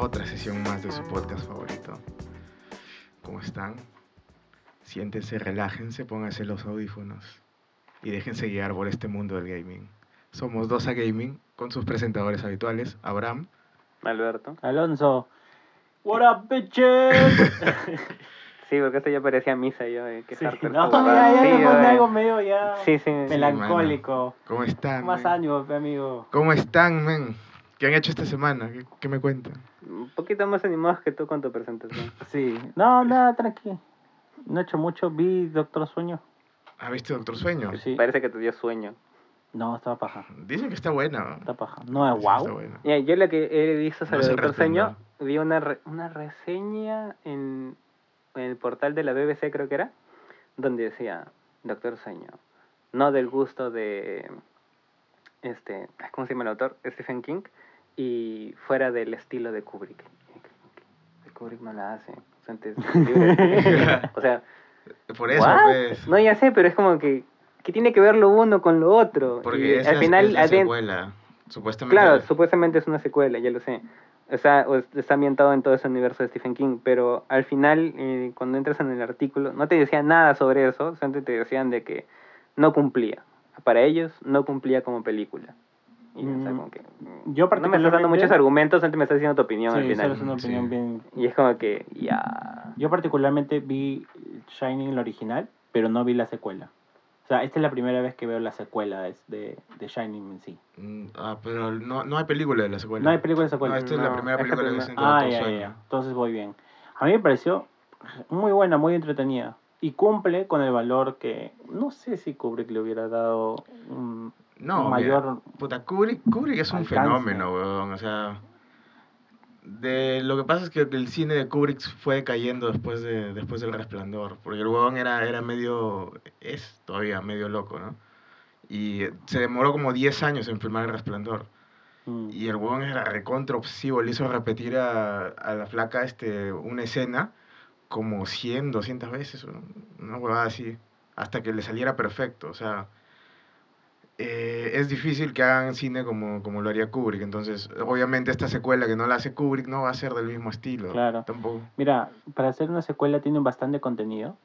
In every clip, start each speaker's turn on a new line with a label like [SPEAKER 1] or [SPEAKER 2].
[SPEAKER 1] otra sesión más de su podcast favorito. ¿Cómo están? Siéntense, relájense, pónganse los audífonos y déjense guiar por este mundo del gaming. Somos Dosa Gaming con sus presentadores habituales, Abraham.
[SPEAKER 2] Alberto.
[SPEAKER 3] Alonso. What up, bitches.
[SPEAKER 2] Sí, porque esto ya parecía misa yo de
[SPEAKER 3] sí,
[SPEAKER 2] quejarte
[SPEAKER 3] no,
[SPEAKER 2] por-
[SPEAKER 3] ya, ya
[SPEAKER 2] sí,
[SPEAKER 3] le
[SPEAKER 2] yo
[SPEAKER 3] pone
[SPEAKER 2] de-
[SPEAKER 3] algo medio ya
[SPEAKER 2] Sí, sí.
[SPEAKER 3] melancólico.
[SPEAKER 1] ¿Cómo están?
[SPEAKER 3] Más
[SPEAKER 1] men?
[SPEAKER 3] ánimo, pe, amigo.
[SPEAKER 1] ¿Cómo están, men? ¿Qué han hecho esta semana? ¿Qué, qué me cuentan?
[SPEAKER 2] Un poquito más animados que tú con tu presentación.
[SPEAKER 3] Sí. No, nada, tranqui. No he hecho mucho. Vi Doctor Sueño.
[SPEAKER 1] ¿Has visto Doctor Sueño?
[SPEAKER 3] Sí.
[SPEAKER 2] Parece que te dio sueño.
[SPEAKER 3] No, estaba paja.
[SPEAKER 1] Dicen que está buena. ¿no?
[SPEAKER 3] Está paja. No es
[SPEAKER 1] Dicen que está
[SPEAKER 3] wow.
[SPEAKER 1] buena.
[SPEAKER 2] Ya, yo la que he visto sobre
[SPEAKER 1] No sé
[SPEAKER 2] el Doctor Sueño,
[SPEAKER 1] responder.
[SPEAKER 2] vi una, re- una reseña en, en el portal de la BBC, creo que era, donde decía, Doctor Sueño, no del gusto de, este, ay, ¿cómo se llama el autor? Stephen King, y fuera del estilo de Kubrick. De Kubrick no la hace. o sea, antes- o sea,
[SPEAKER 1] Por eso,
[SPEAKER 2] ¿What?
[SPEAKER 1] pues.
[SPEAKER 2] No, ya sé, pero es como que, que tiene que ver lo uno con lo otro.
[SPEAKER 1] Porque
[SPEAKER 2] Y
[SPEAKER 1] esa
[SPEAKER 2] al final,
[SPEAKER 1] es la
[SPEAKER 2] aden-
[SPEAKER 1] secuela. Supuestamente.
[SPEAKER 2] claro, supuestamente es una secuela, ya lo sé. O sea, o es- está ambientado en todo ese universo de Stephen King, pero al final, eh, cuando entras en el artículo, no te decían nada sobre eso, solamente te decían de que no cumplía. Para ellos, no cumplía como película. Y, o sea,
[SPEAKER 3] Mm,
[SPEAKER 2] como que, mm,
[SPEAKER 3] yo
[SPEAKER 2] no me estás dando
[SPEAKER 3] particularmente-
[SPEAKER 2] muchos argumentos, solamente me estás diciendo tu
[SPEAKER 3] Sí,
[SPEAKER 2] opinión al
[SPEAKER 3] solo
[SPEAKER 2] final.
[SPEAKER 3] es una
[SPEAKER 1] Sí.
[SPEAKER 3] opinión bien.
[SPEAKER 2] Y es como que, ya.
[SPEAKER 3] Yo particularmente vi Shining el original, pero no vi la secuela. O sea, esta es la primera vez que veo la secuela de, de, de Shining en sí.
[SPEAKER 1] Mm, Ah, pero no, no hay película de la secuela.
[SPEAKER 3] No hay película de secuela.
[SPEAKER 1] No, esta es la
[SPEAKER 2] No,
[SPEAKER 1] primera
[SPEAKER 2] esta
[SPEAKER 1] película que
[SPEAKER 2] primera-
[SPEAKER 1] hacen de
[SPEAKER 3] Ah,
[SPEAKER 1] Doctor
[SPEAKER 3] ya,
[SPEAKER 1] Sueño.
[SPEAKER 3] ya. Entonces voy bien. A mí me pareció muy buena, muy entretenida. Y cumple con el valor que no sé si Kubrick le hubiera dado un
[SPEAKER 1] No, mayor.
[SPEAKER 3] mayor.
[SPEAKER 1] puta, Kubrick, Kubrick es un
[SPEAKER 3] Alcance.
[SPEAKER 1] fenómeno, weón. O sea. De, lo que pasa es que el cine de Kubrick fue decayendo después, de, después del resplandor. Porque el weón era, era medio. Es todavía medio loco, ¿no? Y eh, se demoró como 10 años en filmar el resplandor.
[SPEAKER 3] mm,
[SPEAKER 1] Y el huevón era recontra obsesivo, le hizo repetir a, a la flaca este, una escena como 100, 200 veces, ¿no? una huevada así, hasta que le saliera perfecto. O sea, eh, es difícil que hagan cine como, como lo haría Kubrick. Entonces, obviamente, esta secuela que no la hace Kubrick no va a ser del mismo estilo.
[SPEAKER 3] Claro.
[SPEAKER 1] Tampoco.
[SPEAKER 3] Mira, para hacer una secuela tiene bastante contenido.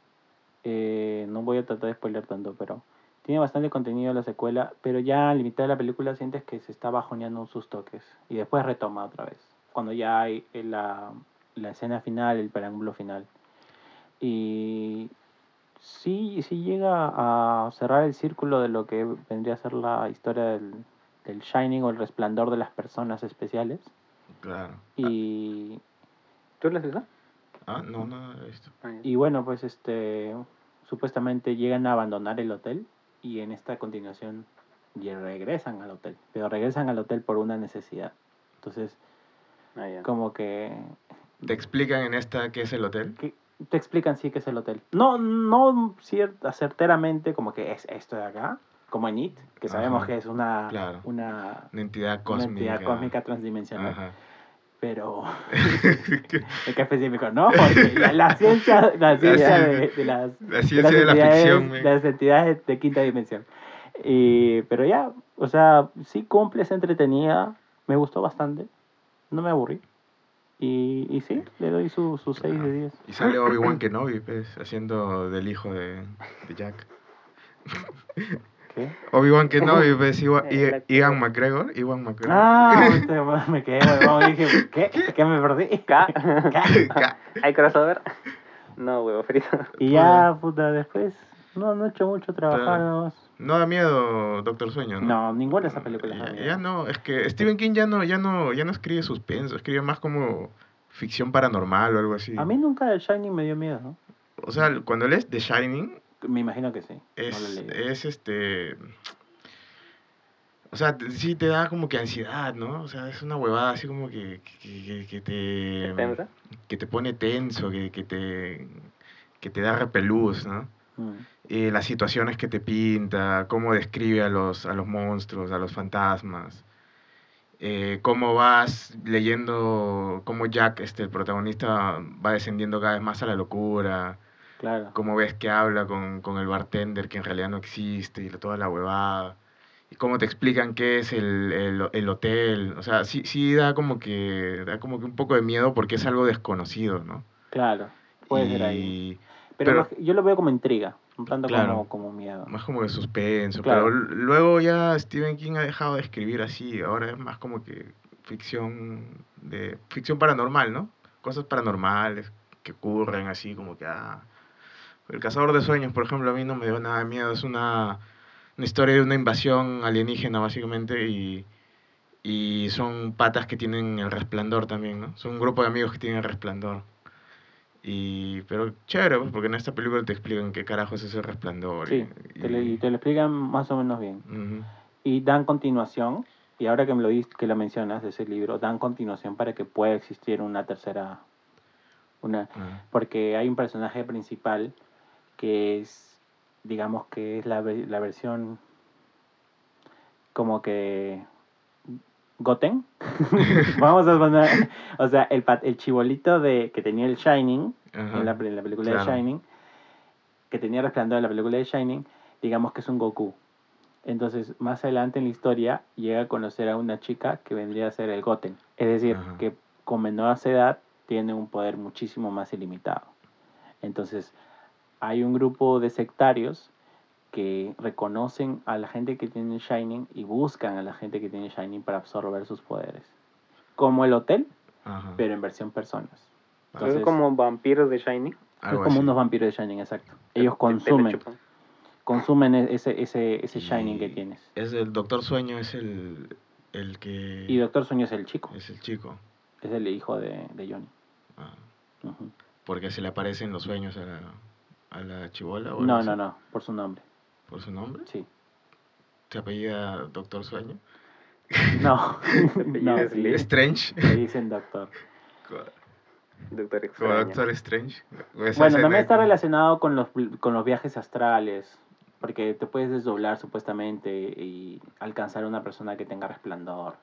[SPEAKER 3] Eh, no voy a tratar de spoiler tanto, pero tiene bastante contenido la secuela. Pero ya al mitad de la película sientes que se está bajoneando sus toques. Y después retoma otra vez. Cuando ya hay eh, la, la escena final, el preámbulo final. Y sí, sí llega a cerrar el círculo de lo que vendría a ser la historia del, del Shining o el resplandor de las personas especiales.
[SPEAKER 1] Claro.
[SPEAKER 3] Y.
[SPEAKER 2] ¿Tú lo has visto?
[SPEAKER 1] Ah, no, no, no, esto.
[SPEAKER 2] Ah, ya.
[SPEAKER 3] Y bueno, pues este supuestamente llegan a abandonar el hotel y en esta continuación ye- regresan al hotel, pero regresan al hotel por una necesidad. Entonces,
[SPEAKER 2] Ah, ya.
[SPEAKER 3] como que
[SPEAKER 1] ¿Te explican en esta qué es el hotel?
[SPEAKER 3] que te explican sí que es el hotel. No no cierta certeramente como que es esto de acá, como en It, que sabemos
[SPEAKER 1] Ajá,
[SPEAKER 3] que es una
[SPEAKER 1] claro.
[SPEAKER 3] una,
[SPEAKER 1] Una entidad
[SPEAKER 3] una
[SPEAKER 1] cósmica.
[SPEAKER 3] entidad cósmica transdimensional,
[SPEAKER 1] Ajá.
[SPEAKER 3] pero
[SPEAKER 1] Que-
[SPEAKER 3] en qué específico, no, porque la, la ciencia, la ciencia de- de las
[SPEAKER 1] La ciencia de la
[SPEAKER 3] entidades-
[SPEAKER 1] ficción. men.
[SPEAKER 3] Las entidades de quinta dimensión. Y- pero ya, o sea, sí cumple, es entretenida, me gustó bastante, no me aburrí. Y, y sí, le doy su, su 6 de 10.
[SPEAKER 1] Y sale Obi-Wan Kenobi, pues, haciendo del hijo de, de Jack.
[SPEAKER 3] ¿Qué?
[SPEAKER 1] Obi-Wan Kenobi, pues, Iwa-
[SPEAKER 2] El
[SPEAKER 1] I-
[SPEAKER 2] actor.
[SPEAKER 1] Ian McGregor. Iwan McGregor.
[SPEAKER 3] Ah, ahorita me quedé, huevón, dije, ¿qué? ¿Qué me perdí?
[SPEAKER 2] Ca.
[SPEAKER 3] Ca.
[SPEAKER 1] Ca-
[SPEAKER 2] ¿Hay crossover? No, huevo frito.
[SPEAKER 3] Y ya, puta, después, no, no he hecho mucho trabajar.
[SPEAKER 1] Claro.
[SPEAKER 3] nomás.
[SPEAKER 1] no da miedo Doctor Sueño, ¿no?
[SPEAKER 3] No, ninguna de esas películas.
[SPEAKER 1] Ya,
[SPEAKER 3] amigo.
[SPEAKER 1] ya no, es que Stephen King ya no, ya no, ya no escribe suspenso, escribe más como ficción paranormal o algo así.
[SPEAKER 3] A mí nunca el Shining me dio miedo, ¿no?
[SPEAKER 1] O sea, cuando lees The Shining,
[SPEAKER 3] Me imagino que sí. no lo
[SPEAKER 1] es, eh.
[SPEAKER 3] leí.
[SPEAKER 1] es este... O sea, te- sí te da como que ansiedad, ¿no? O sea, es una huevada así como que, que, que- que te...
[SPEAKER 2] ¿Tensa?
[SPEAKER 1] que te pone tenso, que, que te, que te da repelús, ¿no?
[SPEAKER 3] Mm.
[SPEAKER 1] Eh, las situaciones que te pinta, cómo describe a los, a los monstruos, a los fantasmas, eh, cómo vas leyendo, cómo Jack, este, el protagonista, va descendiendo cada vez más a la locura,
[SPEAKER 3] Claro.
[SPEAKER 1] cómo ves que habla con, con el bartender que en realidad no existe y toda la huevada. y cómo te explican qué es el, el, el hotel. O sea, sí, sí da como que da como que un poco de miedo porque es algo desconocido, ¿no?
[SPEAKER 3] Claro, puede ser ahí.
[SPEAKER 1] Y-
[SPEAKER 3] Pero,
[SPEAKER 1] pero-
[SPEAKER 3] más que- yo lo veo como intriga, un tanto
[SPEAKER 1] Claro.
[SPEAKER 3] como, como miedo.
[SPEAKER 1] Más como de suspenso.
[SPEAKER 3] Claro.
[SPEAKER 1] Pero l- luego ya Stephen King ha dejado de escribir así. Ahora es más como que ficción de ficción paranormal, ¿no? Cosas paranormales que ocurren así como que ah. El cazador de sueños, por ejemplo, a mí no me dio nada de miedo. Es una, una historia de una invasión alienígena, básicamente, y, y son patas que tienen el resplandor también, ¿no? Son un grupo de amigos que tienen el resplandor. Y, pero chévere, pues, porque en esta película te explican qué carajo es ese resplandor.
[SPEAKER 3] Sí,
[SPEAKER 1] y-
[SPEAKER 3] te, lo-
[SPEAKER 1] y-
[SPEAKER 3] y te lo explican más o menos bien.
[SPEAKER 1] Ujú.
[SPEAKER 3] Y dan continuación, y ahora que me lo, dis- que lo mencionas de ese libro, dan continuación para que pueda existir una tercera... Una,
[SPEAKER 1] Ah,
[SPEAKER 3] porque hay un personaje principal que es, digamos que es la, ve- la versión como que Goten. Vamos a poner, o sea, el, pat- el chibolito de, que tenía el Shining,
[SPEAKER 1] ajá.
[SPEAKER 3] en la, en la película
[SPEAKER 1] Claro.
[SPEAKER 3] de Shining, que tenía resplandor en la película de Shining, digamos que es un Goku. Entonces, más adelante en la historia, llega a conocer a una chica que vendría a ser el Goten. Es decir,
[SPEAKER 1] Ajá.
[SPEAKER 3] que con menor edad tiene un poder muchísimo más ilimitado. Entonces, hay un grupo de sectarios que reconocen a la gente que tiene Shining y buscan a la gente que tiene Shining para absorber sus poderes. Como el hotel,
[SPEAKER 1] Ajá.
[SPEAKER 3] pero en versión personas.
[SPEAKER 1] Ah,
[SPEAKER 2] Son
[SPEAKER 3] entonces-
[SPEAKER 2] como vampiros de Shining.
[SPEAKER 3] Es
[SPEAKER 1] algo
[SPEAKER 3] como
[SPEAKER 1] así.
[SPEAKER 3] unos vampiros de Shining, exacto. Ellos consumen,
[SPEAKER 2] pues.
[SPEAKER 3] consumen e- ese, ese, ese Shining que
[SPEAKER 1] Y-
[SPEAKER 3] tienes.
[SPEAKER 1] Es el Doctor Sueño, es el, el que...
[SPEAKER 3] Y Doctor Sueño es el chico,
[SPEAKER 1] Es el chico.
[SPEAKER 3] es el hijo de, de Johnny.
[SPEAKER 1] Ah,
[SPEAKER 3] Ujú.
[SPEAKER 1] porque se le aparecen los sueños a la, a la chibola. o algo
[SPEAKER 3] No,
[SPEAKER 1] así,
[SPEAKER 3] no, no, por su nombre,
[SPEAKER 1] Por su nombre.
[SPEAKER 3] sí.
[SPEAKER 1] Se apellida Doctor Sueño.
[SPEAKER 3] No, no,
[SPEAKER 2] apellido
[SPEAKER 3] sí,
[SPEAKER 2] es
[SPEAKER 3] le
[SPEAKER 1] Strange.
[SPEAKER 3] dicen Doctor.
[SPEAKER 1] Co-
[SPEAKER 2] Doctor
[SPEAKER 1] Como
[SPEAKER 2] Extraño.
[SPEAKER 1] Doctor Strange. O esa
[SPEAKER 3] Bueno,
[SPEAKER 1] escena
[SPEAKER 3] también está
[SPEAKER 1] que-
[SPEAKER 3] relacionado con los, con los viajes astrales, porque te puedes desdoblar supuestamente y alcanzar a una persona que tenga resplandor.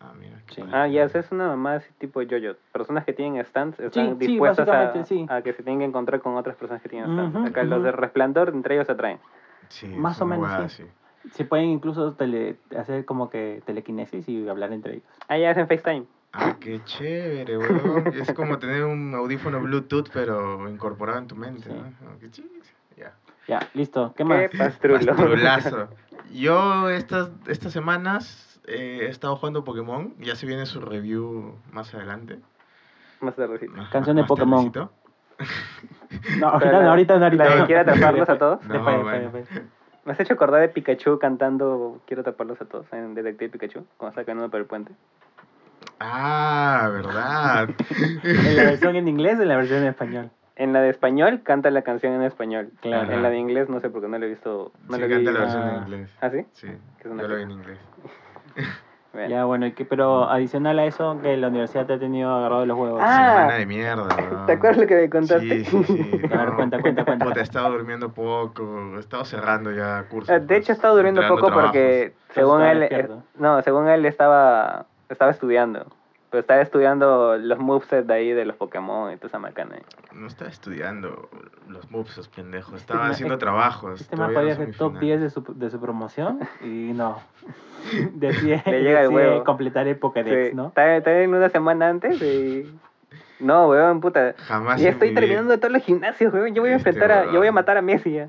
[SPEAKER 1] Ah, mira. qué
[SPEAKER 3] Sí.
[SPEAKER 1] padre.
[SPEAKER 2] Ah, ya, esa es una mamá así tipo yo-yo. Personas que tienen stands están
[SPEAKER 3] sí,
[SPEAKER 2] dispuestas a,
[SPEAKER 3] básicamente, sí.
[SPEAKER 2] a que se tienen que encontrar con otras personas que tienen stands.
[SPEAKER 3] Ujú,
[SPEAKER 2] Acá
[SPEAKER 3] ujú.
[SPEAKER 2] los de resplandor entre ellos se atraen.
[SPEAKER 1] Sí,
[SPEAKER 3] más
[SPEAKER 1] es
[SPEAKER 3] o
[SPEAKER 1] una
[SPEAKER 3] menos,
[SPEAKER 1] huevada
[SPEAKER 3] sí.
[SPEAKER 1] así.
[SPEAKER 3] Se pueden incluso tele- hacer como que telequinesis y hablar entre ellos.
[SPEAKER 2] Ah, ya hacen FaceTime.
[SPEAKER 1] Ah, qué chévere, weón. Es como tener un audífono Bluetooth, pero incorporado en tu mente,
[SPEAKER 3] Sí.
[SPEAKER 1] ¿no? Ah, Qué chévere. Ya.
[SPEAKER 3] Ya, listo. ¿Qué más?
[SPEAKER 2] Qué pastrulo.
[SPEAKER 1] Pastrulazo. Yo estas, estas semanas eh, he estado jugando Pokémon. Ya se viene su review más adelante.
[SPEAKER 2] Más tardecito.
[SPEAKER 1] Más-
[SPEAKER 3] Canción de
[SPEAKER 1] más
[SPEAKER 3] Pokémon.
[SPEAKER 1] tardecito.
[SPEAKER 3] No, ahorita,
[SPEAKER 2] Pero la-
[SPEAKER 3] no, ahorita, no, ahorita.
[SPEAKER 2] La que
[SPEAKER 3] no.
[SPEAKER 2] quiera taparlos a todos.
[SPEAKER 1] No,
[SPEAKER 3] Después, después,
[SPEAKER 1] bueno.
[SPEAKER 3] después.
[SPEAKER 2] ¿Me has hecho acordar de Pikachu cantando Quiero taparlos a todos en Detective Pikachu? Cuando sacan uno por el puente.
[SPEAKER 1] Ah, verdad.
[SPEAKER 3] En la versión en inglés y en la versión en español.
[SPEAKER 2] En la de español, canta la canción en español.
[SPEAKER 3] Claro.
[SPEAKER 2] En la de inglés, no sé por qué no la he visto. No
[SPEAKER 1] sí,
[SPEAKER 2] la vi-
[SPEAKER 1] canta la versión
[SPEAKER 3] ah.
[SPEAKER 1] en inglés.
[SPEAKER 2] ¿Ah, sí?
[SPEAKER 1] Sí,
[SPEAKER 2] Que
[SPEAKER 1] yo
[SPEAKER 2] es una
[SPEAKER 1] lo vi
[SPEAKER 2] pena.
[SPEAKER 1] en inglés.
[SPEAKER 2] Bueno.
[SPEAKER 3] Ya, bueno, y que, pero adicional a eso, que la universidad te ha tenido agarrado de los huevos.
[SPEAKER 2] Ah,
[SPEAKER 1] Semana de mierda, weón.
[SPEAKER 2] ¿Te acuerdas lo que me
[SPEAKER 1] Sí,
[SPEAKER 2] contaste?
[SPEAKER 1] sí, sí.
[SPEAKER 3] A ver,
[SPEAKER 1] no.
[SPEAKER 3] cuenta, cuenta, cuenta.
[SPEAKER 1] Puta, he estado durmiendo poco, he estado cerrando ya cursos.
[SPEAKER 2] Eh, De hecho, he
[SPEAKER 1] pues,
[SPEAKER 2] estado durmiendo
[SPEAKER 1] entrando
[SPEAKER 2] poco porque, según
[SPEAKER 3] estaba
[SPEAKER 2] él,
[SPEAKER 3] despierto.
[SPEAKER 2] eh, no, según él estaba, estaba estudiando. Pero estaba estudiando los movesets de ahí de los Pokémon y toda esa macana. ahí.
[SPEAKER 1] trabajos. No estaba estudiando los moves, los pendejos.
[SPEAKER 3] Este
[SPEAKER 1] Estaba
[SPEAKER 3] ma-
[SPEAKER 1] haciendo
[SPEAKER 3] este-
[SPEAKER 1] trabajos.
[SPEAKER 3] Este más
[SPEAKER 1] Pues todavía
[SPEAKER 3] podría
[SPEAKER 1] no
[SPEAKER 3] ser
[SPEAKER 1] soy
[SPEAKER 3] top
[SPEAKER 1] final.
[SPEAKER 3] 10 de su, de su promoción y no. Decide,
[SPEAKER 2] Le llega el
[SPEAKER 3] decide
[SPEAKER 2] huevo.
[SPEAKER 3] completar el Pokédex,
[SPEAKER 2] Sí,
[SPEAKER 3] ¿no?
[SPEAKER 2] estaba- estaba en una semana antes y... No, weón, puta.
[SPEAKER 1] Jamás
[SPEAKER 2] Y
[SPEAKER 1] en
[SPEAKER 2] estoy
[SPEAKER 1] mi
[SPEAKER 2] terminando
[SPEAKER 1] vida.
[SPEAKER 2] todos los gimnasios, weón. Yo voy a
[SPEAKER 1] Este
[SPEAKER 2] enfrentar a... Yo voy a
[SPEAKER 1] huevón.
[SPEAKER 2] matar a Messi ya.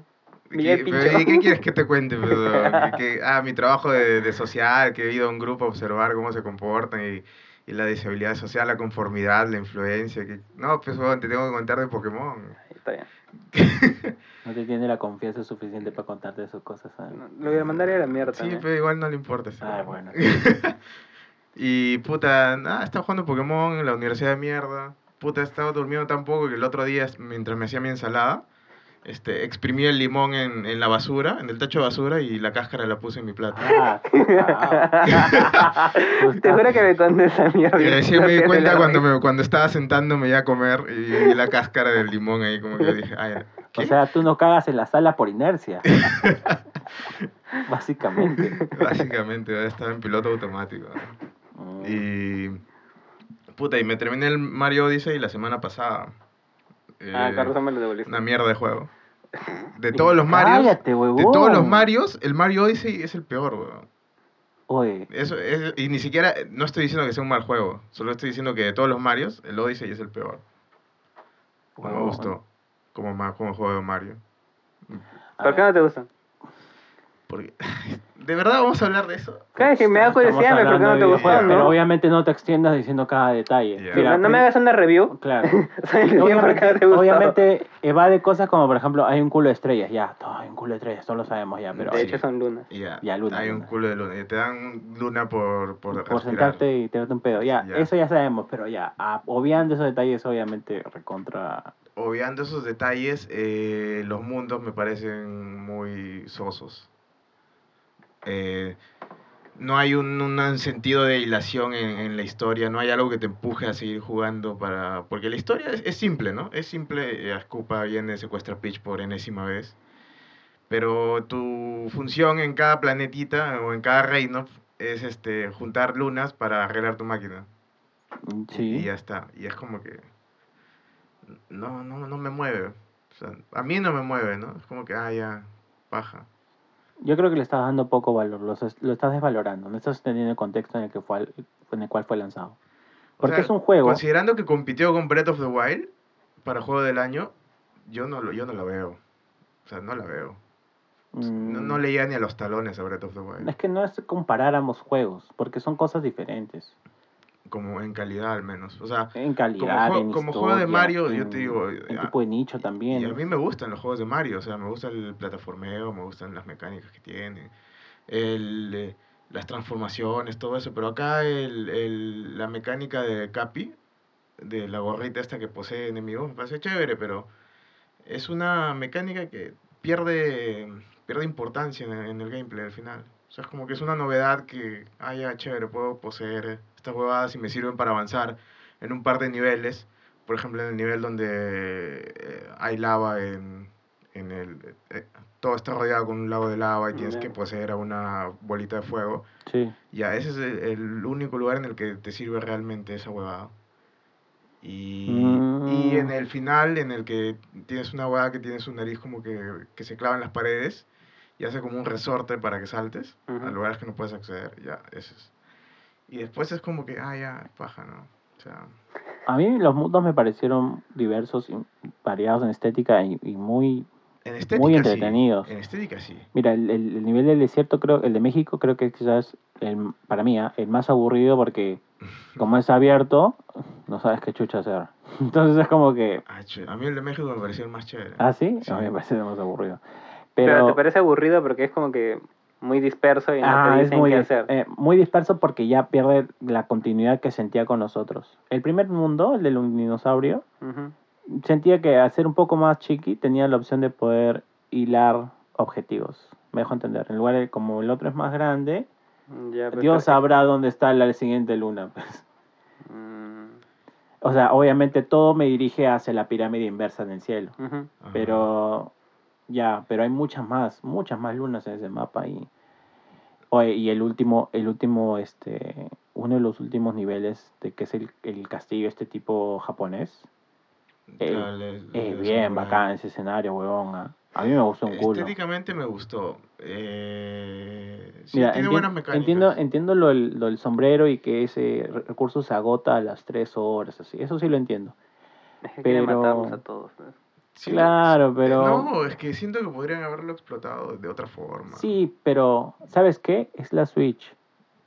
[SPEAKER 2] Miguel
[SPEAKER 1] ¿Qué-
[SPEAKER 2] Pincho.
[SPEAKER 1] pero, ¿Y qué quieres que te cuente? pues, weón? Que- que- ah, mi trabajo de, de social, que he ido a un grupo a observar cómo se comportan y, y la disabilidad social, la conformidad, la influencia. que- no, pues weón, te tengo que contar de Pokémon.
[SPEAKER 2] Está bien.
[SPEAKER 3] No te tiene la confianza suficiente para contarte sus cosas. ¿sabes?
[SPEAKER 2] No, Lo voy a mandar a la mierda
[SPEAKER 1] Sí,
[SPEAKER 2] también.
[SPEAKER 1] pero igual no le importa. ese
[SPEAKER 3] Ah,
[SPEAKER 1] weón.
[SPEAKER 3] bueno.
[SPEAKER 1] Y puta, nada, estaba jugando Pokémon en la universidad de mierda. Puta, estaba durmiendo tan poco que el otro día, mientras me hacía mi ensalada, este, exprimí el limón en, en la basura, en el tacho de basura, y la cáscara la puse en mi plato.
[SPEAKER 3] Ah, ah.
[SPEAKER 2] Te juro que me conté esa mierda.
[SPEAKER 1] Y recién me di
[SPEAKER 2] No,
[SPEAKER 1] cuenta
[SPEAKER 2] no,
[SPEAKER 1] cuando, me, cuando estaba sentándome ya a comer y vi la cáscara del limón ahí, como que dije, ay, ¿qué?
[SPEAKER 3] O sea, tú no cagas en la sala por inercia. Básicamente.
[SPEAKER 1] Básicamente, ya estaba en piloto automático. ¿no?
[SPEAKER 3] Mm.
[SPEAKER 1] Y. Puta, y me terminé el Mario Odyssey la semana pasada.
[SPEAKER 2] Ah,
[SPEAKER 1] Eh,
[SPEAKER 2] con razón me lo devolviste.
[SPEAKER 1] Una mierda de juego. De todos los Marios.
[SPEAKER 3] Cállate, huevón.
[SPEAKER 1] De todos los Marios, el Mario Odyssey es el peor, weón.
[SPEAKER 3] Oye,
[SPEAKER 1] Eso es, y ni siquiera, no estoy diciendo que sea un mal juego, solo estoy diciendo que de todos los Marios, el Odyssey es el peor. No me
[SPEAKER 3] huevón.
[SPEAKER 1] gustó como, ma- como juego de Mario.
[SPEAKER 3] A
[SPEAKER 2] ¿Por qué no
[SPEAKER 3] ver,
[SPEAKER 2] te gustan?
[SPEAKER 1] Porque, ¿De verdad vamos a hablar de eso?
[SPEAKER 2] Claro, es que me da
[SPEAKER 3] Pues estamos
[SPEAKER 2] curiosidad, ¿por qué no te
[SPEAKER 3] hablando de
[SPEAKER 2] gustan?
[SPEAKER 3] videojuegos, Pero
[SPEAKER 2] ¿no?
[SPEAKER 3] obviamente no te extiendas diciendo cada detalle.
[SPEAKER 1] Ya.
[SPEAKER 2] No,
[SPEAKER 3] Mira,
[SPEAKER 2] no me
[SPEAKER 3] prim-
[SPEAKER 2] hagas una review.
[SPEAKER 3] Claro.
[SPEAKER 2] ¿Sabes por qué no te
[SPEAKER 3] Obviamente,
[SPEAKER 2] gustó?
[SPEAKER 3] obviamente evade cosas como, por ejemplo, hay un culo de estrellas, ya, todo, hay un culo de estrellas, todos lo sabemos ya, pero
[SPEAKER 2] De
[SPEAKER 1] Sí.
[SPEAKER 2] hecho, son lunas.
[SPEAKER 1] Y Ya,
[SPEAKER 3] Ya, luna,
[SPEAKER 1] hay un
[SPEAKER 3] luna.
[SPEAKER 1] culo de luna. Y te dan luna por, por,
[SPEAKER 3] por
[SPEAKER 1] respirar.
[SPEAKER 3] sentarte y tirarte un pedo, ya,
[SPEAKER 1] Ya.
[SPEAKER 3] eso ya sabemos, pero ya, a- obviando esos detalles, obviamente, recontra...
[SPEAKER 1] Obviando esos detalles, eh, los mundos me parecen muy sosos. Eh, no hay un, un sentido de hilación en, en la historia, no hay algo que te empuje a seguir jugando para... Porque la historia es, es simple, ¿no? Es simple, eh, Scupa viene, secuestra a Peach por enésima vez. Pero tu función en cada planetita o en cada reino es este, juntar lunas para arreglar tu máquina. Y- Y
[SPEAKER 3] Sí,
[SPEAKER 1] ya está. Y es como que. No, no, no me mueve. O sea, a mí no me mueve, ¿no? Es como que, ah, ya, paja.
[SPEAKER 3] yo creo que le estás dando poco valor, lo, es- lo estás desvalorando, no estás entendiendo el contexto en el, que fue, al- en el cual fue lanzado.
[SPEAKER 1] O
[SPEAKER 3] Porque
[SPEAKER 1] sea, pues,
[SPEAKER 3] es un juego,
[SPEAKER 1] Considerando que compitió con Breath of the Wild para juego del año, yo no, lo- yo no la veo. O sea, no la veo. O sea, No,
[SPEAKER 3] mm,
[SPEAKER 1] no leía ni a los talones a Breath of the Wild.
[SPEAKER 3] es que no es comparar ambos juegos, porque son cosas diferentes,
[SPEAKER 1] Como en calidad, al menos. O sea,
[SPEAKER 3] en
[SPEAKER 1] como,
[SPEAKER 3] calidad,
[SPEAKER 1] jue-
[SPEAKER 3] en
[SPEAKER 1] como juego de
[SPEAKER 3] historia,
[SPEAKER 1] Mario, yo
[SPEAKER 3] en-
[SPEAKER 1] te digo.
[SPEAKER 3] en
[SPEAKER 1] ah,
[SPEAKER 3] tipo de nicho también.
[SPEAKER 1] Y a mí me gustan los juegos de Mario, o sea, me gusta el plataformeo, me gustan las mecánicas que tiene, el, eh, las transformaciones, todo eso, pero acá el, el- la mecánica de Capi, de la gorrita esta que posee enemigos, me parece chévere, pero es una mecánica que pierde, pierde importancia en, en el gameplay al final. O sea, es como que es una novedad que, ah, ya, chévere, puedo poseer estas huevadas y me sirven para avanzar en un par de niveles. Por ejemplo, en el nivel donde eh, hay lava en, en el... eh, todo está rodeado con un lago de lava y tienes
[SPEAKER 2] Ya.
[SPEAKER 1] que poseer a una bolita de fuego.
[SPEAKER 3] Sí.
[SPEAKER 1] Ya, ese es el, el único lugar en el que te sirve realmente esa huevada. Y, y en
[SPEAKER 3] Mm.
[SPEAKER 1] el final, en el que tienes una huevada que tiene su nariz como que, que se clava en las paredes y hace como un resorte para que saltes
[SPEAKER 2] Ujú.
[SPEAKER 1] a lugares que no puedes acceder. Ya, eso es. Y después es como que, ah, ya, paja, ¿no? O sea,
[SPEAKER 3] A mí los mundos me parecieron diversos y variados en estética y, y muy...
[SPEAKER 1] en estética sí,
[SPEAKER 3] entretenidos.
[SPEAKER 1] en estética sí.
[SPEAKER 3] Mira, el, el- el nivel del desierto, creo, el de México, creo que quizás el, para mí, ¿ah? el más aburrido porque como es abierto, no sabes qué chucha hacer. Entonces es como que...
[SPEAKER 1] Ah, che, a mí el de México me pareció el más chévere.
[SPEAKER 3] ¿Ah, sí?
[SPEAKER 1] Sí.
[SPEAKER 3] A mí me parece lo más aburrido.
[SPEAKER 2] Pero,
[SPEAKER 3] Pero...
[SPEAKER 2] te parece aburrido porque es como que muy disperso y no
[SPEAKER 3] ah,
[SPEAKER 2] te
[SPEAKER 3] es
[SPEAKER 2] dicen
[SPEAKER 3] muy,
[SPEAKER 2] qué
[SPEAKER 3] dis-
[SPEAKER 2] hacer.
[SPEAKER 3] eh, muy disperso porque ya pierde la continuidad que sentía con nosotros. El primer mundo, el del dinosaurio,
[SPEAKER 2] Ujú.
[SPEAKER 3] sentía que al ser un poco más chiqui tenía la opción de poder hilar objetivos. Me dejo entender. En lugar de como el otro es más grande,
[SPEAKER 2] Ya, pues,
[SPEAKER 3] Dios
[SPEAKER 2] pero-
[SPEAKER 3] sabrá dónde está la siguiente luna. pues.
[SPEAKER 2] Mm,
[SPEAKER 3] O sea, obviamente todo me dirige hacia la pirámide inversa en el cielo.
[SPEAKER 2] ujú.
[SPEAKER 1] Ajá.
[SPEAKER 3] Pero ya, pero hay muchas más, muchas más lunas en ese mapa y oye, y el último, el último, este, uno de los últimos niveles de que es el, el castillo este tipo japonés. eh,
[SPEAKER 1] Claro, le- le-
[SPEAKER 3] Es
[SPEAKER 1] le-
[SPEAKER 3] bien
[SPEAKER 1] samurai.
[SPEAKER 3] bacán ese escenario, huevón. ah. A mí me gustó un culo.
[SPEAKER 1] Estéticamente me gustó. Eh, sí,
[SPEAKER 3] Mira,
[SPEAKER 1] tiene
[SPEAKER 3] entien-
[SPEAKER 1] buenas mecánicas.
[SPEAKER 3] Entiendo, entiendo lo, del, lo del sombrero y que ese re- recurso se agota a las tres horas, así. Eso sí lo entiendo.
[SPEAKER 2] Es que quieren
[SPEAKER 3] Pero-
[SPEAKER 2] matarnos a todos. pues.
[SPEAKER 1] Sí,
[SPEAKER 3] claro,
[SPEAKER 1] sí,
[SPEAKER 3] pero-
[SPEAKER 1] No, es que siento que podrían haberlo explotado de otra forma.
[SPEAKER 3] Sí, pero ¿sabes qué? Es la Switch.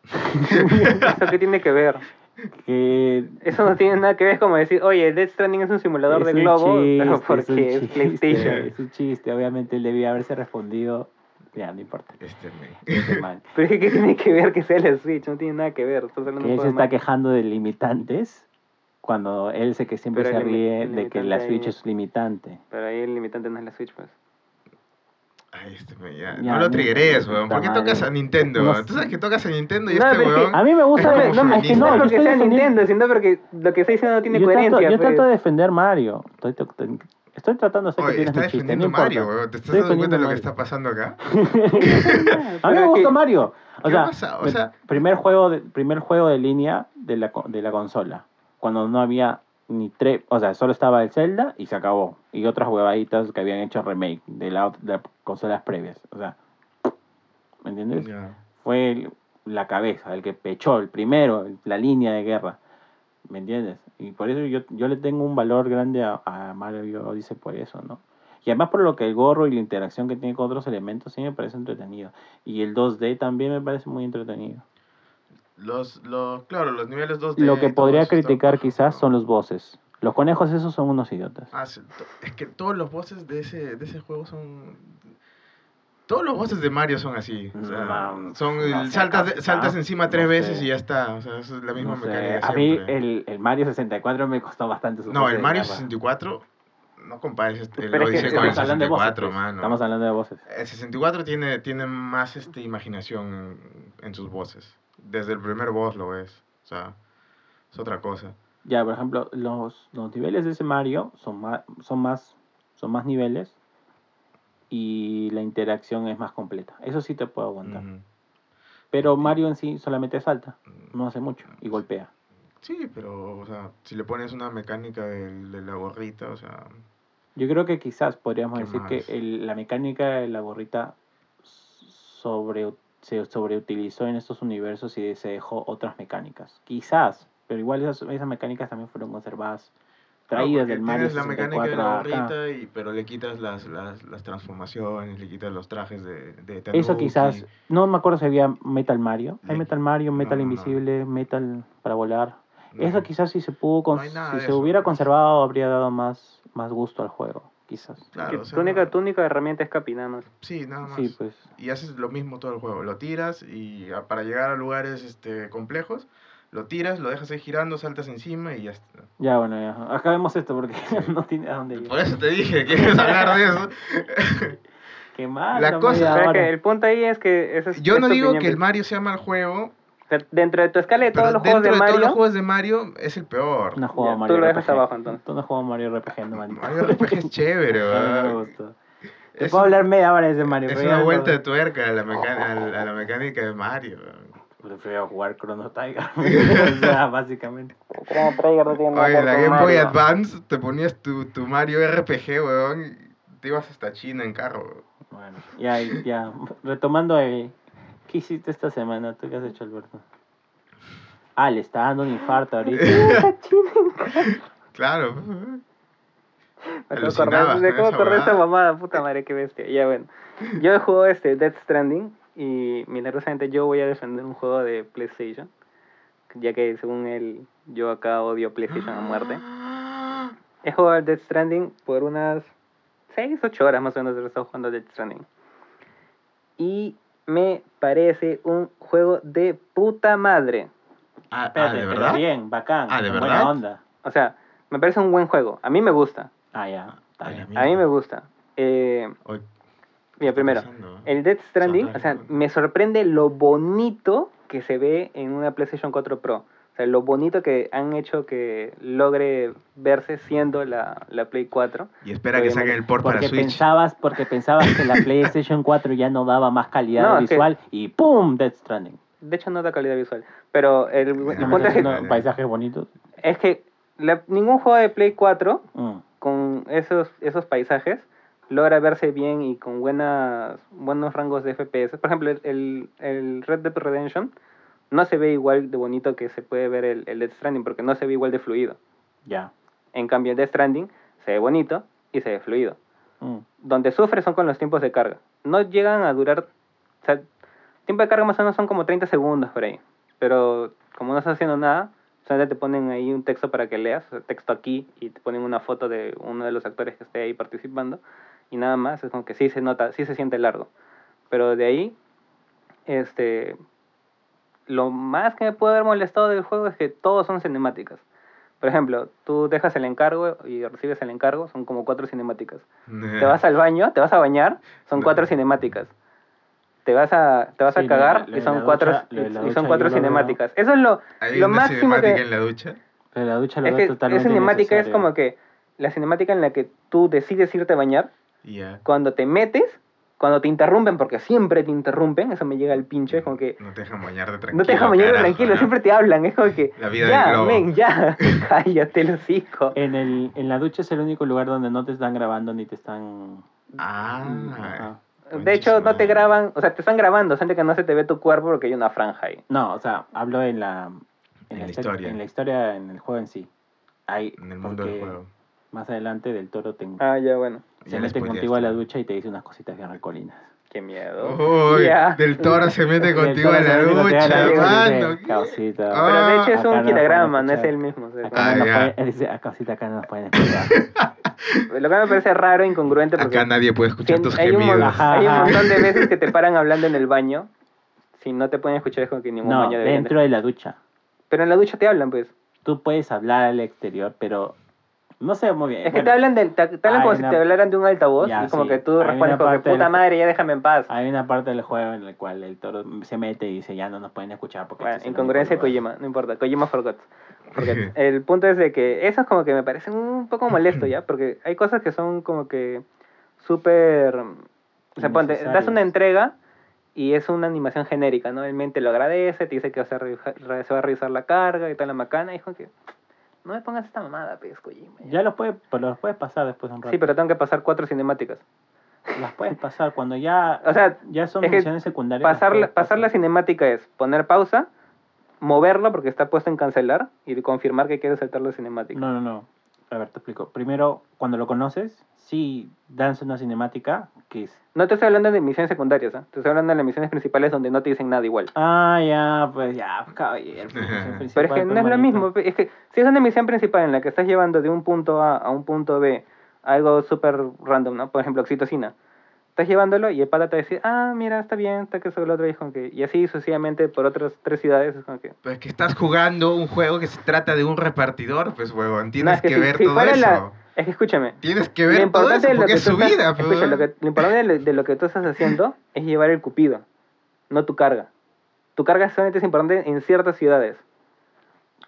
[SPEAKER 2] ¿Eso qué tiene que ver?
[SPEAKER 3] Que
[SPEAKER 2] Eso no tiene nada que ver es como decir, oye, Death Stranding es un simulador
[SPEAKER 3] es
[SPEAKER 2] de
[SPEAKER 3] un
[SPEAKER 2] globo, pero
[SPEAKER 3] chiste,
[SPEAKER 2] porque es,
[SPEAKER 3] un chiste,
[SPEAKER 2] PlayStation.
[SPEAKER 3] Es un chiste, obviamente él debía haberse respondido. Ya, no importa.
[SPEAKER 1] Este me-
[SPEAKER 3] este man.
[SPEAKER 2] Pero es que ¿qué tiene que ver que sea la Switch, no tiene nada que ver. Estás hablando de
[SPEAKER 3] que
[SPEAKER 2] un
[SPEAKER 3] él se
[SPEAKER 2] juego de
[SPEAKER 3] está
[SPEAKER 2] Mario.
[SPEAKER 3] quejando de limitantes cuando él sé que siempre
[SPEAKER 2] Pero
[SPEAKER 3] se
[SPEAKER 2] el limi-
[SPEAKER 3] ríe
[SPEAKER 2] el
[SPEAKER 3] de que la
[SPEAKER 2] limitante
[SPEAKER 3] Switch
[SPEAKER 2] ahí-
[SPEAKER 3] es limitante.
[SPEAKER 2] Pero ahí el limitante no es la Switch, pues.
[SPEAKER 1] Ay, este me- ya. no
[SPEAKER 3] Ya,
[SPEAKER 1] lo
[SPEAKER 3] Nintendo,
[SPEAKER 1] triggeres, weón.
[SPEAKER 3] puta
[SPEAKER 1] ¿Por qué
[SPEAKER 3] madre.
[SPEAKER 1] tocas a Nintendo?
[SPEAKER 3] No
[SPEAKER 1] weón? Tú sabes que tocas a Nintendo y
[SPEAKER 2] No,
[SPEAKER 1] este
[SPEAKER 2] pero es que
[SPEAKER 1] weón.
[SPEAKER 3] A mí me gusta.
[SPEAKER 1] como
[SPEAKER 3] ver- no, es que
[SPEAKER 1] feminista.
[SPEAKER 3] no,
[SPEAKER 2] No
[SPEAKER 3] yo
[SPEAKER 2] porque
[SPEAKER 3] estoy
[SPEAKER 2] sea
[SPEAKER 3] defendiendo-
[SPEAKER 2] Nintendo, sino porque lo que está diciendo no tiene
[SPEAKER 3] yo
[SPEAKER 2] coherencia.
[SPEAKER 3] trato, yo
[SPEAKER 2] pues.
[SPEAKER 3] trato de defender Mario. Estoy, to- ten- estoy tratando de hacer que
[SPEAKER 1] Oye,
[SPEAKER 3] tienes
[SPEAKER 1] está
[SPEAKER 3] mi chiste. No
[SPEAKER 1] defendiendo
[SPEAKER 3] importa.
[SPEAKER 1] Mario, weón. ¿Te estás
[SPEAKER 3] Estoy
[SPEAKER 1] dando cuenta de lo que
[SPEAKER 3] defendiendo
[SPEAKER 1] está pasando acá?
[SPEAKER 3] a mí me
[SPEAKER 2] Pero
[SPEAKER 3] gustó
[SPEAKER 2] que-
[SPEAKER 3] Mario. O
[SPEAKER 1] ¿Qué
[SPEAKER 3] sea,
[SPEAKER 1] pasa? O
[SPEAKER 3] me-
[SPEAKER 1] sea-
[SPEAKER 3] primer, juego de, primer juego de línea de la, co- de la consola. Cuando no había ni tres, o sea, solo estaba el Zelda y se acabó. Y otras huevaditas que habían hecho remake de, la, ot- de consolas previas. O sea, ¿me entiendes?
[SPEAKER 1] Ya.
[SPEAKER 3] Fue el- la cabeza, el que pechó, el primero, la línea de guerra. ¿Me entiendes? Y por eso yo, yo le tengo un valor grande a, a Mario Odyssey por eso, ¿no? Y además por lo que el gorro y la interacción que tiene con otros elementos sí me parece entretenido. Y el 2D también me parece muy entretenido.
[SPEAKER 1] Los, los, claro, los niveles 2D.
[SPEAKER 3] Lo que
[SPEAKER 1] todo
[SPEAKER 3] podría
[SPEAKER 1] eso está-
[SPEAKER 3] criticar
[SPEAKER 1] ajá,
[SPEAKER 3] quizás
[SPEAKER 1] no.
[SPEAKER 3] son los voces. Los conejos esos son unos idiotas.
[SPEAKER 1] Ah, sí, to- es que todos los bosses de ese, de ese juego son. Todos los bosses de Mario son así. o sea,
[SPEAKER 3] No,
[SPEAKER 1] son el-
[SPEAKER 3] no sé,
[SPEAKER 1] saltas,
[SPEAKER 3] capaz,
[SPEAKER 1] saltas encima tres
[SPEAKER 3] no
[SPEAKER 1] veces
[SPEAKER 3] sé.
[SPEAKER 1] y ya está. O sea, eso es la misma
[SPEAKER 3] No sé,
[SPEAKER 1] mecánica.
[SPEAKER 3] A mí
[SPEAKER 1] siempre.
[SPEAKER 3] el, el Mario 64 me costó bastante su
[SPEAKER 1] No,
[SPEAKER 3] fase
[SPEAKER 1] el
[SPEAKER 3] de
[SPEAKER 1] Mario
[SPEAKER 3] guerra.
[SPEAKER 1] 64. No compares este, el
[SPEAKER 2] Pero es que
[SPEAKER 1] Odyssey con el 64,
[SPEAKER 2] estamos
[SPEAKER 3] hablando de voces, pues.
[SPEAKER 1] mano.
[SPEAKER 3] Estamos hablando de voces.
[SPEAKER 1] El 64 tiene, tiene más este, imaginación en, en sus voces. Desde el primer boss lo ves. O sea, es otra cosa.
[SPEAKER 3] Ya, por ejemplo, los, los niveles de ese Mario son más, son más son más niveles y la interacción es más completa. Eso sí te puedo aguantar.
[SPEAKER 1] Ujú.
[SPEAKER 3] Pero Mario en sí solamente salta, no hace mucho y golpea.
[SPEAKER 1] Sí, pero, o sea, si le pones una mecánica del- de, la gorrita, o sea,
[SPEAKER 3] Yo creo que quizás podríamos
[SPEAKER 1] ¿Qué
[SPEAKER 3] decir
[SPEAKER 1] más?
[SPEAKER 3] que el- la mecánica de la gorrita sobre, se sobreutilizó en estos universos y se dejó otras mecánicas. Quizás, pero igual esas, esas mecánicas también fueron conservadas, traídas
[SPEAKER 1] porque
[SPEAKER 3] del Mario
[SPEAKER 1] Tienes la mecánica de
[SPEAKER 3] 64
[SPEAKER 1] la
[SPEAKER 3] a acá.
[SPEAKER 1] gorrita, y, pero le quitas las, las, las transformaciones, le quitas los trajes de, de
[SPEAKER 3] Eso
[SPEAKER 1] Tanuki.
[SPEAKER 3] quizás, no me acuerdo si había Metal Mario, hay
[SPEAKER 1] Le-
[SPEAKER 3] Metal Mario,
[SPEAKER 1] no,
[SPEAKER 3] Metal
[SPEAKER 1] no, no.
[SPEAKER 3] Invisible, Metal para volar.
[SPEAKER 1] No.
[SPEAKER 3] Eso quizás si se pudo,
[SPEAKER 1] No
[SPEAKER 3] cons-
[SPEAKER 1] hay nada
[SPEAKER 3] si
[SPEAKER 1] de
[SPEAKER 3] se
[SPEAKER 1] eso,
[SPEAKER 3] hubiera
[SPEAKER 1] pues.
[SPEAKER 3] conservado habría dado más, más gusto al juego, quizás.
[SPEAKER 1] Claro,
[SPEAKER 2] Que
[SPEAKER 1] o sea,
[SPEAKER 2] tu, única,
[SPEAKER 1] no-
[SPEAKER 2] tu única herramienta es capinar.
[SPEAKER 1] Sí, nada más.
[SPEAKER 3] Sí, pues.
[SPEAKER 1] y haces lo mismo todo el juego. Lo tiras y a- para llegar a lugares este, complejos, lo tiras, lo dejas ahí girando, saltas encima y ya está.
[SPEAKER 3] Ya, bueno, ya. Acabemos esto porque no tiene a dónde ir.
[SPEAKER 1] Por eso te dije que ibas a hablar de eso.
[SPEAKER 3] Qué mal.
[SPEAKER 1] La
[SPEAKER 3] no me
[SPEAKER 1] cosa-
[SPEAKER 3] digas
[SPEAKER 2] Pero es
[SPEAKER 3] ahora.
[SPEAKER 2] que el punto ahí es que... esa es-
[SPEAKER 1] Yo
[SPEAKER 2] es
[SPEAKER 1] no
[SPEAKER 2] tu
[SPEAKER 1] digo
[SPEAKER 2] opinión,
[SPEAKER 1] que el
[SPEAKER 2] Vic.
[SPEAKER 1] Mario sea mal juego,
[SPEAKER 2] O sea, dentro de tu escala de
[SPEAKER 1] pero
[SPEAKER 2] todos los
[SPEAKER 1] dentro
[SPEAKER 2] juegos
[SPEAKER 1] de,
[SPEAKER 2] de
[SPEAKER 1] todos los
[SPEAKER 2] Mario...
[SPEAKER 1] juegos de Mario es el peor.
[SPEAKER 3] No juego
[SPEAKER 2] Ya,
[SPEAKER 3] a
[SPEAKER 2] tú
[SPEAKER 3] Mario
[SPEAKER 2] lo dejas
[SPEAKER 3] RPG.
[SPEAKER 2] abajo, entonces.
[SPEAKER 3] Tú no juego a Mario RPG, no, manito.
[SPEAKER 1] Mario RPG es chévere,
[SPEAKER 3] A mí no me
[SPEAKER 1] ¿verdad?
[SPEAKER 3] gustó. Te
[SPEAKER 1] Es,
[SPEAKER 3] puedo hablar media hora de ese Mario.
[SPEAKER 1] es
[SPEAKER 3] pero ya
[SPEAKER 1] una
[SPEAKER 3] no-
[SPEAKER 1] vuelta de tuerca a la,
[SPEAKER 2] Oh.
[SPEAKER 1] meca- a la- a la mecánica de Mario.
[SPEAKER 3] Prefiero jugar Chrono Tiger. o sea, básicamente.
[SPEAKER 2] Chrono Trigger no tiene nada que
[SPEAKER 1] Oye,
[SPEAKER 2] ver
[SPEAKER 1] la
[SPEAKER 2] con
[SPEAKER 1] Game Boy
[SPEAKER 2] Mario.
[SPEAKER 1] Advance te ponías tu, tu Mario RPG, weón, y te ibas hasta China en carro. weón.
[SPEAKER 3] Bueno, ya, ya. Retomando, eh, ¿qué hiciste esta semana? ¿Tú qué has hecho, Alberto? Ah, le está dando un infarto ahorita.
[SPEAKER 1] Eh, Claro.
[SPEAKER 2] Me acabo de
[SPEAKER 1] Alucinabas
[SPEAKER 2] acordar-
[SPEAKER 1] con
[SPEAKER 2] me acabo de
[SPEAKER 1] esa
[SPEAKER 2] acordar esa
[SPEAKER 1] huevada.
[SPEAKER 2] mamada, puta madre, qué bestia. Ya, bueno. Yo juego este Death Stranding y milagrosamente yo voy a defender un juego de PlayStation. Ya que según él, yo acá odio PlayStation a
[SPEAKER 1] Ah,
[SPEAKER 2] muerte. He jugado al Death Stranding por unas 6, 8 horas más o menos de estado jugando al Death Stranding. Y me parece un juego de puta madre.
[SPEAKER 1] Ah, ah,
[SPEAKER 3] Espérate,
[SPEAKER 1] ¿de
[SPEAKER 3] pero
[SPEAKER 1] verdad?
[SPEAKER 3] bien, bacán.
[SPEAKER 1] Ah, ¿de
[SPEAKER 3] con
[SPEAKER 1] verdad?
[SPEAKER 3] Buena onda.
[SPEAKER 2] O sea, me parece un buen juego. A mí me gusta.
[SPEAKER 3] Ah, ya. Está
[SPEAKER 1] Ay,
[SPEAKER 3] bien.
[SPEAKER 1] amigo.
[SPEAKER 2] A mí me gusta. Eh,
[SPEAKER 1] Oye, ¿qué
[SPEAKER 2] mira,
[SPEAKER 1] está
[SPEAKER 2] primero,
[SPEAKER 1] pasando?
[SPEAKER 2] el Death Stranding,
[SPEAKER 1] Ajá.
[SPEAKER 2] o sea, me sorprende lo bonito que se ve en una PlayStation 4 Pro. O sea, lo bonito que han hecho que logre verse siendo la, la Play 4.
[SPEAKER 1] Y espera que
[SPEAKER 3] Obviamente,
[SPEAKER 1] saquen el port para
[SPEAKER 3] porque
[SPEAKER 1] Switch.
[SPEAKER 3] pensabas porque pensabas que la PlayStation 4 ya no daba más calidad
[SPEAKER 2] No, es que-
[SPEAKER 3] visual y pum Death Stranding
[SPEAKER 2] De hecho, no da calidad visual. Pero el, el
[SPEAKER 1] Nada
[SPEAKER 3] Nada
[SPEAKER 1] más
[SPEAKER 2] punto
[SPEAKER 3] más
[SPEAKER 2] es que,
[SPEAKER 1] no-
[SPEAKER 3] haciendo paisajes bonitos
[SPEAKER 2] es que la- ningún juego de Play 4
[SPEAKER 3] Mm.
[SPEAKER 2] con esos, esos paisajes logra verse bien y con buenas, buenos rangos de FPS. Por ejemplo, el, el Red Dead Redemption no se ve igual de bonito que se puede ver el, el Death Stranding porque no se ve igual de fluido.
[SPEAKER 3] ya
[SPEAKER 2] En cambio, el Death Stranding se ve bonito y se ve fluido.
[SPEAKER 3] Mm.
[SPEAKER 2] Donde sufre son con los tiempos de carga. No llegan a durar... O sea, tiempo de carga más o menos son como 30 segundos por ahí. Pero como no estás haciendo nada, solamente te ponen ahí un texto para que leas, o sea, texto aquí, y te ponen una foto de uno de los actores que esté ahí participando. Y nada más, es como que sí se nota, sí se siente largo. Pero de ahí, este... Lo más que me puede haber molestado del juego es que todos son cinemáticas. Por ejemplo, tú dejas el encargo y recibes el encargo, son como cuatro cinemáticas. Te vas al baño, te vas a bañar, son
[SPEAKER 1] No.
[SPEAKER 2] cuatro cinemáticas. Te vas a, te vas
[SPEAKER 3] Sí,
[SPEAKER 2] a
[SPEAKER 3] lo de-
[SPEAKER 2] cagar
[SPEAKER 3] lo
[SPEAKER 2] y
[SPEAKER 3] de
[SPEAKER 2] son
[SPEAKER 3] la
[SPEAKER 2] cuatro,
[SPEAKER 3] ducha- lo de la
[SPEAKER 2] y, y
[SPEAKER 3] ducha
[SPEAKER 2] son cuatro
[SPEAKER 3] yo lo veo.
[SPEAKER 2] cinemáticas. Eso es lo,
[SPEAKER 1] ¿Hay
[SPEAKER 2] lo
[SPEAKER 1] una
[SPEAKER 2] máximo
[SPEAKER 1] cinemática
[SPEAKER 2] que-
[SPEAKER 1] en la ducha?
[SPEAKER 3] pero la ducha lo
[SPEAKER 2] es
[SPEAKER 3] veo
[SPEAKER 2] que
[SPEAKER 3] totalmente
[SPEAKER 2] esa cinemática es
[SPEAKER 3] innecesario.
[SPEAKER 2] como que la cinemática en la que tú decides irte a bañar,
[SPEAKER 1] Ya.
[SPEAKER 2] cuando te metes Cuando te interrumpen, porque siempre te interrumpen, eso me llega al pincho, es como que
[SPEAKER 1] No te dejan bañarte tranquilo.
[SPEAKER 2] no te dejan bañar
[SPEAKER 1] carajo,
[SPEAKER 2] tranquilo,
[SPEAKER 1] ¿no?
[SPEAKER 2] siempre te hablan, es como que
[SPEAKER 1] La vida
[SPEAKER 2] ya,
[SPEAKER 1] del globo.
[SPEAKER 2] men, ya, cállate el hocico.
[SPEAKER 3] En, el, en la ducha es el único lugar donde no te están grabando ni te están...
[SPEAKER 1] Ah.
[SPEAKER 3] Ajá.
[SPEAKER 2] De hecho, no te
[SPEAKER 1] conchísima.
[SPEAKER 2] graban, o sea, te están grabando, siente que no se te ve tu cuerpo porque hay una franja ahí.
[SPEAKER 3] No, o sea, hablo en la...
[SPEAKER 1] En la
[SPEAKER 3] histo-
[SPEAKER 1] historia.
[SPEAKER 3] En la historia, en el juego en sí. Ahí,
[SPEAKER 1] En el mundo del
[SPEAKER 3] porque
[SPEAKER 1] juego.
[SPEAKER 3] Más adelante del toro te,
[SPEAKER 2] Ah, ya, bueno,
[SPEAKER 3] se
[SPEAKER 1] Ya les
[SPEAKER 3] mete contigo a la
[SPEAKER 1] spoileaste.
[SPEAKER 3] ducha y te dice unas cositas bien recolinas.
[SPEAKER 2] qué miedo.
[SPEAKER 1] Uy,
[SPEAKER 2] Oh, Ya.
[SPEAKER 1] del toro se mete
[SPEAKER 3] Del
[SPEAKER 1] contigo a
[SPEAKER 3] toro
[SPEAKER 1] la
[SPEAKER 3] se mete contigo a
[SPEAKER 1] ducha,
[SPEAKER 3] la ducha y te
[SPEAKER 1] mano.
[SPEAKER 3] dice,
[SPEAKER 1] ¿qué?
[SPEAKER 3] Causita.
[SPEAKER 1] Ah,
[SPEAKER 2] Pero de hecho es
[SPEAKER 3] acá no
[SPEAKER 2] un
[SPEAKER 3] pueden
[SPEAKER 2] kilograma, no es
[SPEAKER 3] escuchar.
[SPEAKER 2] el mismo. o sea,
[SPEAKER 3] Acá no
[SPEAKER 1] Ah,
[SPEAKER 3] nos
[SPEAKER 1] ya.
[SPEAKER 3] pueden- él dice, "A causita acá no nos pueden explicar.
[SPEAKER 2] Lo que me parece raro e incongruente porque
[SPEAKER 1] Acá nadie puede escuchar
[SPEAKER 2] Sí,
[SPEAKER 1] tus
[SPEAKER 2] hay, un, mon-
[SPEAKER 1] gemidos.
[SPEAKER 3] Ajá.
[SPEAKER 2] hay un montón de veces que te paran hablando en el baño. Si no te pueden escuchar es como que ningún
[SPEAKER 3] No,
[SPEAKER 2] baño deberían de-
[SPEAKER 3] dentro de la ducha.
[SPEAKER 2] Pero en la ducha te hablan, pues.
[SPEAKER 3] Tú puedes hablar al exterior, pero no sé muy bien.
[SPEAKER 2] Es que
[SPEAKER 3] Bueno,
[SPEAKER 2] te hablan, del, te, te hablan
[SPEAKER 3] hay
[SPEAKER 2] como
[SPEAKER 3] una-
[SPEAKER 2] si te hablaran de un altavoz
[SPEAKER 3] Ya,
[SPEAKER 2] y como
[SPEAKER 3] sí.
[SPEAKER 2] que
[SPEAKER 3] Hay
[SPEAKER 2] tú
[SPEAKER 3] una
[SPEAKER 2] respondes como que
[SPEAKER 3] parte del-
[SPEAKER 2] puta madre, ya déjame en paz.
[SPEAKER 3] Hay una parte del juego en la cual el toro se mete y dice, ya no nos pueden escuchar porque...
[SPEAKER 2] Bueno,
[SPEAKER 3] este es el
[SPEAKER 2] incongruencia de
[SPEAKER 3] único lugar".
[SPEAKER 2] Kojima, no importa, Kojima forgot. Porque el punto es de que eso es como que me parece un poco molesto ya, porque hay cosas que son como que súper... O sea, ponte, das una
[SPEAKER 3] Innecesarias.
[SPEAKER 2] entrega y es una animación genérica, ¿no? El mente lo agradece, te dice que se, re- re- se va a revisar la carga y toda la macana, y es como que... No me pongas esta mamada, pues, Kojima. ya".
[SPEAKER 3] Ya los puedes, pero los puedes pasar después de un rato.
[SPEAKER 2] Sí, pero tengo que pasar cuatro cinemáticas.
[SPEAKER 3] Las puedes pasar cuando ya...
[SPEAKER 2] O sea,
[SPEAKER 3] ya son
[SPEAKER 2] es que
[SPEAKER 3] misiones secundarias. las
[SPEAKER 2] Pasar
[SPEAKER 3] puedes
[SPEAKER 2] la, pasar la cinemática es poner pausa, moverla porque está puesto en cancelar y confirmar que quieres saltar la cinemática.
[SPEAKER 3] No, no, no. A ver, te explico. Primero, cuando lo conoces, sí, danza una cinemática que es...
[SPEAKER 2] No te estoy hablando de misiones secundarias, ¿ah? te estoy hablando de las misiones principales donde no te dicen nada igual.
[SPEAKER 3] Ah, ya, pues ya, caballero. pues, es el
[SPEAKER 2] Pero es
[SPEAKER 3] principal,
[SPEAKER 2] que no es lo
[SPEAKER 3] hermanito.
[SPEAKER 2] mismo, pe- es que si es una misión principal en la que estás llevando de un punto A a un punto B algo súper random, ¿no? Por ejemplo, oxitocina. Estás llevándolo y el pata te va a decir, ah, mira, está bien, está que sobre el otro, y, es como que, y así sucesivamente por otras tres ciudades, es como que...
[SPEAKER 1] Pues que estás jugando un juego que se trata de un repartidor, pues huevón,
[SPEAKER 2] No,
[SPEAKER 1] tienes
[SPEAKER 2] es
[SPEAKER 1] que,
[SPEAKER 2] si-
[SPEAKER 1] ver
[SPEAKER 2] si
[SPEAKER 1] todo
[SPEAKER 2] fuera
[SPEAKER 1] eso.
[SPEAKER 2] la- Es que escúchame,
[SPEAKER 1] Tienes que ver todo eso
[SPEAKER 2] de lo
[SPEAKER 1] porque
[SPEAKER 2] que
[SPEAKER 1] es
[SPEAKER 2] tú
[SPEAKER 1] su
[SPEAKER 2] estás-
[SPEAKER 1] vida, pues,
[SPEAKER 2] escucha, lo,
[SPEAKER 1] huevón.
[SPEAKER 2] que- lo importante de lo, de lo que tú estás haciendo es llevar el cupido, no tu carga. Tu carga solamente es importante en ciertas ciudades.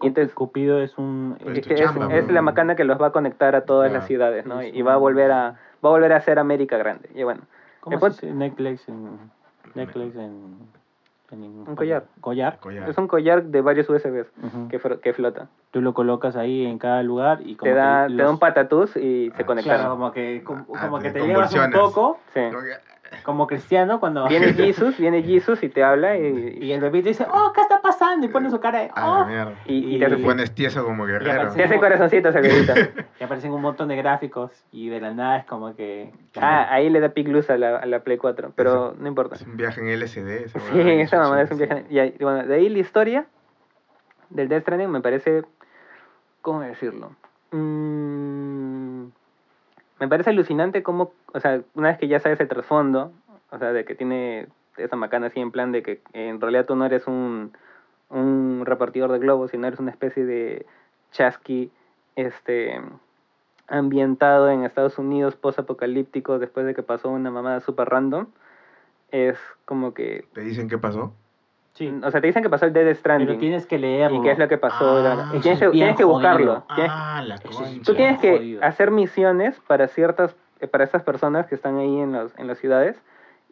[SPEAKER 2] Y entonces,
[SPEAKER 3] Cupido es un... eh,
[SPEAKER 1] Pues
[SPEAKER 2] es,
[SPEAKER 1] tu
[SPEAKER 2] que es-
[SPEAKER 1] chamba,
[SPEAKER 2] es
[SPEAKER 1] bro.
[SPEAKER 2] la macana que los va a conectar a todas
[SPEAKER 1] Claro.
[SPEAKER 2] las ciudades, ¿no?
[SPEAKER 3] Es
[SPEAKER 2] Y va a
[SPEAKER 3] un-
[SPEAKER 2] volver a va a volver a ser América grande. Y bueno,
[SPEAKER 3] ¿Cómo
[SPEAKER 2] Después-
[SPEAKER 3] se dice? Necklace en... Necklace en... en
[SPEAKER 2] Un collar.
[SPEAKER 3] Collar.
[SPEAKER 1] Collar.
[SPEAKER 2] es un collar de varios USBs
[SPEAKER 3] Ujú.
[SPEAKER 2] que, fro- que flota.
[SPEAKER 3] Tú lo colocas ahí en cada lugar y como
[SPEAKER 2] Te da,
[SPEAKER 3] que
[SPEAKER 2] te da
[SPEAKER 3] los-
[SPEAKER 2] un patatús y se
[SPEAKER 1] Ah,
[SPEAKER 2] conectaron.
[SPEAKER 3] Claro, como que, como,
[SPEAKER 1] Ah,
[SPEAKER 3] como
[SPEAKER 1] te
[SPEAKER 3] que te elevas un
[SPEAKER 1] convulsionas.
[SPEAKER 3] poco,
[SPEAKER 2] Sí.
[SPEAKER 1] Lo que-
[SPEAKER 3] como cristiano, cuando...
[SPEAKER 2] Viene Jesus, viene Jesus y te habla
[SPEAKER 3] Y
[SPEAKER 2] y,
[SPEAKER 3] el bebé te dice, oh, ¿qué está pasando? Y pone su cara de,
[SPEAKER 1] A la
[SPEAKER 3] oh.
[SPEAKER 1] mierda.
[SPEAKER 2] y, y
[SPEAKER 3] Y-
[SPEAKER 2] te,
[SPEAKER 1] Te pones tieso como guerrero.
[SPEAKER 2] te hace corazoncitos el bebito.
[SPEAKER 3] Y aparecen un montón de gráficos y de la nada es como que...
[SPEAKER 2] Ah, ahí le da pic luz a la, a la Play 4, pero no importa.
[SPEAKER 1] Es un viaje en LSD. esa
[SPEAKER 2] Sí,
[SPEAKER 1] huevada.
[SPEAKER 2] esa mamada es un viaje. Y ahí- bueno, de ahí la historia del Death Stranding me parece. ¿Cómo decirlo? Mm, me parece alucinante cómo. O sea, una vez que ya sabes el trasfondo, o sea, de que tiene esa macana así en plan de que en realidad tú no eres un, un repartidor de globos, sino eres una especie de chasqui este, ambientado en Estados Unidos post-apocalíptico después de que pasó una mamada super random. Es como que
[SPEAKER 1] ¿Te dicen qué pasó?
[SPEAKER 3] Sí.
[SPEAKER 2] Mm, o sea, te dicen que pasó el Dead
[SPEAKER 3] Pero
[SPEAKER 2] Stranding.
[SPEAKER 3] tienes que leerlo.
[SPEAKER 2] y qué es lo que pasó.
[SPEAKER 1] Ah,
[SPEAKER 2] y tienes, que,
[SPEAKER 3] eso es bien
[SPEAKER 2] tienes que buscarlo.
[SPEAKER 3] jodido.
[SPEAKER 2] Tienes-
[SPEAKER 1] Ah, la
[SPEAKER 3] Eso sí,
[SPEAKER 1] concha.
[SPEAKER 2] tú tienes que
[SPEAKER 3] jodido.
[SPEAKER 2] hacer misiones para ciertas, eh, para esas personas que están ahí en, los, en las ciudades.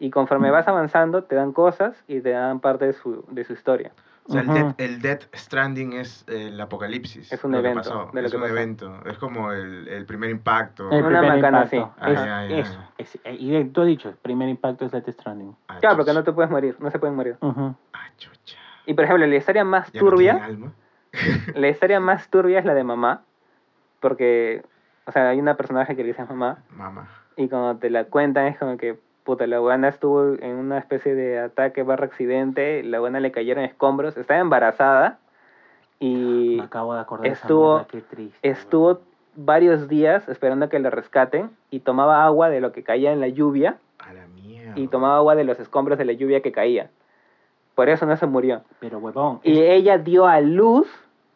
[SPEAKER 2] Y
[SPEAKER 3] Mm.
[SPEAKER 2] conforme vas avanzando, te dan cosas y te dan parte de su, de su historia.
[SPEAKER 3] Ah,
[SPEAKER 1] O sea,
[SPEAKER 3] Ujú.
[SPEAKER 1] el, Death, el Death Stranding es el apocalipsis.
[SPEAKER 2] Es un
[SPEAKER 1] lo que
[SPEAKER 2] evento,
[SPEAKER 1] pasó,
[SPEAKER 2] de lo
[SPEAKER 1] es
[SPEAKER 2] que
[SPEAKER 1] un
[SPEAKER 2] pasó. Eh,
[SPEAKER 1] evento. Es como el, el primer impacto.
[SPEAKER 3] El
[SPEAKER 2] Una
[SPEAKER 3] primer
[SPEAKER 2] macana
[SPEAKER 3] impacto.
[SPEAKER 2] así.
[SPEAKER 3] Es-
[SPEAKER 1] Ah, ya, ya,
[SPEAKER 3] es-
[SPEAKER 1] ya.
[SPEAKER 3] es- eh, y tú has dicho, el primer impacto es Death Stranding.
[SPEAKER 1] Ah,
[SPEAKER 2] Claro, porque
[SPEAKER 1] chucha.
[SPEAKER 2] no te puedes morir, no se pueden morir.
[SPEAKER 3] Ujú.
[SPEAKER 1] Ah, chucha.
[SPEAKER 2] Y por ejemplo, la historia
[SPEAKER 1] Ya no
[SPEAKER 2] más
[SPEAKER 1] tiene
[SPEAKER 2] turbia,
[SPEAKER 1] alma.
[SPEAKER 2] la historia más turbia es la de mamá. Porque, o sea, hay una personaje que le dice mamá.
[SPEAKER 1] Mamá.
[SPEAKER 2] Y cuando te la cuentan es como que, puta, la buena estuvo en una especie de ataque barra accidente, la buena le cayeron escombros, estaba embarazada y
[SPEAKER 3] Me acabo de acordar
[SPEAKER 2] estuvo-
[SPEAKER 3] de esa mierda, qué triste. Ah, güey.
[SPEAKER 2] estuvo varios días esperando que la rescaten y tomaba agua de lo que caía en la lluvia
[SPEAKER 1] A la mierda.
[SPEAKER 2] y tomaba agua de los escombros de la lluvia que caía. Por eso no se murió.
[SPEAKER 3] Pero huevón,
[SPEAKER 2] Y
[SPEAKER 3] es-
[SPEAKER 2] ella dio a luz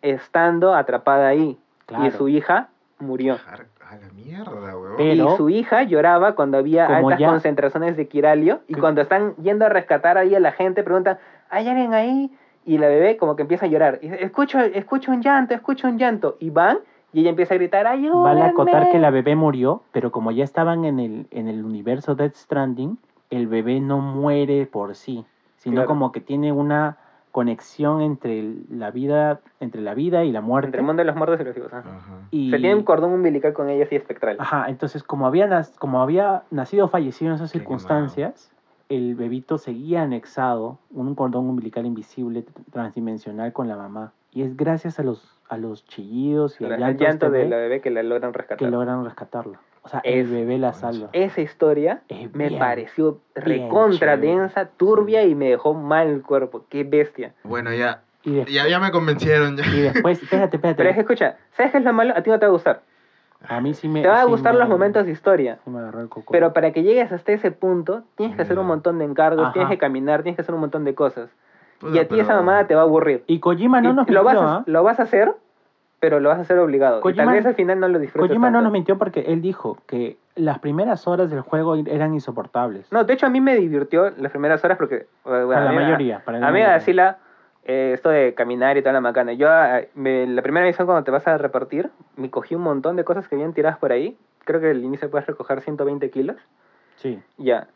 [SPEAKER 2] estando atrapada ahí y
[SPEAKER 3] Claro.
[SPEAKER 2] su hija murió.
[SPEAKER 1] Jar- A la mierda, huevón.
[SPEAKER 3] Pero-
[SPEAKER 2] y su hija lloraba cuando había
[SPEAKER 3] Como
[SPEAKER 2] altas
[SPEAKER 3] ya-
[SPEAKER 2] concentraciones de quiralio y
[SPEAKER 3] Que-
[SPEAKER 2] cuando están yendo a rescatar ahí a la gente preguntan hay alguien ahí y la bebé como que empieza a llorar y dice, escucho escucho un llanto escucho un llanto y van y ella empieza a gritar ayúdenme
[SPEAKER 3] vale acotar que la bebé murió, pero como ya estaban en el, en el universo Death Stranding, el bebé no muere por sí, sino
[SPEAKER 2] Claro.
[SPEAKER 3] como que tiene una conexión entre el- la vida, entre la vida y la muerte.
[SPEAKER 2] Entre el mundo de los muertos y los vivos. ajá.
[SPEAKER 1] Ajá.
[SPEAKER 3] y,
[SPEAKER 2] Se tiene un cordón umbilical con ella así espectral.
[SPEAKER 3] Ajá, entonces como había, nas- como había nacido o fallecido en esas
[SPEAKER 1] Qué
[SPEAKER 3] circunstancias, el bebito seguía anexado en un cordón umbilical invisible tr- transdimensional con la mamá. Y es gracias a los, a los chillidos y
[SPEAKER 2] La-
[SPEAKER 3] al
[SPEAKER 2] el
[SPEAKER 3] llanto,
[SPEAKER 2] llanto, de
[SPEAKER 3] de este bebé
[SPEAKER 2] la bebé que la logran
[SPEAKER 3] que
[SPEAKER 2] rescatar.
[SPEAKER 3] logran rescatarla. O sea,
[SPEAKER 2] Es-
[SPEAKER 3] el bebé la
[SPEAKER 1] Buenas.
[SPEAKER 3] salva.
[SPEAKER 2] Esa historia
[SPEAKER 3] Es
[SPEAKER 2] me
[SPEAKER 3] bien.
[SPEAKER 2] pareció
[SPEAKER 3] bien
[SPEAKER 2] recontra
[SPEAKER 3] chévere.
[SPEAKER 2] densa, turbia
[SPEAKER 3] Sí.
[SPEAKER 2] y me dejó mal el cuerpo. Qué bestia.
[SPEAKER 1] Bueno, ya,
[SPEAKER 3] Y, de-
[SPEAKER 1] ya, ya me convencieron. Ya.
[SPEAKER 3] y después, espérate,
[SPEAKER 2] Pero es que
[SPEAKER 3] espérate.
[SPEAKER 2] escucha, ¿sabes qué es lo malo? A ti no te va a gustar.
[SPEAKER 3] A mí sí me...
[SPEAKER 2] Te van a
[SPEAKER 3] Eh, sí
[SPEAKER 2] gustar
[SPEAKER 3] me-
[SPEAKER 2] los momentos de historia.
[SPEAKER 3] sí me agarró el coco.
[SPEAKER 2] Pero para que llegues hasta ese punto, tienes que hacer un
[SPEAKER 1] Ya.
[SPEAKER 2] montón de encargos,
[SPEAKER 3] Ajá.
[SPEAKER 2] tienes que caminar, tienes que hacer un montón de cosas.
[SPEAKER 1] Puta,
[SPEAKER 2] y a ti
[SPEAKER 1] pero-
[SPEAKER 2] esa mamada te va a aburrir.
[SPEAKER 3] Y Kojima no
[SPEAKER 2] Y
[SPEAKER 3] nos mintió,
[SPEAKER 2] lo, vas
[SPEAKER 3] ¿ah?
[SPEAKER 2] a, lo vas a hacer, pero lo vas a hacer obligado. y
[SPEAKER 3] Kojima-
[SPEAKER 2] tal vez al final no lo disfrutes.
[SPEAKER 3] Kojima no
[SPEAKER 2] tanto.
[SPEAKER 3] nos mintió porque él dijo que las primeras horas del juego eran insoportables.
[SPEAKER 2] No, de hecho a mí me divirtió las primeras horas porque... bueno,
[SPEAKER 3] para
[SPEAKER 2] a
[SPEAKER 3] la
[SPEAKER 2] mí me-
[SPEAKER 3] mayoría. Para la
[SPEAKER 2] A mí
[SPEAKER 3] mayoría.
[SPEAKER 2] así la... eh, esto de caminar y toda la macana. Yo, ah, me- la primera misión cuando te vas a repartir, me cogí un montón de cosas que habían tiradas por ahí. Creo que al inicio puedes recoger 120 kilos.
[SPEAKER 3] Sí,
[SPEAKER 2] Ya.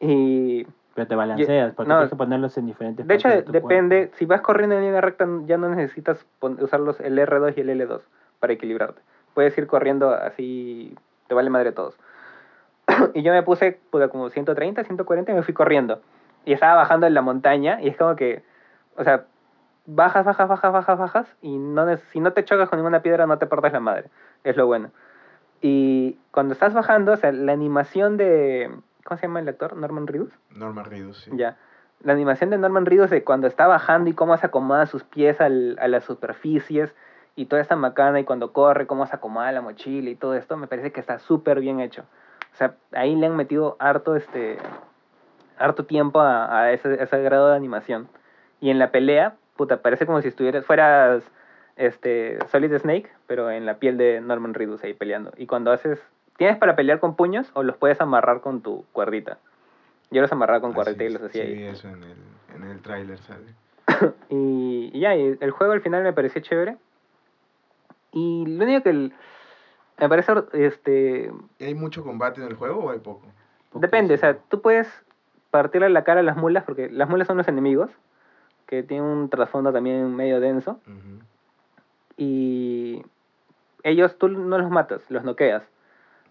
[SPEAKER 2] Y...
[SPEAKER 3] pero te balanceas porque
[SPEAKER 2] no,
[SPEAKER 3] tienes que ponerlos en diferentes
[SPEAKER 2] De hecho,
[SPEAKER 3] partes tu
[SPEAKER 2] depende.
[SPEAKER 3] cuerpo.
[SPEAKER 2] Si vas corriendo en línea recta, ya no necesitas pon- usar los, el R2 y el L2 para equilibrarte. Puedes ir corriendo así, te vale madre todos. y yo me puse puta, como 130, 140 y me fui corriendo. Y estaba bajando en la montaña y es como que, o sea, bajas, bajas, bajas, bajas, bajas y no neces- si no te chocas con ninguna piedra no te partes la madre. Es lo bueno. Y cuando estás bajando, o sea, la animación de... ¿Cómo se llama el actor? Norman Reedus.
[SPEAKER 1] Norman Reedus, sí.
[SPEAKER 2] Ya. La animación de Norman Reedus de cuando está bajando y cómo se acomoda sus pies al- a las superficies y toda esta macana y cuando corre, cómo se acomoda la mochila y todo esto, me parece que está súper bien hecho. O sea, ahí le han metido harto, este, harto tiempo a, a ese, ese grado de animación. Y en la pelea, puta, parece como si estuvieras, fueras este, Solid Snake, pero en la piel de Norman Reedus ahí peleando. Y cuando haces, ¿tienes para pelear con puños o los puedes amarrar con tu cuerdita? Yo los amarraba con
[SPEAKER 1] Así
[SPEAKER 2] cuerdita y
[SPEAKER 1] es,
[SPEAKER 2] los hacía
[SPEAKER 1] Ah, sí,
[SPEAKER 2] ahí.
[SPEAKER 1] vi eso en el, en el tráiler sale.
[SPEAKER 2] Y, y ya, y el juego al final me pareció chévere. Y lo único que el- me parece, este,
[SPEAKER 1] ¿Y ¿Hay mucho combate en el juego o hay poco?
[SPEAKER 2] depende, o sea,
[SPEAKER 3] Poquísimo.
[SPEAKER 2] tú puedes partirle la cara a las mulas, porque las mulas son los enemigos, que tienen un trasfondo también medio denso,
[SPEAKER 1] Ujú.
[SPEAKER 2] y ellos tú no los matas, los noqueas.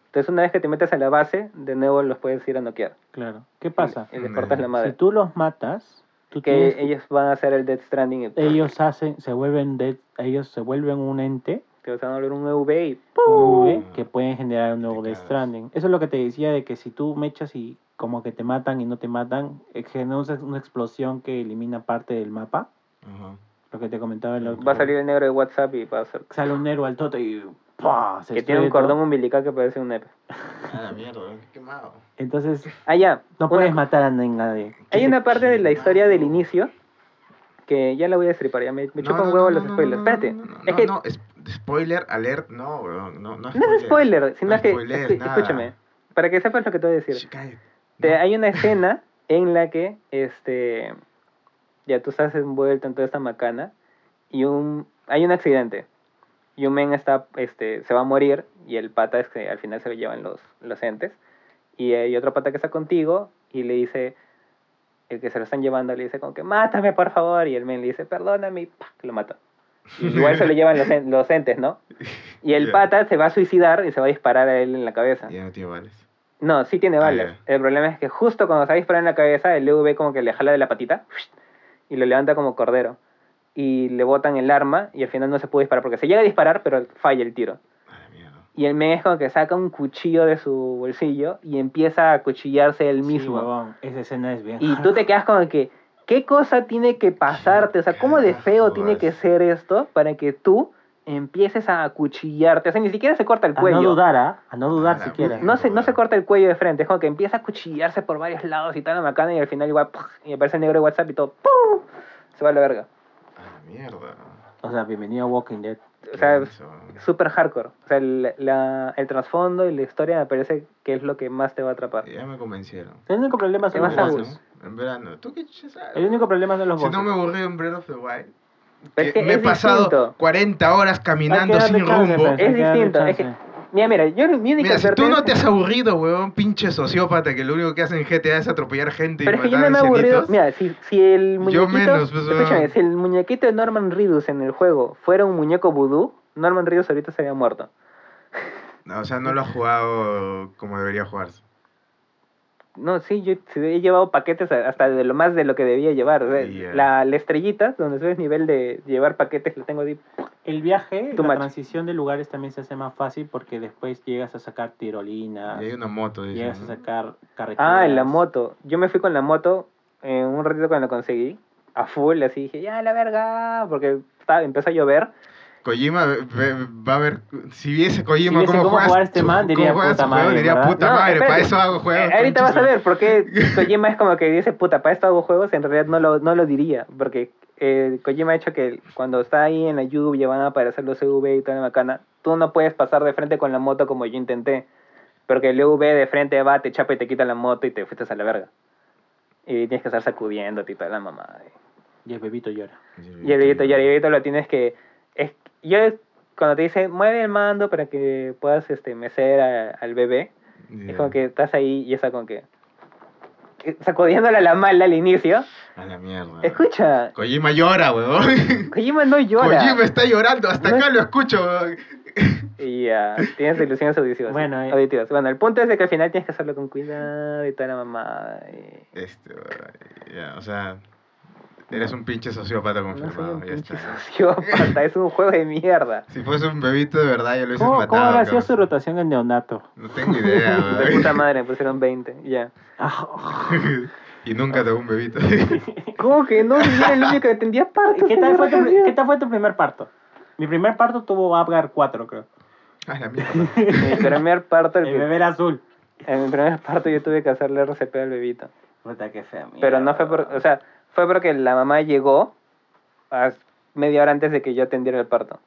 [SPEAKER 2] Entonces una vez que te metes a la base, de nuevo los puedes ir a noquear.
[SPEAKER 3] Claro. ¿Qué
[SPEAKER 2] Y-
[SPEAKER 3] pasa?
[SPEAKER 2] Y les cortas la
[SPEAKER 1] Si
[SPEAKER 2] madre.
[SPEAKER 3] Si tú los matas, tú
[SPEAKER 2] que
[SPEAKER 3] tienes-
[SPEAKER 2] ellos van a hacer el Death Stranding y
[SPEAKER 3] ellos hacen, se vuelven dead- ellos se vuelven un ente
[SPEAKER 2] te vas a volver un EV y
[SPEAKER 3] un
[SPEAKER 2] ¡pum!
[SPEAKER 3] V, que pueden generar un nuevo
[SPEAKER 1] Te
[SPEAKER 3] Death
[SPEAKER 1] cagas.
[SPEAKER 3] Stranding. Eso es lo que te decía de que si tú mechas y como que te matan y no te matan, eh, genera una una explosión que elimina parte del mapa.
[SPEAKER 1] Ajá.
[SPEAKER 3] Lo que te comentaba el otro.
[SPEAKER 2] Va a salir el negro de WhatsApp y va a hacer...
[SPEAKER 3] Sale un héroe al toto y ¡pua! se
[SPEAKER 2] que tiene un
[SPEAKER 3] destruye todo.
[SPEAKER 2] cordón umbilical que parece un nepe.
[SPEAKER 1] A la mierda, qué quemado.
[SPEAKER 3] Entonces,
[SPEAKER 2] Ah, ya.
[SPEAKER 3] no
[SPEAKER 2] una-
[SPEAKER 3] puedes matar a nadie.
[SPEAKER 2] hay una parte de la historia del
[SPEAKER 1] Chimano.
[SPEAKER 2] inicio que ya la voy a destripar. Ya me,
[SPEAKER 1] No,
[SPEAKER 2] me chupan
[SPEAKER 1] no,
[SPEAKER 2] huevo
[SPEAKER 1] no,
[SPEAKER 2] los
[SPEAKER 1] no,
[SPEAKER 2] spoilers.
[SPEAKER 1] no, no,
[SPEAKER 2] Espérate.
[SPEAKER 1] No, no,
[SPEAKER 2] es que
[SPEAKER 1] no, es- spoiler, alert, no, weón, no, no.
[SPEAKER 2] no es spoiler, sino
[SPEAKER 1] no
[SPEAKER 2] que.
[SPEAKER 1] spoilees
[SPEAKER 2] escu-
[SPEAKER 1] nada.
[SPEAKER 2] escúchame. Para que sepas lo que te voy a decir.
[SPEAKER 1] Sh, cállate.
[SPEAKER 2] Te-
[SPEAKER 1] No.
[SPEAKER 2] hay una escena en la que este ya tú estás envuelto en toda esta macana y un hay un accidente y un men está este se va a morir y el pata es que al final se lo llevan los los entes y hay otro pata que está contigo y le dice el que se lo están llevando le dice como que mátame por favor y el men le dice perdóname y ¡pac! lo mata Y igual se lo llevan los, en- los entes no y el
[SPEAKER 1] Ya.
[SPEAKER 2] pata se va a suicidar y se va a disparar a él en la cabeza
[SPEAKER 1] Ya no tiene vales.
[SPEAKER 2] no, sí tiene
[SPEAKER 1] Ah,
[SPEAKER 2] balas. El problema es que justo cuando se va a disparar en la cabeza, el EV como que le jala de la patita y lo levanta como cordero. Y le botan el arma y al final no se puede disparar porque se llega a disparar, pero falla el tiro.
[SPEAKER 1] A la mierda.
[SPEAKER 2] Y el men es como que saca un cuchillo de su bolsillo y empieza a cuchillarse él
[SPEAKER 3] Sí,
[SPEAKER 2] mismo.
[SPEAKER 3] huevón, esa escena es bien.
[SPEAKER 2] y tú te quedas como que, ¿qué cosa tiene que pasarte? O sea, ¿cómo de feo
[SPEAKER 1] Carajos.
[SPEAKER 2] tiene que ser esto para que tú empieses a acuchillarte? O sea, ni siquiera se corta el
[SPEAKER 3] A no
[SPEAKER 2] cuello.
[SPEAKER 3] dudar, ¿ah? A no dudar
[SPEAKER 1] la
[SPEAKER 3] siquiera.
[SPEAKER 1] mierda.
[SPEAKER 2] No se, no se corta el cuello de frente, es como que empieza a cuchillarse por varios lados y tal la macana y al final igual ¡puf! y aparece el negro de WhatsApp y todo ¡pum! se va a la verga.
[SPEAKER 1] A la mierda.
[SPEAKER 3] O sea, bienvenido a Walking Dead.
[SPEAKER 2] O sea,
[SPEAKER 1] Qué
[SPEAKER 2] es
[SPEAKER 1] denso.
[SPEAKER 2] súper hardcore. O sea, el, la- el trasfondo y la historia me parece que es lo que más te va a atrapar.
[SPEAKER 1] Ya me convencieron.
[SPEAKER 3] El único problema son
[SPEAKER 2] Te
[SPEAKER 1] En
[SPEAKER 3] los
[SPEAKER 2] vas a
[SPEAKER 1] verano,
[SPEAKER 3] bosses.
[SPEAKER 1] En verano. ¿Tú qué chucha sabes?
[SPEAKER 3] El único problema son los
[SPEAKER 1] Si
[SPEAKER 3] bosses.
[SPEAKER 1] no me aburrí en Breath of the Wild.
[SPEAKER 2] Pero es
[SPEAKER 1] que
[SPEAKER 2] que
[SPEAKER 1] eh, me he
[SPEAKER 2] es
[SPEAKER 1] pasado
[SPEAKER 2] distinto.
[SPEAKER 1] 40 horas
[SPEAKER 3] Hay que
[SPEAKER 1] caminando
[SPEAKER 3] darle
[SPEAKER 1] sin
[SPEAKER 3] chance,
[SPEAKER 1] rumbo.
[SPEAKER 3] pues, hay
[SPEAKER 2] Es
[SPEAKER 3] que darle
[SPEAKER 2] distinto, es
[SPEAKER 3] chance.
[SPEAKER 2] Mira, mira, yo mi única
[SPEAKER 1] Mira, si
[SPEAKER 2] suerte
[SPEAKER 1] tú
[SPEAKER 2] es-
[SPEAKER 1] no te has aburrido, weón, pinche sociópata, que lo único que hace en GTA es atropellar gente
[SPEAKER 2] Pero
[SPEAKER 1] y
[SPEAKER 2] es que yo
[SPEAKER 1] matar
[SPEAKER 2] no me he aburrido.
[SPEAKER 1] ancianitos.
[SPEAKER 2] Mira, si, si el muñequito.
[SPEAKER 1] menos, pues,
[SPEAKER 2] escúchame,
[SPEAKER 1] weón.
[SPEAKER 2] si el muñequito de Norman Reedus en el juego fuera un muñeco vudú, Norman Reedus ahorita se había muerto.
[SPEAKER 1] No, o sea, no lo has jugado como debería jugarse.
[SPEAKER 2] No, sí, yo sí, he llevado paquetes a- hasta de lo más de lo que debía llevar. o sea,
[SPEAKER 1] Ya.
[SPEAKER 2] la, la estrellita, donde subes nivel de llevar paquetes, lo tengo ahí.
[SPEAKER 3] El viaje,
[SPEAKER 2] Too
[SPEAKER 3] la
[SPEAKER 2] much.
[SPEAKER 3] transición de lugares también se hace más fácil porque después llegas a sacar tirolinas,
[SPEAKER 1] Y hay una moto, dicen,
[SPEAKER 3] llegas a
[SPEAKER 1] ¿no?
[SPEAKER 3] sacar carreteras.
[SPEAKER 2] Ah, en la moto. Yo me fui con la moto eh, un ratito cuando la conseguí, a full, así dije, ya la verga, porque estaba- empezó a llover.
[SPEAKER 1] Kojima ve- ve- va a ver. Si viese Kojima
[SPEAKER 3] Si viese
[SPEAKER 1] cómo,
[SPEAKER 3] cómo
[SPEAKER 1] juegas
[SPEAKER 3] jugar este
[SPEAKER 1] tu-
[SPEAKER 3] man,
[SPEAKER 1] cómo
[SPEAKER 3] diría,
[SPEAKER 1] juegas
[SPEAKER 3] "Puta
[SPEAKER 1] tu juego",
[SPEAKER 3] madre,
[SPEAKER 1] diría,
[SPEAKER 3] ¿verdad?
[SPEAKER 1] puta
[SPEAKER 2] No,
[SPEAKER 1] madre, para
[SPEAKER 2] espérate.
[SPEAKER 1] eso hago juegos.
[SPEAKER 2] Eh, ahorita vas a
[SPEAKER 1] pinches".
[SPEAKER 2] ver por qué Kojima es como que dice, puta, para esto hago juegos, en realidad no lo, no lo diría, porque eh, Kojima ha hecho que cuando está ahí en la lluvia van a aparecer los UV y toda la macana, tú no puedes pasar de frente con la moto como yo intenté, porque el UV de frente va, te chapa y te quita la moto y te fuiste a la verga. Y tienes que estar sacudiéndote y toda la mamada.
[SPEAKER 3] Y el bebito llora.
[SPEAKER 2] Y el dedito, y el dedito lo tienes que. Es, yo, cuando te dice, mueve el mando para que puedas este, mecer a- al bebé,
[SPEAKER 1] Ya.
[SPEAKER 2] es como que estás ahí y está como que. que sacudiéndole a la mala al inicio.
[SPEAKER 1] A la mierda.
[SPEAKER 2] Escucha,
[SPEAKER 1] Kojima llora, weón.
[SPEAKER 2] Kojima no llora.
[SPEAKER 1] Kojima está llorando, hasta
[SPEAKER 2] No
[SPEAKER 1] acá lo escucho, weón.
[SPEAKER 2] Y ya, tienes ilusiones auditivas.
[SPEAKER 3] Bueno, eh.
[SPEAKER 2] auditivas. bueno, el punto es de que al final tienes que hacerlo con cuidado y toda la eh. mamada. y-
[SPEAKER 1] Este, weón, ya, o sea. Eres un pinche sociópata
[SPEAKER 2] No soy
[SPEAKER 1] confirmado,
[SPEAKER 2] un
[SPEAKER 1] ya
[SPEAKER 2] pinche
[SPEAKER 1] está.
[SPEAKER 2] sociópata, es un juego de mierda.
[SPEAKER 1] Si fuese un bebito de verdad, ya lo hubiesen
[SPEAKER 3] ¿Cómo,
[SPEAKER 1] Pues matado.
[SPEAKER 3] ¿cómo habrá sido
[SPEAKER 1] cabrón.
[SPEAKER 3] su rotación en neonato?
[SPEAKER 1] No tengo idea,
[SPEAKER 2] De puta
[SPEAKER 1] weón.
[SPEAKER 2] madre, me pusieron 20, ya.
[SPEAKER 3] Ah,
[SPEAKER 1] y nunca te un bebito.
[SPEAKER 2] ¿Cómo que no? Si yo era el único que entendía parto.
[SPEAKER 3] ¿Qué tal,
[SPEAKER 2] señor
[SPEAKER 3] fue tu,
[SPEAKER 2] García.
[SPEAKER 3] ¿Qué tal fue tu primer parto? Mi primer parto tuvo Abgar 4, creo.
[SPEAKER 1] A la mierda.
[SPEAKER 2] En el primer parto, el
[SPEAKER 3] El bebé
[SPEAKER 2] que-
[SPEAKER 3] era azul.
[SPEAKER 2] en el primer parto yo tuve que hacerle RCP al bebito.
[SPEAKER 3] Puta, qué fea mierda.
[SPEAKER 2] Pero no fue por, o sea, fue porque la mamá llegó a media hora antes de que yo atendiera el parto.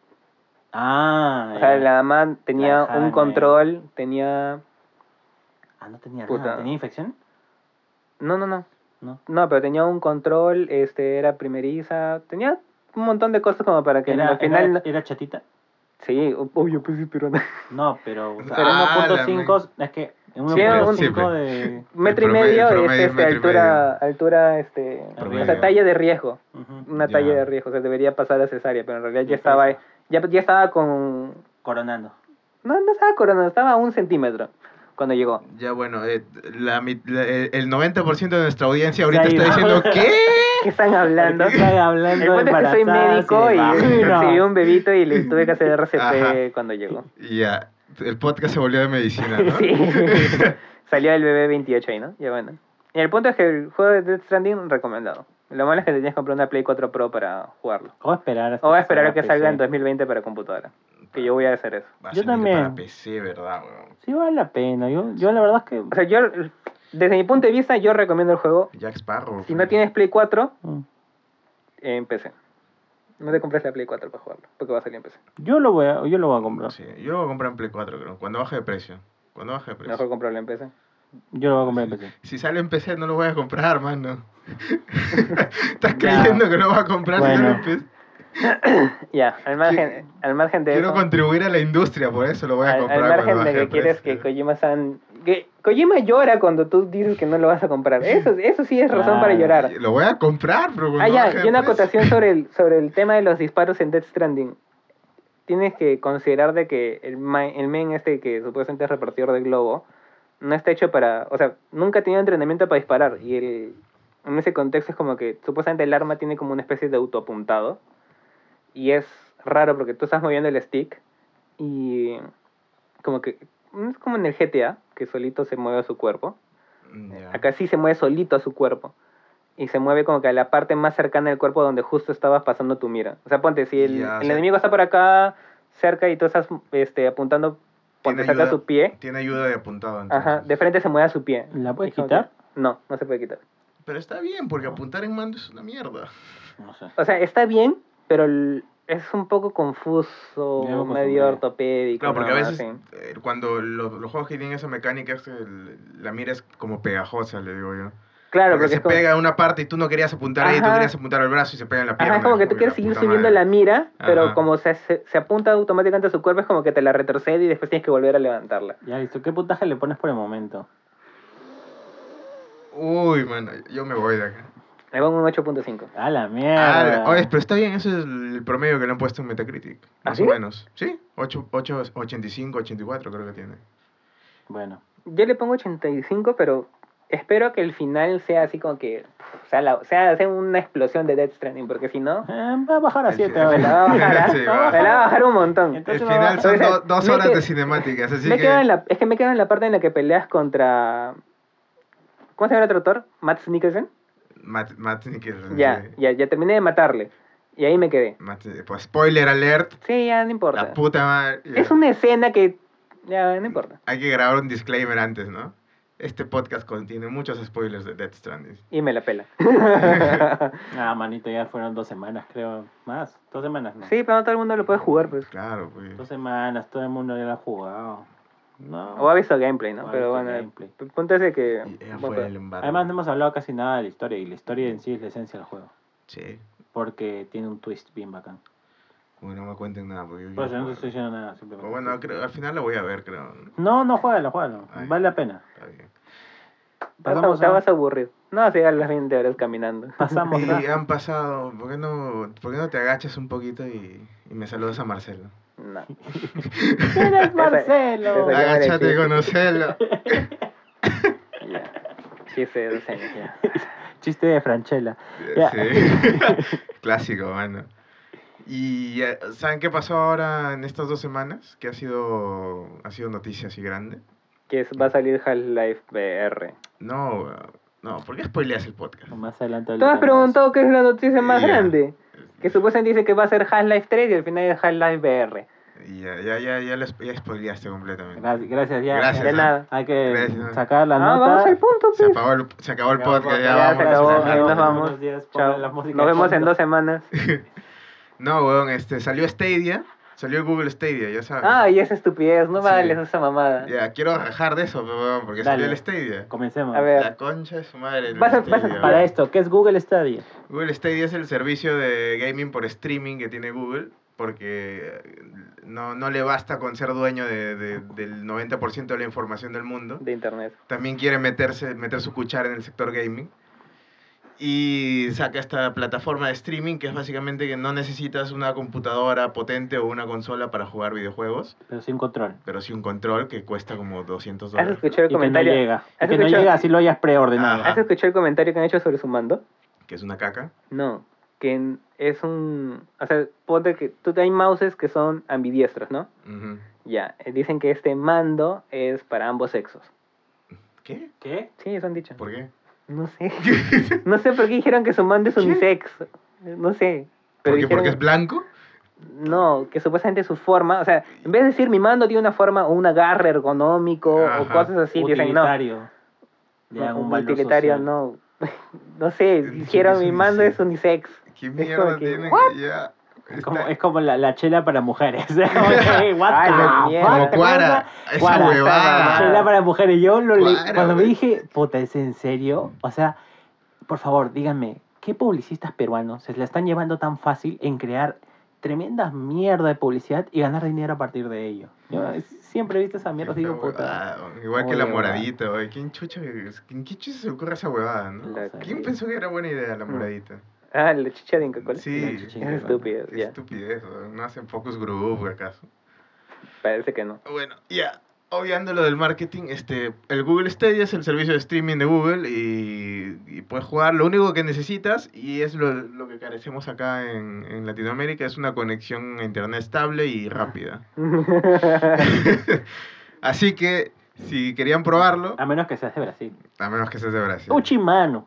[SPEAKER 3] Ah,
[SPEAKER 2] O sea,
[SPEAKER 3] ya.
[SPEAKER 2] la mamá tenía
[SPEAKER 3] dejaban
[SPEAKER 2] un
[SPEAKER 3] ahí.
[SPEAKER 2] control, tenía
[SPEAKER 3] ah, no tenía
[SPEAKER 2] Puta.
[SPEAKER 3] nada. ¿Tenía infección?
[SPEAKER 2] no, no, no.
[SPEAKER 3] No.
[SPEAKER 2] No, pero tenía un control, este era primeriza, tenía un montón de cosas como para que
[SPEAKER 3] Era,
[SPEAKER 2] al final
[SPEAKER 3] era-
[SPEAKER 2] no-
[SPEAKER 3] era chatita?
[SPEAKER 2] sí, obvio pues sí, pero no.
[SPEAKER 3] No, pero. O sea,
[SPEAKER 1] Pero- Ah, la
[SPEAKER 3] 1.5 es que.
[SPEAKER 2] era un-
[SPEAKER 3] 1.5 de.
[SPEAKER 2] metro y
[SPEAKER 1] promedio-
[SPEAKER 2] medio,
[SPEAKER 1] el
[SPEAKER 2] es
[SPEAKER 1] promedio es
[SPEAKER 2] este,
[SPEAKER 1] metro y
[SPEAKER 2] altura, altura este,
[SPEAKER 3] Promedio.
[SPEAKER 2] o sea, talla de riesgo.
[SPEAKER 3] Ujú.
[SPEAKER 2] una
[SPEAKER 1] Ya.
[SPEAKER 2] talla de riesgo, o sea, debería pasar a cesárea, pero en realidad ya
[SPEAKER 3] Ya
[SPEAKER 2] estaba,
[SPEAKER 3] pasa.
[SPEAKER 2] ya, ya estaba con,
[SPEAKER 3] Coronando.
[SPEAKER 2] no, no estaba coronado, estaba a un centímetro cuando llegó.
[SPEAKER 1] Ya bueno, eh, la, mit- la- eh, el 90% de nuestra audiencia
[SPEAKER 3] Se
[SPEAKER 1] ahorita
[SPEAKER 3] ha
[SPEAKER 1] está
[SPEAKER 3] ido.
[SPEAKER 1] diciendo ¿qué?
[SPEAKER 2] ¿Qué están hablando?
[SPEAKER 3] Porque están
[SPEAKER 2] El
[SPEAKER 3] hablando
[SPEAKER 2] punto es que soy
[SPEAKER 3] embarazadas
[SPEAKER 2] médico
[SPEAKER 3] de
[SPEAKER 2] y
[SPEAKER 3] vaginas.
[SPEAKER 2] recibí un bebito y le tuve que hacer RCP
[SPEAKER 1] Ajá.
[SPEAKER 2] cuando llegó.
[SPEAKER 1] Y ya, el podcast se volvió de medicina, ¿no?
[SPEAKER 2] Sí. Salió el bebé 28 ahí, ¿no? Ya bueno. Y el punto es que el juego de Death Stranding recomendado. Lo malo es que tenías que comprar una Play 4 Pro para jugarlo.
[SPEAKER 3] O esperar hasta
[SPEAKER 2] O voy a
[SPEAKER 3] que
[SPEAKER 2] esperar a que
[SPEAKER 3] PC.
[SPEAKER 2] salga en 2020 para computadora. Que yo voy a hacer eso.
[SPEAKER 1] Va a
[SPEAKER 3] Yo
[SPEAKER 1] salir
[SPEAKER 3] también.
[SPEAKER 1] Para PC, ¿verdad, weón?
[SPEAKER 3] Sí, vale la pena. Yo, yo la verdad es que.
[SPEAKER 2] O sea, yo, desde mi punto de vista, yo recomiendo el juego.
[SPEAKER 1] Jack Sparrow.
[SPEAKER 2] Si no tienes Play 4,
[SPEAKER 3] Mm.
[SPEAKER 2] en PC. No te compres la Play 4 para jugarlo, porque va a salir en PC.
[SPEAKER 3] Yo lo voy a, yo lo voy a comprar.
[SPEAKER 1] Sí, yo lo voy a comprar en Play 4, creo. Cuando baje de precio. Cuando baje de precio.
[SPEAKER 2] Mejor comprarla en PC.
[SPEAKER 3] Yo lo voy a comprar en PC.
[SPEAKER 1] Si sale en PC no lo voy a comprar, mano. Estás creyendo que lo vas a comprar si sale en
[SPEAKER 3] Bueno.
[SPEAKER 1] PC.
[SPEAKER 2] Ya, al margen, al margen de
[SPEAKER 1] Quiero
[SPEAKER 2] eso.
[SPEAKER 1] contribuir a la industria, por eso lo voy a
[SPEAKER 2] Al,
[SPEAKER 1] comprar.
[SPEAKER 2] al
[SPEAKER 1] cuando
[SPEAKER 2] margen de
[SPEAKER 1] baje
[SPEAKER 2] que quieres que
[SPEAKER 1] precio.
[SPEAKER 2] Kojima-san. que Kojima llora cuando tú dices que no lo vas a comprar. Eso, eso sí es razón para
[SPEAKER 3] Claro.
[SPEAKER 2] llorar.
[SPEAKER 1] Lo voy a comprar, pero cuando
[SPEAKER 2] Ah,
[SPEAKER 1] baje
[SPEAKER 2] ya,
[SPEAKER 1] de
[SPEAKER 2] y una
[SPEAKER 1] precio.
[SPEAKER 2] acotación sobre el, sobre el tema de los disparos en Death Stranding. Tienes que considerar de que el, ma- el men este que supuestamente es repartidor de globo no está hecho para, o sea, nunca ha tenido entrenamiento para disparar y el, en ese contexto es como que supuestamente el arma tiene como una especie de autoapuntado y es raro porque tú estás moviendo el stick y como que es como en el GTA que solito se mueve su cuerpo.
[SPEAKER 1] Ya.
[SPEAKER 2] Acá sí se mueve solito a su cuerpo. Y se mueve como que a la parte más cercana del cuerpo donde justo estabas pasando tu mira. O sea, ponte, si el,
[SPEAKER 1] Ya, o
[SPEAKER 2] el
[SPEAKER 1] sea-
[SPEAKER 2] enemigo está por acá cerca y tú estás este, apuntando, ponte,
[SPEAKER 1] Tiene
[SPEAKER 2] saca
[SPEAKER 1] ayuda-
[SPEAKER 2] su pie.
[SPEAKER 1] Tiene ayuda de apuntado. Entonces.
[SPEAKER 2] Ajá, de frente se mueve a su pie.
[SPEAKER 3] ¿La puedes
[SPEAKER 2] Es como
[SPEAKER 3] quitar?
[SPEAKER 2] que- no, no se puede quitar.
[SPEAKER 1] Pero está bien, porque apuntar en mando es una mierda.
[SPEAKER 3] No sé.
[SPEAKER 2] O sea, está bien, pero el- es un poco confuso,
[SPEAKER 3] Ya me acostumbré.
[SPEAKER 2] medio ortopédico.
[SPEAKER 1] Claro, porque a
[SPEAKER 2] nada
[SPEAKER 1] veces
[SPEAKER 2] más, sí.
[SPEAKER 1] eh, cuando lo- los juegos que tienen esa mecánica, es el- la mira es como pegajosa, le digo yo.
[SPEAKER 2] Claro,
[SPEAKER 1] porque
[SPEAKER 2] porque
[SPEAKER 1] se
[SPEAKER 2] es como-
[SPEAKER 1] pega en una parte y tú no querías apuntar ahí, tú
[SPEAKER 2] Ajá.
[SPEAKER 1] querías apuntar al brazo y se pega en la
[SPEAKER 2] Ajá,
[SPEAKER 1] pierna.
[SPEAKER 2] es como que tú
[SPEAKER 1] Uy,
[SPEAKER 2] quieres
[SPEAKER 1] la
[SPEAKER 2] seguir
[SPEAKER 1] puta
[SPEAKER 2] subiendo
[SPEAKER 1] madre.
[SPEAKER 2] la mira, pero
[SPEAKER 1] Ajá.
[SPEAKER 2] como se, se, se apunta automáticamente a su cuerpo, es como que te la retrocede y después tienes que volver a levantarla.
[SPEAKER 3] Ya listo, ¿qué puntaje le pones por el momento?
[SPEAKER 1] Uy, mano, yo me voy de acá.
[SPEAKER 2] Le pongo un 8.5.
[SPEAKER 3] A la
[SPEAKER 1] Ah,
[SPEAKER 3] mierda.
[SPEAKER 1] oye, pero está bien, ese es el promedio que le han puesto en Metacritic.
[SPEAKER 2] ¿Ah,
[SPEAKER 1] Más
[SPEAKER 2] sí?
[SPEAKER 1] o menos. Sí, 8, 8, 85, 84 creo que tiene.
[SPEAKER 3] Bueno,
[SPEAKER 2] Yo le pongo 85, pero espero que el final sea así como que. pff, sea, la- sea, sea una explosión de Death Stranding, porque si no,
[SPEAKER 3] Eh, va a bajar a
[SPEAKER 1] El
[SPEAKER 3] 7
[SPEAKER 1] fin-
[SPEAKER 2] me la va a bajar. ¿ah?
[SPEAKER 1] Sí,
[SPEAKER 2] me
[SPEAKER 1] va.
[SPEAKER 2] la va a bajar un montón.
[SPEAKER 1] El
[SPEAKER 3] Entonces me
[SPEAKER 1] final
[SPEAKER 3] va-
[SPEAKER 1] son
[SPEAKER 2] o sea,
[SPEAKER 1] do- dos
[SPEAKER 2] me
[SPEAKER 1] horas
[SPEAKER 2] que-
[SPEAKER 1] de cinemáticas, así
[SPEAKER 2] Me
[SPEAKER 1] que...
[SPEAKER 2] quedo en la, es que me quedo en la parte en la que peleas contra. ¿Cómo se llama el otro autor? Matt Nicholson.
[SPEAKER 1] Matt, Matt eh, Nicholson,
[SPEAKER 2] Ya,
[SPEAKER 1] sí.
[SPEAKER 2] ya, ya terminé de matarle. Y ahí me quedé.
[SPEAKER 1] Matt- pues, spoiler alert.
[SPEAKER 2] Sí, ya no importa.
[SPEAKER 1] La puta madre. ya.
[SPEAKER 2] Es una escena que. Ya, no importa.
[SPEAKER 1] Hay que grabar un disclaimer antes, ¿no? Este podcast contiene muchos spoilers de Death Stranding.
[SPEAKER 2] Y me la pela.
[SPEAKER 3] Ah, manito, ya fueron dos semanas, creo. Más, dos semanas, ¿no?
[SPEAKER 2] sí, pero no todo el mundo lo puede jugar, pues.
[SPEAKER 1] Claro, pues.
[SPEAKER 3] Dos semanas, todo el mundo ya lo ha jugado. No.
[SPEAKER 2] O ha visto gameplay,
[SPEAKER 3] O
[SPEAKER 2] ¿no?
[SPEAKER 3] ha
[SPEAKER 2] Pero
[SPEAKER 3] visto
[SPEAKER 2] bueno,
[SPEAKER 3] gameplay.
[SPEAKER 2] el punto es de que.
[SPEAKER 1] Y ella
[SPEAKER 2] bueno,
[SPEAKER 1] fue el embargo.
[SPEAKER 3] Además, no hemos hablado casi nada de la historia, y la historia en sí es la esencia del juego.
[SPEAKER 1] Sí.
[SPEAKER 3] Porque tiene un twist bien bacán.
[SPEAKER 1] Uy, no me cuenten nada, porque yo
[SPEAKER 3] Por eso
[SPEAKER 1] quiero
[SPEAKER 3] no te estoy
[SPEAKER 1] jugar.
[SPEAKER 3] diciendo nada,
[SPEAKER 1] O
[SPEAKER 3] simplemente.
[SPEAKER 1] bueno, creo- al final lo voy a ver, creo.
[SPEAKER 3] No, no, juégalo, juégalo.
[SPEAKER 1] Ay.
[SPEAKER 3] Vale la pena.
[SPEAKER 1] Está bien.
[SPEAKER 2] te vas a-
[SPEAKER 3] Pasamos
[SPEAKER 2] te
[SPEAKER 3] a-
[SPEAKER 2] vas a aburrir. No, se a las 20 horas caminando.
[SPEAKER 3] Pasamos
[SPEAKER 1] Y
[SPEAKER 3] a...
[SPEAKER 1] han pasado, ¿por qué no, por qué no te agachas un poquito y, y me saludas a Marcelo?
[SPEAKER 2] No.
[SPEAKER 3] ¿Quién es Marcelo?
[SPEAKER 2] Esa-
[SPEAKER 1] Agáchate y conocelo.
[SPEAKER 2] Ya. Chiste de diseño, ya.
[SPEAKER 3] Chiste de Franchella. Ya.
[SPEAKER 1] Sí. Clásico, mano. Y eh, ¿saben qué pasó ahora en estas dos semanas? Que ha sido, ha sido noticia así grande.
[SPEAKER 2] Que es- va a salir Half-Life VR.
[SPEAKER 1] No, eh, no, ¿por qué spoileas el podcast?
[SPEAKER 3] Más adelante
[SPEAKER 2] Tú has
[SPEAKER 3] hablamos.
[SPEAKER 2] preguntado qué es la noticia más
[SPEAKER 1] Ya.
[SPEAKER 2] grande. Que supuestamente dice que va a ser Half-Life 3 y al final es Half-Life VR.
[SPEAKER 1] Y ya, ya, ya, ya, lo spo- ya spoileaste completamente.
[SPEAKER 3] Gra- Gracias, ya.
[SPEAKER 1] Gracias,
[SPEAKER 2] De
[SPEAKER 1] ¿ah?
[SPEAKER 2] nada.
[SPEAKER 3] Hay que
[SPEAKER 1] Gracias.
[SPEAKER 3] sacar la
[SPEAKER 2] Ah,
[SPEAKER 3] nota.
[SPEAKER 2] vamos al punto,
[SPEAKER 1] Se,
[SPEAKER 2] pues.
[SPEAKER 1] acabó el, se acabó el
[SPEAKER 3] Ya,
[SPEAKER 1] podcast, ya,
[SPEAKER 3] ya,
[SPEAKER 1] vamos.
[SPEAKER 2] se acabó, ahí nos
[SPEAKER 1] Ajá.
[SPEAKER 2] vamos.
[SPEAKER 3] Buenos días, pongan
[SPEAKER 2] Chao.
[SPEAKER 3] la música
[SPEAKER 2] Nos
[SPEAKER 3] de
[SPEAKER 2] vemos en
[SPEAKER 3] fondo.
[SPEAKER 2] dos semanas.
[SPEAKER 1] No, weón, este, salió Stadia, salió Google Stadia, ya sabes.
[SPEAKER 2] Ah, y esa estupidez, no
[SPEAKER 1] Sí.
[SPEAKER 2] vales esa mamada.
[SPEAKER 1] Ya, quiero rajar de eso, weón, porque
[SPEAKER 3] Dale.
[SPEAKER 1] salió el Stadia.
[SPEAKER 3] Comencemos.
[SPEAKER 2] A ver.
[SPEAKER 1] La concha de su madre. el
[SPEAKER 2] Vas a- vas a-
[SPEAKER 1] Stadia,
[SPEAKER 3] Para
[SPEAKER 1] weón.
[SPEAKER 3] esto, ¿qué es Google Stadia?
[SPEAKER 1] Google Stadia es el servicio de gaming por streaming que tiene Google, porque eh, no, no le basta con ser dueño de- de- del 90% de la información del mundo.
[SPEAKER 2] De internet.
[SPEAKER 1] También quiere meterse, meter su cuchara en el sector gaming. Y saca esta plataforma de streaming que es básicamente que no necesitas una computadora potente o una consola para jugar videojuegos,
[SPEAKER 3] Pero sin control.
[SPEAKER 1] pero sí un control que cuesta como 200
[SPEAKER 2] ¿Has
[SPEAKER 1] dólares.
[SPEAKER 2] escuchado
[SPEAKER 3] Y
[SPEAKER 2] el
[SPEAKER 3] que no
[SPEAKER 2] comentario?
[SPEAKER 3] llega. Y
[SPEAKER 2] ¿Has
[SPEAKER 3] que no
[SPEAKER 2] escuchado-
[SPEAKER 3] llega, así lo hayas preordenado.
[SPEAKER 1] Ajá.
[SPEAKER 2] ¿Has escuchado el comentario que han hecho sobre su mando?
[SPEAKER 1] Que es una caca.
[SPEAKER 2] No, que en- es un... O sea, ponte que tú hay mouses que son ambidiestros, ¿no?
[SPEAKER 1] Ujú.
[SPEAKER 2] Ya, eh, dicen que este mando es para ambos sexos.
[SPEAKER 1] ¿Qué?
[SPEAKER 3] ¿Qué?
[SPEAKER 2] Sí, eso han dicho.
[SPEAKER 1] ¿Por qué?
[SPEAKER 2] No sé. no sé por qué dijeron que su mando es
[SPEAKER 1] ¿Qué?
[SPEAKER 2] unisex. No sé. Pero
[SPEAKER 1] ¿Por qué? ¿Porque es
[SPEAKER 2] dijeron-
[SPEAKER 1] blanco?
[SPEAKER 2] No, que supuestamente su forma... O sea, en vez de decir mi mando tiene una forma o un agarre ergonómico o
[SPEAKER 1] Ajá.
[SPEAKER 2] cosas así, dicen no.
[SPEAKER 3] utilitario. Le dan
[SPEAKER 2] un
[SPEAKER 3] valor
[SPEAKER 2] utilitario
[SPEAKER 3] social.
[SPEAKER 2] no. No sé,
[SPEAKER 1] Es
[SPEAKER 2] dijeron mi mando es unisex.
[SPEAKER 1] ¿Qué
[SPEAKER 2] como
[SPEAKER 1] mierda
[SPEAKER 2] que,
[SPEAKER 1] tiene
[SPEAKER 2] ¿what?
[SPEAKER 1] que ya?
[SPEAKER 3] Es como,
[SPEAKER 1] Está-
[SPEAKER 3] es como la, la chela para mujeres. Como que, hey, what
[SPEAKER 2] Ay,
[SPEAKER 3] the
[SPEAKER 2] la
[SPEAKER 3] Ah, fuck,
[SPEAKER 2] mierda.
[SPEAKER 3] ¿te
[SPEAKER 1] Como
[SPEAKER 3] acuerdas?
[SPEAKER 1] cuara, esa
[SPEAKER 3] Cuara,
[SPEAKER 1] huevada.
[SPEAKER 2] Ah.
[SPEAKER 3] Chela para mujeres. Yo lo leí-
[SPEAKER 1] Cuara,
[SPEAKER 3] cuando me
[SPEAKER 1] güey.
[SPEAKER 3] dije, puta, ¿es en serio? O sea, por favor, díganme, ¿qué publicistas peruanos se la están llevando tan fácil en crear tremendas mierda de publicidad y ganar dinero a partir de ello? Yo eh, siempre he visto esa mierda,
[SPEAKER 1] Esa
[SPEAKER 3] digo, puta.
[SPEAKER 1] huevada, Igual que
[SPEAKER 3] Oye,
[SPEAKER 1] la
[SPEAKER 3] va.
[SPEAKER 1] moradita, güey. ¿Quién chucha, ¿quién, qué chucha se le ocurre esa huevada, no?
[SPEAKER 2] La-
[SPEAKER 1] ¿Quién pensó que era buena idea
[SPEAKER 3] Mm.
[SPEAKER 1] la moradita?
[SPEAKER 2] Ah, la chicha de Inca Cola.
[SPEAKER 1] Sí,
[SPEAKER 3] La chicha.
[SPEAKER 2] Es estúpido,
[SPEAKER 3] Pues
[SPEAKER 1] qué
[SPEAKER 2] ya.
[SPEAKER 1] estupidez, güey. no hacen focus group, acaso.
[SPEAKER 2] Parece que no.
[SPEAKER 1] Bueno, ya, obviando lo del marketing, este, el Google Stadia es el servicio de streaming de Google y, y puedes jugar lo único que necesitas y es lo, lo que carecemos acá en, en Latinoamérica, es una conexión a internet estable y rápida. Así que, si querían probarlo,
[SPEAKER 3] A menos que seas de Brasil.
[SPEAKER 1] a menos que seas de Brasil.
[SPEAKER 3] Ah. Uchi mano.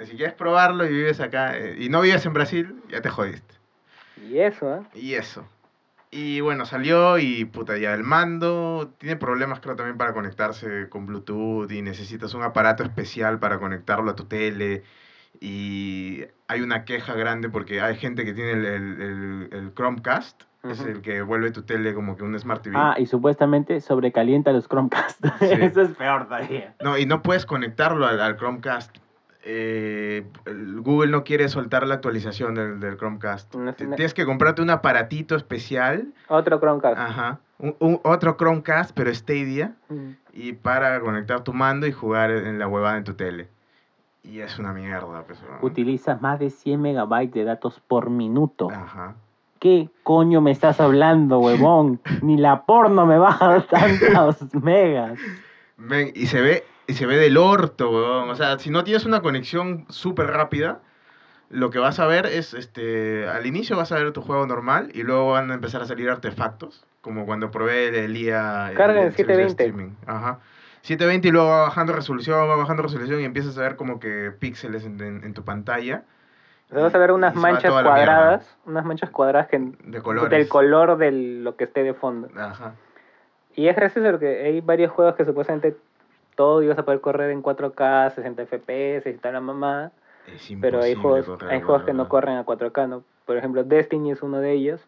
[SPEAKER 1] Si quieres probarlo y vives acá eh, y no vives en Brasil, ya te jodiste.
[SPEAKER 2] y eso, ¿eh?
[SPEAKER 1] Y eso. Y bueno, salió y puta, ya el mando tiene problemas creo también para conectarse con Bluetooth y necesitas un aparato especial para conectarlo a tu tele. Y hay una queja grande porque hay gente que tiene el, el- el- el Chromecast, es
[SPEAKER 2] Ujú.
[SPEAKER 1] el que vuelve tu tele como que un Smart TV.
[SPEAKER 3] Ah, y supuestamente sobrecalienta los Chromecast.
[SPEAKER 1] Sí.
[SPEAKER 3] Eso es peor todavía.
[SPEAKER 1] No, y no puedes conectarlo al, al Chromecast. eh, el Google no quiere soltar la actualización del, del Chromecast.
[SPEAKER 2] No es
[SPEAKER 1] Te-
[SPEAKER 2] una-
[SPEAKER 1] Tienes que comprarte un aparatito especial,
[SPEAKER 2] Otro Chromecast.
[SPEAKER 1] ajá, un, un- otro Chromecast, pero Stadia,
[SPEAKER 2] Mm.
[SPEAKER 1] y para conectar tu mando y jugar en la huevada en tu tele. Y es una mierda, pues, ¿no?
[SPEAKER 3] Utilizas más de 100 megabytes de datos por minuto.
[SPEAKER 1] Ajá.
[SPEAKER 3] ¿Qué coño me estás hablando, huevón? Ni la porno me baja tantos megas.
[SPEAKER 1] Ven, y se ve, y se ve del orto, weón. O sea, si no tienes una conexión súper rápida, lo que vas a ver es, este, al inicio vas a ver tu juego normal y luego van a empezar a salir artefactos, como cuando probé el Elia.
[SPEAKER 2] Carga en 720.
[SPEAKER 1] Ajá. 720 y luego va bajando resolución, va bajando resolución y empiezas a ver como que píxeles en, en- en tu pantalla.
[SPEAKER 2] O sea, vas a ver unas
[SPEAKER 1] Y se va
[SPEAKER 2] manchas
[SPEAKER 1] toda la mierda
[SPEAKER 2] cuadradas, unas manchas cuadradas que,
[SPEAKER 1] de colores.
[SPEAKER 2] del color de lo que esté de fondo.
[SPEAKER 1] Ajá.
[SPEAKER 2] Y es gracioso porque hay varios juegos que supuestamente todo ibas a poder correr en 4K, 60 FPS y tal la mamada,
[SPEAKER 1] Es
[SPEAKER 2] pero hay
[SPEAKER 1] imposible
[SPEAKER 2] juegos,
[SPEAKER 1] correr,
[SPEAKER 2] hay juegos que
[SPEAKER 1] weón.
[SPEAKER 2] no corren a 4K, ¿no? Por ejemplo, Destiny es uno de ellos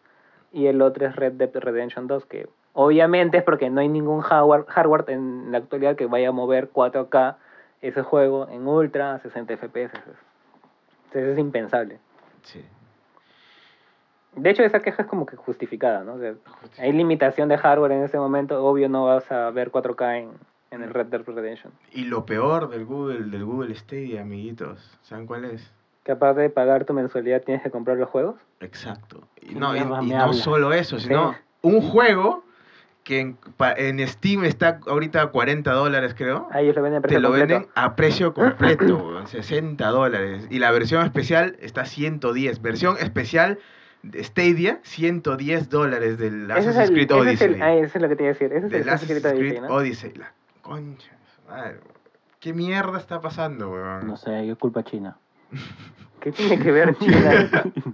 [SPEAKER 2] y el otro es Red Dead Redemption 2 que obviamente es porque no hay ningún hardware, hardware en la actualidad que vaya a mover 4K ese juego en ultra a 60 FPS. Entonces es impensable.
[SPEAKER 1] Sí.
[SPEAKER 2] De hecho, esa queja es como que justificada, ¿no? O sea, hay limitación de hardware en ese momento, obvio no vas a ver 4K en, en el Red Dead Redemption.
[SPEAKER 1] Y lo peor del Google, del Google Stadia, amiguitos, ¿saben cuál es?
[SPEAKER 2] Que aparte de pagar tu mensualidad tienes que comprar los juegos.
[SPEAKER 1] Exacto. Y
[SPEAKER 3] ¿Qué
[SPEAKER 1] no, y,
[SPEAKER 3] mierda
[SPEAKER 1] y
[SPEAKER 3] me
[SPEAKER 1] no
[SPEAKER 3] hablas?
[SPEAKER 1] solo eso,
[SPEAKER 2] Sí.
[SPEAKER 1] sino un juego que en, pa- en Steam está ahorita a 40 dólares, creo.
[SPEAKER 2] Ahí ellos lo venden a precio
[SPEAKER 1] Te lo
[SPEAKER 2] completo.
[SPEAKER 1] venden a precio completo, weón, 60 dólares. Y la versión especial está a 110. Versión especial de Stadia, 110 dólares del
[SPEAKER 2] Ese es
[SPEAKER 1] Assassin's
[SPEAKER 2] el-
[SPEAKER 1] Creed
[SPEAKER 2] ese es el-
[SPEAKER 1] Odyssey.
[SPEAKER 2] ah, eso es lo que te iba a decir. Ese es el
[SPEAKER 1] Del
[SPEAKER 2] Assassin's
[SPEAKER 1] Assassin's
[SPEAKER 2] Creed
[SPEAKER 1] Creed
[SPEAKER 2] Odyssey, ¿no?
[SPEAKER 1] Odyssey. La concha. de su madre, weón. ¿Qué mierda está pasando, weón?
[SPEAKER 3] No sé, yo culpa China.
[SPEAKER 2] ¿Qué tiene que ver China?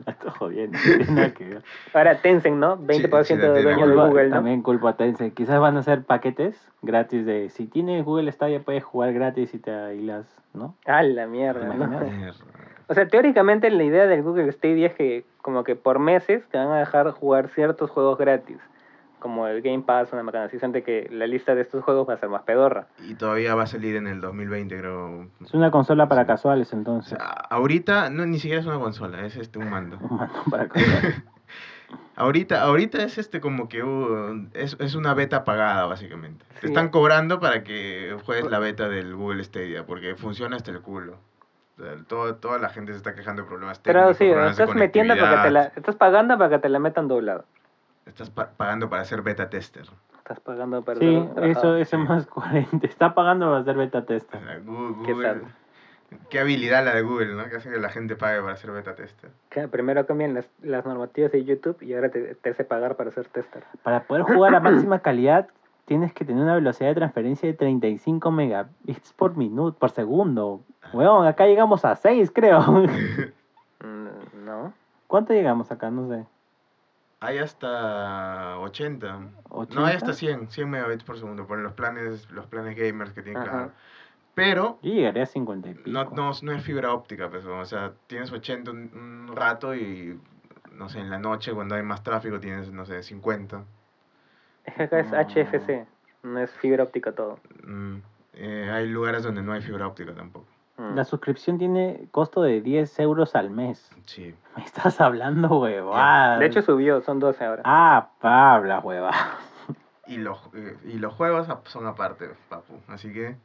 [SPEAKER 3] Estoy jodiendo, no tiene nada que ver.
[SPEAKER 2] Ahora Tencent, ¿no? 20%
[SPEAKER 1] China
[SPEAKER 2] de
[SPEAKER 1] tiene
[SPEAKER 2] dueño de
[SPEAKER 1] culpa.
[SPEAKER 2] Google, ¿no?
[SPEAKER 3] También culpa a Tencent. Quizás van a hacer paquetes gratis de... Si tienes Google Stadia puedes jugar gratis y te ahilas, ¿no?
[SPEAKER 2] A la mierda, ¿no?
[SPEAKER 3] Imagínate.
[SPEAKER 1] Mierda.
[SPEAKER 2] O sea, teóricamente la idea del Google Stadia es que como que por meses te van a dejar jugar ciertos juegos gratis, como el Game Pass, una macana así, siente que la lista de estos juegos va a ser más pedorra.
[SPEAKER 1] Y todavía va a salir en el 2020, creo.
[SPEAKER 3] Es una consola para
[SPEAKER 1] Sí.
[SPEAKER 3] casuales
[SPEAKER 1] O
[SPEAKER 3] entonces.
[SPEAKER 1] sea, ahorita no, ni siquiera es una consola, es este un mando.
[SPEAKER 3] Un mando para casuales.
[SPEAKER 1] Ahorita, ahorita es este como que uh, es, es una beta pagada, básicamente.
[SPEAKER 2] Sí. Pues
[SPEAKER 1] Te están cobrando para que juegues la beta del Google Stadia, porque funciona hasta el culo. O sea, todo- toda la gente se está quejando de problemas
[SPEAKER 2] Pero
[SPEAKER 1] técnicos.
[SPEAKER 2] sí,
[SPEAKER 1] problemas de
[SPEAKER 2] estás metiendo para que te la,
[SPEAKER 1] conectividad.
[SPEAKER 2] estás pagando para que te la metan doblado.
[SPEAKER 1] Estás pa- pagando para ser beta tester.
[SPEAKER 2] Estás pagando para ser
[SPEAKER 3] Sí,
[SPEAKER 2] un trabajador.
[SPEAKER 3] eso, eso
[SPEAKER 1] Sí.
[SPEAKER 3] es más coherente. Está pagando para hacer beta
[SPEAKER 1] O
[SPEAKER 3] tester.
[SPEAKER 1] sea, Gu-
[SPEAKER 2] Ah, Qué
[SPEAKER 1] Google-
[SPEAKER 2] sad.
[SPEAKER 1] qué habilidad la de Google, ¿no? Que hace que la gente pague para ser beta tester.
[SPEAKER 2] Que Primero cambian las, las normativas de YouTube y ahora te, te hace pagar para ser tester.
[SPEAKER 3] Para poder jugar a máxima calidad, tienes que tener una velocidad de transferencia de 35 megabits por minuto, por segundo. Weón, acá llegamos a 6, creo.
[SPEAKER 2] Mm, ¿No?
[SPEAKER 3] ¿Cuánto llegamos acá? No sé.
[SPEAKER 1] Hay hasta 80. No,
[SPEAKER 3] ¿80?
[SPEAKER 1] hay hasta 100, 100 megabits por segundo, por los planes, los planes gamers que tienen
[SPEAKER 2] Ajá.
[SPEAKER 1] claro. Pero
[SPEAKER 3] Yo llegaré a 50 y pico.
[SPEAKER 1] no, no, no es fibra óptica, pues, o sea, tienes 80 un, un rato y, no sé, en la noche cuando hay más tráfico tienes, no sé, 50.
[SPEAKER 2] Es que acá es
[SPEAKER 3] No.
[SPEAKER 2] HFC, no es fibra óptica todo.
[SPEAKER 1] Mm, eh, hay lugares donde no hay fibra óptica tampoco.
[SPEAKER 2] Mm.
[SPEAKER 3] La suscripción tiene costo de 10 euros al mes.
[SPEAKER 1] Sí.
[SPEAKER 3] Me estás hablando, huevada.
[SPEAKER 2] De hecho subió, son 12 ahora.
[SPEAKER 3] Ah, Pabla, huevada.
[SPEAKER 1] Y los, eh, y los juegos ap- son aparte, papu. Así que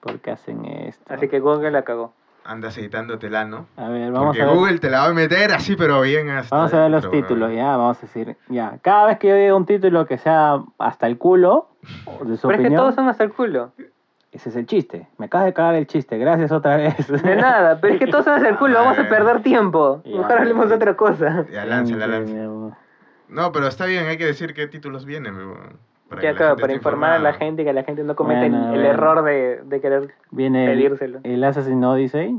[SPEAKER 3] ¿Por qué hacen esto?
[SPEAKER 2] Así que Google la cagó.
[SPEAKER 1] anda aceitándote el ano.
[SPEAKER 3] A ver, vamos
[SPEAKER 1] Porque
[SPEAKER 3] a ver.
[SPEAKER 1] Google te la va a meter así, pero bien hasta...
[SPEAKER 3] Vamos a ver los
[SPEAKER 1] adentro,
[SPEAKER 3] títulos,
[SPEAKER 1] weón.
[SPEAKER 3] ya, vamos a decir, ya. Cada vez que yo diga un título que sea hasta el culo, de
[SPEAKER 2] Pero es
[SPEAKER 3] su
[SPEAKER 2] que
[SPEAKER 3] opinión,
[SPEAKER 2] todos son hasta el culo.
[SPEAKER 3] ese es el chiste. Me acabas de cagar el chiste, gracias otra vez.
[SPEAKER 2] De nada, pero es que todos son hasta el culo, vamos a perder tiempo.
[SPEAKER 3] Ya.
[SPEAKER 2] Mejor hablemos de otra cosa.
[SPEAKER 1] Ya, lánzala, lánzala.
[SPEAKER 3] Entiendo.
[SPEAKER 1] No, pero está bien, hay que decir qué títulos vienen. weón, que
[SPEAKER 2] ya
[SPEAKER 1] la
[SPEAKER 2] claro,
[SPEAKER 1] gente
[SPEAKER 2] para
[SPEAKER 1] esté
[SPEAKER 2] informar a la
[SPEAKER 1] informada.
[SPEAKER 2] gente, que la gente no cometa
[SPEAKER 3] Bueno, a
[SPEAKER 2] el
[SPEAKER 3] ver.
[SPEAKER 2] error de, de querer
[SPEAKER 3] Viene el,
[SPEAKER 2] pedírselo.
[SPEAKER 3] el Assassin's Odyssey,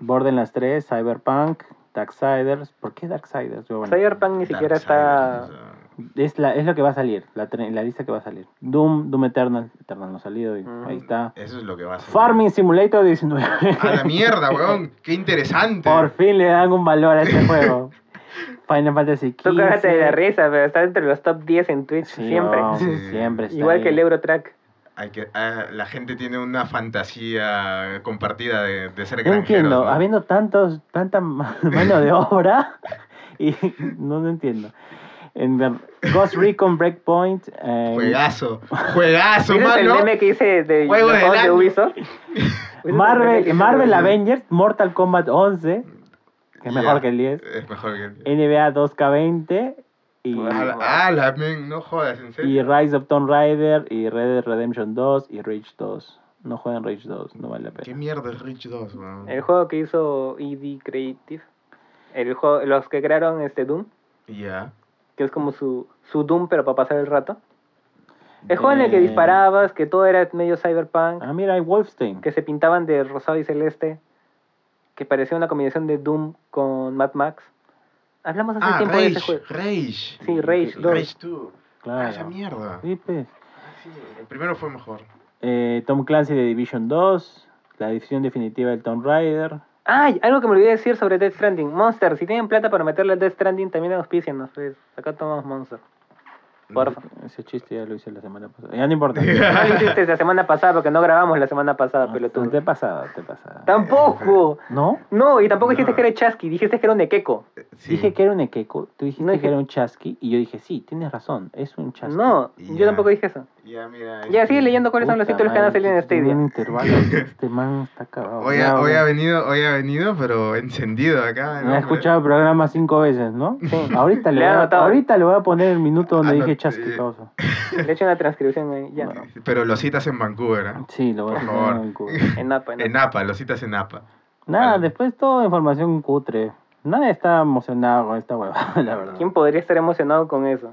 [SPEAKER 3] Borderlands 3, Cyberpunk, Darksiders. ¿Por qué Darksiders? Yo, bueno,
[SPEAKER 2] Cyberpunk ni siquiera está...
[SPEAKER 1] Darksiders, o sea,
[SPEAKER 3] es, la, es lo que va a salir, la, tre- la lista que va a salir. Doom, Doom Eternal, Eternal no ha salido, y
[SPEAKER 2] Ujú.
[SPEAKER 3] ahí está.
[SPEAKER 1] Eso es lo que va a ser.
[SPEAKER 3] Farming Simulator 19.
[SPEAKER 1] A la mierda, weón. Qué interesante.
[SPEAKER 3] Por fin le dan un valor a este juego. Final Fantasy XV.
[SPEAKER 2] Tú cágate de la risa, pero está entre los top 10 en Twitch
[SPEAKER 3] Sí,
[SPEAKER 2] siempre.
[SPEAKER 3] no,
[SPEAKER 1] Sí.
[SPEAKER 3] siempre está
[SPEAKER 2] Igual que
[SPEAKER 3] ahí.
[SPEAKER 2] el Eurotrack.
[SPEAKER 1] hay que, ah, la gente tiene una fantasía compartida de, de ser
[SPEAKER 3] No
[SPEAKER 1] granjeros.
[SPEAKER 3] entiendo,
[SPEAKER 1] ¿no?
[SPEAKER 3] habiendo tantos, tanta ma- mano de obra, y no, no entiendo. En la- Ghost Recon Breakpoint, eh,
[SPEAKER 1] Juegazo, juegazo,
[SPEAKER 2] ¿Vieron el
[SPEAKER 1] mano.
[SPEAKER 2] meme que hice de,
[SPEAKER 1] Juego
[SPEAKER 2] los
[SPEAKER 1] del
[SPEAKER 2] juegos de
[SPEAKER 1] año.
[SPEAKER 2] Ubisoft? ¿Vieron el meme que
[SPEAKER 3] Marvel,
[SPEAKER 2] hice
[SPEAKER 3] Marvel
[SPEAKER 2] de-
[SPEAKER 3] Avengers, Mortal Kombat 11, que es
[SPEAKER 1] Ya,
[SPEAKER 3] mejor que el 10,
[SPEAKER 1] Es mejor que el
[SPEAKER 2] Eh,
[SPEAKER 1] 10.
[SPEAKER 3] NBA 2K20 y,
[SPEAKER 2] Pues,
[SPEAKER 1] Ah, la- ah, la men, no jodas, en
[SPEAKER 3] y
[SPEAKER 1] serio.
[SPEAKER 3] Rise of Tomb Raider y Red Dead Redemption 2 y Rage 2. No jueguen Rage 2, no vale la
[SPEAKER 1] ¿Qué
[SPEAKER 3] pena.
[SPEAKER 1] mierda es Rich 2, weón?
[SPEAKER 2] El juego que hizo ED Creative, el juego, los que crearon este Doom,
[SPEAKER 1] Ya.
[SPEAKER 2] que es como su, su Doom pero para pasar el rato. El juego en el que
[SPEAKER 3] Eh.
[SPEAKER 2] disparabas, que todo era medio cyberpunk,
[SPEAKER 3] Ah, mira, hay Wolfstein.
[SPEAKER 2] que se pintaban de rosado y celeste, que parecía una combinación de Doom con Mad Max. Hablamos hace
[SPEAKER 1] Ah,
[SPEAKER 2] tiempo de ese
[SPEAKER 1] Rage,
[SPEAKER 2] juego.
[SPEAKER 1] Rage.
[SPEAKER 2] Sí, Rage 2.
[SPEAKER 1] Rage 2. Ah, esa
[SPEAKER 3] Claro.
[SPEAKER 1] mierda.
[SPEAKER 3] Sí, pues.
[SPEAKER 1] Sí, el primero fue mejor.
[SPEAKER 3] Eh, Tom Clancy de Division 2, la edición definitiva del Tomb Raider.
[SPEAKER 2] Ay, algo que me olvidé decir sobre Death Stranding. Monster, si tienen plata para meterle a Death Stranding, también auspicianos. Pues. Acá tomamos Monster.
[SPEAKER 1] Eh,
[SPEAKER 2] Porfa.
[SPEAKER 3] Ese chiste ya lo hice la semana pasada. Ya no importa.
[SPEAKER 1] Ah,
[SPEAKER 2] No lo hiciste la semana pasada porque no grabamos la semana pasada,
[SPEAKER 3] No,
[SPEAKER 2] pelotudo.
[SPEAKER 3] te he pasado, te he pasado.
[SPEAKER 2] Tampoco.
[SPEAKER 3] ¿No?
[SPEAKER 2] No, y tampoco
[SPEAKER 1] No.
[SPEAKER 2] dijiste que era Chasqui, dijiste que era un Nequeco.
[SPEAKER 1] Sí.
[SPEAKER 3] Dije que era un equeco, tú dijiste
[SPEAKER 2] No dije-
[SPEAKER 3] que era un chasqui, y yo dije, sí, tienes razón, es un chasqui.
[SPEAKER 2] No,
[SPEAKER 1] Ya.
[SPEAKER 2] yo tampoco dije eso.
[SPEAKER 1] Ya, mira.
[SPEAKER 2] Ya,
[SPEAKER 1] este-
[SPEAKER 2] sigue leyendo cuáles son los
[SPEAKER 3] Puta
[SPEAKER 2] títulos que van a
[SPEAKER 3] madre,
[SPEAKER 2] salir en
[SPEAKER 3] este man
[SPEAKER 2] Stadia.
[SPEAKER 3] intervalo, Este man está acabado.
[SPEAKER 1] Hoy
[SPEAKER 3] Ya,
[SPEAKER 1] ha, hoy
[SPEAKER 3] bueno.
[SPEAKER 1] ha venido, hoy ha venido, pero encendido acá.
[SPEAKER 3] Me ha escuchado el programa cinco veces, ¿no?
[SPEAKER 2] Sí.
[SPEAKER 3] Ahorita le,
[SPEAKER 2] Le ha
[SPEAKER 3] voy a,
[SPEAKER 2] anotado.
[SPEAKER 3] ahorita le voy a poner el minuto donde
[SPEAKER 1] Anot-
[SPEAKER 3] dije chasqui,
[SPEAKER 1] eh.
[SPEAKER 3] causa.
[SPEAKER 2] Le eché una transcripción ahí, ya.
[SPEAKER 1] Pero lo citas en Vancouver, ¿ah?
[SPEAKER 3] Sí, lo voy a
[SPEAKER 1] Por
[SPEAKER 3] hacer
[SPEAKER 1] favor.
[SPEAKER 3] en Cuba.
[SPEAKER 2] En APA, en
[SPEAKER 1] En
[SPEAKER 2] APA.
[SPEAKER 1] APA, lo citas en APA.
[SPEAKER 3] Nada,
[SPEAKER 1] Vale.
[SPEAKER 3] después toda información cutre. Nadie está emocionado con esta huevada, la verdad.
[SPEAKER 2] ¿Quién podría estar emocionado con eso?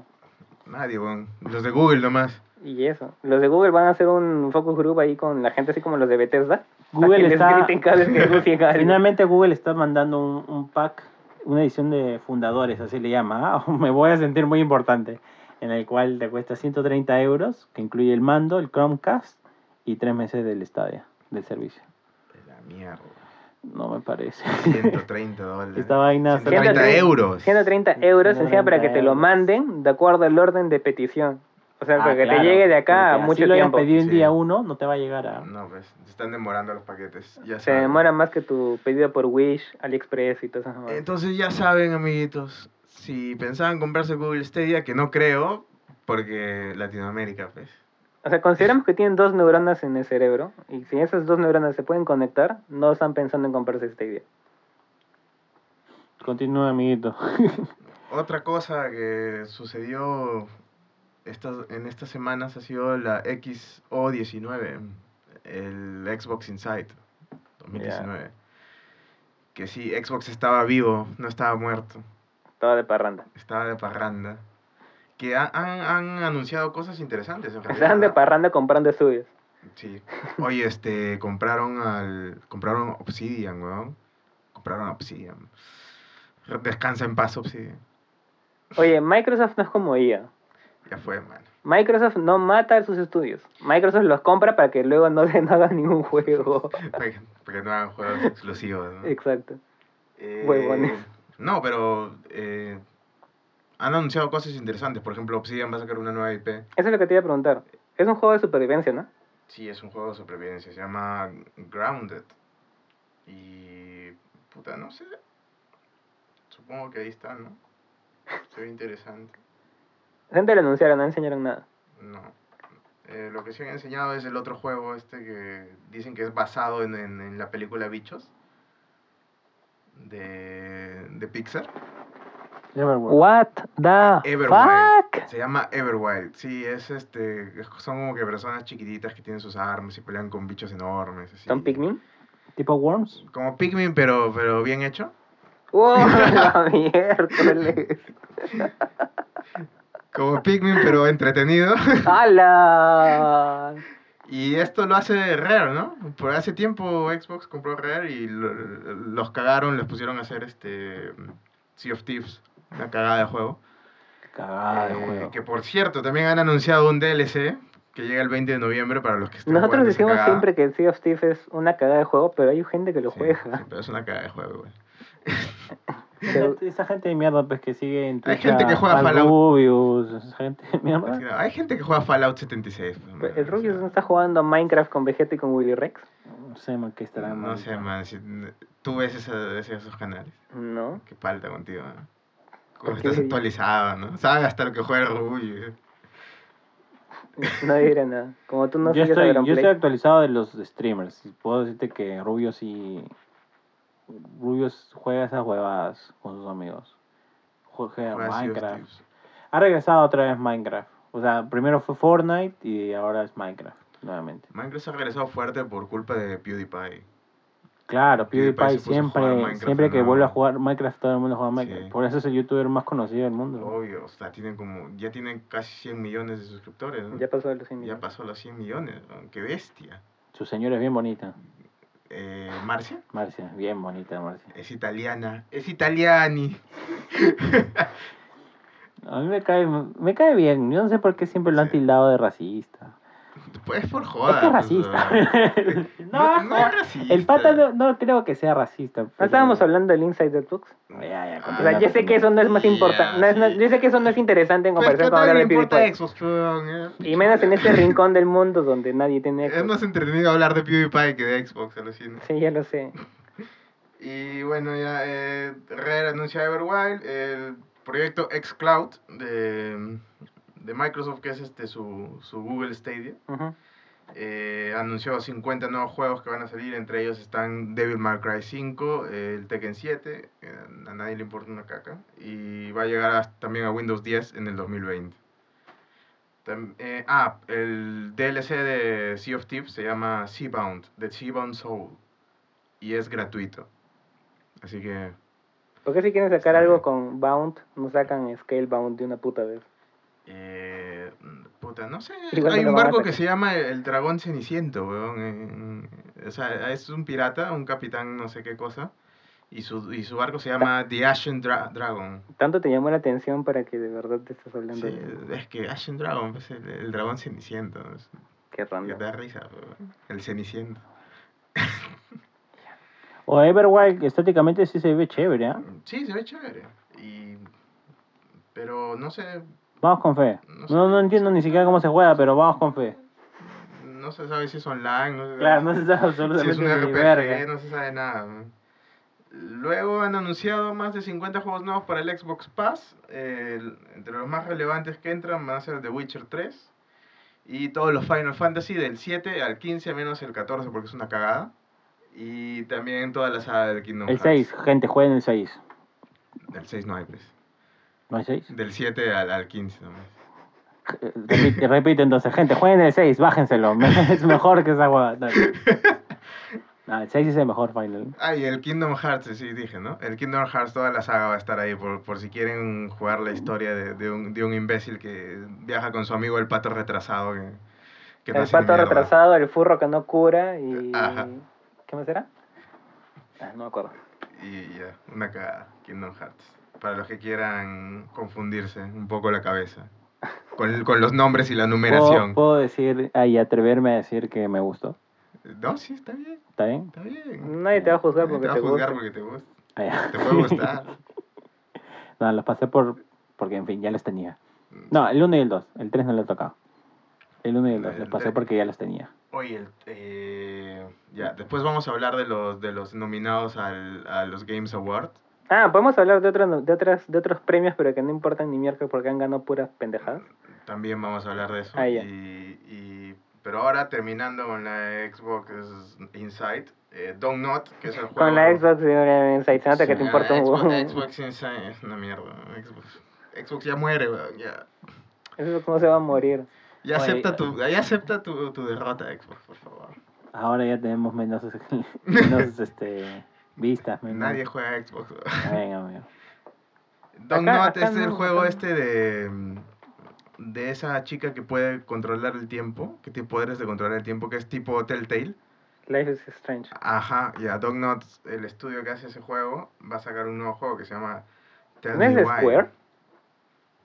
[SPEAKER 1] Nadie, weón. Los de Google nomás.
[SPEAKER 2] Y eso. Los de Google van a hacer un focus group ahí con la gente así como los de Bethesda.
[SPEAKER 3] Google
[SPEAKER 2] para que
[SPEAKER 3] está-
[SPEAKER 2] Les griten cada vez que anuncien algo.
[SPEAKER 3] Finalmente Google está mandando un, un pack, una edición de fundadores, así le llama. ¿ah? Me voy a sentir muy importante. En el cual te cuesta 130 euros, que incluye el mando, el Chromecast y tres meses del Stadia, del servicio.
[SPEAKER 1] De La mierda.
[SPEAKER 3] No me parece.
[SPEAKER 1] 130 dólares.
[SPEAKER 3] Esta vaina-
[SPEAKER 1] 130
[SPEAKER 2] 130
[SPEAKER 1] euros.
[SPEAKER 2] 130
[SPEAKER 3] pues,
[SPEAKER 2] euros encima para que
[SPEAKER 3] 130
[SPEAKER 2] te lo
[SPEAKER 3] euros.
[SPEAKER 2] manden de acuerdo al orden de petición. O sea,
[SPEAKER 3] pues. Ah,
[SPEAKER 2] para que
[SPEAKER 3] claro,
[SPEAKER 2] te llegue de
[SPEAKER 3] porque
[SPEAKER 2] acá a
[SPEAKER 3] así
[SPEAKER 2] mucho
[SPEAKER 3] lo hayas
[SPEAKER 2] tiempo.
[SPEAKER 3] pedido en
[SPEAKER 1] Sí.
[SPEAKER 3] día uno, no te va a llegar a...
[SPEAKER 1] No, pues, se están demorando los paquetes. Ya
[SPEAKER 2] Se
[SPEAKER 1] saben.
[SPEAKER 2] demora más que tu pedido por Wish, AliExpress y todas esas mamadas.
[SPEAKER 1] Entonces ya saben, amiguitos, si pensaban comprarse Google Stadia, que no creo, porque Latinoamérica, pues.
[SPEAKER 2] O sea, consideramos que tienen dos neuronas en el cerebro y si esas dos neuronas se pueden conectar, no están pensando en comprarse esta idea.
[SPEAKER 3] Continúa, amiguito.
[SPEAKER 1] Otra cosa que sucedió estas, en estas semanas ha sido la XO19, el Xbox Inside 2019. Que sí, Xbox estaba vivo, no estaba muerto,
[SPEAKER 2] Toda de parranda.
[SPEAKER 1] estaba de parranda. Que ha- han, han anunciado cosas interesantes en realidad.
[SPEAKER 2] Están de
[SPEAKER 1] ¿no?
[SPEAKER 2] parranda comprando estudios.
[SPEAKER 1] Sí. Oye, este, compraron al. Compraron Obsidian, weón. Compraron Obsidian. Descansa en paz, Obsidian.
[SPEAKER 2] Oye, Microsoft no es como ella.
[SPEAKER 1] Ya fue, mano.
[SPEAKER 2] Microsoft no mata a sus estudios. Microsoft los compra para que luego no, se- no hagan ningún juego.
[SPEAKER 1] Para que- para que no hagan juegos exclusivos, ¿no?
[SPEAKER 2] Exacto.
[SPEAKER 1] Eh,
[SPEAKER 2] huevones.
[SPEAKER 1] No, pero. eh, han anunciado cosas interesantes. Por ejemplo, Obsidian va a sacar una nueva IP.
[SPEAKER 2] Eso es lo que te iba a preguntar. Es un juego de supervivencia, ¿no?
[SPEAKER 1] Sí, es un juego de supervivencia. Se llama Grounded. Y. Puta, no sé. Supongo que ahí está, ¿no? Se ve interesante.
[SPEAKER 2] Gente lo anunciaron, no enseñaron nada.
[SPEAKER 1] No. Eh, lo que sí han enseñado es el otro juego este que dicen que es basado en, en- en la película Bichos de, de Pixar.
[SPEAKER 3] Neverwhere.
[SPEAKER 2] What the
[SPEAKER 1] Everwild.
[SPEAKER 2] fuck?
[SPEAKER 1] Se llama Everwild. Sí, es este. es- Son como que personas chiquititas que tienen sus armas y pelean con bichos enormes. así.
[SPEAKER 2] ¿Son Pikmin?
[SPEAKER 3] Tipo Worms.
[SPEAKER 1] Como Pikmin, pero, pero bien hecho.
[SPEAKER 2] ¡Oh, la miércoles!
[SPEAKER 1] Como Pikmin, pero entretenido.
[SPEAKER 2] ¡Hala!
[SPEAKER 1] Y esto lo hace Rare, ¿no? Por hace tiempo Xbox compró Rare y lo- los cagaron, les pusieron a hacer este Sea of Thieves, una cagada de juego.
[SPEAKER 2] Ah,
[SPEAKER 3] Cagada de
[SPEAKER 1] Eh,
[SPEAKER 3] juego.
[SPEAKER 1] Que por cierto, también han anunciado un DLC que llega el 20 de noviembre para los que estén
[SPEAKER 2] Nosotros
[SPEAKER 1] jugando esa
[SPEAKER 2] decimos
[SPEAKER 1] cagada.
[SPEAKER 2] siempre que el Sea of Thieves es una cagada de juego, pero hay gente que lo
[SPEAKER 1] Sí,
[SPEAKER 2] juega.
[SPEAKER 1] sí, pero es una cagada de juego, igual.
[SPEAKER 2] Pero-
[SPEAKER 3] Esa gente de mierda, pues que sigue en
[SPEAKER 1] Hay
[SPEAKER 3] Twitch
[SPEAKER 1] gente
[SPEAKER 3] a-
[SPEAKER 1] que juega
[SPEAKER 3] al
[SPEAKER 1] Fallout.
[SPEAKER 3] Rubius, esa gente de
[SPEAKER 1] Así
[SPEAKER 3] mierda.
[SPEAKER 1] que, Hay gente que juega Fallout 76. pues,
[SPEAKER 2] Pero
[SPEAKER 1] man,
[SPEAKER 2] El
[SPEAKER 1] o
[SPEAKER 2] Rubius
[SPEAKER 1] sea,
[SPEAKER 2] no está jugando a Minecraft con Vegeta y con Willy Rex.
[SPEAKER 3] No sé, man, qué estará
[SPEAKER 1] No
[SPEAKER 3] mal.
[SPEAKER 1] sé, man. si- tú ves esa- ese- esos canales.
[SPEAKER 2] No.
[SPEAKER 1] Qué palta contigo, ¿no?
[SPEAKER 2] ¿Por
[SPEAKER 1] Como
[SPEAKER 2] qué?
[SPEAKER 1] estás actualizado, ¿no? Sabes hasta lo que juega el eh, Rubius.
[SPEAKER 2] No diré nada. Como tú no
[SPEAKER 3] yo
[SPEAKER 2] sigues a
[SPEAKER 3] estoy, yo
[SPEAKER 2] Auronplay.
[SPEAKER 3] estoy actualizado de los streamers. y Puedo decirte que Rubius y. Rubius juega esas huevadas con sus amigos. Juega
[SPEAKER 1] Juega Sea of
[SPEAKER 3] Minecraft.
[SPEAKER 1] Thieves.
[SPEAKER 3] Ha regresado otra vez Minecraft. O sea, primero fue Fortnite y ahora es Minecraft, nuevamente.
[SPEAKER 1] Minecraft se ha regresado fuerte por culpa de PewDiePie.
[SPEAKER 3] Claro,
[SPEAKER 1] PewDiePie
[SPEAKER 3] PewDiePie
[SPEAKER 1] se puso pues, a jugar
[SPEAKER 3] siempre,
[SPEAKER 1] Minecraft
[SPEAKER 3] siempre
[SPEAKER 1] de
[SPEAKER 3] que
[SPEAKER 1] nuevo.
[SPEAKER 3] vuelve a jugar Minecraft, todo el mundo juega Minecraft.
[SPEAKER 1] Sí.
[SPEAKER 3] Por eso es el youtuber más conocido del mundo.
[SPEAKER 1] Obvio, o sea, tienen como, ya tienen casi 100 millones de suscriptores. ¿no?
[SPEAKER 2] Ya pasó de los
[SPEAKER 1] Ya
[SPEAKER 2] indios.
[SPEAKER 1] pasó los 100 millones, ¿no? qué bestia.
[SPEAKER 3] Su señora es bien bonita,
[SPEAKER 1] Eh, Marcia
[SPEAKER 3] Marcia, bien bonita Marcia.
[SPEAKER 1] es italiana, es italiani.
[SPEAKER 3] A mí me cae, me cae bien, yo no sé por qué siempre lo han
[SPEAKER 1] Sí.
[SPEAKER 3] tildado de racista.
[SPEAKER 1] Pues por joda.
[SPEAKER 3] es que
[SPEAKER 1] pues,
[SPEAKER 3] es racista.
[SPEAKER 1] No,
[SPEAKER 3] no,
[SPEAKER 1] no es racista.
[SPEAKER 3] el pata no, no creo que sea racista.
[SPEAKER 2] No
[SPEAKER 3] pero-
[SPEAKER 2] Ah, estábamos hablando del Inside the Books.
[SPEAKER 3] Ya,
[SPEAKER 1] Ah.
[SPEAKER 3] ya,
[SPEAKER 2] O sea, yo sé que eso no es más
[SPEAKER 1] Ya,
[SPEAKER 2] importante. No es- no-
[SPEAKER 1] sí.
[SPEAKER 2] yo sé que eso no es interesante en
[SPEAKER 1] Pues que
[SPEAKER 2] comparación
[SPEAKER 1] a
[SPEAKER 2] con
[SPEAKER 1] nadie le
[SPEAKER 2] hablar de
[SPEAKER 1] importa
[SPEAKER 2] PewDiePie.
[SPEAKER 1] Xbox, weón, eh,
[SPEAKER 2] Y menos en este rincón del mundo donde nadie tiene
[SPEAKER 1] Es más
[SPEAKER 2] Xbox.
[SPEAKER 1] entretenido hablar de PewDiePie que de Xbox, alucina.
[SPEAKER 2] Sí, ya lo sé.
[SPEAKER 1] Y bueno, ya eh, Rare anuncia Everwild, el proyecto xCloud de, de Microsoft, que es este su, su Google Stadia.
[SPEAKER 2] Ujú.
[SPEAKER 1] eh, anunció 50 nuevos juegos que van a salir, entre ellos están Devil May Cry 5, eh, el Tekken 7, eh, a nadie le importa una caca, y va a llegar a- también a Windows 10 en el 2020. Tam- eh, ah, el DLC de Sea of Thieves se llama Seabound, The Seabound Soul, y es gratuito. Así que
[SPEAKER 2] ¿Por qué si quieren sacar
[SPEAKER 1] Está
[SPEAKER 2] algo
[SPEAKER 1] bien.
[SPEAKER 2] con Bound, no sacan Scale Bound de una puta vez?
[SPEAKER 1] Eh, mm, puta, no sé.
[SPEAKER 2] Igual
[SPEAKER 1] Hay
[SPEAKER 2] no lo
[SPEAKER 1] un
[SPEAKER 2] van a
[SPEAKER 1] barco que
[SPEAKER 2] sacar.
[SPEAKER 1] se llama el, el Dragón Ceniciento, weón. en- en- o sea, es un pirata, un capitán, no sé qué cosa. Y su, y su barco se llama The Ashen Dra- Dragon.
[SPEAKER 2] Tanto te llamó la atención para que de verdad te estás hablando
[SPEAKER 1] Sí,
[SPEAKER 2] de...
[SPEAKER 1] es que Ashen Dragon, pues, el, el dragón Ceniciento. es-
[SPEAKER 2] Qué
[SPEAKER 1] que
[SPEAKER 2] random.
[SPEAKER 1] da risa, weón, El Ceniciento.
[SPEAKER 3] O Everwild, que estéticamente sí se ve chévere, ¿ah?
[SPEAKER 1] Sí, se ve chévere. Y, pero no sé,
[SPEAKER 3] Vamos con fe.
[SPEAKER 1] No sé.
[SPEAKER 3] No, no entiendo ni siquiera cómo se juega, pero vamos con fe.
[SPEAKER 1] no se sabe si es online. No se sabe
[SPEAKER 3] Claro, no se sabe
[SPEAKER 1] Si
[SPEAKER 3] absolutamente
[SPEAKER 1] es un
[SPEAKER 3] ni
[SPEAKER 1] RPG,
[SPEAKER 3] verga.
[SPEAKER 1] no se sabe nada. ¿no? Luego han anunciado más de 50 juegos nuevos para el Xbox Pass. Eh, el- entre los más relevantes que entran van a ser The Witcher 3 y todos los Final Fantasy del 7 al 15, menos el 14 porque es una cagada. Y también toda la saga del Kingdom
[SPEAKER 3] El
[SPEAKER 1] Hearts.
[SPEAKER 3] 6, gente, jueguen el 6.
[SPEAKER 1] Del 6 no hay, pues.
[SPEAKER 3] ¿No hay 6?
[SPEAKER 1] Del 7 al, al 15 nomás.
[SPEAKER 3] Repite, repite entonces, gente, jueguen el 6, bájenselo. es mejor que esa hueá. Dale. No, el 6 es el mejor final.
[SPEAKER 1] Ah, y el Kingdom Hearts, sí dije, ¿no? El Kingdom Hearts, toda la saga va a estar ahí por, por si quieren jugar la historia de, de un, de un imbécil que viaja con su amigo el pato retrasado. Que, que no
[SPEAKER 2] El
[SPEAKER 1] hace ni
[SPEAKER 2] pato
[SPEAKER 1] mierda.
[SPEAKER 2] retrasado, el furro que no cura y...
[SPEAKER 1] Ajá.
[SPEAKER 2] ¿Qué más era? Ah, no me acuerdo.
[SPEAKER 1] Y ya, una cagada, Kingdom Hearts. Para los que quieran confundirse un poco la cabeza. Con, con los nombres y la
[SPEAKER 3] ¿Puedo,
[SPEAKER 1] numeración.
[SPEAKER 3] puedo decir ah, y atreverme a decir que me gustó.
[SPEAKER 1] No, sí, está bien,
[SPEAKER 3] ¿Está bien?
[SPEAKER 1] está bien.
[SPEAKER 2] Nadie te va a juzgar
[SPEAKER 1] Nadie
[SPEAKER 2] porque
[SPEAKER 1] te va
[SPEAKER 2] te
[SPEAKER 1] a juzgar
[SPEAKER 2] gusta.
[SPEAKER 1] porque te gusta.
[SPEAKER 3] Ah, ya.
[SPEAKER 1] Te puede gustar.
[SPEAKER 3] no, los pasé por. Porque, en fin, ya los tenía.
[SPEAKER 1] Mm.
[SPEAKER 3] No, el 1 y el 2. El 3 no lo he tocado. El 1 y el 2 los pasé porque ya los tenía.
[SPEAKER 1] Oye, el- eh, ya, después vamos a hablar de los, de los nominados al, a los Games Awards.
[SPEAKER 2] Ah, podemos hablar de, otros de, otras, de otros premios, pero que no importan ni miércoles porque han ganado puras pendejadas.
[SPEAKER 1] También vamos a hablar de eso.
[SPEAKER 2] Ah, ya.
[SPEAKER 1] y, y- pero ahora terminando con la Xbox Inside, eh, Don't Not, que es el juego...
[SPEAKER 2] Con la Xbox, señor, se nota que
[SPEAKER 3] Sí,
[SPEAKER 2] te
[SPEAKER 1] Ah,
[SPEAKER 2] importa un
[SPEAKER 1] Xbox,
[SPEAKER 2] huevo.
[SPEAKER 1] Xbox Inside es una mierda. Xbox, Xbox ya muere, weón, ya.
[SPEAKER 2] Xbox no se va a morir.
[SPEAKER 1] Ya
[SPEAKER 3] Oye,
[SPEAKER 1] acepta, tu, ya acepta tu, tu derrota, Xbox, por favor.
[SPEAKER 3] Ahora ya tenemos menos, menos este, vistas. menos-
[SPEAKER 1] Nadie juega a Xbox. weón.
[SPEAKER 3] Está bien, amigo.
[SPEAKER 1] Don't
[SPEAKER 2] Acá-
[SPEAKER 1] Not
[SPEAKER 2] acá
[SPEAKER 1] es el
[SPEAKER 2] no,
[SPEAKER 1] juego
[SPEAKER 2] acá no.
[SPEAKER 1] este de, mm, de esa chica que puede controlar el tiempo, que tiene poderes de controlar el tiempo, que es tipo Telltale.
[SPEAKER 2] Life is Strange.
[SPEAKER 1] Ajá, ya, Dog Not, el estudio que hace ese juego, va a sacar un nuevo juego que se llama Tell
[SPEAKER 2] ¿No es
[SPEAKER 1] Me
[SPEAKER 2] de
[SPEAKER 1] Why.
[SPEAKER 2] Square?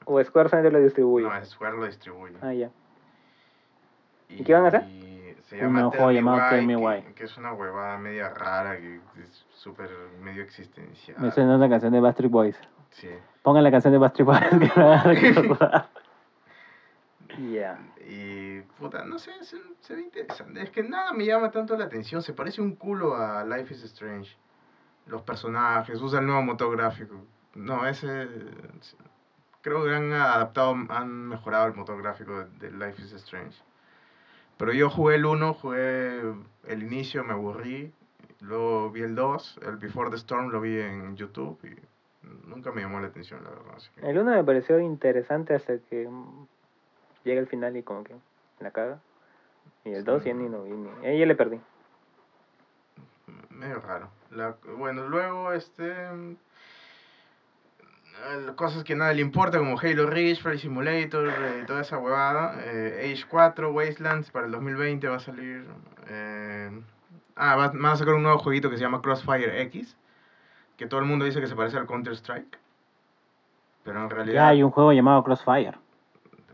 [SPEAKER 2] ¿O Square solamente lo distribuye?
[SPEAKER 1] No, Square lo distribuye.
[SPEAKER 2] Ah, ya. Ah, ¿Y qué van a hacer?
[SPEAKER 1] Y se- Se
[SPEAKER 3] Un nuevo
[SPEAKER 1] Tell
[SPEAKER 3] juego
[SPEAKER 1] Me
[SPEAKER 3] llamado
[SPEAKER 1] Why,
[SPEAKER 3] Tell Me
[SPEAKER 1] que-
[SPEAKER 3] Why.
[SPEAKER 1] Que, es una huevada media rara, que es súper medio existencial.
[SPEAKER 3] Me suena una canción de Bastard Boys.
[SPEAKER 1] Sí.
[SPEAKER 3] Pongan la canción de Bastard Boys que me van a recordar.
[SPEAKER 2] Ya.
[SPEAKER 1] Y puta, no sé, se, se ve interesante. Es que nada me llama tanto la atención. Se parece un culo a Life is Strange. Los personajes, usa el nuevo motográfico. No, ese. Creo que han adaptado, han mejorado el motográfico de, de Life is Strange. Pero yo jugué el 1, jugué el inicio, me aburrí. Luego vi el 2, el Before the Storm lo vi en YouTube y nunca me llamó la atención, la verdad. así que-
[SPEAKER 2] El uno me pareció interesante hasta que mm, llega el final y como que la caga. Y el
[SPEAKER 1] Sí.
[SPEAKER 2] 2 ya ni no vi ni. Ahí ya le perdí.
[SPEAKER 1] medio raro. La- bueno, luego este mm, el- cosas que a nadie le importa como Halo Reach, Flight Simulator, eh, toda esa huevada. Eh, Age 4, Wastelands para el 2020 va a salir. eh, ah, va- van a sacar un nuevo jueguito que se llama Crossfire X, que todo el mundo dice que se parece al Counter Strike. Pero en
[SPEAKER 3] Ya
[SPEAKER 1] realidad
[SPEAKER 3] hay un juego llamado Crossfire.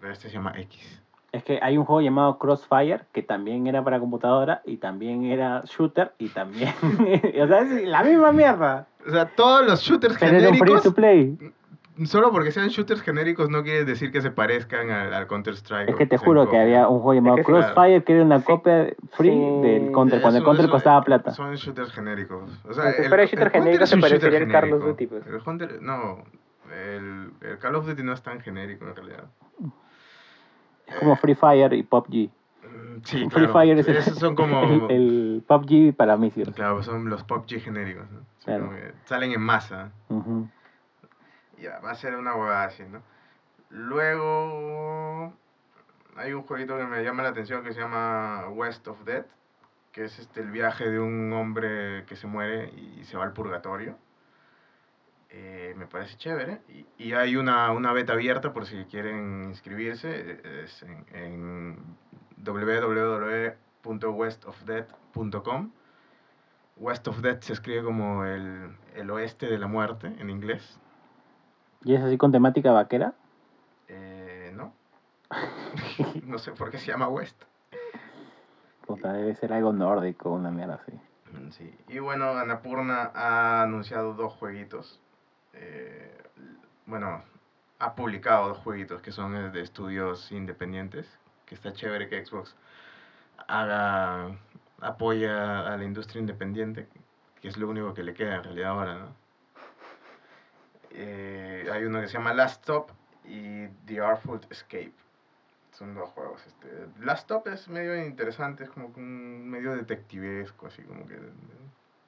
[SPEAKER 1] este se llama X.
[SPEAKER 3] Es que hay un juego llamado Crossfire que también era para computadora y también era shooter y también. o sea, es la misma mierda.
[SPEAKER 1] O sea, todos los shooters
[SPEAKER 3] Pero era un free
[SPEAKER 1] genéricos
[SPEAKER 3] to play.
[SPEAKER 1] Solo porque sean shooters genéricos no quiere decir que se parezcan al, al Counter-Strike.
[SPEAKER 3] Es que te juro que había un juego llamado
[SPEAKER 2] que sí,
[SPEAKER 3] Crossfire que era una copia free
[SPEAKER 2] Sí.
[SPEAKER 3] del Counter, cuando el Counter costaba plata.
[SPEAKER 1] Eh, Son shooters genéricos. O sea,
[SPEAKER 2] Aunque fuera shooter
[SPEAKER 1] Counter
[SPEAKER 2] genérico,
[SPEAKER 1] es un
[SPEAKER 2] se
[SPEAKER 1] shooter
[SPEAKER 2] parecería al Call of
[SPEAKER 1] genérico.
[SPEAKER 2] Duty, pues.
[SPEAKER 1] El Counter- no, el, el Call of Duty no es tan genérico en realidad.
[SPEAKER 3] Es como Free Fire y PUBG.
[SPEAKER 1] Mm, Sí,
[SPEAKER 3] Free
[SPEAKER 1] claro.
[SPEAKER 3] Fire es el,
[SPEAKER 1] Esos son como...
[SPEAKER 3] el, el PUBG para misiles.
[SPEAKER 1] Claro, son los PUBG genéricos. ¿no? Son
[SPEAKER 3] Claro.
[SPEAKER 1] como que Salen en masa.
[SPEAKER 3] Ujú.
[SPEAKER 1] Ya, va a ser una huevada así, ¿no? Luego hay un jueguito que me llama la atención que se llama West of Death, que es este el viaje de un hombre que se muere y se va al purgatorio. Eh, me parece chévere. Y, y hay una, una beta abierta por si quieren inscribirse. eh, Es en, en www.westofdeath.com. West of Death se escribe como el, el oeste de la muerte en inglés.
[SPEAKER 3] ¿Y es así con temática vaquera?
[SPEAKER 1] Eh, no. no sé por qué se llama West.
[SPEAKER 3] Puta, debe ser algo nórdico, una mierda así.
[SPEAKER 1] Mm, Sí. Y bueno, Anapurna ha anunciado dos jueguitos. Eh, bueno, ha publicado dos jueguitos que son eh, de estudios independientes. Que está chévere que Xbox haga apoya a la industria independiente, que es lo único que le queda en realidad ahora, ¿no? Eh, hay uno que se llama Last Stop y The Artful Escape. Son dos juegos. Este. Last Stop es medio interesante, es como que un medio detectivesco, así como que.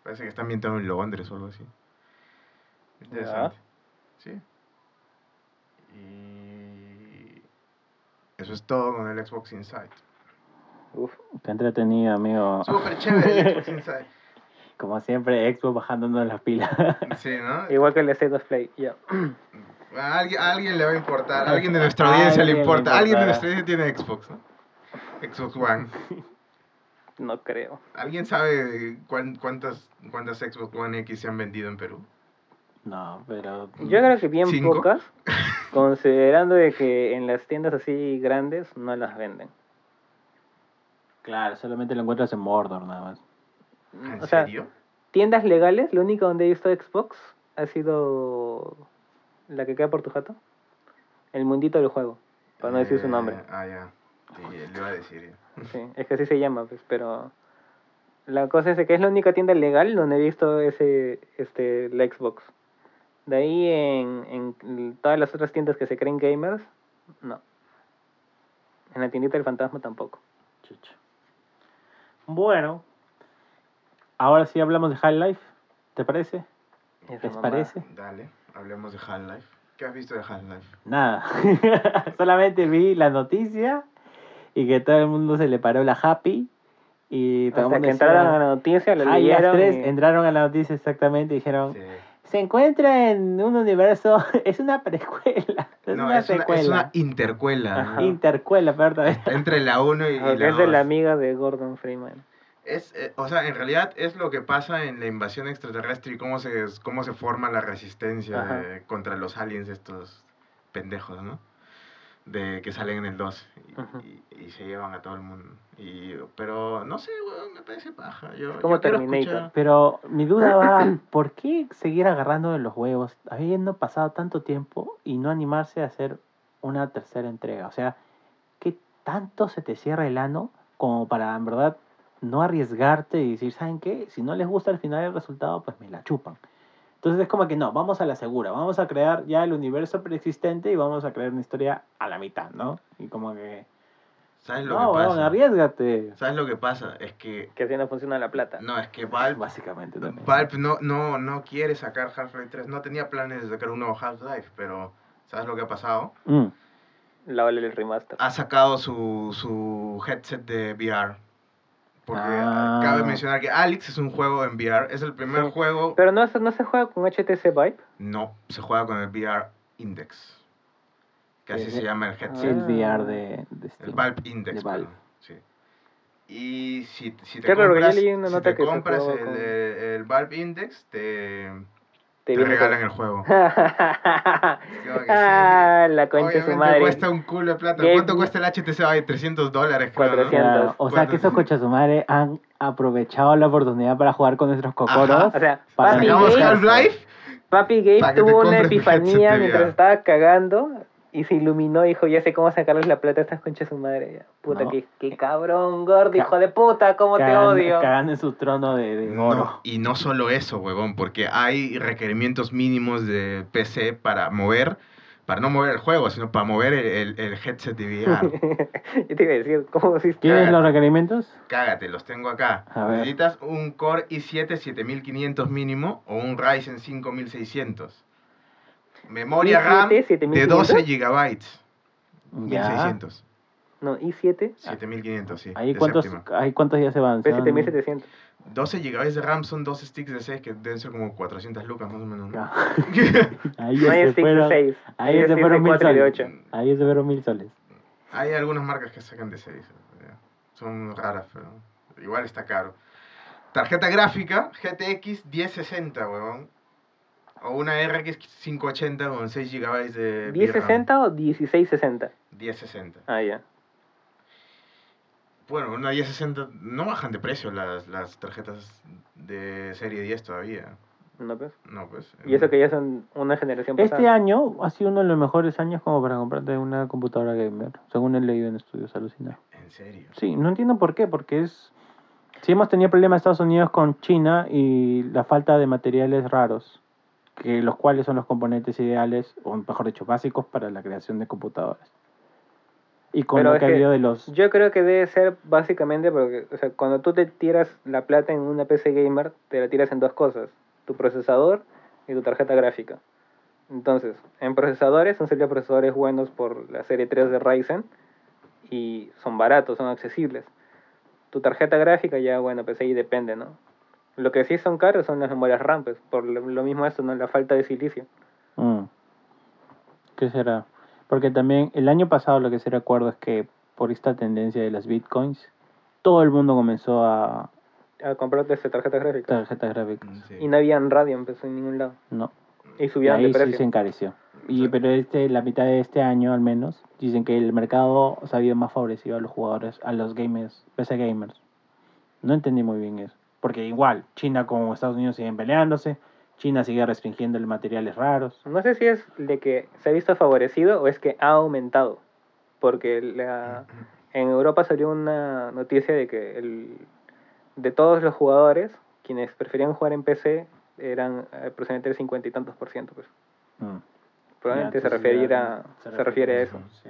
[SPEAKER 1] Parece que está ambientado en Londres o algo así. Interesante. Sí. Y. Eso es todo con el Xbox Inside.
[SPEAKER 2] Uf.
[SPEAKER 3] Qué entretenido, amigo.
[SPEAKER 1] Súper chévere el Xbox Inside.
[SPEAKER 3] Como siempre, Xbox bajándonos las pilas.
[SPEAKER 1] Sí, ¿no?
[SPEAKER 2] Igual que el c 2 Play. Ya.
[SPEAKER 1] A alguien, a alguien le va a importar, a alguien de nuestra
[SPEAKER 3] A
[SPEAKER 1] audiencia le
[SPEAKER 3] alguien le
[SPEAKER 1] importa. Alguien de
[SPEAKER 3] importará.
[SPEAKER 1] nuestra audiencia tiene Xbox, ¿no? Xbox One.
[SPEAKER 2] No creo.
[SPEAKER 1] ¿Alguien sabe cuán- cuántas, cuántas Xbox One X se han vendido en Perú?
[SPEAKER 3] No, pero...
[SPEAKER 2] Yo creo que bien
[SPEAKER 1] Mm, Cinco.
[SPEAKER 2] pocas, considerando de que en las tiendas así grandes no las venden.
[SPEAKER 3] mm, Claro, solamente lo encuentras en Mordor nada más.
[SPEAKER 1] ¿En
[SPEAKER 2] Mm, o sea,
[SPEAKER 1] serio?
[SPEAKER 2] tiendas legales, lo único donde he visto Xbox ha sido la que queda por tu jato. El mundito del juego, para no decir su
[SPEAKER 1] Eh,
[SPEAKER 2] nombre.
[SPEAKER 1] Ah, ya. Sí, le iba a decir.
[SPEAKER 2] Sí, es que así se llama, pues, pero la cosa es de que es la única tienda legal donde he visto ese, este, la Xbox. De ahí en, en l- todas las otras tiendas que se creen gamers, no. En la tiendita del fantasma tampoco.
[SPEAKER 3] Chucha. Bueno. Ahora sí hablamos de High Life. ¿Te parece?
[SPEAKER 2] Esa
[SPEAKER 3] ¿Les
[SPEAKER 2] mamá.
[SPEAKER 3] parece?
[SPEAKER 1] Dale, hablemos de Half-Life. ¿Qué has visto de Half-Life?
[SPEAKER 3] Nada. Solamente vi la noticia y que todo el mundo se le paró la happy. Y todo el
[SPEAKER 2] Hasta
[SPEAKER 3] mundo
[SPEAKER 2] que
[SPEAKER 3] decía,
[SPEAKER 2] entraron a la noticia, la
[SPEAKER 3] "High Life
[SPEAKER 2] leyeron
[SPEAKER 3] 3",
[SPEAKER 2] y-
[SPEAKER 3] entraron a la noticia exactamente y dijeron,
[SPEAKER 1] Sí.
[SPEAKER 3] se encuentra en un universo, es una precuela, es
[SPEAKER 1] No,
[SPEAKER 3] una
[SPEAKER 1] es una, es
[SPEAKER 3] secuela,
[SPEAKER 1] una intercuela.
[SPEAKER 2] Ajá.
[SPEAKER 1] ¿no?
[SPEAKER 3] intercuela, perdón, todavía está-
[SPEAKER 1] Entre la 1 y, y
[SPEAKER 2] Aunque
[SPEAKER 1] la
[SPEAKER 2] es de la
[SPEAKER 1] dos.
[SPEAKER 2] amiga de Gordon Freeman.
[SPEAKER 1] Es, eh, o sea, en realidad es lo que pasa en la invasión extraterrestre y cómo se, cómo se forma la resistencia
[SPEAKER 2] Ajá.
[SPEAKER 1] eh, contra los aliens estos pendejos, ¿no? de que salen en el 2 y,
[SPEAKER 2] Ajá.
[SPEAKER 1] y- y se llevan a todo el mundo. Y, pero no sé, weón, me parece paja. Yo,
[SPEAKER 2] Es como
[SPEAKER 1] yo quiero
[SPEAKER 2] Terminator.
[SPEAKER 1] escuchar-
[SPEAKER 3] Pero mi duda va, ¿por qué seguir agarrando de los huevos, habiendo pasado tanto tiempo y no animarse a hacer una tercera entrega? O sea, ¿qué tanto se te cierra el ano como para, en verdad, no arriesgarte y decir, ¿saben qué? Si no les gusta al final el resultado, pues me la chupan. Entonces es como que no, vamos a la segura, vamos a crear ya el universo preexistente y vamos a crear una historia a la mitad, ¿no? Y como que,
[SPEAKER 1] ¿Sabes lo
[SPEAKER 3] no,
[SPEAKER 1] que
[SPEAKER 3] weón,
[SPEAKER 1] pasa?
[SPEAKER 3] arriesgate.
[SPEAKER 1] ¿Sabes lo que pasa? Es que.
[SPEAKER 2] Que así no funciona la plata.
[SPEAKER 1] No, es que Valve.
[SPEAKER 3] Básicamente también.
[SPEAKER 1] Valve no, no, no quiere sacar Half-Life 3. No tenía planes de sacar un nuevo Half-Life, pero ¿sabes lo que ha pasado?
[SPEAKER 3] Mm.
[SPEAKER 2] La vale el remaster.
[SPEAKER 1] Ha sacado su, su headset de VR. Porque
[SPEAKER 3] Ah.
[SPEAKER 1] cabe mencionar que Alex es un juego en VR. Es el primer
[SPEAKER 2] Sí.
[SPEAKER 1] juego.
[SPEAKER 2] Pero no, se- no se juega con HTC Vive.
[SPEAKER 1] No, se juega con el VR Index. Que así
[SPEAKER 3] Eh,
[SPEAKER 1] se llama el
[SPEAKER 3] Sí, el
[SPEAKER 1] headset.
[SPEAKER 2] Ah.
[SPEAKER 3] VR de, de
[SPEAKER 1] El
[SPEAKER 3] Steam.
[SPEAKER 1] Valve Index,
[SPEAKER 3] de Valve.
[SPEAKER 1] perdón, sí. Y si, si te
[SPEAKER 2] Qué raro,
[SPEAKER 1] compras,
[SPEAKER 2] yo leí una
[SPEAKER 1] si
[SPEAKER 2] nota
[SPEAKER 1] te
[SPEAKER 2] que se
[SPEAKER 1] compras
[SPEAKER 2] jugaba
[SPEAKER 1] el,
[SPEAKER 2] con-
[SPEAKER 1] eh, el Valve Index, te,
[SPEAKER 2] Te
[SPEAKER 1] te
[SPEAKER 2] viene
[SPEAKER 1] regalan el
[SPEAKER 2] todo.
[SPEAKER 1] juego. que sí.
[SPEAKER 2] ah, la concha de su
[SPEAKER 1] Obviamente
[SPEAKER 2] madre.
[SPEAKER 1] cuesta un culo de plata.
[SPEAKER 2] Game-
[SPEAKER 1] ¿Cuánto cuesta el HTC? Ay, 300 dólares. creo, ¿no?
[SPEAKER 2] 400.
[SPEAKER 3] Claro, O sea que esos cochazumares han aprovechado la oportunidad para jugar con nuestros cocoros.
[SPEAKER 2] O sea,
[SPEAKER 3] Para
[SPEAKER 2] papi
[SPEAKER 1] Sacamos
[SPEAKER 3] Game-
[SPEAKER 2] Gabe,
[SPEAKER 1] Half-Life.
[SPEAKER 2] papi Gabe
[SPEAKER 1] para que te
[SPEAKER 2] tuvo una
[SPEAKER 1] compres mi headset
[SPEAKER 2] epifanía
[SPEAKER 1] de
[SPEAKER 2] mientras
[SPEAKER 1] VR.
[SPEAKER 2] estaba cagando y se iluminó. Dijo, ya sé cómo sacarles la plata a estas conchas de su madre. ya. Puta,
[SPEAKER 3] No.
[SPEAKER 2] qué, qué cabrón, gordo,
[SPEAKER 3] Ca-
[SPEAKER 2] hijo de puta, cómo te
[SPEAKER 3] cagando-
[SPEAKER 2] odio.
[SPEAKER 3] Cagando en su trono de, de
[SPEAKER 1] No,
[SPEAKER 3] oro.
[SPEAKER 1] y no solo eso, huevón, porque hay requerimientos mínimos de PC para mover, para no mover el juego, sino para mover el, el- el headset de VR.
[SPEAKER 2] Yo te iba a decir, ¿cómo hiciste?
[SPEAKER 3] ¿Tienes
[SPEAKER 1] Cagate.
[SPEAKER 3] los requerimientos?
[SPEAKER 1] Cágate, los tengo acá.
[SPEAKER 3] A ver.
[SPEAKER 1] Necesitas un Core i7 7500 mínimo o un Ryzen 5600. Memoria
[SPEAKER 2] ¿i7
[SPEAKER 1] RAM de
[SPEAKER 2] 7500?
[SPEAKER 1] 12 GB.
[SPEAKER 3] Ya.
[SPEAKER 1] 1600.
[SPEAKER 2] No, I7
[SPEAKER 1] 7500, sí.
[SPEAKER 3] ¿Ahí
[SPEAKER 1] de
[SPEAKER 3] cuántos,
[SPEAKER 1] séptima.
[SPEAKER 3] ¿Ahí cuántos ya se van?
[SPEAKER 2] fue
[SPEAKER 3] Son-
[SPEAKER 2] 7700.
[SPEAKER 1] 12 GB de RAM son 12 sticks de 6 que deben ser como 400 lucas más o menos. ¿no?
[SPEAKER 3] Ya. Ahí
[SPEAKER 2] No
[SPEAKER 3] ya
[SPEAKER 2] hay
[SPEAKER 3] se
[SPEAKER 2] sticks de
[SPEAKER 3] fueron.
[SPEAKER 2] 6.
[SPEAKER 3] ahí se fueron mil
[SPEAKER 2] 4 y de
[SPEAKER 3] soles.
[SPEAKER 2] 8.
[SPEAKER 3] Ahí ya se fueron mil soles.
[SPEAKER 1] Hay algunas marcas que sacan de 6. ¿ya? Son raras, pero igual está caro. Tarjeta gráfica GTX 1060, huevón. O una RX 580 con 6 GB de VRAM.
[SPEAKER 2] ¿1060 o 1660?
[SPEAKER 1] 1060.
[SPEAKER 2] Ah, ya.
[SPEAKER 1] Bueno, una 1060 no bajan de precio las, las tarjetas de serie 10 todavía.
[SPEAKER 2] ¿No ves?
[SPEAKER 1] No, pues.
[SPEAKER 2] Y eso que ya son una generación
[SPEAKER 3] Este
[SPEAKER 2] pasada.
[SPEAKER 3] año ha sido uno de los mejores años como para comprarte una computadora gamer. Según he leído en estudios alucinados.
[SPEAKER 1] En serio.
[SPEAKER 3] Sí, no entiendo por qué, porque es... Si hemos tenido problemas Estados Unidos con China y la falta de materiales raros, que los cuales son los componentes ideales, o mejor dicho, básicos para la creación de computadoras. Y con
[SPEAKER 2] Pero
[SPEAKER 3] lo
[SPEAKER 2] es
[SPEAKER 3] que ha
[SPEAKER 2] que
[SPEAKER 3] habido de los...
[SPEAKER 2] Yo creo que debe ser básicamente porque, o sea, cuando tú te tiras la plata en una PC gamer, te la tiras en dos cosas: tu procesador y tu tarjeta gráfica. Entonces, en procesadores, han salido procesadores buenos por la serie 3 de Ryzen y son baratos, son accesibles. Tu tarjeta gráfica, ya bueno, pues ahí depende, ¿no? Lo que sí son caros son las memorias RAM, pues, por lo lo mismo esto, ¿no? La falta de silicio.
[SPEAKER 3] Mm. ¿Qué será? Porque también el año pasado lo que sí recuerdo es que por esta tendencia de las bitcoins, todo el mundo comenzó a
[SPEAKER 2] A comprarte esta tarjeta gráfica.
[SPEAKER 3] tarjetas gráficas.
[SPEAKER 1] Sí.
[SPEAKER 2] Y no habían Radeon pues, en ningún lado.
[SPEAKER 3] No,
[SPEAKER 2] Y
[SPEAKER 3] Y
[SPEAKER 2] subían de
[SPEAKER 3] ahí sí
[SPEAKER 2] precio.
[SPEAKER 3] se encareció. Y,
[SPEAKER 1] Sí.
[SPEAKER 3] pero este, la mitad de este año al menos, dicen que el mercado se ha habido más favorecido a los jugadores, a los gamers, PC gamers. No entendí muy bien eso. Porque igual, China con Estados Unidos siguen peleándose, China sigue restringiendo los materiales raros.
[SPEAKER 2] No sé si es de que se ha visto favorecido o es que ha aumentado. Porque la... en Europa salió una noticia de que el... de todos los jugadores, quienes preferían jugar en PC eran aproximadamente el cincuenta y tantos por ciento. Pues.
[SPEAKER 3] Mm.
[SPEAKER 2] Probablemente
[SPEAKER 3] Ya,
[SPEAKER 2] se,
[SPEAKER 3] entonces
[SPEAKER 2] refiere
[SPEAKER 3] ya
[SPEAKER 2] a... se, refiere a eso.
[SPEAKER 3] sí.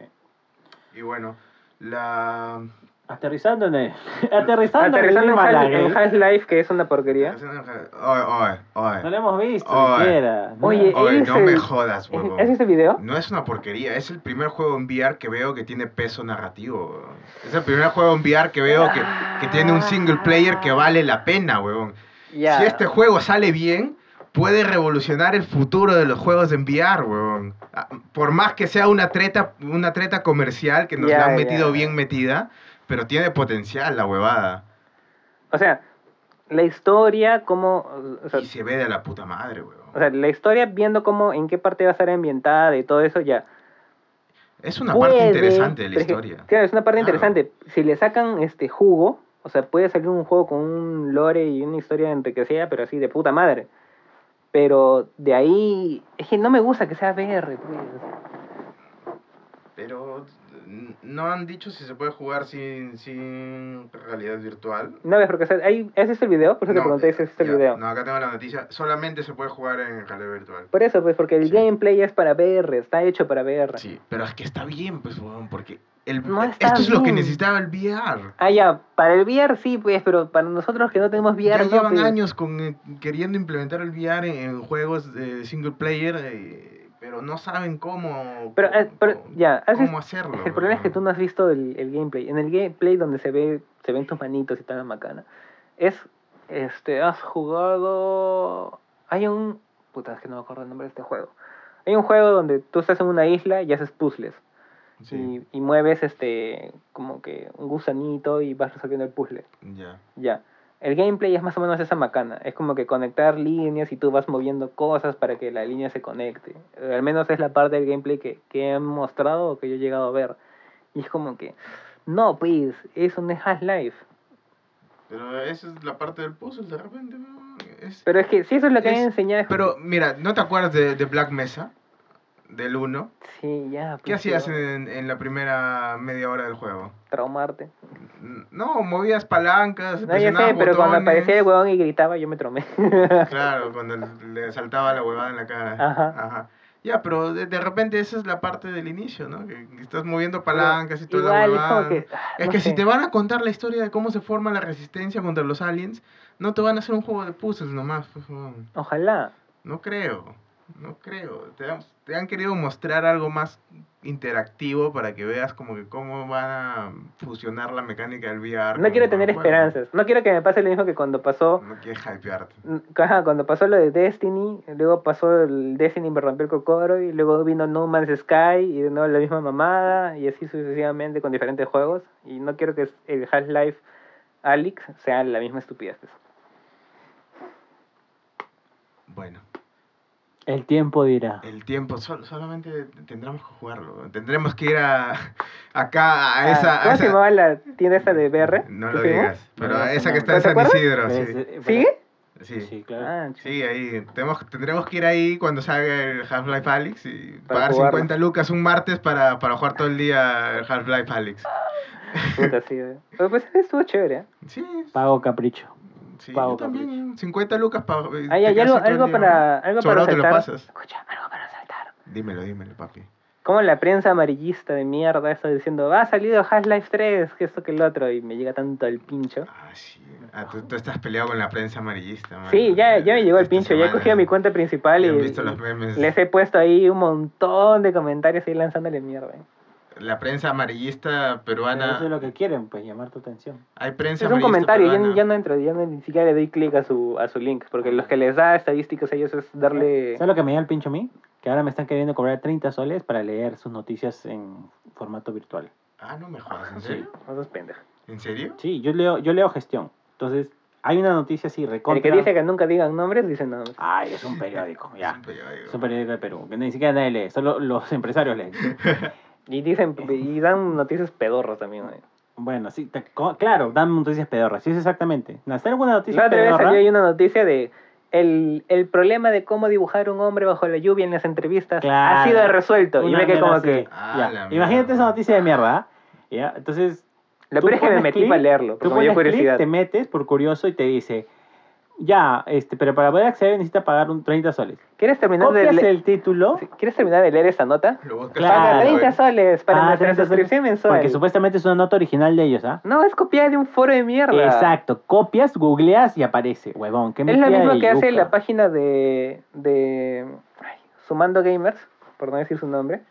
[SPEAKER 1] Y bueno, la.
[SPEAKER 3] Aterrizando en el... Aterrizando, en el
[SPEAKER 2] Aterrizando en,
[SPEAKER 3] Lima
[SPEAKER 2] Half-
[SPEAKER 3] Lager.
[SPEAKER 2] en Half-Life, que es una porquería.
[SPEAKER 1] Oye, oye, oye.
[SPEAKER 3] No lo hemos visto
[SPEAKER 1] Oye.
[SPEAKER 3] siquiera. No.
[SPEAKER 2] Oye,
[SPEAKER 1] Oye,
[SPEAKER 2] ¿es
[SPEAKER 1] no
[SPEAKER 2] el-
[SPEAKER 1] me jodas, huevón.
[SPEAKER 2] ¿Es ese video?
[SPEAKER 1] No es una porquería, es el primer juego en VR que veo que tiene peso narrativo. huevón. Es el primer juego en VR que veo que, que tiene un single player que vale la pena, huevón.
[SPEAKER 2] Ya.
[SPEAKER 1] Si este juego sale bien, puede revolucionar el futuro de los juegos en VR, huevón. Ah, Por más que sea una treta, una treta comercial que nos
[SPEAKER 2] Ya,
[SPEAKER 1] la han
[SPEAKER 2] ya.
[SPEAKER 1] metido bien metida, pero tiene potencial la huevada.
[SPEAKER 2] O sea, la historia, cómo... o sea,
[SPEAKER 1] Y se ve de la puta madre, huevón.
[SPEAKER 2] O sea, la historia viendo cómo, en qué parte va a estar ambientada y todo eso, ya.
[SPEAKER 1] Es una parte
[SPEAKER 2] puede-
[SPEAKER 1] interesante de la
[SPEAKER 2] pero es que-
[SPEAKER 1] historia.
[SPEAKER 2] Claro, es una parte
[SPEAKER 1] Claro.
[SPEAKER 2] interesante. Si le sacan este jugo, o sea, puede salir un juego con un lore y una historia enriquecida, pero así de puta madre. Pero de ahí, es que no me gusta que sea VR, pues.
[SPEAKER 1] Pero n- no han dicho si se puede jugar sin, sin realidad virtual. eh,
[SPEAKER 2] No ves, porque o sea, ahí, ese es el video, por eso te pregunté si ese es el
[SPEAKER 1] ya,
[SPEAKER 2] video.
[SPEAKER 1] No, acá tengo la noticia. Solamente se puede jugar en realidad virtual.
[SPEAKER 2] Por eso, pues, porque el
[SPEAKER 1] Sí.
[SPEAKER 2] gameplay es para VR, está hecho para VR.
[SPEAKER 1] Sí, pero es que está bien, pues, weón, porque el, eh,
[SPEAKER 2] No está
[SPEAKER 1] esto es lo que
[SPEAKER 2] bien.
[SPEAKER 1] necesitaba el VR.
[SPEAKER 2] Ah, ya, para el VR sí, pues, pero para nosotros que no tenemos VR,
[SPEAKER 1] ya
[SPEAKER 2] no,
[SPEAKER 1] llevan
[SPEAKER 2] pues.
[SPEAKER 1] años con, eh, queriendo implementar el VR en, en juegos de single player, eh, pero no saben cómo,
[SPEAKER 2] Pero, eh, pero,
[SPEAKER 1] cómo-
[SPEAKER 2] ya, has
[SPEAKER 1] cómo hacerlo.
[SPEAKER 2] El problema es que tú
[SPEAKER 1] weón.
[SPEAKER 2] no has visto el, el gameplay. En el gameplay donde se ve se ven tus manitos y tal la macana. Es este has jugado hay un puta, es que no me acuerdo el nombre de este juego. Hay un juego donde tú estás en una isla y haces puzzles
[SPEAKER 1] Sí,
[SPEAKER 2] y, y mueves este como que un gusanito y vas resolviendo el puzzle.
[SPEAKER 1] ya.
[SPEAKER 2] Ya. El gameplay es más o menos esa macana. Es como que conectar líneas y tú vas moviendo cosas para que la línea se conecte. Eh, al menos es la parte del gameplay que, que han mostrado o que yo he llegado a ver. Y es como que, no, pues, eso no es Half-Life.
[SPEAKER 1] Pero esa es la parte del puzzle, de repente, weón, es-
[SPEAKER 2] Pero es que si eso es lo que
[SPEAKER 1] Es-
[SPEAKER 2] han enseñado. es-
[SPEAKER 1] Pero mira, ¿no te acuerdas de, de Black Mesa? Del 1.
[SPEAKER 2] Sí, ya.
[SPEAKER 1] ¿Qué
[SPEAKER 2] pues,
[SPEAKER 1] hacías
[SPEAKER 2] pero
[SPEAKER 1] en, en la primera media hora del juego?
[SPEAKER 2] Traumarte.
[SPEAKER 1] No, movías palancas,
[SPEAKER 2] No, ya sé,
[SPEAKER 1] presionabas
[SPEAKER 2] pero cuando
[SPEAKER 1] botones.
[SPEAKER 2] aparecía el huevón y gritaba, yo me tromé.
[SPEAKER 1] Claro, cuando le saltaba la huevada en la cara.
[SPEAKER 2] Ajá.
[SPEAKER 1] Ya, pero de, de repente esa es la parte del inicio, ¿no? Que, que estás moviendo palancas y toda la
[SPEAKER 2] Igual, es como
[SPEAKER 1] huevada.
[SPEAKER 2] que. ah,
[SPEAKER 1] Es
[SPEAKER 2] no
[SPEAKER 1] que
[SPEAKER 2] sé.
[SPEAKER 1] si te van a contar la historia de cómo se forma la resistencia contra los aliens, no te van a hacer un juego de puzzles nomás. pues, huevón.
[SPEAKER 2] Ojalá.
[SPEAKER 1] No creo, no creo. Te han, te han querido mostrar algo más interactivo para que veas como que cómo van a fusionar la mecánica del VR.
[SPEAKER 2] No
[SPEAKER 1] con- con
[SPEAKER 2] quiero
[SPEAKER 1] el
[SPEAKER 2] tener
[SPEAKER 1] juego.
[SPEAKER 2] esperanzas. No quiero que me pase lo mismo que cuando pasó.
[SPEAKER 1] No quieres hypearte.
[SPEAKER 2] Ajá, cuando pasó lo de Destiny, luego pasó el Destiny me rompió el cocoro y luego vino No Man's Sky y de nuevo la misma mamada y así sucesivamente con diferentes juegos y no quiero que el Half-Life Alyx sea la misma estupidez. pues.
[SPEAKER 1] Bueno,
[SPEAKER 3] El tiempo dirá.
[SPEAKER 1] el tiempo sol- solamente tendremos que jugarlo. Tendremos que ir a acá a
[SPEAKER 2] Ah,
[SPEAKER 1] esa. a
[SPEAKER 2] ¿Cómo
[SPEAKER 1] esa-
[SPEAKER 2] se llamaba la tienda esa de BR?
[SPEAKER 1] No
[SPEAKER 2] que
[SPEAKER 1] lo
[SPEAKER 2] fuimos?
[SPEAKER 1] digas, pero
[SPEAKER 3] No,
[SPEAKER 1] esa
[SPEAKER 3] no.
[SPEAKER 1] que está en
[SPEAKER 2] ¿Pero te
[SPEAKER 1] San
[SPEAKER 2] acuerdas?
[SPEAKER 1] Isidro,
[SPEAKER 3] Pero
[SPEAKER 1] sí.
[SPEAKER 3] es- pero-
[SPEAKER 2] ¿Sigue?
[SPEAKER 1] Sí.
[SPEAKER 3] Sí, claro.
[SPEAKER 2] Ah, ch-
[SPEAKER 1] Sí, ahí tenemos, tendremos que ir ahí cuando salga el Half-Life Alyx y
[SPEAKER 2] Para
[SPEAKER 1] pagar
[SPEAKER 2] jugarlo.
[SPEAKER 1] 50 lucas un martes para, para jugar todo el día el Half-Life Alyx.
[SPEAKER 2] puta, sí. eh. Pero pues estuvo chévere. ¿eh?
[SPEAKER 1] Sí,
[SPEAKER 3] Pago capricho.
[SPEAKER 1] sí
[SPEAKER 3] pago,
[SPEAKER 1] yo también. 50 lucas eh, para.
[SPEAKER 2] Ah, ya, ya algo, algo para, algo para
[SPEAKER 1] Sobrado te lo
[SPEAKER 2] saltar.
[SPEAKER 1] pasas.
[SPEAKER 2] Escucha, algo para saltar.
[SPEAKER 1] Dímelo, dímelo, papi.
[SPEAKER 2] Como la prensa amarillista de mierda está diciendo, ha salido Half-Life 3, que esto que el otro, y me llega tanto el pincho.
[SPEAKER 1] Ah, sí. Ah, tú, tú estás peleado con la prensa amarillista, man.
[SPEAKER 2] Sí, ya, ya me llegó el
[SPEAKER 1] Esta
[SPEAKER 2] pincho, ya he
[SPEAKER 1] semana.
[SPEAKER 2] cogido mi cuenta principal
[SPEAKER 1] Y
[SPEAKER 2] y,
[SPEAKER 1] han visto los
[SPEAKER 2] y
[SPEAKER 1] memes.
[SPEAKER 2] les he puesto ahí un montón de comentarios ahí lanzándole mierda. ¿eh?
[SPEAKER 1] La prensa amarillista
[SPEAKER 3] Pero
[SPEAKER 1] peruana.
[SPEAKER 3] Eso es lo que quieren, pues llamar tu atención.
[SPEAKER 1] Hay prensa
[SPEAKER 2] Es un
[SPEAKER 1] amarillista
[SPEAKER 2] comentario, ya,
[SPEAKER 1] peruana.
[SPEAKER 2] ya no entro, ya no- ni siquiera le doy clic a su, a su link, porque los que les da estadísticas a ellos es darle...
[SPEAKER 3] ¿Sabes lo que me da el pincho a mí? Que ahora me están queriendo cobrar 30 soles para leer sus noticias en formato virtual.
[SPEAKER 1] Ah, no me jodas, ¿en
[SPEAKER 3] Sí.
[SPEAKER 1] serio?
[SPEAKER 2] No seas pendejo.
[SPEAKER 1] ¿En serio?
[SPEAKER 3] Sí, yo leo, yo leo gestión. Entonces, hay una noticia así, recontra.
[SPEAKER 2] El que dice que nunca digan nombres, dice nombres.
[SPEAKER 3] Ay, es un periódico,
[SPEAKER 1] Es
[SPEAKER 3] ya.
[SPEAKER 1] un periódico.
[SPEAKER 3] Es un periódico de Perú, que ni siquiera nadie lee, solo los empresarios leen.
[SPEAKER 2] Y dicen, y dan noticias pedorras también. ¿eh?
[SPEAKER 3] Bueno, sí, te- co- claro, dan noticias pedorras, sí, es exactamente. ¿Nacer alguna noticia
[SPEAKER 2] La otra vez
[SPEAKER 3] pedorra?
[SPEAKER 2] salió ahí una noticia de el, el problema de cómo dibujar un hombre bajo la lluvia en las entrevistas ha
[SPEAKER 3] Claro.
[SPEAKER 2] sido resuelto. Y
[SPEAKER 3] Una
[SPEAKER 2] me quedé como
[SPEAKER 3] mierda
[SPEAKER 2] que...
[SPEAKER 3] así.
[SPEAKER 1] Ah,
[SPEAKER 3] Ya,
[SPEAKER 1] la
[SPEAKER 3] Imagínate
[SPEAKER 1] mierda.
[SPEAKER 3] esa noticia de mierda, ¿ah? ¿ya? Entonces,
[SPEAKER 2] Lo
[SPEAKER 3] Tú
[SPEAKER 2] peor es que me
[SPEAKER 3] pones
[SPEAKER 2] metí
[SPEAKER 3] clic,
[SPEAKER 2] para leerlo,
[SPEAKER 3] tú
[SPEAKER 2] porque me dio
[SPEAKER 3] pones clic,
[SPEAKER 2] curiosidad.
[SPEAKER 3] te metes por curioso y te dice, ya, este, pero para poder acceder necesita pagar un 30 soles.
[SPEAKER 2] ¿Quieres terminar, de
[SPEAKER 3] Copias
[SPEAKER 2] le-
[SPEAKER 3] el título
[SPEAKER 2] sí, ¿Quieres terminar de leer esa nota?
[SPEAKER 1] Lo buscas
[SPEAKER 3] Claro.
[SPEAKER 2] Paga
[SPEAKER 1] en
[SPEAKER 2] 30
[SPEAKER 1] Google.
[SPEAKER 2] soles para
[SPEAKER 3] Ah,
[SPEAKER 2] nuestra
[SPEAKER 3] 30 soles,
[SPEAKER 2] suscripción mensual.
[SPEAKER 3] porque supuestamente es una nota original de ellos, ¿ah?
[SPEAKER 2] No, es copiada de un foro de mierda.
[SPEAKER 3] Exacto, copias, googleas y aparece, huevón. ¿qué
[SPEAKER 2] Ah, Es lo
[SPEAKER 3] metida
[SPEAKER 2] mismo
[SPEAKER 3] de
[SPEAKER 2] que hace
[SPEAKER 3] yuca.
[SPEAKER 2] la página de... de ay, Sumando Gamers, por no decir su nombre.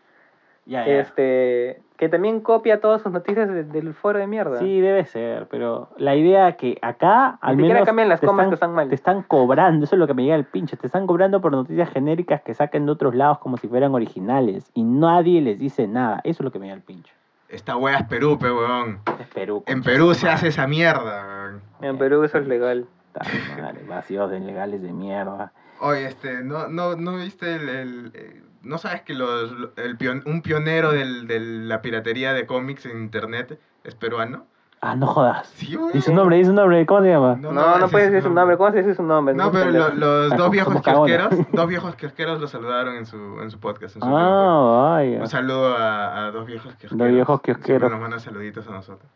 [SPEAKER 3] Ya, ya.
[SPEAKER 2] Este... Que también copia todas sus noticias de- del foro de mierda.
[SPEAKER 3] Sí, debe ser, pero la idea que acá al
[SPEAKER 2] siquiera
[SPEAKER 3] menos
[SPEAKER 2] cambian las
[SPEAKER 3] te,
[SPEAKER 2] comas
[SPEAKER 3] están,
[SPEAKER 2] que están mal.
[SPEAKER 3] te están cobrando, eso es lo que me llega el pinche, te están cobrando por noticias genéricas que sacan de otros lados como si fueran originales y nadie les dice nada, eso es lo que me llega el pinche.
[SPEAKER 1] Esta wea es Perú, pe weón.
[SPEAKER 3] Es Perú.
[SPEAKER 1] En
[SPEAKER 3] concha
[SPEAKER 1] Perú
[SPEAKER 3] de
[SPEAKER 1] se
[SPEAKER 3] madre.
[SPEAKER 1] hace esa mierda, weón.
[SPEAKER 2] En Perú eso es legal.
[SPEAKER 3] Puta madre, vacíos de legales de mierda.
[SPEAKER 1] Oye, este, ¿no, no, no viste el, el, eh, ¿No sabes que los, el pion- un pionero del- de la piratería de cómics en internet es peruano?
[SPEAKER 3] Ah, no jodas.
[SPEAKER 1] Sí, güey.
[SPEAKER 3] Dice un nombre, dice un nombre, ¿cómo se llama?
[SPEAKER 2] No, no,
[SPEAKER 1] ese
[SPEAKER 2] puedes
[SPEAKER 1] es
[SPEAKER 2] decir su nombre. ¿Cómo se dice su nombre?
[SPEAKER 1] No, pero lo- los
[SPEAKER 3] Ah,
[SPEAKER 1] dos viejos
[SPEAKER 3] somos cagones.
[SPEAKER 1] kiosqueros, dos viejos kiosqueros lo saludaron en su, en su podcast. en su Twitter.
[SPEAKER 3] Ah, vaya.
[SPEAKER 1] Un saludo a, a dos viejos kiosqueros.
[SPEAKER 3] viejos
[SPEAKER 1] Siempre
[SPEAKER 3] kiosqueros.
[SPEAKER 1] Nos mandan saluditos a nosotros.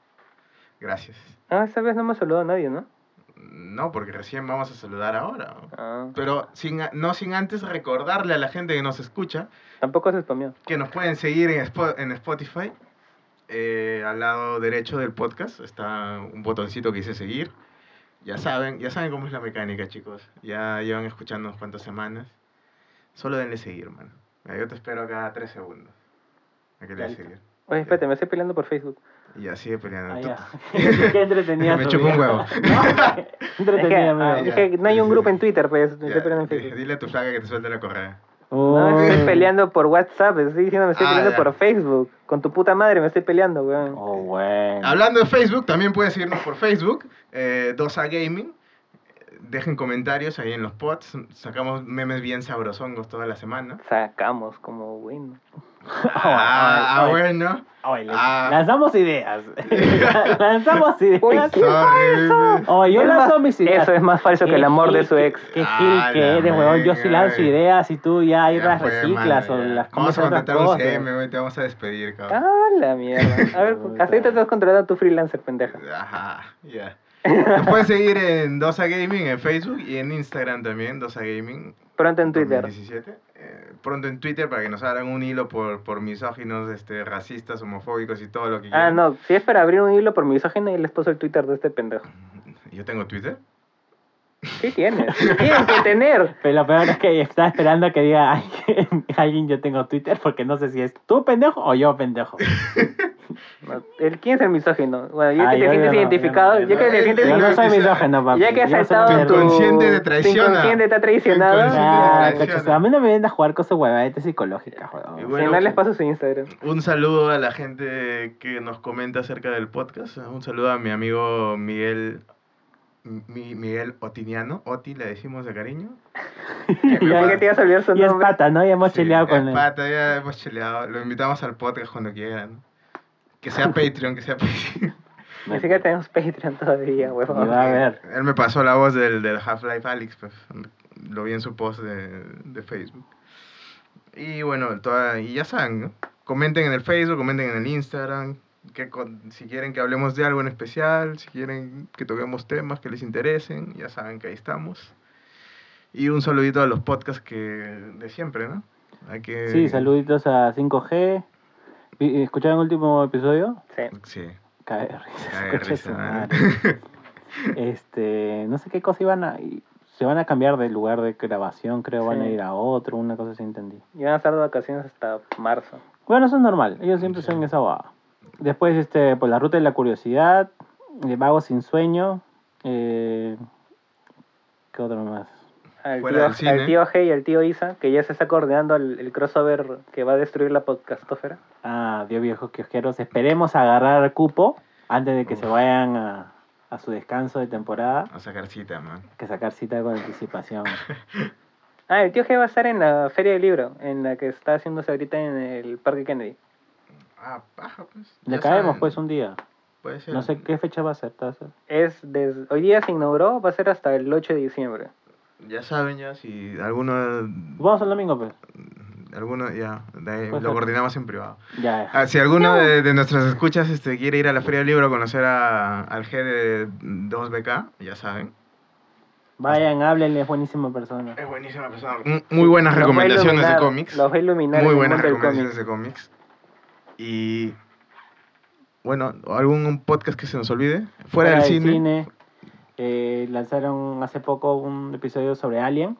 [SPEAKER 1] Gracias.
[SPEAKER 2] Ah, esta vez no me saludó a nadie, ¿no?
[SPEAKER 1] No, porque recién vamos a saludar ahora.
[SPEAKER 2] Ah,
[SPEAKER 1] Pero sin, a- no sin antes recordarle a la gente que nos escucha
[SPEAKER 2] tampoco se spameó.
[SPEAKER 1] que nos pueden seguir en, Spo- en Spotify. Eh, al lado derecho del podcast está un botoncito que dice seguir. Ya saben, ya saben cómo es la mecánica, chicos. Ya llevan escuchando unas cuantas semanas. Solo denle seguir, mano. Mira, Yo te espero cada tres segundos. A que le des
[SPEAKER 3] Dale.
[SPEAKER 1] seguir.
[SPEAKER 2] Oye, espérate, me estoy peleando por Facebook.
[SPEAKER 1] Y así de peleando.
[SPEAKER 3] Ah,
[SPEAKER 1] Tú-
[SPEAKER 3] ya. Qué entretenida.
[SPEAKER 1] Me
[SPEAKER 3] tu
[SPEAKER 1] chupó un
[SPEAKER 3] vida.
[SPEAKER 1] huevo.
[SPEAKER 3] No,
[SPEAKER 2] Es
[SPEAKER 3] qué
[SPEAKER 2] que,
[SPEAKER 3] entretenida,
[SPEAKER 2] ah,
[SPEAKER 3] amigo.
[SPEAKER 2] es que no hay un grupo en Twitter, pues. Me
[SPEAKER 1] Ya,
[SPEAKER 2] estoy peleando en
[SPEAKER 1] di-
[SPEAKER 2] Facebook.
[SPEAKER 1] dile a tu flaca que te suelte la correa.
[SPEAKER 2] No, me estoy
[SPEAKER 3] Oh.
[SPEAKER 2] peleando por WhatsApp. Estoy diciendo, me estoy
[SPEAKER 1] Ah,
[SPEAKER 2] peleando
[SPEAKER 1] ya.
[SPEAKER 2] por Facebook. Con tu puta madre me estoy peleando, weón.
[SPEAKER 3] Oh, bueno.
[SPEAKER 1] Hablando de Facebook, también puedes seguirnos por Facebook, eh, Dosa Gaming. Dejen comentarios ahí en los pods. Sacamos memes bien sabrosongos toda la semana.
[SPEAKER 2] Sacamos como bueno.
[SPEAKER 1] Ah,
[SPEAKER 3] ay.
[SPEAKER 1] bueno.
[SPEAKER 3] Oye, le-
[SPEAKER 1] Ah.
[SPEAKER 3] Lanzamos ideas. lanzamos
[SPEAKER 2] Uy,
[SPEAKER 3] ideas.
[SPEAKER 2] ¿qué fue eso?
[SPEAKER 3] Oye, yo
[SPEAKER 2] Es más-
[SPEAKER 3] lanzo mis ideas.
[SPEAKER 2] Eso es más falso que el
[SPEAKER 3] Qué
[SPEAKER 2] amor de
[SPEAKER 3] gil,
[SPEAKER 2] su
[SPEAKER 3] qué-
[SPEAKER 2] ex.
[SPEAKER 3] Qué
[SPEAKER 1] Ah,
[SPEAKER 3] gil
[SPEAKER 1] la
[SPEAKER 3] que eres, weón. Yo sí
[SPEAKER 1] verga,
[SPEAKER 3] lanzo
[SPEAKER 1] güey.
[SPEAKER 3] ideas y tú ya ahí
[SPEAKER 1] Ya
[SPEAKER 3] las
[SPEAKER 1] fue,
[SPEAKER 3] reciclas
[SPEAKER 1] mano,
[SPEAKER 3] o
[SPEAKER 1] ya. Vamos
[SPEAKER 3] las cambias
[SPEAKER 1] a
[SPEAKER 3] otras
[SPEAKER 1] contratar un
[SPEAKER 3] cosas.
[SPEAKER 1] CM, güey, te vamos a despedir, cabrón.
[SPEAKER 2] Ah, la mierda. A ver,
[SPEAKER 3] Puta.
[SPEAKER 2] hasta ahorita te has contratado a tu freelancer, pendeja.
[SPEAKER 1] Ajá, ya. Nos puedes seguir en Dosa Gaming en Facebook y en Instagram también, Dosa Gaming.
[SPEAKER 2] Pronto en Twitter.
[SPEAKER 1] 2017. Eh, pronto en Twitter para que nos hagan un hilo por, por misóginos, este, racistas, homofóbicos y todo lo que
[SPEAKER 2] Ah,
[SPEAKER 1] quieran.
[SPEAKER 2] no, si es para abrir un hilo por misógino y les puso el Twitter de este pendejo.
[SPEAKER 1] ¿Yo tengo Twitter?
[SPEAKER 2] Sí tienes, tienes que tener.
[SPEAKER 3] Pero lo peor es que estaba esperando que diga alguien, alguien, yo tengo Twitter porque no sé si es tú pendejo o yo pendejo.
[SPEAKER 2] No, el- ¿Quién es el misógino? Bueno, ya
[SPEAKER 3] Ah,
[SPEAKER 2] que te
[SPEAKER 3] yo- yo
[SPEAKER 2] sientes
[SPEAKER 3] no,
[SPEAKER 2] identificado,
[SPEAKER 1] yo
[SPEAKER 2] ya que
[SPEAKER 1] no.
[SPEAKER 2] te sientes
[SPEAKER 3] Yo no soy
[SPEAKER 1] quizá-
[SPEAKER 3] misógeno, papi.
[SPEAKER 2] ya que has
[SPEAKER 3] yo soy
[SPEAKER 2] saltado
[SPEAKER 1] Tu
[SPEAKER 3] pendejo.
[SPEAKER 2] tu
[SPEAKER 1] inconsciente te
[SPEAKER 2] tu
[SPEAKER 1] traiciona.
[SPEAKER 2] inconsciente te ha
[SPEAKER 1] Tu
[SPEAKER 2] traicionado.
[SPEAKER 1] inconsciente
[SPEAKER 3] Ah,
[SPEAKER 1] te
[SPEAKER 3] coches,
[SPEAKER 1] traiciona.
[SPEAKER 3] a mí no me vendas a jugar con sus huevadetes psicológicas,
[SPEAKER 1] Y
[SPEAKER 3] weón.
[SPEAKER 1] bueno,
[SPEAKER 2] Si no les paso su Instagram.
[SPEAKER 1] Un saludo a la gente que nos comenta acerca del podcast. Un saludo a mi amigo Miguel mi- Miguel Otiniano. Oti le decimos de cariño.
[SPEAKER 2] Ya que te ibas a olvidar su
[SPEAKER 3] Y es
[SPEAKER 2] nombre.
[SPEAKER 3] pata, ¿no? Ya hemos
[SPEAKER 1] Sí,
[SPEAKER 3] cheleado con
[SPEAKER 1] es
[SPEAKER 3] él.
[SPEAKER 1] pata, ya hemos cheleado. Lo invitamos al podcast cuando quieran. Que sea Patreon, que sea Patreon.
[SPEAKER 2] Ni siquiera tenemos Patreon todavía,
[SPEAKER 3] Y va
[SPEAKER 2] huevón.
[SPEAKER 3] a ver.
[SPEAKER 1] Él me pasó la voz del, del Half-Life Alex, pues, lo vi en su post de, de Facebook. Y bueno, toda- y ya saben, ¿no? comenten en el Facebook, comenten en el Instagram, que con- si quieren que hablemos de algo en especial, si quieren que toquemos temas que les interesen, ya saben que ahí estamos. Y un saludito a los podcasts que de siempre, ¿no? Hay que-
[SPEAKER 3] Sí, saluditos a 5G. Vi- ¿Escucharon el último episodio?
[SPEAKER 2] Sí.
[SPEAKER 1] Sí.
[SPEAKER 3] Cae de risa.
[SPEAKER 1] Cae de
[SPEAKER 3] escucha
[SPEAKER 1] risa,
[SPEAKER 3] su
[SPEAKER 1] ¿eh?
[SPEAKER 3] madre. Este, no sé qué cosa iban a... y- Se van a cambiar de lugar de grabación, creo, van a
[SPEAKER 2] Sí.
[SPEAKER 3] ir a otro, una cosa así entendí.
[SPEAKER 2] Y van a estar de vacaciones hasta marzo.
[SPEAKER 3] Bueno, eso es normal, ellos siempre
[SPEAKER 1] Sí.
[SPEAKER 3] son esa baba. Después, este, pues la ruta de la curiosidad, el vago sin sueño, eh, ¿qué otro más?
[SPEAKER 2] Al
[SPEAKER 1] Fuera
[SPEAKER 2] tío,
[SPEAKER 1] del cine.
[SPEAKER 2] al tío G y al tío Isa, que ya se está coordinando el, el crossover que va a destruir la podcastófera.
[SPEAKER 3] Ah, Dios viejos kiosqueros, esperemos agarrar cupo antes de que se
[SPEAKER 1] Uf.
[SPEAKER 3] vayan a, a su descanso de temporada,
[SPEAKER 1] A sacar cita, man.
[SPEAKER 3] Hay que sacar cita con anticipación.
[SPEAKER 2] Ah, el tío G va a estar en la Feria del Libro, en la que está haciéndose ahorita en el Parque Kennedy.
[SPEAKER 1] Ah, paja, pues.
[SPEAKER 3] Le
[SPEAKER 1] Ya
[SPEAKER 3] caemos
[SPEAKER 1] saben,
[SPEAKER 3] pues un día,
[SPEAKER 1] puede ser.
[SPEAKER 3] no sé qué fecha va a ser, Taza.
[SPEAKER 2] Es des- hoy día se inauguró, va a ser hasta el 8 de diciembre.
[SPEAKER 1] Ya saben ya si alguno
[SPEAKER 3] Vamos el domingo pues.
[SPEAKER 1] Alguno, ya, de ahí
[SPEAKER 2] Pues
[SPEAKER 3] Puede
[SPEAKER 1] lo
[SPEAKER 3] ser.
[SPEAKER 1] coordinamos en privado.
[SPEAKER 3] Ya, eh. ya.
[SPEAKER 1] Ah, si alguno de, de nuestras escuchas este, quiere ir a la Feria del Libro a conocer a- al G de 2BK, ya saben.
[SPEAKER 3] Vayan, háblenle, es buenísima persona.
[SPEAKER 1] Es buenísima persona. Muy buenas
[SPEAKER 2] Los va a
[SPEAKER 1] recomendaciones de
[SPEAKER 2] iluminar-
[SPEAKER 1] cómics.
[SPEAKER 2] Los va a iluminar
[SPEAKER 1] Muy
[SPEAKER 2] en el
[SPEAKER 1] buenas
[SPEAKER 2] mundo del
[SPEAKER 1] recomendaciones
[SPEAKER 2] cómic.
[SPEAKER 1] de cómics. Y. Bueno, ¿algún podcast que se nos olvide? Fuera, del cine.
[SPEAKER 3] eh, lanzaron hace poco un episodio sobre Alien,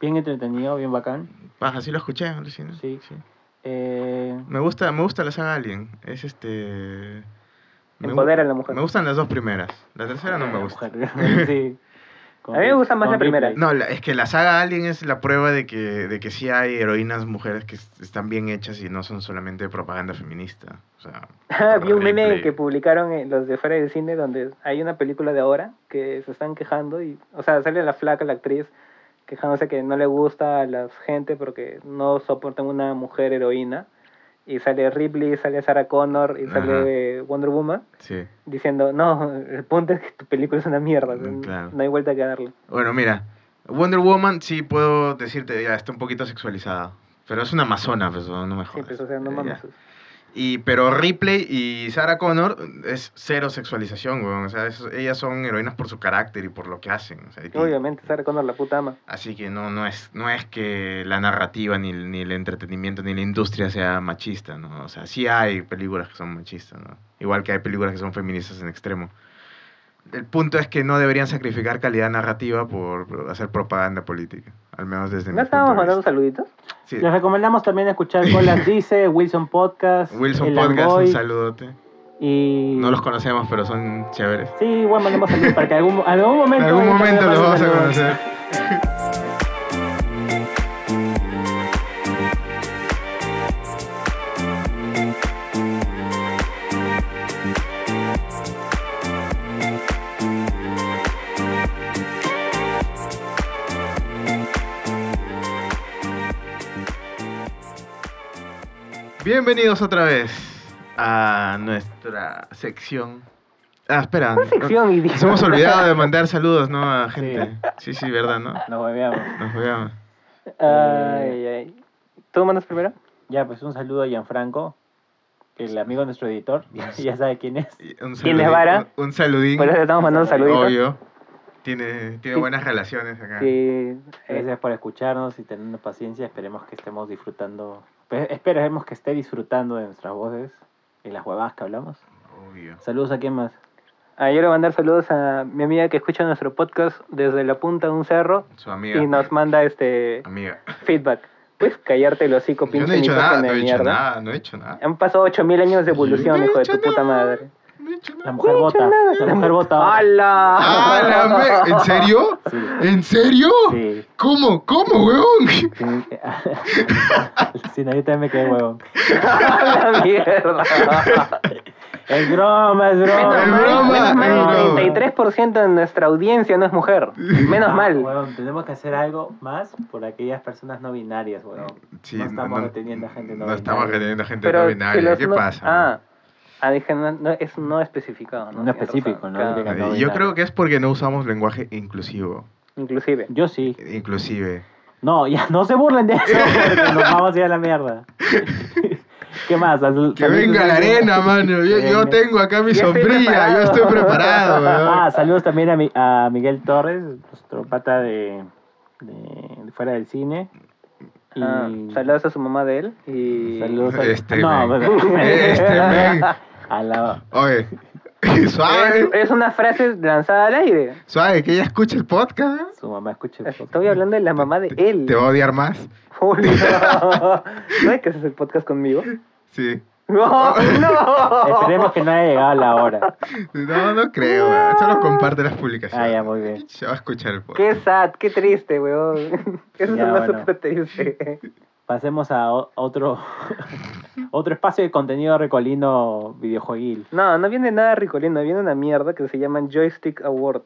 [SPEAKER 3] bien entretenido, bien bacán.
[SPEAKER 1] Paja, Ah, sí lo escuché, alucina.
[SPEAKER 3] Sí. Eh,
[SPEAKER 1] Me gusta, me gusta la saga Alien. Es este. me gu-
[SPEAKER 2] Empodera a la mujer.
[SPEAKER 1] Me gustan las dos primeras. La tercera no me
[SPEAKER 3] la
[SPEAKER 1] gusta.
[SPEAKER 3] mujer, sí. Con
[SPEAKER 2] A mí me
[SPEAKER 3] Ripley-
[SPEAKER 2] gusta más
[SPEAKER 3] con
[SPEAKER 2] la primera.
[SPEAKER 3] Ripley.
[SPEAKER 1] No, la- es que la saga Alien es la prueba de que, de que sí hay heroínas mujeres que es- están bien hechas y no son solamente propaganda feminista. O sea,
[SPEAKER 2] Ah, vi un meme
[SPEAKER 1] Ripley.
[SPEAKER 2] que publicaron eh, los de fuera del cine donde hay una película de ahora que se están quejando y, o sea, sale la flaca, la actriz, quejándose que no le gusta a la gente porque no soportan una mujer heroína. Y sale Ripley, sale Sarah Connor y
[SPEAKER 1] Ajá.
[SPEAKER 2] sale Wonder Woman
[SPEAKER 1] Sí.
[SPEAKER 2] diciendo, no, el punto es que tu película es una mierda,
[SPEAKER 1] Mm, claro.
[SPEAKER 2] no hay vuelta que darle.
[SPEAKER 1] Bueno, mira, Wonder Woman sí puedo decirte, ya está un poquito sexualizada. Pero es una amazona, pues, no me
[SPEAKER 2] Sí,
[SPEAKER 1] jodas.
[SPEAKER 2] pues, o sea, no
[SPEAKER 1] Eh,
[SPEAKER 2] mames.
[SPEAKER 1] ya. Y, pero Ripley y Sarah Connor es cero sexualización, weón. O sea, es- ellas son heroínas por su carácter y por lo que hacen. o sea, y-
[SPEAKER 2] Obviamente, Sarah Connor la puta ama.
[SPEAKER 1] Así que no, no, es, no es que la narrativa, ni, el- ni el entretenimiento, ni la industria sea machista, ¿no? O sea, sí hay películas que son machistas, ¿no? Igual que hay películas que son feministas en extremo. El punto es que no deberían sacrificar calidad narrativa por por hacer propaganda política, al menos desde mi
[SPEAKER 2] ¿No
[SPEAKER 1] punto
[SPEAKER 2] estábamos
[SPEAKER 1] de
[SPEAKER 2] mandando
[SPEAKER 1] vista.
[SPEAKER 2] saluditos?
[SPEAKER 1] Sí.
[SPEAKER 3] Les recomendamos también escuchar Colas Dice, Wilson Podcast,
[SPEAKER 1] Wilson
[SPEAKER 3] El
[SPEAKER 1] Podcast,
[SPEAKER 3] Amboy,
[SPEAKER 1] un saludote.
[SPEAKER 3] y...
[SPEAKER 1] No los conocemos, pero son chéveres.
[SPEAKER 3] Sí, bueno, mandamos saludos para que algún, algún
[SPEAKER 1] En
[SPEAKER 3] momento...
[SPEAKER 1] algún
[SPEAKER 3] ellos también
[SPEAKER 1] momento los
[SPEAKER 3] manden
[SPEAKER 1] vamos a
[SPEAKER 3] saludos.
[SPEAKER 1] conocer. Bienvenidos otra vez a nuestra sección. Ah, espera.
[SPEAKER 2] ¿Cuál sección, idiota?
[SPEAKER 1] Nos hemos olvidado de mandar saludos, ¿no? A gente. Sí, sí, verdad, ¿no?
[SPEAKER 3] Nos hueveamos.
[SPEAKER 1] Nos veamos.
[SPEAKER 2] Ay, ay. ¿Tú mandas primero?
[SPEAKER 3] Ya, pues un saludo a Gianfranco, el amigo de nuestro editor, ya sabe quién es.
[SPEAKER 1] Y Un
[SPEAKER 2] ¿Tienes
[SPEAKER 1] saludín-
[SPEAKER 2] vara?
[SPEAKER 1] Un, un saludín.
[SPEAKER 2] Por eso te estamos mandando saluditos.
[SPEAKER 1] Obvio. Tiene, tiene
[SPEAKER 2] Sí.
[SPEAKER 1] buenas relaciones acá.
[SPEAKER 2] Sí, eh,
[SPEAKER 3] Gracias por escucharnos y tener paciencia. Esperemos que estemos disfrutando. espe- Esperemos que esté disfrutando de nuestras voces y las huevadas que hablamos.
[SPEAKER 1] Obvio.
[SPEAKER 3] Saludos a quién más.
[SPEAKER 2] ah, yo le voy a mandar saludos a mi amiga que escucha nuestro podcast desde la punta de un cerro
[SPEAKER 1] Su amiga.
[SPEAKER 2] y nos manda este
[SPEAKER 1] Amiga.
[SPEAKER 2] feedback. Puedes callarte el hocico,
[SPEAKER 1] Yo
[SPEAKER 2] pinche
[SPEAKER 1] no he dicho nada,
[SPEAKER 2] misógino
[SPEAKER 1] no he
[SPEAKER 2] de
[SPEAKER 1] dicho
[SPEAKER 2] mierda.
[SPEAKER 1] nada, no he dicho nada.
[SPEAKER 2] Han pasado 8000 años de
[SPEAKER 1] Yo
[SPEAKER 2] evolución,
[SPEAKER 1] no he
[SPEAKER 2] hijo de
[SPEAKER 1] dicho
[SPEAKER 2] tu puta
[SPEAKER 1] nada.
[SPEAKER 2] madre.
[SPEAKER 1] No he dicho
[SPEAKER 3] La
[SPEAKER 1] nada.
[SPEAKER 3] mujer vota. La mujer vota. ahora.
[SPEAKER 2] ¡Hala!
[SPEAKER 1] ¡Ah, la me- ¿En serio?
[SPEAKER 3] Sí,
[SPEAKER 1] ¿En serio?
[SPEAKER 3] sí.
[SPEAKER 1] ¿Cómo? ¿Cómo, weón?
[SPEAKER 3] sí. Sí, no, yo también me quedé huevón.
[SPEAKER 2] ¡A la mierda!
[SPEAKER 3] Es broma, es broma.
[SPEAKER 1] Es broma,
[SPEAKER 2] menos mal,
[SPEAKER 1] es broma.
[SPEAKER 2] el 33% de nuestra audiencia no es mujer. Menos
[SPEAKER 3] Ah,
[SPEAKER 2] mal.
[SPEAKER 3] huevón, tenemos que hacer algo más por aquellas personas no binarias, huevón.
[SPEAKER 1] Sí,
[SPEAKER 3] No estamos reteniendo a gente no
[SPEAKER 1] No estamos
[SPEAKER 3] binaria.
[SPEAKER 1] reteniendo a gente
[SPEAKER 2] Pero
[SPEAKER 1] no
[SPEAKER 2] si
[SPEAKER 1] binaria.
[SPEAKER 2] los
[SPEAKER 1] ¿Qué
[SPEAKER 2] no-
[SPEAKER 1] pasa?
[SPEAKER 2] Ah, ah, dije, no, no, es no especificado. ¿no?
[SPEAKER 3] No
[SPEAKER 2] Tienes
[SPEAKER 3] específico,
[SPEAKER 2] razón,
[SPEAKER 3] no
[SPEAKER 2] claro.
[SPEAKER 3] diría
[SPEAKER 1] Eh, Yo
[SPEAKER 3] binario.
[SPEAKER 1] creo que es porque no usamos lenguaje inclusivo.
[SPEAKER 2] Inclusive.
[SPEAKER 3] Yo sí.
[SPEAKER 1] Inclusive.
[SPEAKER 3] No, ya no se burlen de eso, porque nos vamos a ir a la mierda. ¿Qué más? Sal-
[SPEAKER 1] Que
[SPEAKER 3] saludos
[SPEAKER 1] venga la
[SPEAKER 3] también-
[SPEAKER 1] arena, mano. Yo,
[SPEAKER 3] Que
[SPEAKER 1] yo
[SPEAKER 3] venga.
[SPEAKER 1] tengo acá mi
[SPEAKER 2] Yo estoy
[SPEAKER 1] sombrilla. Yo
[SPEAKER 2] preparado.
[SPEAKER 1] estoy preparado,
[SPEAKER 3] Ah,
[SPEAKER 1] weón.
[SPEAKER 3] saludos también a, mi- a Miguel Torres, nuestro pata de, de- de fuera del cine. Y
[SPEAKER 2] Ah, saludos a su mamá de él y...
[SPEAKER 3] saludos a...
[SPEAKER 1] Este,
[SPEAKER 3] no,
[SPEAKER 1] men.
[SPEAKER 3] pues, pero-
[SPEAKER 1] Este men.
[SPEAKER 3] a la...
[SPEAKER 1] Oye.
[SPEAKER 2] Es,
[SPEAKER 1] Suave.
[SPEAKER 2] es una frase lanzada al aire.
[SPEAKER 1] Suave, que ella escuche el podcast. ¿eh?
[SPEAKER 3] Su mamá escucha el podcast.
[SPEAKER 2] Estoy hablando de la mamá de él.
[SPEAKER 1] Te va a odiar más.
[SPEAKER 2] Uy, no. ¿No hay que hacer el podcast conmigo?
[SPEAKER 1] Sí.
[SPEAKER 2] ¡No! ¡No!
[SPEAKER 3] Esperemos que no haya llegado la hora.
[SPEAKER 1] No, no creo. weón. Solo comparte las publicaciones.
[SPEAKER 3] Ah, ya, muy bien.
[SPEAKER 1] Se va a escuchar el podcast.
[SPEAKER 2] Qué sad, qué triste, weón. Eso
[SPEAKER 3] Ya,
[SPEAKER 2] es más
[SPEAKER 3] bueno.
[SPEAKER 2] súper triste.
[SPEAKER 3] Pasemos a o- otro, otro espacio de contenido recolino videojueguil.
[SPEAKER 2] No, no viene nada ricolino, viene una mierda que se llama Joystick Award.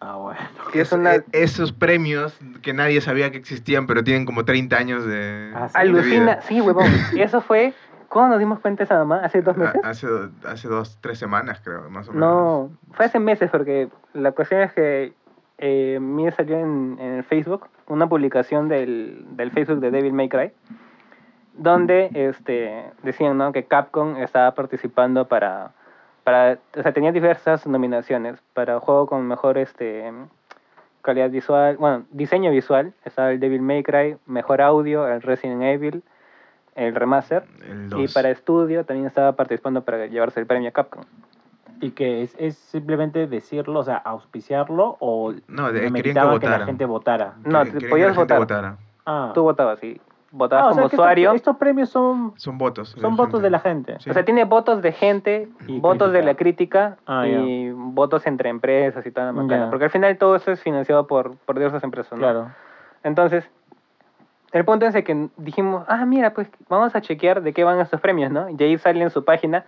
[SPEAKER 3] Ah, bueno.
[SPEAKER 2] Que es una...
[SPEAKER 1] Eh, Esos premios que nadie sabía que existían, pero tienen como 30 años de.
[SPEAKER 3] Ah, sí.
[SPEAKER 1] de vida.
[SPEAKER 2] Alucina, sí, huevón. Eso fue... ¿Cuándo nos dimos cuenta esa mamá? ¿Hace dos meses?
[SPEAKER 1] A- Hace, do- hace dos, tres semanas, creo, más o menos.
[SPEAKER 2] No, fue hace meses porque la cuestión es que eh, mí salió en, en el Facebook una publicación del, del Facebook de Devil May Cry donde este, decían ¿no? que Capcom estaba participando para, para, o sea, tenía diversas nominaciones para juego con mejor este, calidad visual, bueno, diseño visual, estaba el Devil May Cry, mejor audio, el Resident Evil, el remaster,
[SPEAKER 1] El
[SPEAKER 2] y
[SPEAKER 1] dos.
[SPEAKER 2] para estudio también estaba participando para llevarse el premio Capcom.
[SPEAKER 3] ¿Y que es, es simplemente decirlo, o sea, auspiciarlo o
[SPEAKER 1] No, de- querían que
[SPEAKER 3] meritaba que la
[SPEAKER 1] votaran.
[SPEAKER 3] gente votara?
[SPEAKER 1] Que-
[SPEAKER 2] No,
[SPEAKER 1] querían que
[SPEAKER 2] podías
[SPEAKER 1] la gente
[SPEAKER 2] votar.
[SPEAKER 1] votara.
[SPEAKER 3] Ah.
[SPEAKER 2] Tú votabas y votabas
[SPEAKER 3] Ah, o sea
[SPEAKER 2] como
[SPEAKER 3] que estos-
[SPEAKER 2] usuario.
[SPEAKER 3] Estos, premios son,
[SPEAKER 1] Son votos. de
[SPEAKER 3] son
[SPEAKER 1] la
[SPEAKER 3] votos
[SPEAKER 1] gente.
[SPEAKER 3] de la gente.
[SPEAKER 1] Sí.
[SPEAKER 2] O sea, tiene votos de gente,
[SPEAKER 3] Y
[SPEAKER 2] votos de la crítica
[SPEAKER 3] Ah,
[SPEAKER 2] y votos entre empresas y toda la macana.
[SPEAKER 3] Ya.
[SPEAKER 2] Porque al final todo eso es financiado por, por diversas empresas, ¿no?
[SPEAKER 3] Claro.
[SPEAKER 2] Entonces, el punto es de que dijimos, ah, mira, pues vamos a chequear de qué van estos premios, ¿no? Y ahí sale en su página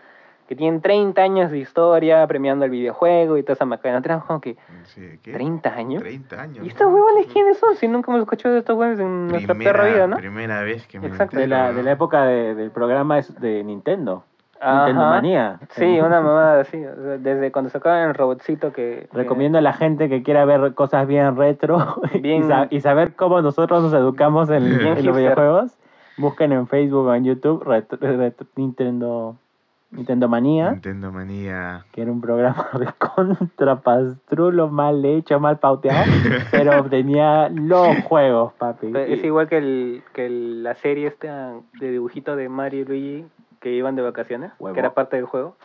[SPEAKER 2] que tienen 30 años de historia premiando el videojuego y toda esa macana. Tenemos como que
[SPEAKER 1] Sí, ¿qué?
[SPEAKER 2] 30 años.
[SPEAKER 1] 30 años.
[SPEAKER 2] ¿Y estos
[SPEAKER 1] ¿no?
[SPEAKER 2] huevones
[SPEAKER 1] Sí.
[SPEAKER 2] quiénes son? Si nunca hemos escuchado de estos huevones en nuestra perra vida, ¿no?
[SPEAKER 1] Primera vez que me lo
[SPEAKER 2] Exacto.
[SPEAKER 3] De la,
[SPEAKER 1] entero,
[SPEAKER 3] de la
[SPEAKER 1] ¿no?
[SPEAKER 3] época de- del programa es de Nintendo.
[SPEAKER 2] Ajá.
[SPEAKER 3] Nintendo Manía.
[SPEAKER 2] Sí, una mamada así. o sea, Desde cuando sacaron el robotcito que... que-
[SPEAKER 3] Recomiendo a la gente que quiera ver cosas bien retro y
[SPEAKER 2] Bien-
[SPEAKER 3] sa- y, saber cómo nosotros nos educamos en,
[SPEAKER 1] Bien
[SPEAKER 3] en
[SPEAKER 2] hipster.
[SPEAKER 3] los videojuegos. Busquen en Facebook o en YouTube retro- retro- Nintendo, Nintendo Manía,
[SPEAKER 1] Nintendo Manía.
[SPEAKER 3] que era un programa de contrapastrulo mal hecho, mal pauteado, pero tenía los juegos, papi.
[SPEAKER 2] Pe- Es
[SPEAKER 3] Y-
[SPEAKER 2] igual que, el, que el- la serie esta de dibujito de Mario y Luigi que iban de vacaciones,
[SPEAKER 3] Huevo.
[SPEAKER 2] que era parte del juego.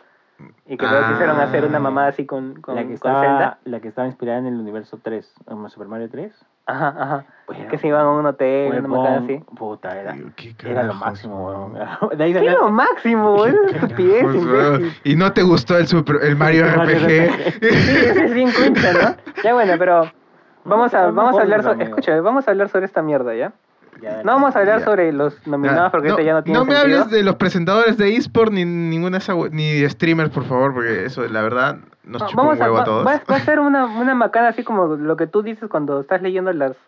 [SPEAKER 2] Y que luego quisieron
[SPEAKER 1] Ah.
[SPEAKER 2] hacer una mamada así con, con,
[SPEAKER 3] la, que
[SPEAKER 2] con Zelda.
[SPEAKER 3] estaba, la que estaba inspirada en el universo 3, en Super Mario 3.
[SPEAKER 2] Ajá, ajá.
[SPEAKER 3] Bueno,
[SPEAKER 2] Que se iban a un hotel, una
[SPEAKER 3] huevón,
[SPEAKER 2] mamada así.
[SPEAKER 3] Puta, era,
[SPEAKER 1] Digo, ¿qué
[SPEAKER 3] era lo
[SPEAKER 1] carajos,
[SPEAKER 3] máximo,
[SPEAKER 1] huevón?
[SPEAKER 3] huevón. De ahí
[SPEAKER 2] ¿Qué
[SPEAKER 3] salió-
[SPEAKER 2] lo máximo? Es una estupidez,
[SPEAKER 1] Pues,
[SPEAKER 2] imbécil.
[SPEAKER 1] huevón, y no te gustó el, super, el Mario
[SPEAKER 3] El Mario
[SPEAKER 2] Sí, ese es
[SPEAKER 1] RPG.
[SPEAKER 2] bien cringe, ¿no? Ya bueno, pero vamos a,
[SPEAKER 3] No, no
[SPEAKER 2] vamos a hablar
[SPEAKER 3] jodas,
[SPEAKER 2] sobre...
[SPEAKER 3] amigo.
[SPEAKER 2] Escúchame, vamos a hablar sobre esta mierda, ¿ya?
[SPEAKER 3] Ya, dale.
[SPEAKER 2] No vamos a hablar
[SPEAKER 1] Ya.
[SPEAKER 2] sobre los nominados porque esto ya no tiene
[SPEAKER 1] me
[SPEAKER 2] sentido.
[SPEAKER 1] hables de los presentadores de eSport ni ninguna esa hue- ni de streamers, por favor, porque eso, la verdad, nos
[SPEAKER 2] Va-
[SPEAKER 1] chupa un huevo a,
[SPEAKER 2] va-
[SPEAKER 1] todos.
[SPEAKER 2] Va, va a ser una, una macana así como lo que tú dices cuando estás leyendo las,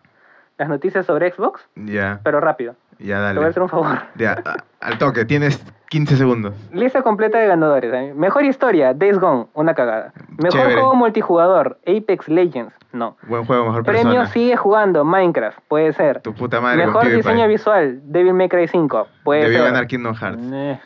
[SPEAKER 2] las noticias sobre Xbox,
[SPEAKER 1] ya,
[SPEAKER 2] pero rápido.
[SPEAKER 1] ya
[SPEAKER 2] Te voy a
[SPEAKER 1] dale.
[SPEAKER 2] hacer un favor.
[SPEAKER 1] Ya, a- al toque, tienes 15 segundos.
[SPEAKER 2] Lista completa de ganadores. ¿eh? Mejor historia, Days Gone, una cagada. Mejor
[SPEAKER 1] Chévere.
[SPEAKER 2] juego multijugador, Apex Legends, no.
[SPEAKER 1] Buen juego, mejor
[SPEAKER 2] Premio
[SPEAKER 1] persona.
[SPEAKER 2] sigue jugando, Minecraft, puede ser.
[SPEAKER 1] Tu puta madre
[SPEAKER 2] Mejor
[SPEAKER 1] con PewDiePie.
[SPEAKER 2] diseño pues, visual, Devil May Cry 5, puede
[SPEAKER 1] Debió
[SPEAKER 2] ser.
[SPEAKER 1] ganar Kingdom Hearts.
[SPEAKER 3] Neh,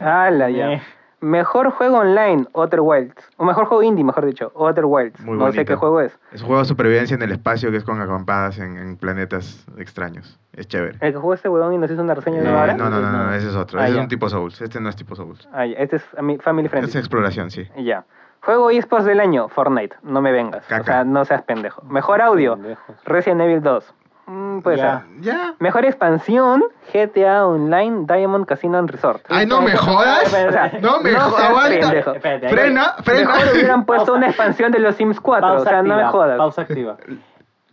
[SPEAKER 2] Ala, ya.
[SPEAKER 3] neh.
[SPEAKER 2] Mejor juego online, Other Wilds. O mejor juego indie, mejor dicho, Other Wilds.
[SPEAKER 1] Muy
[SPEAKER 2] no sé
[SPEAKER 1] bonito.
[SPEAKER 2] qué juego es.
[SPEAKER 1] Es un juego de supervivencia en el espacio que es con acampadas en, en planetas extraños. Es chévere.
[SPEAKER 2] El que jugó este huevón y nos hizo una reseña
[SPEAKER 1] Eh,
[SPEAKER 2] de una hora.
[SPEAKER 1] no, no, no, no,
[SPEAKER 3] No.
[SPEAKER 1] ese es otro.
[SPEAKER 2] Ah,
[SPEAKER 1] ese
[SPEAKER 2] ya.
[SPEAKER 1] es un tipo Souls. Este no es tipo Souls.
[SPEAKER 2] Ah, ya, este es fami- Family Friendly.
[SPEAKER 1] Es exploración, sí.
[SPEAKER 2] Ya. Juego eSports del año, Fortnite. No me vengas.
[SPEAKER 1] Caca.
[SPEAKER 2] O sea, no seas pendejo. Mejor audio,
[SPEAKER 3] Pendejos.
[SPEAKER 2] Resident Evil 2. Mm, puede
[SPEAKER 3] Ya.
[SPEAKER 2] ser.
[SPEAKER 1] Ya.
[SPEAKER 2] Mejor expansión, GTA Online Diamond Casino and Resort.
[SPEAKER 1] Ay, no me
[SPEAKER 3] Ay,
[SPEAKER 1] jodas.
[SPEAKER 3] espérate, espérate.
[SPEAKER 1] No me
[SPEAKER 2] no
[SPEAKER 1] jodas.
[SPEAKER 2] seas
[SPEAKER 1] Aguanta.
[SPEAKER 2] pendejo.
[SPEAKER 3] Espérate, ahí voy.
[SPEAKER 1] Frena, frena.
[SPEAKER 2] Mejor hubieran puesto
[SPEAKER 3] Pausa.
[SPEAKER 2] una expansión de los Sims 4.
[SPEAKER 3] Pausa
[SPEAKER 2] o sea, no me
[SPEAKER 3] activa,
[SPEAKER 2] jodas.
[SPEAKER 3] Pausa activa.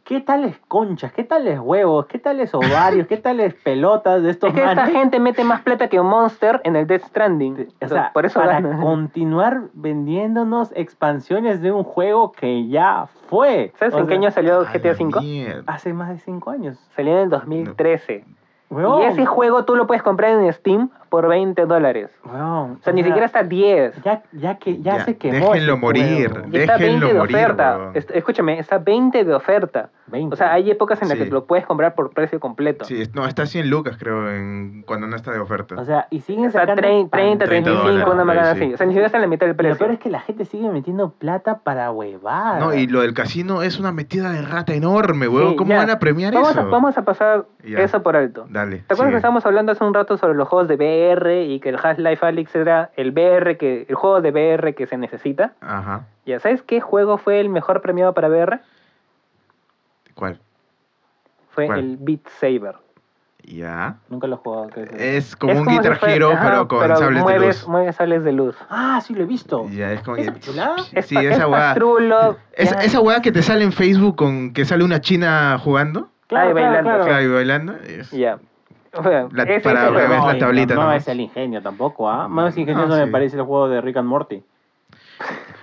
[SPEAKER 3] ¿Qué tales conchas? ¿Qué tales huevos? ¿Qué tales ovarios? ¿Qué tales pelotas de estos
[SPEAKER 2] Es que esta
[SPEAKER 3] manes?
[SPEAKER 2] gente mete más plata que Monster en el Death Stranding.
[SPEAKER 3] O sea,
[SPEAKER 2] por eso
[SPEAKER 3] para
[SPEAKER 2] ganan.
[SPEAKER 3] continuar vendiéndonos expansiones de un juego que ya fue.
[SPEAKER 2] ¿Sabes
[SPEAKER 3] O
[SPEAKER 2] en qué
[SPEAKER 3] sea,
[SPEAKER 2] año salió
[SPEAKER 1] A la
[SPEAKER 2] GTA V?
[SPEAKER 1] mierda.
[SPEAKER 3] Hace más de cinco años.
[SPEAKER 2] Salió en el 2013.
[SPEAKER 3] Huevón,
[SPEAKER 2] Y ese juego tú lo puedes comprar en Steam por 20 dólares.
[SPEAKER 3] huevón,
[SPEAKER 2] O sea, ni siquiera está 10.
[SPEAKER 3] Ya, ya, que, ya,
[SPEAKER 1] Ya,
[SPEAKER 3] se quemó.
[SPEAKER 1] déjenlo
[SPEAKER 3] ese
[SPEAKER 1] morir.
[SPEAKER 3] juego.
[SPEAKER 2] Y
[SPEAKER 1] Déjenlo
[SPEAKER 2] está 20 de
[SPEAKER 1] morir,
[SPEAKER 2] oferta.
[SPEAKER 1] huevón.
[SPEAKER 2] Es- escúchame, está 20 de oferta.
[SPEAKER 3] 20.
[SPEAKER 2] O sea, hay épocas en las
[SPEAKER 1] Sí.
[SPEAKER 2] que lo puedes comprar por precio completo.
[SPEAKER 1] Sí, es- no, está 100 lucas, creo, en, cuando no está de oferta.
[SPEAKER 3] O sea, y siguen
[SPEAKER 2] Está
[SPEAKER 3] sacando
[SPEAKER 2] 30, 30, 35,
[SPEAKER 1] dólares,
[SPEAKER 2] una
[SPEAKER 1] por ahí,
[SPEAKER 2] magana
[SPEAKER 1] sí.
[SPEAKER 2] así. O sea, ni siquiera está en la mitad del
[SPEAKER 3] Pero
[SPEAKER 2] precio.
[SPEAKER 3] peor es que la gente sigue metiendo plata para huevadas.
[SPEAKER 1] no, y lo del casino es una metida de rata enorme, huevón.
[SPEAKER 2] Sí,
[SPEAKER 1] ¿Cómo
[SPEAKER 2] ya.
[SPEAKER 1] van a premiar
[SPEAKER 2] vamos,
[SPEAKER 1] eso?
[SPEAKER 2] A, vamos a pasar
[SPEAKER 1] Ya.
[SPEAKER 2] eso por alto.
[SPEAKER 1] Dale.
[SPEAKER 2] ¿Te acuerdas
[SPEAKER 1] sigue.
[SPEAKER 2] que estábamos hablando hace un rato sobre los juegos de VR y que el Half-Life Alyx era el VR que el juego de VR que se necesita?
[SPEAKER 1] Ajá.
[SPEAKER 2] Ya sabes qué juego fue el mejor premiado para VR?
[SPEAKER 1] ¿Cuál?
[SPEAKER 2] Fue
[SPEAKER 1] ¿Cuál?
[SPEAKER 2] el Beat Saber.
[SPEAKER 1] Ya.
[SPEAKER 3] Nunca lo he jugado. creo que-
[SPEAKER 1] Es como
[SPEAKER 2] Es
[SPEAKER 1] un
[SPEAKER 2] si
[SPEAKER 1] Guitar
[SPEAKER 2] fuera-
[SPEAKER 1] Hero,
[SPEAKER 2] ajá,
[SPEAKER 1] pero con
[SPEAKER 2] pero
[SPEAKER 1] sables de
[SPEAKER 2] mueves,
[SPEAKER 1] luz.
[SPEAKER 2] mueves sables de luz.
[SPEAKER 3] Ah, sí, lo he visto.
[SPEAKER 1] Ya, es como...
[SPEAKER 3] ¿Esa chulada?
[SPEAKER 1] Sí,
[SPEAKER 2] Es
[SPEAKER 1] sí,
[SPEAKER 2] pa-
[SPEAKER 1] esa
[SPEAKER 2] es
[SPEAKER 1] weá...
[SPEAKER 2] pastrulo,
[SPEAKER 1] Es-
[SPEAKER 2] ya.
[SPEAKER 1] esa weá que te sale en Facebook con que sale una china jugando,
[SPEAKER 2] Ay, bailando. Claro.
[SPEAKER 1] claro, y bailando. es-
[SPEAKER 2] Ya. O sea,
[SPEAKER 1] La-
[SPEAKER 2] ese-
[SPEAKER 1] para
[SPEAKER 2] ese
[SPEAKER 1] ver
[SPEAKER 2] juego.
[SPEAKER 1] la
[SPEAKER 3] No, y
[SPEAKER 1] tablita
[SPEAKER 3] No,
[SPEAKER 1] nomás.
[SPEAKER 3] es el ingenio tampoco, ¿ah? Más ingenio
[SPEAKER 1] Ah,
[SPEAKER 3] no me
[SPEAKER 1] sí.
[SPEAKER 3] parece el juego de Rick and Morty.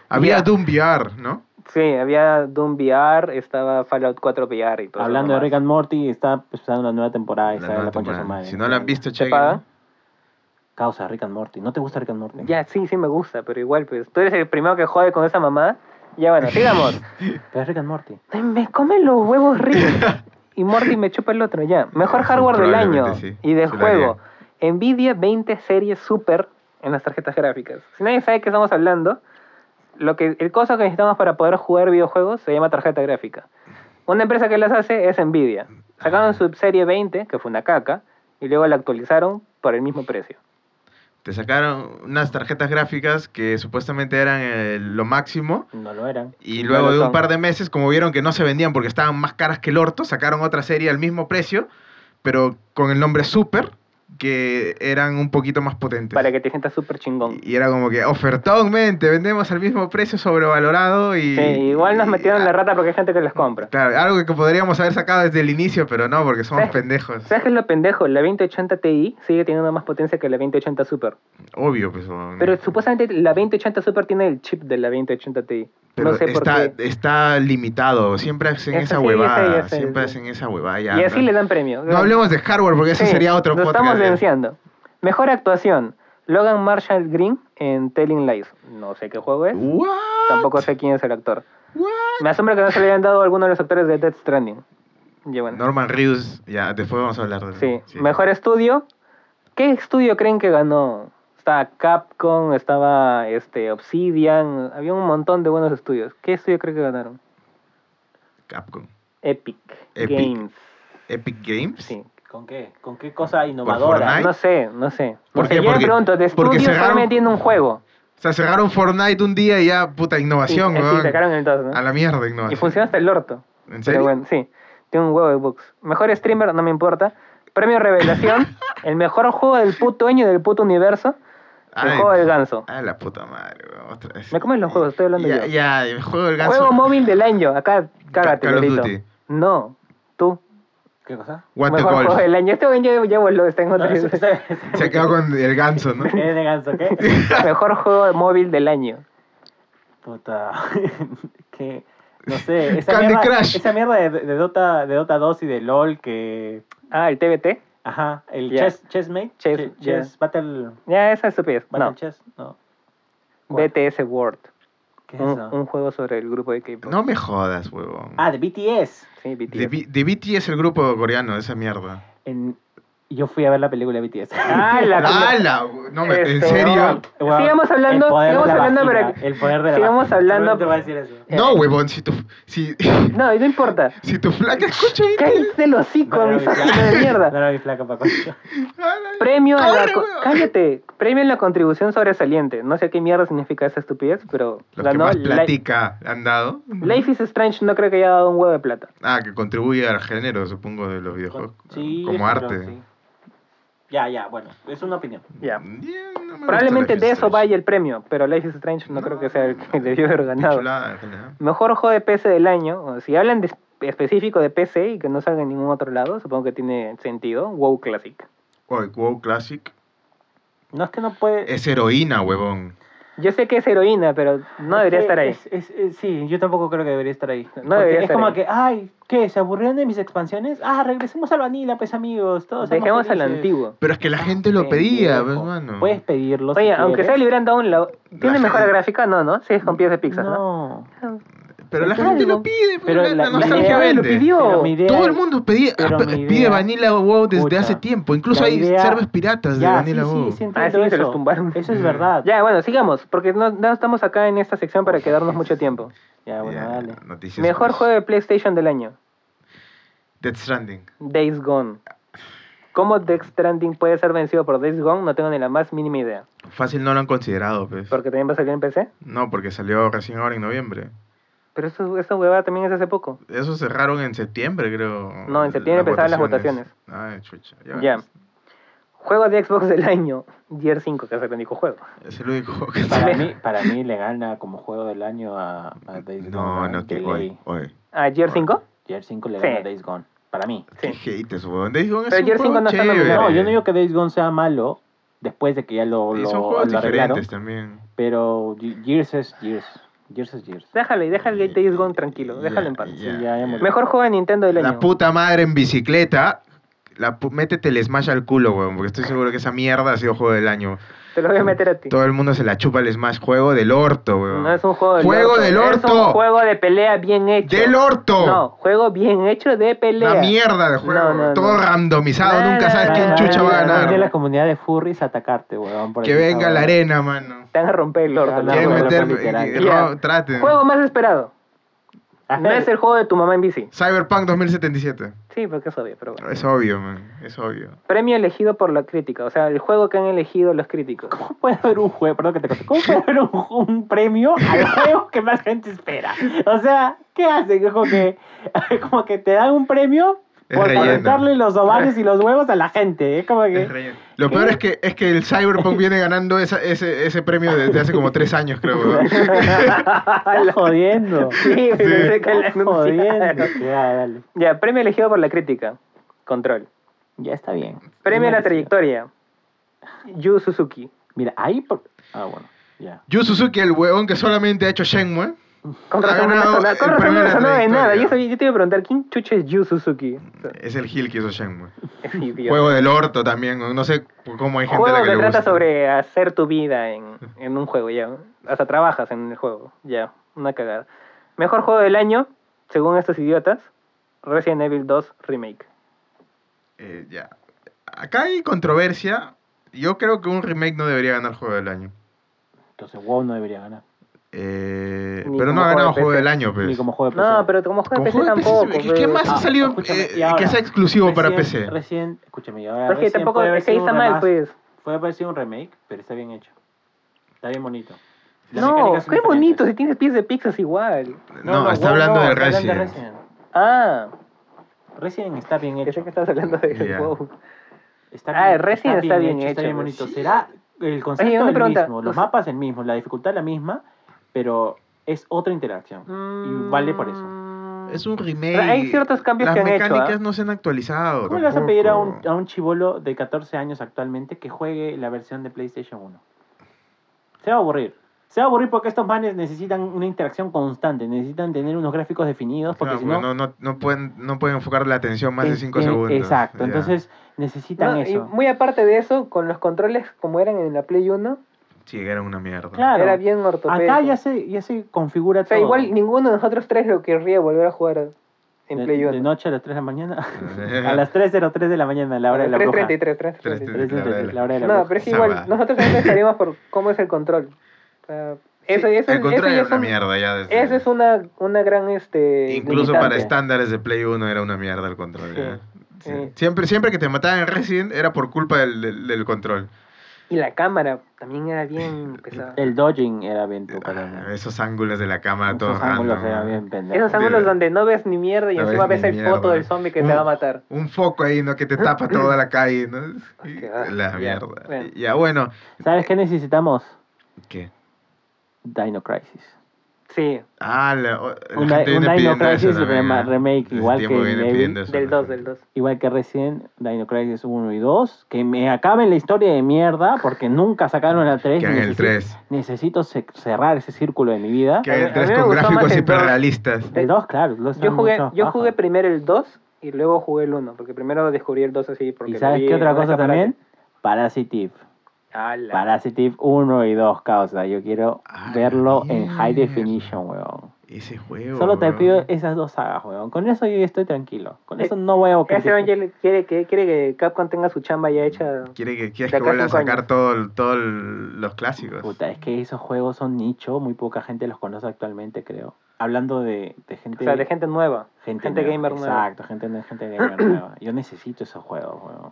[SPEAKER 1] Había
[SPEAKER 2] Ya.
[SPEAKER 1] Doom VR, ¿no?
[SPEAKER 2] Sí, había Doom VR, estaba Fallout 4 VR y todo. eso
[SPEAKER 3] Hablando de
[SPEAKER 2] nomás.
[SPEAKER 3] Rick and Morty, está empezando la nueva temporada y
[SPEAKER 1] La
[SPEAKER 3] sale
[SPEAKER 1] nueva
[SPEAKER 3] la concha de su
[SPEAKER 1] temporada.
[SPEAKER 3] madre.
[SPEAKER 1] Si no la han visto, chequen.
[SPEAKER 2] pagan?
[SPEAKER 3] Causa Rick and Morty. ¿No te gusta Rick and Morty?
[SPEAKER 2] Ya, sí, sí me gusta, pero igual, pues tú eres el primero que jode con esa mamada. Ya bueno, sigamos.
[SPEAKER 3] Pero es Rick and Morty.
[SPEAKER 2] Ay, Me comen los huevos ricos. Y Morty me chupa el otro, ya. Mejor
[SPEAKER 1] Sí,
[SPEAKER 2] hardware del año
[SPEAKER 1] probablemente sí.
[SPEAKER 2] y del
[SPEAKER 1] Sí lo
[SPEAKER 2] juego. Nvidia 20 series super en las tarjetas gráficas. Si nadie sabe de qué estamos hablando, lo que, el cosa que necesitamos para poder jugar videojuegos se llama tarjeta gráfica. Una empresa que las hace es Nvidia.
[SPEAKER 1] Ah.
[SPEAKER 2] Sacaron su serie 20, que fue una caca, y luego la actualizaron por el mismo precio.
[SPEAKER 1] Te sacaron unas tarjetas gráficas que supuestamente eran eh, lo máximo.
[SPEAKER 3] No lo eran.
[SPEAKER 1] Y
[SPEAKER 2] Ya
[SPEAKER 1] luego
[SPEAKER 2] lo
[SPEAKER 1] de un
[SPEAKER 2] son.
[SPEAKER 1] par de meses, como vieron que no se vendían porque estaban más caras que el orto, sacaron otra serie al mismo precio, pero con el nombre Super. que eran un poquito más potentes.
[SPEAKER 2] Para que te sientas súper chingón.
[SPEAKER 1] Y era como que, ofertón, te vendemos al mismo precio sobrevalorado y...
[SPEAKER 2] Sí, igual nos
[SPEAKER 1] y- ah,
[SPEAKER 2] metieron la rata porque hay gente que los compra.
[SPEAKER 1] Claro, algo que podríamos haber sacado desde el inicio, pero no, porque somos
[SPEAKER 2] Sí.
[SPEAKER 1] pendejos.
[SPEAKER 2] ¿Sabes qué es lo pendejo? La 2080 Ti sigue teniendo más potencia que la 2080 Super.
[SPEAKER 1] Obvio, pues. weón.
[SPEAKER 2] Pero supuestamente la 2080 Super tiene el chip de la 2080 Ti.
[SPEAKER 1] Pero
[SPEAKER 2] no sé por
[SPEAKER 1] está,
[SPEAKER 2] qué.
[SPEAKER 1] está limitado. Siempre hacen
[SPEAKER 2] Eso
[SPEAKER 1] esa
[SPEAKER 2] sí, ya sé,
[SPEAKER 1] huevada.
[SPEAKER 2] ya sé,
[SPEAKER 1] siempre
[SPEAKER 2] sí.
[SPEAKER 1] hacen esa huevada. ya,
[SPEAKER 2] Y así
[SPEAKER 1] no,
[SPEAKER 2] le dan premio.
[SPEAKER 1] no hablemos de hardware porque eso
[SPEAKER 2] Sí,
[SPEAKER 1] sería otro
[SPEAKER 2] lo
[SPEAKER 1] podcast. ya.
[SPEAKER 2] estamos denunciando. Mejor actuación. Logan Marshall Green en Telling Lies. No sé qué juego es.
[SPEAKER 1] What?
[SPEAKER 2] ¿Eh? Tampoco sé quién es el actor.
[SPEAKER 1] What?
[SPEAKER 2] Me asombra que no se le hayan dado a alguno de los actores de Death Stranding. Y bueno.
[SPEAKER 1] Norman Reedus, ya, después vamos a hablar de eso.
[SPEAKER 2] Sí, mejor estudio. ¿Qué estudio creen que ganó? Estaba Capcom, estaba este, Obsidian, había un montón de buenos estudios. ¿Qué estudio creen que ganaron?
[SPEAKER 1] Capcom.
[SPEAKER 2] Epic,
[SPEAKER 1] Epic.
[SPEAKER 2] Games.
[SPEAKER 1] Epic Games.
[SPEAKER 2] Sí.
[SPEAKER 3] ¿Con qué? ¿Con qué cosa innovadora?
[SPEAKER 1] Fortnite?
[SPEAKER 2] No sé, no sé. No
[SPEAKER 1] ¿Por
[SPEAKER 2] sé,
[SPEAKER 1] qué?
[SPEAKER 2] Yo
[SPEAKER 1] Porque-
[SPEAKER 2] me pregunto, de
[SPEAKER 1] porque
[SPEAKER 2] estudio
[SPEAKER 1] cerraron-
[SPEAKER 2] solamente tiene un juego.
[SPEAKER 1] O sea, cerraron Fortnite un día y ya, puta
[SPEAKER 2] Sí,
[SPEAKER 1] innovación,
[SPEAKER 2] eh, sí,
[SPEAKER 1] weón.
[SPEAKER 2] sacaron el dos, ¿no?
[SPEAKER 1] A la mierda innovación.
[SPEAKER 2] Y funciona hasta el orto.
[SPEAKER 1] ¿En
[SPEAKER 2] Pero
[SPEAKER 1] serio?
[SPEAKER 2] bueno, sí. Tiene un huevo de bugs. Mejor streamer, no me importa. Premio Revelación, el mejor juego del puto año y del puto universo. El
[SPEAKER 1] Ay,
[SPEAKER 2] juego del ganso.
[SPEAKER 1] Ay, la puta madre, weón, otra vez.
[SPEAKER 2] Me comen los juegos, estoy hablando
[SPEAKER 1] ya,
[SPEAKER 2] yo.
[SPEAKER 1] Ya, el juego del ganso.
[SPEAKER 2] Juego móvil del año. Acá, cágate,
[SPEAKER 1] Call of
[SPEAKER 2] Lolito.
[SPEAKER 1] Duty.
[SPEAKER 2] No, tú.
[SPEAKER 3] ¿Qué cosa?
[SPEAKER 1] What the
[SPEAKER 2] mejor
[SPEAKER 1] golf.
[SPEAKER 2] juego del año. Este buen yo llevo lo está en
[SPEAKER 3] No,
[SPEAKER 2] otra
[SPEAKER 3] ese- ese- ese-
[SPEAKER 1] Se quedó con el ganso, ¿no?
[SPEAKER 3] ¿Qué es de ganso, ¿qué?
[SPEAKER 2] Mejor juego móvil del año.
[SPEAKER 3] Puta. que. No sé. Esa
[SPEAKER 1] Candy
[SPEAKER 3] mierda,
[SPEAKER 1] Crush.
[SPEAKER 3] Esa mierda de, de Dota, de Dota 2 y de LOL que.
[SPEAKER 2] Ah, el TBT.
[SPEAKER 3] Ajá. El
[SPEAKER 2] Ya.
[SPEAKER 3] chess, Chessmate.
[SPEAKER 2] Chess,
[SPEAKER 3] Che-
[SPEAKER 2] ya.
[SPEAKER 3] chess Battle.
[SPEAKER 2] Ya, esa es estupidez.
[SPEAKER 3] Battle
[SPEAKER 2] No,
[SPEAKER 3] Chess. No. ¿Cuál?
[SPEAKER 2] BTS World.
[SPEAKER 3] ¿Qué es
[SPEAKER 2] Un,
[SPEAKER 3] eso?
[SPEAKER 2] un juego sobre el grupo de K-pop.
[SPEAKER 1] No me jodas, huevón.
[SPEAKER 3] Ah, de BTS.
[SPEAKER 2] Sí,
[SPEAKER 1] De,
[SPEAKER 2] BTS.
[SPEAKER 1] B- de BTS el grupo coreano, esa mierda.
[SPEAKER 3] En- Yo fui a ver la película de BTS.
[SPEAKER 2] Ah, la
[SPEAKER 1] ¡Hala! No me, ¿En
[SPEAKER 2] Este,
[SPEAKER 1] serio?
[SPEAKER 2] no. Sigamos hablando,
[SPEAKER 3] el poder de
[SPEAKER 2] sigamos
[SPEAKER 3] la
[SPEAKER 2] hablando,
[SPEAKER 3] vagina,
[SPEAKER 2] pero-
[SPEAKER 3] El poder de la
[SPEAKER 2] sigamos
[SPEAKER 3] vagina.
[SPEAKER 2] hablando-
[SPEAKER 3] Seguramente va a decir eso.
[SPEAKER 2] Eh.
[SPEAKER 1] No, huevón, si tu, si,
[SPEAKER 2] No, y no importa. este
[SPEAKER 1] si tu flaca escucha ahí.
[SPEAKER 2] Cállate el hocico,
[SPEAKER 3] No era mi
[SPEAKER 2] misógino
[SPEAKER 3] flaca.
[SPEAKER 2] de mierda.
[SPEAKER 3] No era mi flaca, Paco.
[SPEAKER 2] Premio a la...
[SPEAKER 1] Corre,
[SPEAKER 2] co-
[SPEAKER 1] weón.
[SPEAKER 2] Cállate. Premio a la contribución sobresaliente. No sé qué mierda significa esa estupidez, pero
[SPEAKER 1] Los que más
[SPEAKER 2] Li-
[SPEAKER 1] platica han dado.
[SPEAKER 2] Life is Strange no creo que haya dado un huevo de plata.
[SPEAKER 1] Ah, que contribuye al género, supongo, de los videojuegos.
[SPEAKER 3] Sí,
[SPEAKER 1] como
[SPEAKER 3] yo creo,
[SPEAKER 1] arte.
[SPEAKER 3] sí. Ya, ya, bueno, es una opinión.
[SPEAKER 1] Yeah,
[SPEAKER 2] Ya.
[SPEAKER 1] no me gusta
[SPEAKER 2] Probablemente
[SPEAKER 1] Life is
[SPEAKER 2] de eso
[SPEAKER 1] Strange.
[SPEAKER 2] vaya el premio, pero Life is Strange no,
[SPEAKER 1] No,
[SPEAKER 2] creo que sea el que
[SPEAKER 1] no,
[SPEAKER 2] debió haber ganado.
[SPEAKER 1] Pichulada, en general.
[SPEAKER 2] Mejor juego de PC del año. o Si hablan de específico de PC y que no salga en ningún otro lado, supongo que tiene sentido. WoW Classic.
[SPEAKER 1] Oye, WoW Classic.
[SPEAKER 3] No es que no puede.
[SPEAKER 1] Es heroína, huevón.
[SPEAKER 2] Yo sé que es heroína, pero no debería
[SPEAKER 3] es que
[SPEAKER 2] estar ahí.
[SPEAKER 3] es- es- es- sí, yo tampoco creo que debería estar ahí. Porque
[SPEAKER 2] debería
[SPEAKER 3] es
[SPEAKER 2] estar
[SPEAKER 3] como
[SPEAKER 2] ahí.
[SPEAKER 3] que, ay, ¿qué? ¿Se aburrieron de mis expansiones? Ah, regresemos al vanilla, pues amigos. Todos seamos
[SPEAKER 2] Dejemos al
[SPEAKER 3] felices.
[SPEAKER 2] antiguo.
[SPEAKER 1] Pero es que
[SPEAKER 3] Ah,
[SPEAKER 1] la gente lo pedía, pues, mano.
[SPEAKER 3] Puedes pedirlo. si
[SPEAKER 2] Oye, aunque sea
[SPEAKER 3] quieres.
[SPEAKER 2] Libran Down, la- tiene
[SPEAKER 1] La
[SPEAKER 2] mejor
[SPEAKER 1] gente-
[SPEAKER 2] gráfica, no, ¿no? Sí, es con pies de Pixar, ¿no?
[SPEAKER 3] No.
[SPEAKER 1] Pero la
[SPEAKER 3] Entonces,
[SPEAKER 1] gente lo
[SPEAKER 3] digo,
[SPEAKER 1] pide, pues,
[SPEAKER 3] pero
[SPEAKER 1] la,
[SPEAKER 3] la-
[SPEAKER 1] la
[SPEAKER 3] la
[SPEAKER 1] nostalgia
[SPEAKER 3] idea-
[SPEAKER 1] vende.
[SPEAKER 2] lo pidió.
[SPEAKER 3] Pero mi idea
[SPEAKER 1] Todo el
[SPEAKER 3] es-
[SPEAKER 1] mundo pedía,
[SPEAKER 3] pero
[SPEAKER 1] ah, pe-
[SPEAKER 3] mi
[SPEAKER 1] pide
[SPEAKER 3] idea-
[SPEAKER 1] Vanilla WoW desde
[SPEAKER 3] Puta.
[SPEAKER 1] hace tiempo. Incluso
[SPEAKER 3] La
[SPEAKER 1] hay
[SPEAKER 3] idea-
[SPEAKER 1] servers piratas de
[SPEAKER 3] Ya, sí,
[SPEAKER 1] Vanilla WoW.
[SPEAKER 3] sí, sí, entiendo
[SPEAKER 2] Ah, sí, se
[SPEAKER 3] eso.
[SPEAKER 2] los tumbaron.
[SPEAKER 3] Eso es
[SPEAKER 1] Mm.
[SPEAKER 3] verdad.
[SPEAKER 2] Ya, bueno, sigamos, porque no, no estamos acá en esta sección para quedarnos mucho tiempo.
[SPEAKER 3] Ya, bueno,
[SPEAKER 1] Ya, pues.
[SPEAKER 3] dale.
[SPEAKER 1] noticias
[SPEAKER 2] Mejor
[SPEAKER 1] más.
[SPEAKER 2] juego de PlayStation del año.
[SPEAKER 1] Death Stranding.
[SPEAKER 2] Days Gone. ¿Cómo Death Stranding puede ser vencido por Days Gone? No tengo ni la más mínima idea.
[SPEAKER 1] Fácil no lo han considerado, pues.
[SPEAKER 2] Porque también va a salir en PC.
[SPEAKER 1] No, porque salió recién ahora en noviembre.
[SPEAKER 2] Pero eso, esa huevada también es hace poco.
[SPEAKER 1] Eso cerraron en septiembre, creo.
[SPEAKER 2] No, en septiembre empezaban las
[SPEAKER 1] Ay, chucha.
[SPEAKER 2] Ya.
[SPEAKER 1] Ya.
[SPEAKER 2] Juego de Xbox del año. Gear 5, que es el único juego.
[SPEAKER 1] Es el único juego que
[SPEAKER 3] Para
[SPEAKER 1] sale.
[SPEAKER 3] mí, para mí le gana como juego del año a, a Days
[SPEAKER 1] No,
[SPEAKER 3] Gone.
[SPEAKER 1] no, que
[SPEAKER 3] de
[SPEAKER 1] hoy.
[SPEAKER 3] ley.
[SPEAKER 1] hoy.
[SPEAKER 2] Ah, Gear 5.
[SPEAKER 3] Gear 5 le
[SPEAKER 2] Sí.
[SPEAKER 3] gana a Days Gone. Para mí.
[SPEAKER 1] Qué
[SPEAKER 2] Sí.
[SPEAKER 1] haters, weón. Days Gone es
[SPEAKER 2] Pero
[SPEAKER 1] un
[SPEAKER 2] Gear
[SPEAKER 1] juego
[SPEAKER 2] 5 no está
[SPEAKER 1] chévere.
[SPEAKER 2] nominado.
[SPEAKER 3] No, yo no digo que Days Gone sea malo después de que ya lo,
[SPEAKER 1] Y
[SPEAKER 3] lo,
[SPEAKER 1] son juegos
[SPEAKER 3] lo arreglaron.
[SPEAKER 1] diferentes también.
[SPEAKER 3] Pero Ge- Gears es Gears. Gears es Gears.
[SPEAKER 2] Déjalo y deja el Gate Days Gone tranquilo.
[SPEAKER 1] Ya,
[SPEAKER 2] Déjalo en paz.
[SPEAKER 3] Sí, ya, ya murió.
[SPEAKER 2] Mejor juego de Nintendo del año.
[SPEAKER 1] La puta madre en bicicleta. La pu- métete el Smash al culo, weón, porque estoy seguro que esa mierda ha sido juego del año.
[SPEAKER 2] Te lo voy a meter a ti.
[SPEAKER 1] Todo el mundo se la chupa el Smash, juego del orto, weón.
[SPEAKER 2] No es un juego del
[SPEAKER 1] Juego
[SPEAKER 2] orto,
[SPEAKER 1] del
[SPEAKER 2] Es un
[SPEAKER 1] orto.
[SPEAKER 2] juego de pelea bien hecho.
[SPEAKER 1] ¡Del orto!
[SPEAKER 2] No, juego bien hecho de pelea.
[SPEAKER 1] Una mierda de juego,
[SPEAKER 2] No, no,
[SPEAKER 1] todo
[SPEAKER 2] no.
[SPEAKER 1] randomizado,
[SPEAKER 2] No,
[SPEAKER 1] nunca
[SPEAKER 2] no,
[SPEAKER 1] sabes
[SPEAKER 2] no,
[SPEAKER 1] quién
[SPEAKER 2] no,
[SPEAKER 1] Ah, chucha
[SPEAKER 2] no,
[SPEAKER 1] va a
[SPEAKER 2] no,
[SPEAKER 1] ganar.
[SPEAKER 3] De la comunidad de furries a atacarte, weón. por
[SPEAKER 1] que
[SPEAKER 3] esa
[SPEAKER 1] venga la
[SPEAKER 3] huevada.
[SPEAKER 1] arena, mano.
[SPEAKER 2] Te van a romper el orto.
[SPEAKER 3] Quieren
[SPEAKER 2] la
[SPEAKER 1] Quieren
[SPEAKER 3] no,
[SPEAKER 2] verdad.
[SPEAKER 1] meter,
[SPEAKER 3] no, literal.
[SPEAKER 1] eh,
[SPEAKER 2] Ya.
[SPEAKER 1] ro- traten.
[SPEAKER 2] Juego más esperado.
[SPEAKER 3] Ajá.
[SPEAKER 2] No es el juego de tu mamá en bici.
[SPEAKER 1] Cyberpunk 2077.
[SPEAKER 2] Sí, porque es obvio, pero bueno.
[SPEAKER 1] Es obvio, man. Es obvio.
[SPEAKER 2] Premio elegido por la crítica, o sea, el juego que han elegido los críticos.
[SPEAKER 3] ¿Cómo puede haber un juego? Perdón que te corte. ¿Cómo puede haber un, un premio al juego que más gente espera? O sea, ¿qué hacen? Es Como que, como que te dan un premio
[SPEAKER 1] Es
[SPEAKER 3] Por
[SPEAKER 1] relleno.
[SPEAKER 3] conectarle los ovarios y los huevos a la gente. Es como
[SPEAKER 1] Es
[SPEAKER 3] que.
[SPEAKER 1] relleno. Lo peor es que, es que el Cyberpunk viene ganando esa- ese, ese premio desde hace como tres años, creo. weón.
[SPEAKER 3] Estás jodiendo.
[SPEAKER 2] Sí,
[SPEAKER 1] Sí.
[SPEAKER 2] pensé que la
[SPEAKER 3] Estás jodiendo.
[SPEAKER 2] anunciaron.
[SPEAKER 3] Ya, dale.
[SPEAKER 2] Ya, premio elegido por la crítica. Control.
[SPEAKER 3] Ya está bien.
[SPEAKER 2] Premio a la
[SPEAKER 3] Merecido.
[SPEAKER 2] trayectoria. Yu Suzuki.
[SPEAKER 3] Mira, ahí. por- Ah, bueno. Ya.
[SPEAKER 1] Yu Suzuki, el huevón que solamente ha hecho Shenmue.
[SPEAKER 2] Con
[SPEAKER 1] Ha
[SPEAKER 2] razón no me
[SPEAKER 1] ganado
[SPEAKER 2] sonaba, con
[SPEAKER 1] el
[SPEAKER 2] razón no
[SPEAKER 1] premio
[SPEAKER 2] me
[SPEAKER 1] a la
[SPEAKER 2] sonaba de nada.
[SPEAKER 1] trayectoria.
[SPEAKER 2] Yo, sabía- yo te iba a preguntar, ¿quién chucha es Yu Suzuki? O sea,
[SPEAKER 1] Es el Gil que hizo Shenmue.
[SPEAKER 2] es idiota.
[SPEAKER 1] Juego del orto también. No sé cómo hay gente a la
[SPEAKER 2] juego
[SPEAKER 1] que
[SPEAKER 2] que
[SPEAKER 1] le
[SPEAKER 2] trata
[SPEAKER 1] gusta.
[SPEAKER 2] sobre hacer tu vida en, en un juego, ya. Hasta trabajas en el juego, ya. Una cagada. Mejor juego del año, según estos idiotas, Resident Evil 2 Remake.
[SPEAKER 1] Eh, ya. Acá hay controversia. Yo creo que un remake no debería ganar juego del año.
[SPEAKER 3] Entonces, WoW no debería ganar.
[SPEAKER 1] Eh,
[SPEAKER 2] Ni
[SPEAKER 1] pero no
[SPEAKER 2] como
[SPEAKER 1] ha
[SPEAKER 2] juego
[SPEAKER 1] ganado
[SPEAKER 2] de
[SPEAKER 1] juego
[SPEAKER 2] PC.
[SPEAKER 1] del año, pues.
[SPEAKER 3] Ni como juego de PC.
[SPEAKER 2] No, pero como juego
[SPEAKER 1] Como
[SPEAKER 2] de PC
[SPEAKER 1] juego de PC,
[SPEAKER 2] tampoco.
[SPEAKER 1] ¿qué- ¿Qué
[SPEAKER 2] pues.
[SPEAKER 1] más ha
[SPEAKER 3] Ah,
[SPEAKER 1] salido
[SPEAKER 3] escúchame,
[SPEAKER 1] eh,
[SPEAKER 3] y ahora,
[SPEAKER 1] que sea exclusivo para
[SPEAKER 3] Recién-
[SPEAKER 1] PC?
[SPEAKER 3] Recién, escúchame, y ahora.
[SPEAKER 2] Pero es que
[SPEAKER 3] recién
[SPEAKER 2] tampoco,
[SPEAKER 3] puede haber
[SPEAKER 2] es que ahí
[SPEAKER 3] sido
[SPEAKER 2] está
[SPEAKER 3] un
[SPEAKER 2] mal,
[SPEAKER 3] remaster.
[SPEAKER 2] pues.
[SPEAKER 3] Puede haber sido un remake, pero está bien hecho. Está bien bonito. Las
[SPEAKER 2] No,
[SPEAKER 3] mecánicas son
[SPEAKER 2] qué bonito,
[SPEAKER 3] diferentes.
[SPEAKER 2] si tienes pies de pizzas igual.
[SPEAKER 1] No, está
[SPEAKER 3] WoW
[SPEAKER 1] hablando de
[SPEAKER 3] está
[SPEAKER 1] Resident.
[SPEAKER 2] Ah,
[SPEAKER 3] Resident está bien
[SPEAKER 2] pensé
[SPEAKER 3] hecho.
[SPEAKER 2] que estabas hablando de
[SPEAKER 1] Ya.
[SPEAKER 2] WoW.
[SPEAKER 3] Está
[SPEAKER 2] Ah, el Resident está bien
[SPEAKER 3] Está
[SPEAKER 2] hecho,
[SPEAKER 3] bien
[SPEAKER 2] pues.
[SPEAKER 3] bonito.
[SPEAKER 1] Sí.
[SPEAKER 3] Será el concepto
[SPEAKER 2] Oye, una
[SPEAKER 3] el
[SPEAKER 2] pregunta,
[SPEAKER 3] mismo, los
[SPEAKER 2] o sea-
[SPEAKER 3] mapas el mismo, la dificultad la misma, pero es otra interacción. Y vale por eso.
[SPEAKER 1] Mm, Es un remake.
[SPEAKER 2] Hay ciertos cambios
[SPEAKER 1] Las
[SPEAKER 2] que han hecho,
[SPEAKER 1] mecánicas
[SPEAKER 2] ¿ah?
[SPEAKER 1] no se han actualizado.
[SPEAKER 3] ¿Cómo le vas a pedir a un,
[SPEAKER 1] tampoco.
[SPEAKER 3] a un chivolo de 14 años actualmente que juegue la versión de PlayStation 1? Se va a aburrir. Se va a aburrir porque estos manes necesitan una interacción constante, necesitan tener unos gráficos definidos porque
[SPEAKER 1] Claro,
[SPEAKER 3] si
[SPEAKER 1] porque
[SPEAKER 3] no...
[SPEAKER 1] Ah, no, no, no pueden, no pueden enfocar la atención más de
[SPEAKER 3] eh,
[SPEAKER 1] 5
[SPEAKER 3] eh,
[SPEAKER 1] segundos.
[SPEAKER 3] Exacto,
[SPEAKER 1] Ya.
[SPEAKER 3] entonces necesitan
[SPEAKER 2] No, y
[SPEAKER 3] eso.
[SPEAKER 2] muy aparte de eso, con los controles como eran en la Play 1,
[SPEAKER 1] Sí, era una mierda.
[SPEAKER 3] Claro.
[SPEAKER 2] era bien ortopédico.
[SPEAKER 3] Acá ya se, ya se configura
[SPEAKER 2] O sea,
[SPEAKER 3] todo.
[SPEAKER 2] igual ninguno de nosotros tres lo querría volver a jugar en
[SPEAKER 3] de,
[SPEAKER 2] Play
[SPEAKER 3] de
[SPEAKER 2] 1.
[SPEAKER 3] noche a las 3 de la mañana. a las 3.03 de la mañana, a la hora de la bruja.
[SPEAKER 2] 3.33, 3.33.
[SPEAKER 3] 3:33, la hora de la
[SPEAKER 2] No,
[SPEAKER 3] bruja.
[SPEAKER 2] pero es que
[SPEAKER 1] Saba.
[SPEAKER 2] igual, nosotros también pensaríamos por cómo es el control. O sea, eso, eso,
[SPEAKER 1] el
[SPEAKER 2] eso,
[SPEAKER 1] control
[SPEAKER 2] ya
[SPEAKER 1] era
[SPEAKER 2] es
[SPEAKER 1] una
[SPEAKER 2] un-
[SPEAKER 1] mierda ya desde-
[SPEAKER 2] eso es una, una gran este
[SPEAKER 1] Incluso
[SPEAKER 2] limitante.
[SPEAKER 1] para estándares de Play 1 era una mierda el control.
[SPEAKER 2] Sí,
[SPEAKER 1] ya. Sí.
[SPEAKER 2] sí.
[SPEAKER 1] Siempre, siempre que te mataban en Resident era por culpa del, del- del control.
[SPEAKER 2] Y la cámara también era bien pesada.
[SPEAKER 3] El dodging era bien truco también.
[SPEAKER 1] Ah, Esos ángulos de la cámara,
[SPEAKER 3] Esos
[SPEAKER 1] todos
[SPEAKER 3] ángulos
[SPEAKER 1] random,
[SPEAKER 3] eran
[SPEAKER 1] ¿no?
[SPEAKER 3] bien pendejos.
[SPEAKER 2] Esos ángulos
[SPEAKER 1] de-
[SPEAKER 2] donde no ves ni mierda y
[SPEAKER 1] no
[SPEAKER 2] encima
[SPEAKER 1] ves
[SPEAKER 2] ves
[SPEAKER 1] ni
[SPEAKER 2] el
[SPEAKER 1] mierda. Mm.
[SPEAKER 2] foto del zombie que
[SPEAKER 1] Un-
[SPEAKER 2] te va a matar.
[SPEAKER 1] Un foco ahí, ¿no? Que te tapa toda la calle, ¿no? Y-
[SPEAKER 2] Ah, Qué asco,
[SPEAKER 1] la
[SPEAKER 2] ya,
[SPEAKER 1] mierda.
[SPEAKER 2] bueno.
[SPEAKER 1] Ya, bueno.
[SPEAKER 3] ¿Sabes qué necesitamos?
[SPEAKER 1] ¿Qué?
[SPEAKER 3] Dino Crisis.
[SPEAKER 2] Sí,
[SPEAKER 1] Ah, la, o- la
[SPEAKER 3] Un,
[SPEAKER 1] gente
[SPEAKER 3] di-
[SPEAKER 1] viene
[SPEAKER 3] un Dino
[SPEAKER 1] pidiendo
[SPEAKER 3] Crisis
[SPEAKER 1] eso también,
[SPEAKER 3] rema-
[SPEAKER 1] ¿eh?
[SPEAKER 3] remake
[SPEAKER 1] Desde
[SPEAKER 3] igual que
[SPEAKER 1] tiempo viene
[SPEAKER 3] Evil,
[SPEAKER 1] pidiendo eso
[SPEAKER 2] del
[SPEAKER 1] la
[SPEAKER 2] 2,
[SPEAKER 1] gente.
[SPEAKER 2] del 2.
[SPEAKER 3] Igual que recién Dino Crisis 1 y 2. Que me acaben la historia de mierda porque nunca sacaron la 3.
[SPEAKER 1] Que hagan el
[SPEAKER 3] necesi-
[SPEAKER 1] 3.
[SPEAKER 3] Necesito ce- cerrar ese círculo de mi vida.
[SPEAKER 1] Que hagan
[SPEAKER 2] A
[SPEAKER 1] el
[SPEAKER 2] mí- a mí
[SPEAKER 1] 3
[SPEAKER 2] me
[SPEAKER 1] con
[SPEAKER 2] gustó más
[SPEAKER 1] gráficos
[SPEAKER 2] el dos.
[SPEAKER 1] hiperrealistas.
[SPEAKER 3] El 2, claro. el 2
[SPEAKER 2] Yo
[SPEAKER 3] era
[SPEAKER 2] jugué,
[SPEAKER 3] mucho
[SPEAKER 2] yo
[SPEAKER 3] bajo.
[SPEAKER 2] jugué primero el 2 y luego jugué el 1, porque primero descubrí el 2 así. Porque
[SPEAKER 3] ¿Y
[SPEAKER 2] lo
[SPEAKER 3] sabes
[SPEAKER 2] vi
[SPEAKER 3] qué
[SPEAKER 2] en
[SPEAKER 3] otra
[SPEAKER 2] un
[SPEAKER 3] cosa
[SPEAKER 2] escaparate.
[SPEAKER 3] también? Parasitive.
[SPEAKER 2] ¡Hala!
[SPEAKER 3] Parasitive 1 y 2, causa. Yo quiero
[SPEAKER 1] A Ah, la
[SPEAKER 3] verlo en high
[SPEAKER 1] mierda.
[SPEAKER 3] definition, weón.
[SPEAKER 1] Ese juego.
[SPEAKER 3] Solo te
[SPEAKER 1] weón.
[SPEAKER 3] pido esas dos sagas, weón. Con eso yo ya estoy tranquilo. Con eso no voy a
[SPEAKER 2] Eh, Ese
[SPEAKER 3] criticar.
[SPEAKER 2] Evangel quiere que, quiere que Capcom tenga su chamba ya hecha.
[SPEAKER 1] Quiere que, quieres que
[SPEAKER 2] De acá
[SPEAKER 1] vuelva a
[SPEAKER 2] cinco
[SPEAKER 1] sacar
[SPEAKER 2] años.
[SPEAKER 1] todos todo el- los clásicos.
[SPEAKER 3] Puta, es que esos juegos son nicho, muy poca gente los conoce actualmente, creo. Hablando de, de gente.
[SPEAKER 2] O sea, de gente nueva. gente
[SPEAKER 3] nueva,
[SPEAKER 2] gamer nueva.
[SPEAKER 3] Exacto, gente, de gente gamer nueva. Yo necesito esos juegos, weón.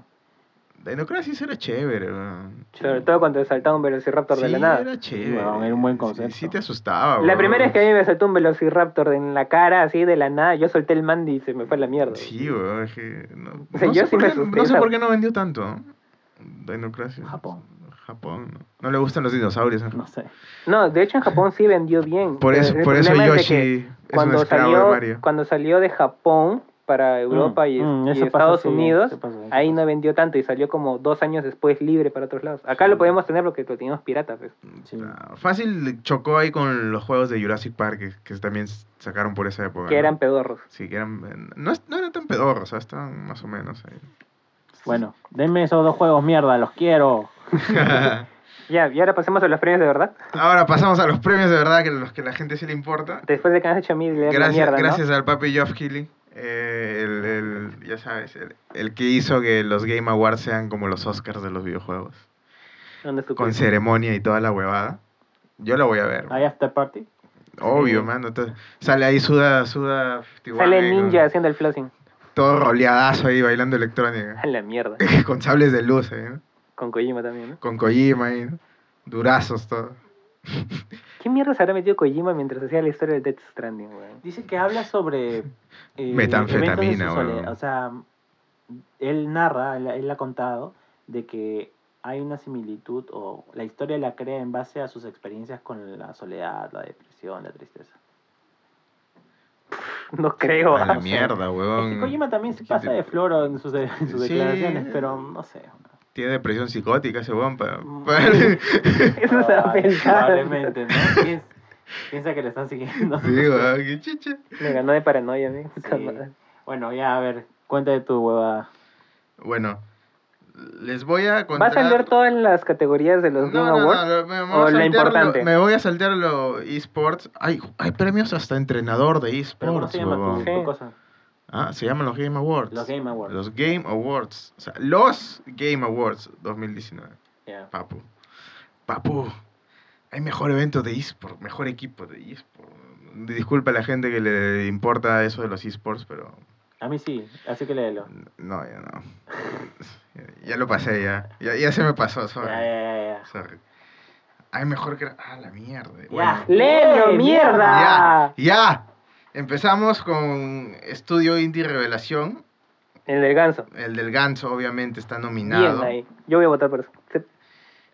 [SPEAKER 1] Dino Crisis era chévere, weón.
[SPEAKER 2] Sobre todo cuando te saltaba un Velociraptor de la
[SPEAKER 1] Sí,
[SPEAKER 2] nada.
[SPEAKER 1] era chévere.
[SPEAKER 3] weón, era un buen
[SPEAKER 1] Sí,
[SPEAKER 3] concepto.
[SPEAKER 1] Sí, te asustaba,
[SPEAKER 2] La
[SPEAKER 1] weón.
[SPEAKER 2] primera es que a mí me saltó un Velociraptor en la cara, así de la nada. Yo solté el mandi y se me fue a la mierda.
[SPEAKER 1] Sí, weón. es que No,
[SPEAKER 2] O sea,
[SPEAKER 1] no
[SPEAKER 2] yo
[SPEAKER 1] sé
[SPEAKER 2] sí
[SPEAKER 1] por
[SPEAKER 2] me
[SPEAKER 1] qué-
[SPEAKER 2] asusté,
[SPEAKER 1] no sé
[SPEAKER 2] esa-
[SPEAKER 1] por qué no vendió tanto. ¿no? Dino Crisis.
[SPEAKER 3] Japón.
[SPEAKER 1] Japón, ¿no? No le gustan los dinosaurios. ¿no?
[SPEAKER 3] No sé.
[SPEAKER 2] No, de hecho en Japón sí vendió bien.
[SPEAKER 1] Por
[SPEAKER 2] pero
[SPEAKER 1] eso,
[SPEAKER 2] el
[SPEAKER 1] por eso
[SPEAKER 2] problema es
[SPEAKER 1] Yoshi
[SPEAKER 2] de que
[SPEAKER 1] es un
[SPEAKER 2] cuando
[SPEAKER 1] esclavo de
[SPEAKER 2] salió,
[SPEAKER 1] Mario.
[SPEAKER 2] cuando salió de Japón para Europa y,
[SPEAKER 3] Mm,
[SPEAKER 2] y
[SPEAKER 3] eso pasa
[SPEAKER 2] Estados
[SPEAKER 3] así,
[SPEAKER 2] Unidos,
[SPEAKER 3] eso pasa, eso
[SPEAKER 2] ahí
[SPEAKER 3] pasa.
[SPEAKER 2] no vendió tanto y salió como dos años después libre para otros lados. Acá lo podemos tener porque lo teníamos pirata. Pues.
[SPEAKER 3] Sí.
[SPEAKER 1] Ah, Fácil chocó ahí con los juegos de Jurassic Park que, que también s- sacaron por esa época.
[SPEAKER 2] Que
[SPEAKER 1] ¿no?
[SPEAKER 2] eran pedorros.
[SPEAKER 1] Sí, que eran. eh, No, es- no eran tan pedorros, o sea, estaban más o menos ahí.
[SPEAKER 3] Bueno, denme esos dos juegos, mierda, los quiero.
[SPEAKER 2] Ya, y ahora pasemos a los premios de verdad.
[SPEAKER 1] Ahora pasamos a los premios de verdad, que los que la gente sí le importa.
[SPEAKER 2] Después de que has hecho a mí leer la
[SPEAKER 1] Gracias,
[SPEAKER 2] mierda,
[SPEAKER 1] gracias al papi Geoff Keighley, eh, el, el- ya sabes, el, el que hizo que los Game Awards sean como los Oscars de los videojuegos.
[SPEAKER 2] ¿no? ¿Dónde
[SPEAKER 1] Con
[SPEAKER 2] estupidez?
[SPEAKER 1] ceremonia y toda la huevada. Yo la voy a ver.
[SPEAKER 3] ¿Hay after party?
[SPEAKER 1] Obvio,
[SPEAKER 2] Sí.
[SPEAKER 1] mano. to- Sale ahí suda, suda. 51,
[SPEAKER 2] Sale
[SPEAKER 1] ahí,
[SPEAKER 2] ninja
[SPEAKER 1] con-
[SPEAKER 2] haciendo el flossing.
[SPEAKER 1] Todo roleadazo ahí, bailando electrónica.
[SPEAKER 2] A la mierda.
[SPEAKER 1] con sables de luz, eh, ahí, ¿no?
[SPEAKER 2] Con Kojima también, ¿no?
[SPEAKER 1] Con Kojima ahí, ¿no? Durazos, todo.
[SPEAKER 2] ¿Qué mierda se habrá metido Kojima mientras hacía la historia de Death Stranding, weón?
[SPEAKER 3] Dice que habla sobre... eh,
[SPEAKER 1] Metanfetamina,
[SPEAKER 3] eventos de su
[SPEAKER 1] weón.
[SPEAKER 3] soledad. O sea, él narra, él, él ha contado, de que hay una similitud o la historia la crea en base a sus experiencias con la soledad, la depresión, la tristeza.
[SPEAKER 2] No creo.
[SPEAKER 1] A la
[SPEAKER 2] ah.
[SPEAKER 1] mierda,
[SPEAKER 3] Es
[SPEAKER 1] weón.
[SPEAKER 3] que Kojima también se pasa de floro en sus, de- en sus
[SPEAKER 1] Sí.
[SPEAKER 3] declaraciones, pero no sé.
[SPEAKER 1] Tiene depresión psicótica ese weón. Pa,
[SPEAKER 3] Mm.
[SPEAKER 1] pa-
[SPEAKER 2] Eso se va a
[SPEAKER 3] Ay,
[SPEAKER 2] pensar.
[SPEAKER 3] Probablemente, ¿no? Piens- Piensa que le están siguiendo.
[SPEAKER 1] sí, weón, qué chicha.
[SPEAKER 2] Me ganó de paranoia, amigo.
[SPEAKER 3] Sí. Bueno, ya, a ver, cuenta de tu hueva.
[SPEAKER 1] Bueno, les voy a
[SPEAKER 2] ¿Vas
[SPEAKER 1] contar.
[SPEAKER 2] a leer todas las categorías de los
[SPEAKER 1] No,
[SPEAKER 2] Game
[SPEAKER 1] no, no,
[SPEAKER 2] Awards?
[SPEAKER 1] me, me voy
[SPEAKER 2] ¿O
[SPEAKER 1] a
[SPEAKER 2] la
[SPEAKER 1] saltear lo-
[SPEAKER 2] importante?
[SPEAKER 1] me voy a saltear lo esports. Hay, hay premios hasta entrenador de
[SPEAKER 3] Pero ¿Cómo
[SPEAKER 1] esports.
[SPEAKER 3] se llama tu,
[SPEAKER 1] huevón.
[SPEAKER 3] tu
[SPEAKER 2] Sí.
[SPEAKER 3] cosa?
[SPEAKER 1] Ah, se llaman los Game Awards.
[SPEAKER 3] Los Game Awards.
[SPEAKER 1] Los Game Awards. O sea, los Game Awards 2019.
[SPEAKER 3] Ya.
[SPEAKER 1] Papu. Papu. Hay mejor evento de eSport, mejor equipo de eSport. Disculpa a la gente que le importa eso de los eSports, pero
[SPEAKER 3] A mí sí, así que léelo.
[SPEAKER 1] no, ya no. ya, ya lo pasé, ya. ya. ya se me pasó,
[SPEAKER 3] Ya,
[SPEAKER 1] sorry.
[SPEAKER 3] ya, ya, ya.
[SPEAKER 1] Sorry. Hay mejor que... Ah, la mierda.
[SPEAKER 3] Ya,
[SPEAKER 1] Bueno.
[SPEAKER 2] ¡Léelo,
[SPEAKER 3] ¡Eh,
[SPEAKER 2] mierda!
[SPEAKER 1] Ya. Empezamos con Estudio Indie Revelación.
[SPEAKER 2] El del ganso.
[SPEAKER 1] El del Ganso, obviamente, está nominado.
[SPEAKER 2] Bien ahí. Yo voy a votar por eso. Se-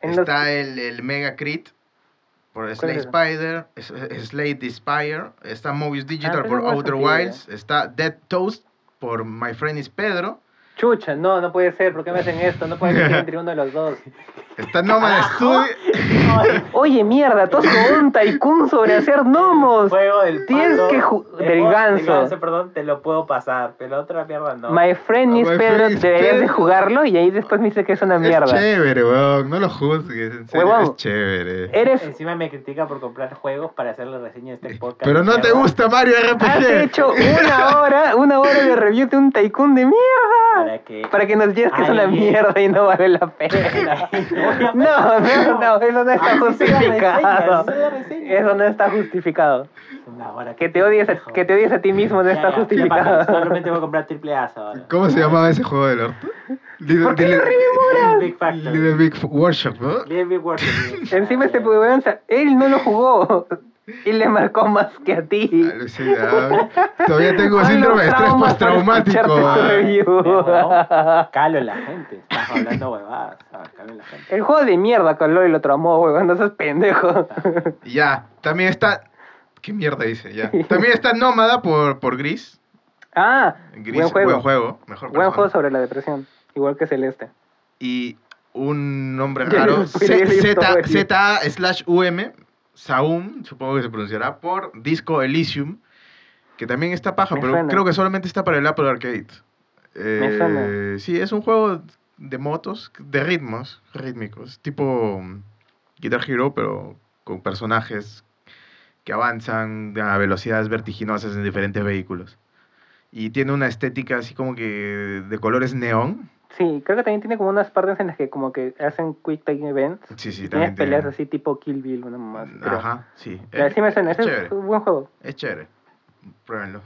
[SPEAKER 2] en los-
[SPEAKER 1] Está el, el Mega Crit por Slay
[SPEAKER 2] es ese?
[SPEAKER 1] Spider, es- es- Slay the Spire, está Mobius Digital
[SPEAKER 2] pero
[SPEAKER 1] por
[SPEAKER 2] no me
[SPEAKER 1] Outer
[SPEAKER 2] sorprende.
[SPEAKER 1] Wilds, está Dead Toast por My Friend is Pedro,
[SPEAKER 2] Chucha, no, no puede ser. ¿Por qué me hacen esto? No puede ser entre uno de los dos.
[SPEAKER 1] está Nomad
[SPEAKER 2] Ah,
[SPEAKER 1] Studio,
[SPEAKER 3] Ay,
[SPEAKER 2] Oye, mierda, tú con un tycoon sobre hacer gnomos.
[SPEAKER 3] Juego del
[SPEAKER 2] Tienes
[SPEAKER 3] palo,
[SPEAKER 2] que ju-
[SPEAKER 3] de
[SPEAKER 2] del
[SPEAKER 3] juego
[SPEAKER 2] ganso.
[SPEAKER 3] perdón, te lo puedo pasar, pero otra mierda no.
[SPEAKER 2] My friend is
[SPEAKER 1] My
[SPEAKER 2] Pedro,
[SPEAKER 1] friend is
[SPEAKER 2] deberías de
[SPEAKER 1] Pedro.
[SPEAKER 2] jugarlo y ahí después me dice que es una
[SPEAKER 1] es
[SPEAKER 2] mierda.
[SPEAKER 1] chévere, weón, no lo juzgues, en serio,
[SPEAKER 2] Huevón. Eh,
[SPEAKER 1] es chévere.
[SPEAKER 2] Eres.
[SPEAKER 3] Encima me critica por comprar juegos para hacer la reseña de este podcast.
[SPEAKER 1] Eh, Pero no te
[SPEAKER 3] mierda.
[SPEAKER 1] gusta Mario
[SPEAKER 2] Has Ah, hecho
[SPEAKER 1] RPG.
[SPEAKER 2] una hora, una hora de review de un tycoon de mierda.
[SPEAKER 3] Para que...
[SPEAKER 2] Para que nos digas que es
[SPEAKER 3] Ay,
[SPEAKER 2] una
[SPEAKER 3] bien.
[SPEAKER 2] mierda y no vale la pena. No, no, no, eso no está
[SPEAKER 3] Ay, Ah, sí, la
[SPEAKER 2] justificado.
[SPEAKER 3] reseña, sí, la reseña.
[SPEAKER 2] Eso no está justificado.
[SPEAKER 3] Una hora
[SPEAKER 2] Que te odies, a-
[SPEAKER 3] pendejo.
[SPEAKER 2] que te odies a ti mismo no
[SPEAKER 3] Ya,
[SPEAKER 2] está
[SPEAKER 3] ya, ya, bacán,
[SPEAKER 2] justificado.
[SPEAKER 3] Solamente voy a comprar triple A ahora.
[SPEAKER 1] ¿Cómo se llamaba ese juego del orto? Little,
[SPEAKER 2] ¿Por qué lo
[SPEAKER 3] Big Factor.
[SPEAKER 1] Little Big Workshop, ¿no?
[SPEAKER 3] Little Big Workshop.
[SPEAKER 2] Encima este weón, o sea, él no lo jugó y le marcó más que a ti.
[SPEAKER 1] Alucinado. Todavía tengo
[SPEAKER 2] Son
[SPEAKER 1] síndrome
[SPEAKER 2] los
[SPEAKER 1] de estrés
[SPEAKER 2] traumas por
[SPEAKER 1] postraumático.
[SPEAKER 2] escucharte tu
[SPEAKER 1] ah.
[SPEAKER 2] review.
[SPEAKER 3] Calo en la gente. Estás hablando huevadas. ah, Calo en la gente.
[SPEAKER 2] El juego de mierda con Lori lo tramó, weón, no seas pendejo.
[SPEAKER 1] Ya, también está. ¿Qué mierda dice? Ya. También está Nómada por, por Gris.
[SPEAKER 2] Ah,
[SPEAKER 1] Gris,
[SPEAKER 2] buen juego.
[SPEAKER 1] Mejor
[SPEAKER 2] Buen
[SPEAKER 1] persona.
[SPEAKER 2] juego sobre la depresión, igual que Celeste.
[SPEAKER 1] Y un nombre
[SPEAKER 2] Ya
[SPEAKER 1] raro.
[SPEAKER 2] les spoileé la historia.
[SPEAKER 1] ZA slash UM. Saum, supongo que se pronunciará. Por Disco Elysium. Que también está paja,
[SPEAKER 2] Me
[SPEAKER 1] pero
[SPEAKER 2] suena.
[SPEAKER 1] creo que solamente está para el Apple Arcade. Eh,
[SPEAKER 2] Me suena.
[SPEAKER 1] Sí, es un juego de motos, de ritmos rítmicos. Tipo mm, Guitar Hero, pero con personajes que avanzan a velocidades vertiginosas en diferentes vehículos. Y tiene una estética así como que de colores neón.
[SPEAKER 2] Sí, creo que también tiene como unas partes en las que como que hacen quick time events.
[SPEAKER 1] Sí, sí,
[SPEAKER 2] y tienes
[SPEAKER 1] también tiene-
[SPEAKER 2] peleas así tipo Kill Bill, una más.
[SPEAKER 1] Mm, Ajá, sí.
[SPEAKER 2] Pero,
[SPEAKER 1] Es,
[SPEAKER 2] sí me suena,
[SPEAKER 1] es
[SPEAKER 2] ese es
[SPEAKER 1] chévere.
[SPEAKER 2] un buen juego.
[SPEAKER 1] es chévere. Pruébenlo.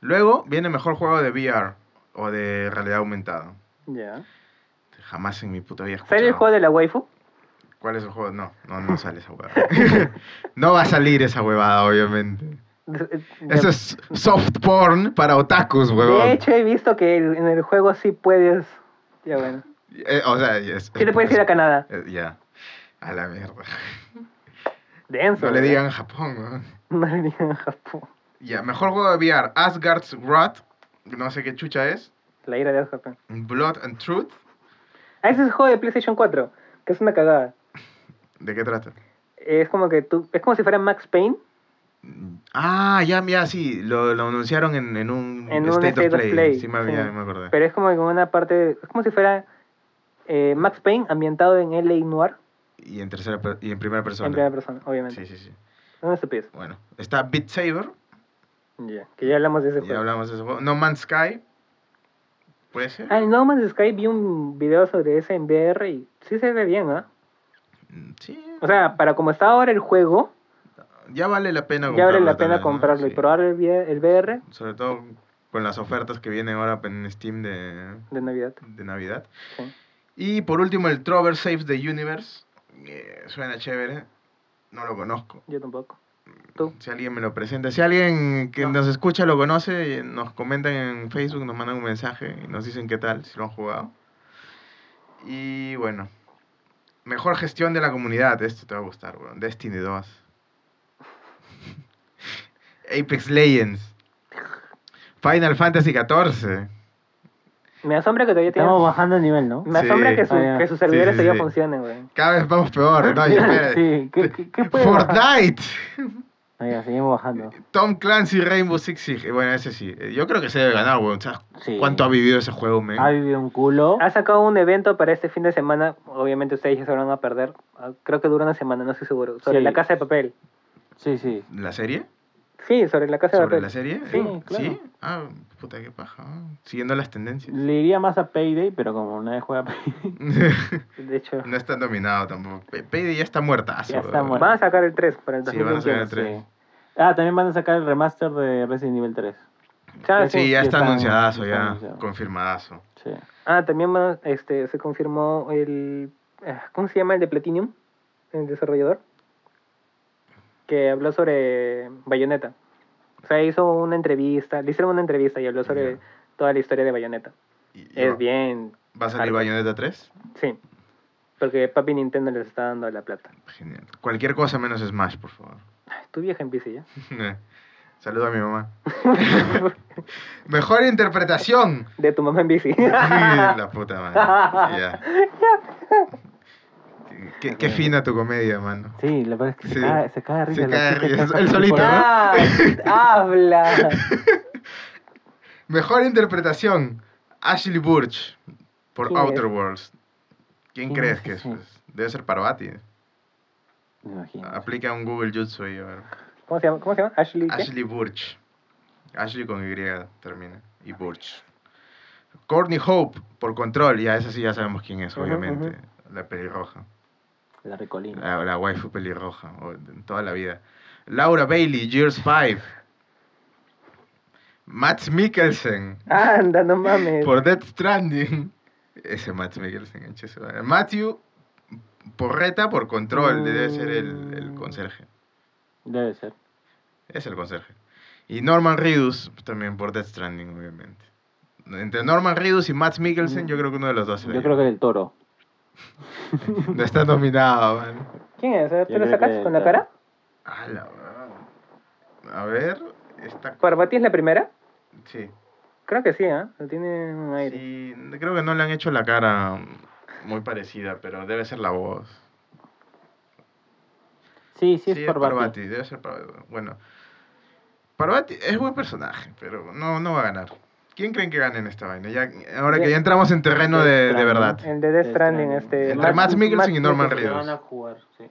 [SPEAKER 1] Luego viene mejor juego de VR o de realidad aumentada.
[SPEAKER 2] Ya.
[SPEAKER 1] Jamás en mi puta vida he escuchado.
[SPEAKER 2] ¿Sale el juego de la waifu?
[SPEAKER 1] ¿Cuál es el juego? No, no, no sale esa huevada. no va a salir esa huevada, obviamente. Eso es soft porn para otakus,
[SPEAKER 2] De
[SPEAKER 1] huevón.
[SPEAKER 2] hecho, he visto que el- en el juego sí puedes. Ya bueno.
[SPEAKER 1] Eh, o sea, es,
[SPEAKER 2] Sí te puedes ir a Canadá.
[SPEAKER 1] eh, Ya. A la mierda.
[SPEAKER 2] Denso.
[SPEAKER 1] No le
[SPEAKER 2] ¿verdad?
[SPEAKER 1] digan Japón, huevón.
[SPEAKER 2] No le digan Japón.
[SPEAKER 1] Ya, mejor juego de VR. Asgard's Wrath. No sé qué chucha es.
[SPEAKER 2] La ira de Japón.
[SPEAKER 1] Blood and Truth.
[SPEAKER 2] Ah, ese es el juego de PlayStation 4, que es una cagada.
[SPEAKER 1] ¿De qué trata?
[SPEAKER 2] Es como que tú. Es como si fuera Max Payne
[SPEAKER 1] Mm, Ah, ya, ya, sí, lo, lo anunciaron en, en un
[SPEAKER 2] en un
[SPEAKER 1] State, of, play. Sí, me,
[SPEAKER 2] sí.
[SPEAKER 1] ya me acordé.
[SPEAKER 2] Pero es como que una parte. Es como si fuera eh, Max Payne ambientado en LA Noir.
[SPEAKER 1] y, en tercera, per- y en primera persona.
[SPEAKER 2] En primera persona, obviamente.
[SPEAKER 1] sí, sí, sí.
[SPEAKER 2] No me estupidez.
[SPEAKER 1] Bueno, está Beat Saber,
[SPEAKER 2] Ya, Que ya hablamos de ese
[SPEAKER 1] ya
[SPEAKER 2] juego.
[SPEAKER 1] hablamos de ese juego. No Man's Sky, puede ser.
[SPEAKER 2] Ah, en No Man's Sky vi un video sobre ese en VR y sí se ve bien, ¿ah?
[SPEAKER 1] Mm, Sí,
[SPEAKER 2] O sea, para como está ahora el juego,
[SPEAKER 1] ya vale la pena
[SPEAKER 2] ya
[SPEAKER 1] comprarlo.
[SPEAKER 2] vale la
[SPEAKER 1] tal
[SPEAKER 2] pena
[SPEAKER 1] vez, ¿no?
[SPEAKER 2] comprarlo y
[SPEAKER 1] Sí.
[SPEAKER 2] probar el, vi- el VR
[SPEAKER 1] Sobre todo con las ofertas que vienen ahora en Steam de,
[SPEAKER 2] de Navidad.
[SPEAKER 1] de Navidad.
[SPEAKER 2] Sí.
[SPEAKER 1] Y por último, el Trover Saves the Universe. Eh, suena chévere. No lo conozco.
[SPEAKER 2] Yo tampoco. ¿Tú?
[SPEAKER 1] Si alguien me lo presenta, si alguien que
[SPEAKER 2] No.
[SPEAKER 1] nos escucha lo conoce, nos comentan en Facebook, nos mandan un mensaje y nos dicen qué tal, si lo han jugado. Y bueno, mejor gestión de la comunidad, esto te va a gustar, weón. Destiny 2. Apex Legends. Final Fantasy XIV.
[SPEAKER 2] Me asombra que todavía tienes...
[SPEAKER 3] Estamos bajando el nivel, ¿no?
[SPEAKER 2] Me
[SPEAKER 1] Sí.
[SPEAKER 2] asombra que, su-
[SPEAKER 3] Ah, ya.
[SPEAKER 2] que sus
[SPEAKER 1] Sí,
[SPEAKER 2] servidores
[SPEAKER 1] sí,
[SPEAKER 2] todavía
[SPEAKER 1] sí.
[SPEAKER 2] funcionen, güey.
[SPEAKER 1] Cada vez vamos peor, ¿no? Y espera,
[SPEAKER 3] sí, ¿qué, qué, qué puede bajar?
[SPEAKER 1] Fortnite.
[SPEAKER 3] Ah, ya, seguimos bajando.
[SPEAKER 1] Tom Clancy Rainbow Six Siege. Eh, Bueno, ese sí. Eh, Yo creo que se debe ganar, weón. ¿Sabes
[SPEAKER 3] Sí.
[SPEAKER 1] cuánto ha vivido ese juego, men?
[SPEAKER 3] Ha vivido un
[SPEAKER 1] ¿Oh?
[SPEAKER 3] culo.
[SPEAKER 2] Ha sacado un evento para este fin de semana. Obviamente ustedes ya se van a perder. Ah, Creo que dura una semana, no estoy seguro. Sobre
[SPEAKER 3] Sí.
[SPEAKER 2] la casa de papel.
[SPEAKER 3] Sí, sí.
[SPEAKER 1] ¿La serie?
[SPEAKER 2] Sí, sobre la casa de
[SPEAKER 1] ¿Sobre
[SPEAKER 2] papel.
[SPEAKER 1] la serie?
[SPEAKER 3] Sí,
[SPEAKER 1] Eh,
[SPEAKER 3] claro.
[SPEAKER 1] ¿Sí? Ah, puta, qué paja. ah. Siguiendo las tendencias.
[SPEAKER 3] Le iría más a Payday, pero como nadie juega Payday.
[SPEAKER 1] no
[SPEAKER 2] De hecho,
[SPEAKER 1] está dominado tampoco. P- Payday ya está muertazo.
[SPEAKER 3] Ya está
[SPEAKER 1] weón.
[SPEAKER 3] muerto.
[SPEAKER 2] van a sacar el 3 para el
[SPEAKER 1] Sí, van a sacar
[SPEAKER 2] 2021.
[SPEAKER 1] el 3.
[SPEAKER 3] Sí. Ah, también van a sacar el remaster de Resident Evil 3.
[SPEAKER 2] Ah,
[SPEAKER 1] Sí, ya
[SPEAKER 3] Ya
[SPEAKER 1] está
[SPEAKER 3] está-
[SPEAKER 1] anunciadazo,
[SPEAKER 3] ya está
[SPEAKER 1] ya.
[SPEAKER 3] anunciado.
[SPEAKER 1] Confirmadazo.
[SPEAKER 3] Sí.
[SPEAKER 2] Ah, también va- este, se confirmó el... eh, ¿Cómo se llama el de Platinum? El desarrollador. Que habló sobre Bayonetta. O sea, hizo una entrevista. Le hicieron una entrevista y habló sobre
[SPEAKER 1] Ya.
[SPEAKER 2] toda la historia de Bayonetta.
[SPEAKER 1] Y- y va-
[SPEAKER 2] Es bien...
[SPEAKER 1] ¿Va a salir
[SPEAKER 2] hardcore.
[SPEAKER 1] Bayonetta 3?
[SPEAKER 2] Sí. Porque papi Nintendo les está dando la plata.
[SPEAKER 1] Genial. Cualquier cosa menos Smash, por favor. Eh.
[SPEAKER 2] Ay, Tu vieja en bici ya.
[SPEAKER 1] Saludo a mi mamá. Mejor interpretación.
[SPEAKER 2] De tu mamá en bici.
[SPEAKER 1] la puta madre. Ya. Qué- Qué, qué fina tu comedia, mano.
[SPEAKER 3] Sí, la verdad es que
[SPEAKER 1] Sí.
[SPEAKER 3] se cae,
[SPEAKER 1] Se
[SPEAKER 3] se cae de risa. la
[SPEAKER 1] cae de
[SPEAKER 3] gente
[SPEAKER 1] risa.
[SPEAKER 3] está
[SPEAKER 1] Él solito,
[SPEAKER 3] por-
[SPEAKER 1] ¿no?
[SPEAKER 2] Ah, habla.
[SPEAKER 1] Mejor interpretación. Ashley Burch por
[SPEAKER 2] ¿Quién es?
[SPEAKER 1] Outer Worlds. ¿Quién,
[SPEAKER 3] ¿Quién
[SPEAKER 1] crees
[SPEAKER 3] es
[SPEAKER 1] que es?
[SPEAKER 3] ese?
[SPEAKER 1] pues? Debe ser Parvati.
[SPEAKER 3] Me imagino.
[SPEAKER 1] Aplica un Google Jutsu ahí, a ver.
[SPEAKER 2] ¿Cómo se llama? ¿Cómo se llama? Ashley. ¿qué?
[SPEAKER 1] Ashley Burch. Ashley con Y termina. Y Burch. Courtney Hope por Control. Ya esa sí ya sabemos quién es,
[SPEAKER 2] Ujú,
[SPEAKER 1] obviamente. La pelirroja.
[SPEAKER 3] La recolina.
[SPEAKER 1] La, la waifu pelirroja, o- en toda la vida. Laura Bailey, Years 5. Matt Mikkelsen,
[SPEAKER 2] Anda, no mames.
[SPEAKER 1] por Death Stranding. Ese Matt Mikkelsen, hinche su madre. Matthew Porreta, por
[SPEAKER 3] Mm.
[SPEAKER 1] control, debe ser el, el conserje.
[SPEAKER 3] Debe ser.
[SPEAKER 1] Es el conserje. Y Norman Reedus, también por Death Stranding, obviamente. Entre Norman Reedus y Matt Mikkelsen, yo creo que uno de los dos. se la
[SPEAKER 3] Mm. Yo creo que el toro.
[SPEAKER 1] lleva. No está nominado, man.
[SPEAKER 2] ¿Quién es? A ver, ¿Tú
[SPEAKER 3] Yo
[SPEAKER 2] lo
[SPEAKER 3] creo
[SPEAKER 2] sacas
[SPEAKER 3] que-
[SPEAKER 2] con la cara?
[SPEAKER 1] A la weón. A ver, está.
[SPEAKER 2] ¿Parvati es la primera?
[SPEAKER 1] Sí.
[SPEAKER 2] Creo que sí, ¿ah? Lo tiene un aire.
[SPEAKER 1] Sí, creo que no le han hecho la cara muy parecida, pero debe ser la voz.
[SPEAKER 3] Sí, sí, es por
[SPEAKER 1] Parvati, debe ser Parvati. Bueno, Parvati es buen personaje, pero no, no va a ganar. ¿Quién creen que gane en esta vaina? Ya, ahora que ya entramos en terreno de, de verdad.
[SPEAKER 2] El de Death
[SPEAKER 3] Death
[SPEAKER 2] Stranding,
[SPEAKER 3] Stranding.
[SPEAKER 2] este.
[SPEAKER 1] Entre Matt Mikkelsen y Norman
[SPEAKER 2] Eh, Mikkelsen.
[SPEAKER 1] Reedus. van a
[SPEAKER 3] jugar, sí.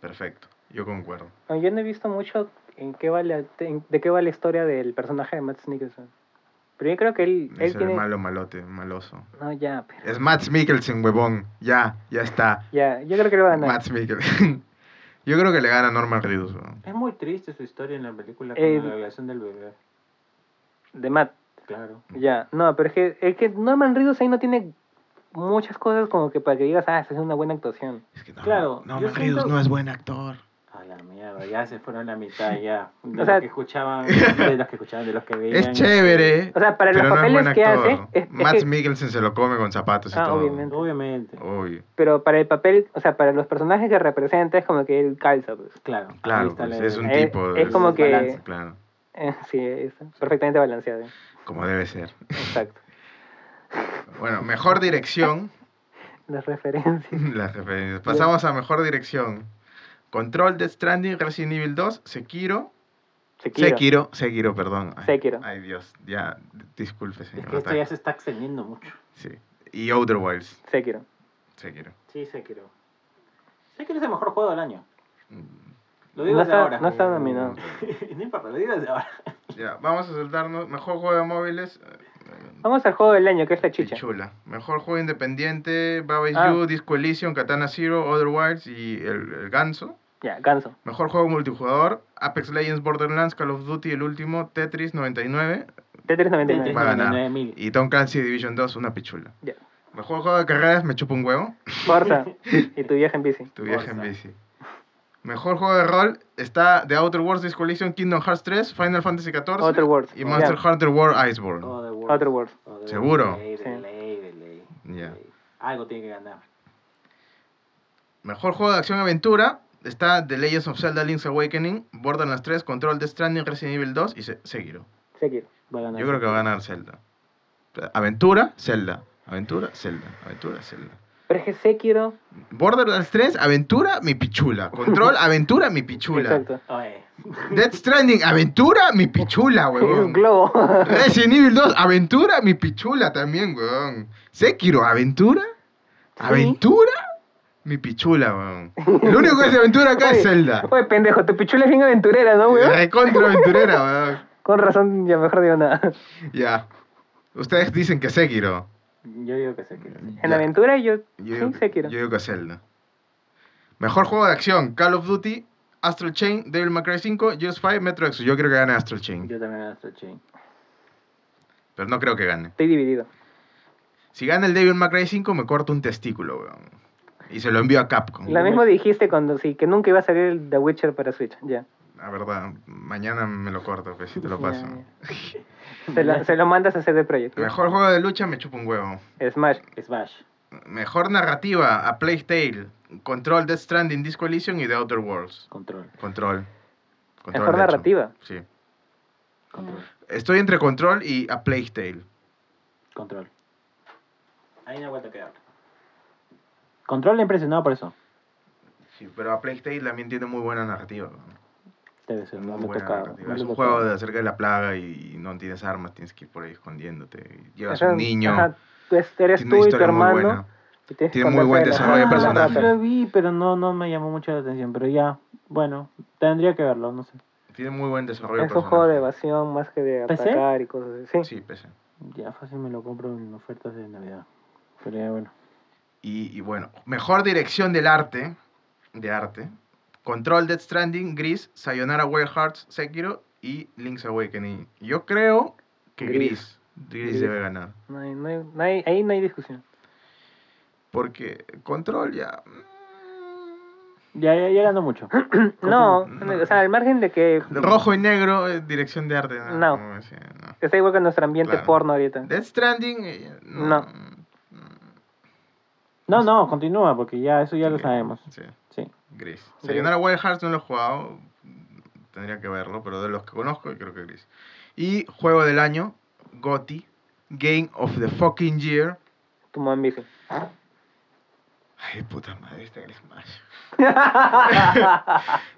[SPEAKER 1] Perfecto, yo concuerdo.
[SPEAKER 2] No, yo no he visto mucho en qué va la- en- de qué va la historia del personaje de Matt Mikkelsen. Pero yo creo que él, él
[SPEAKER 1] Es el
[SPEAKER 2] tiene.
[SPEAKER 1] malo malote, maloso.
[SPEAKER 2] No, ya, pero.
[SPEAKER 1] Es Matt Mikkelsen, huevón. Ya, ya está.
[SPEAKER 2] Ya, yo creo que lo va a ganar.
[SPEAKER 1] Matt Mikkelsen. Yo creo que le gana Norman Reedus. huevón.
[SPEAKER 3] Es muy triste su historia en la película
[SPEAKER 2] con Eh, la
[SPEAKER 3] relación del bebé.
[SPEAKER 2] De Matt.
[SPEAKER 3] Claro.
[SPEAKER 2] Ya, no, pero es que, es que Norman Reedus ahí no tiene muchas cosas como que para que digas, ah, esta es una buena actuación.
[SPEAKER 1] Es que no,
[SPEAKER 3] Claro, yo
[SPEAKER 1] Norman
[SPEAKER 3] siento-
[SPEAKER 1] Reedus no es buen actor.
[SPEAKER 3] A la mierda, ya se fueron la mitad ya. De
[SPEAKER 2] O sea-
[SPEAKER 3] los que escuchaban, de los que escuchaban, de los que veían.
[SPEAKER 1] Es chévere.
[SPEAKER 2] O sea, para los
[SPEAKER 1] pero no es
[SPEAKER 2] papeles
[SPEAKER 1] buen
[SPEAKER 2] que
[SPEAKER 1] actor.
[SPEAKER 2] hace, es- es
[SPEAKER 1] Matt
[SPEAKER 2] que-
[SPEAKER 1] Mikkelsen se lo come con zapatos y
[SPEAKER 2] Ah,
[SPEAKER 1] todo.
[SPEAKER 2] obviamente.
[SPEAKER 3] Obviamente.
[SPEAKER 1] Obvio.
[SPEAKER 2] Pero para el papel, o sea, para los personajes que representa es como que él calza, pues.
[SPEAKER 3] Claro. ahí
[SPEAKER 1] Claro,
[SPEAKER 3] está
[SPEAKER 1] pues,
[SPEAKER 3] la-
[SPEAKER 1] es un
[SPEAKER 2] Es-
[SPEAKER 1] tipo.
[SPEAKER 2] es
[SPEAKER 1] de-
[SPEAKER 2] como
[SPEAKER 1] de
[SPEAKER 2] que-
[SPEAKER 1] balance, Claro,
[SPEAKER 2] Eh, sí, es perfectamente balanceado.
[SPEAKER 1] como debe ser.
[SPEAKER 2] Exacto.
[SPEAKER 1] Bueno, mejor dirección.
[SPEAKER 2] Las referencias.
[SPEAKER 1] las referencias. Pasamos a mejor dirección. Control, Death Stranding, Resident Evil 2, Sekiro.
[SPEAKER 2] Sekiro.
[SPEAKER 1] Sekiro, Sekiro, perdón. Ay,
[SPEAKER 2] Sekiro.
[SPEAKER 1] Ay, Dios, ya, disculpe,
[SPEAKER 3] Es
[SPEAKER 1] señor.
[SPEAKER 3] que esto ya se está extendiendo mucho.
[SPEAKER 1] Sí. Y Outer Wilds,
[SPEAKER 2] Sekiro.
[SPEAKER 1] Sekiro.
[SPEAKER 3] Sí, Sekiro. Sekiro es el mejor juego del año.
[SPEAKER 1] Mm.
[SPEAKER 3] Lo digo
[SPEAKER 2] No
[SPEAKER 3] desde
[SPEAKER 2] está-
[SPEAKER 3] ahora.
[SPEAKER 2] no está- nominado.
[SPEAKER 3] no importa, lo digo desde ahora.
[SPEAKER 1] Ya, vamos a soltarnos. Mejor juego de móviles. eh,
[SPEAKER 2] Vamos al juego del año, que es la chicha.
[SPEAKER 1] Pichula. Mejor juego independiente, Baba Is
[SPEAKER 2] Ah.
[SPEAKER 1] You, Disco Elysium, Katana Zero, Otherwise y el, el Ganso.
[SPEAKER 2] Ya, Ganso.
[SPEAKER 1] Mejor juego multijugador, Apex Legends, Borderlands, Call of Duty, el último, Tetris 99
[SPEAKER 2] Tetris
[SPEAKER 1] Va a
[SPEAKER 2] 99.
[SPEAKER 1] ganar.
[SPEAKER 3] 39.000.
[SPEAKER 1] y Tom Clancy Division 2, una pichula.
[SPEAKER 2] Ya.
[SPEAKER 1] Mejor juego de carreras, me chupa un huevo,
[SPEAKER 2] Forza. y tu viaje en bici.
[SPEAKER 1] tu viaje en
[SPEAKER 3] Forza.
[SPEAKER 1] bici. Mejor juego de rol está The Outer Worlds Disc Collection, Kingdom Hearts 3, Final Fantasy XIV
[SPEAKER 2] Outer Worlds,
[SPEAKER 1] y Monster
[SPEAKER 2] ya.
[SPEAKER 1] Hunter World Iceborne.
[SPEAKER 3] Other Worlds.
[SPEAKER 2] Outer Worlds.
[SPEAKER 3] Other
[SPEAKER 1] Seguro.
[SPEAKER 3] Worlds, de ley, de
[SPEAKER 2] Sí.
[SPEAKER 3] ley, de ley, de
[SPEAKER 1] Ya.
[SPEAKER 3] ley. Algo tiene que ganar.
[SPEAKER 1] Mejor juego de acción y aventura está The Legends of Zelda Link's Awakening, Borderlands 3, Control Death Stranding, Resident Evil 2 y Se- Sekiro.
[SPEAKER 2] Sekiro.
[SPEAKER 3] Va a ganar.
[SPEAKER 1] Yo creo que va a ganar Zelda. O sea, Aventura, Zelda. Aventura, Zelda. Aventura, Zelda.
[SPEAKER 2] Pero es que Sekiro.
[SPEAKER 1] Borderlands 3, aventura, mi pichula. Control, aventura, mi pichula.
[SPEAKER 2] Exacto.
[SPEAKER 3] Oye,
[SPEAKER 1] Death Stranding, aventura, mi pichula,
[SPEAKER 2] Es un
[SPEAKER 1] huevón.
[SPEAKER 2] globo.
[SPEAKER 1] Resident Evil 2, aventura, mi pichula también, weón. Sekiro, aventura. Aventura, mi pichula, weón. El único que es aventura acá es
[SPEAKER 2] Oye,
[SPEAKER 1] Zelda.
[SPEAKER 2] Oye, pendejo, tu pichula es bien aventurera, ¿no, weón?
[SPEAKER 1] Recontra aventurera, weón.
[SPEAKER 2] Con razón, ya mejor digo nada.
[SPEAKER 1] Ya. Ustedes dicen que Sekiro.
[SPEAKER 3] yo digo que Sekiro. sí.
[SPEAKER 2] En
[SPEAKER 1] Ya.
[SPEAKER 2] aventura yo,
[SPEAKER 1] Yo
[SPEAKER 2] sí,
[SPEAKER 1] digo, que,
[SPEAKER 2] Sekiro.
[SPEAKER 1] yo digo que Zelda. Mejor juego de acción, Call of Duty, Astral Chain, Devil May Cry 5, Just 5, Metro Exodus. Yo creo que gane Astral Chain,
[SPEAKER 3] Yo también gano Astral Chain.
[SPEAKER 1] pero no creo que gane.
[SPEAKER 2] Estoy dividido.
[SPEAKER 1] Si gana el Devil May Cry 5, me corto un testículo, weón. Y se lo envío a Capcom.
[SPEAKER 2] Lo mismo dijiste cuando sí, que nunca iba a salir el The Witcher para Switch. Ya.
[SPEAKER 1] La verdad, mañana me lo corto, pues si te lo paso.
[SPEAKER 2] Ya, Se lo, se lo mandas a CD Projekt. ¿ya?
[SPEAKER 1] Mejor juego de lucha, me chupa un huevo.
[SPEAKER 2] Smash.
[SPEAKER 3] Smash.
[SPEAKER 1] Mejor narrativa, A Plague Tale, Control, Death Stranding, Disco Elysium y The Outer Worlds.
[SPEAKER 3] Control.
[SPEAKER 1] Control.
[SPEAKER 2] Mejor
[SPEAKER 1] de hecho.
[SPEAKER 2] narrativa.
[SPEAKER 1] Sí.
[SPEAKER 3] Control.
[SPEAKER 1] Estoy entre Control y A Plague Tale.
[SPEAKER 3] Control. Ahí no hay vuelta que darle. Control le ha impresionado por eso.
[SPEAKER 1] Sí, pero A Plague Tale también tiene muy buena narrativa. weón.
[SPEAKER 3] Debe ser, no
[SPEAKER 1] Muy
[SPEAKER 3] le
[SPEAKER 1] buena
[SPEAKER 3] toca.
[SPEAKER 1] narrativa.
[SPEAKER 3] no
[SPEAKER 1] es
[SPEAKER 3] le
[SPEAKER 1] un
[SPEAKER 3] toca.
[SPEAKER 1] juego de acerca de la plaga y no tienes armas, tienes que ir por ahí escondiéndote. y Llevas
[SPEAKER 2] Ajá,
[SPEAKER 1] un niño.
[SPEAKER 2] ajá, tú es- eres
[SPEAKER 1] tiene una
[SPEAKER 2] tú y tu
[SPEAKER 1] historia muy
[SPEAKER 2] hermano.
[SPEAKER 1] buena.
[SPEAKER 2] y tienes que
[SPEAKER 1] Tiene muy buen
[SPEAKER 2] esconderse de
[SPEAKER 1] desarrollo
[SPEAKER 2] la-
[SPEAKER 1] de
[SPEAKER 2] de la
[SPEAKER 1] personaje.
[SPEAKER 3] Ah,
[SPEAKER 2] rata.
[SPEAKER 3] lo vi, pero no, no me llamó mucho la atención. Pero ya, bueno, tendría que verlo, no sé.
[SPEAKER 1] Tiene muy buen desarrollo.
[SPEAKER 2] Es un juego de
[SPEAKER 1] personaje.
[SPEAKER 2] evasión más que de
[SPEAKER 3] ¿PC?
[SPEAKER 2] atacar y cosas así. Sí.
[SPEAKER 1] Sí, pese.
[SPEAKER 3] Ya fácil me lo compro en ofertas de Navidad. Pero ya, bueno.
[SPEAKER 1] Y, y bueno, mejor dirección del arte. De arte. Control, Death Stranding, Gris, Sayonara Wild Hearts, Sekiro y Link's Awakening. Yo creo que Gris.
[SPEAKER 2] Gris.
[SPEAKER 1] Gris,
[SPEAKER 2] Gris.
[SPEAKER 1] debe ganar.
[SPEAKER 2] No hay, no hay, no hay- ahí no hay discusión.
[SPEAKER 1] Porque Control ya. mm,
[SPEAKER 3] Ya, ya, ya ganó mucho.
[SPEAKER 2] No,
[SPEAKER 1] No.
[SPEAKER 2] o sea, al margen de que
[SPEAKER 1] Rojo y negro, eh, dirección de arte.
[SPEAKER 2] No.
[SPEAKER 1] como decía, no.
[SPEAKER 2] está igual que nuestro ambiente
[SPEAKER 1] Claro.
[SPEAKER 2] porno ahorita.
[SPEAKER 1] Death Stranding, eh, no. Mm,
[SPEAKER 2] No.
[SPEAKER 3] No, no, continúa, porque ya eso ya lo
[SPEAKER 1] Sí,
[SPEAKER 3] sabemos.
[SPEAKER 1] Sí,
[SPEAKER 3] Sí.
[SPEAKER 1] gris. Sayonara Wild Hearts no lo he jugado, tendría que verlo, pero de los que conozco, creo que gris. Y juego del año, GOTY, Game of the Fucking Year.
[SPEAKER 2] Tu mamá en bici.
[SPEAKER 1] Ay, puta madre, está el Smash.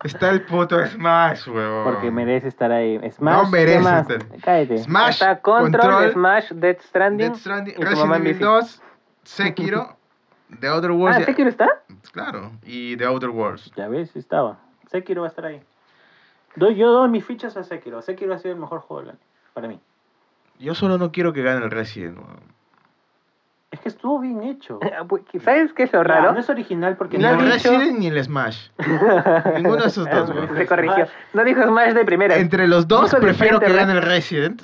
[SPEAKER 1] Está el puto Smash, huevón.
[SPEAKER 3] Porque merece estar ahí. Smash.
[SPEAKER 1] No merece
[SPEAKER 3] ¿qué más?
[SPEAKER 1] estar.
[SPEAKER 3] Cállate.
[SPEAKER 1] Smash,
[SPEAKER 2] Está Control,
[SPEAKER 1] Control,
[SPEAKER 2] Smash, Death Stranding.
[SPEAKER 1] Death Stranding,
[SPEAKER 2] y tu
[SPEAKER 1] Resident
[SPEAKER 2] mamá en
[SPEAKER 1] Evil
[SPEAKER 2] bici.
[SPEAKER 1] 2, Sekiro, The Outer Worlds.
[SPEAKER 2] Ah, ¿Sekiro está?
[SPEAKER 1] Claro, y The Outer Worlds.
[SPEAKER 3] Ya ves, estaba. Sekiro va a estar ahí. Doy, yo doy mis fichas a Sekiro. Sekiro ha sido el mejor juego del año, para mí.
[SPEAKER 1] Yo solo no quiero que gane el Resident, huevón.
[SPEAKER 3] Es que estuvo bien hecho.
[SPEAKER 2] Ah, pues, ¿Sabes qué es lo
[SPEAKER 3] Ya,
[SPEAKER 2] raro?
[SPEAKER 3] No es original porque
[SPEAKER 1] Ni
[SPEAKER 2] ¿No
[SPEAKER 3] no
[SPEAKER 1] el
[SPEAKER 2] has
[SPEAKER 3] es-
[SPEAKER 2] dicho?
[SPEAKER 1] Resident ni el Smash. Ninguno de esos dos, huevón.
[SPEAKER 2] Ah, Se corrigió. No dijo Smash de primera.
[SPEAKER 1] Entre los dos,
[SPEAKER 2] Dijo de
[SPEAKER 1] prefiero
[SPEAKER 2] frente,
[SPEAKER 1] que
[SPEAKER 2] Re-
[SPEAKER 1] gane el Resident.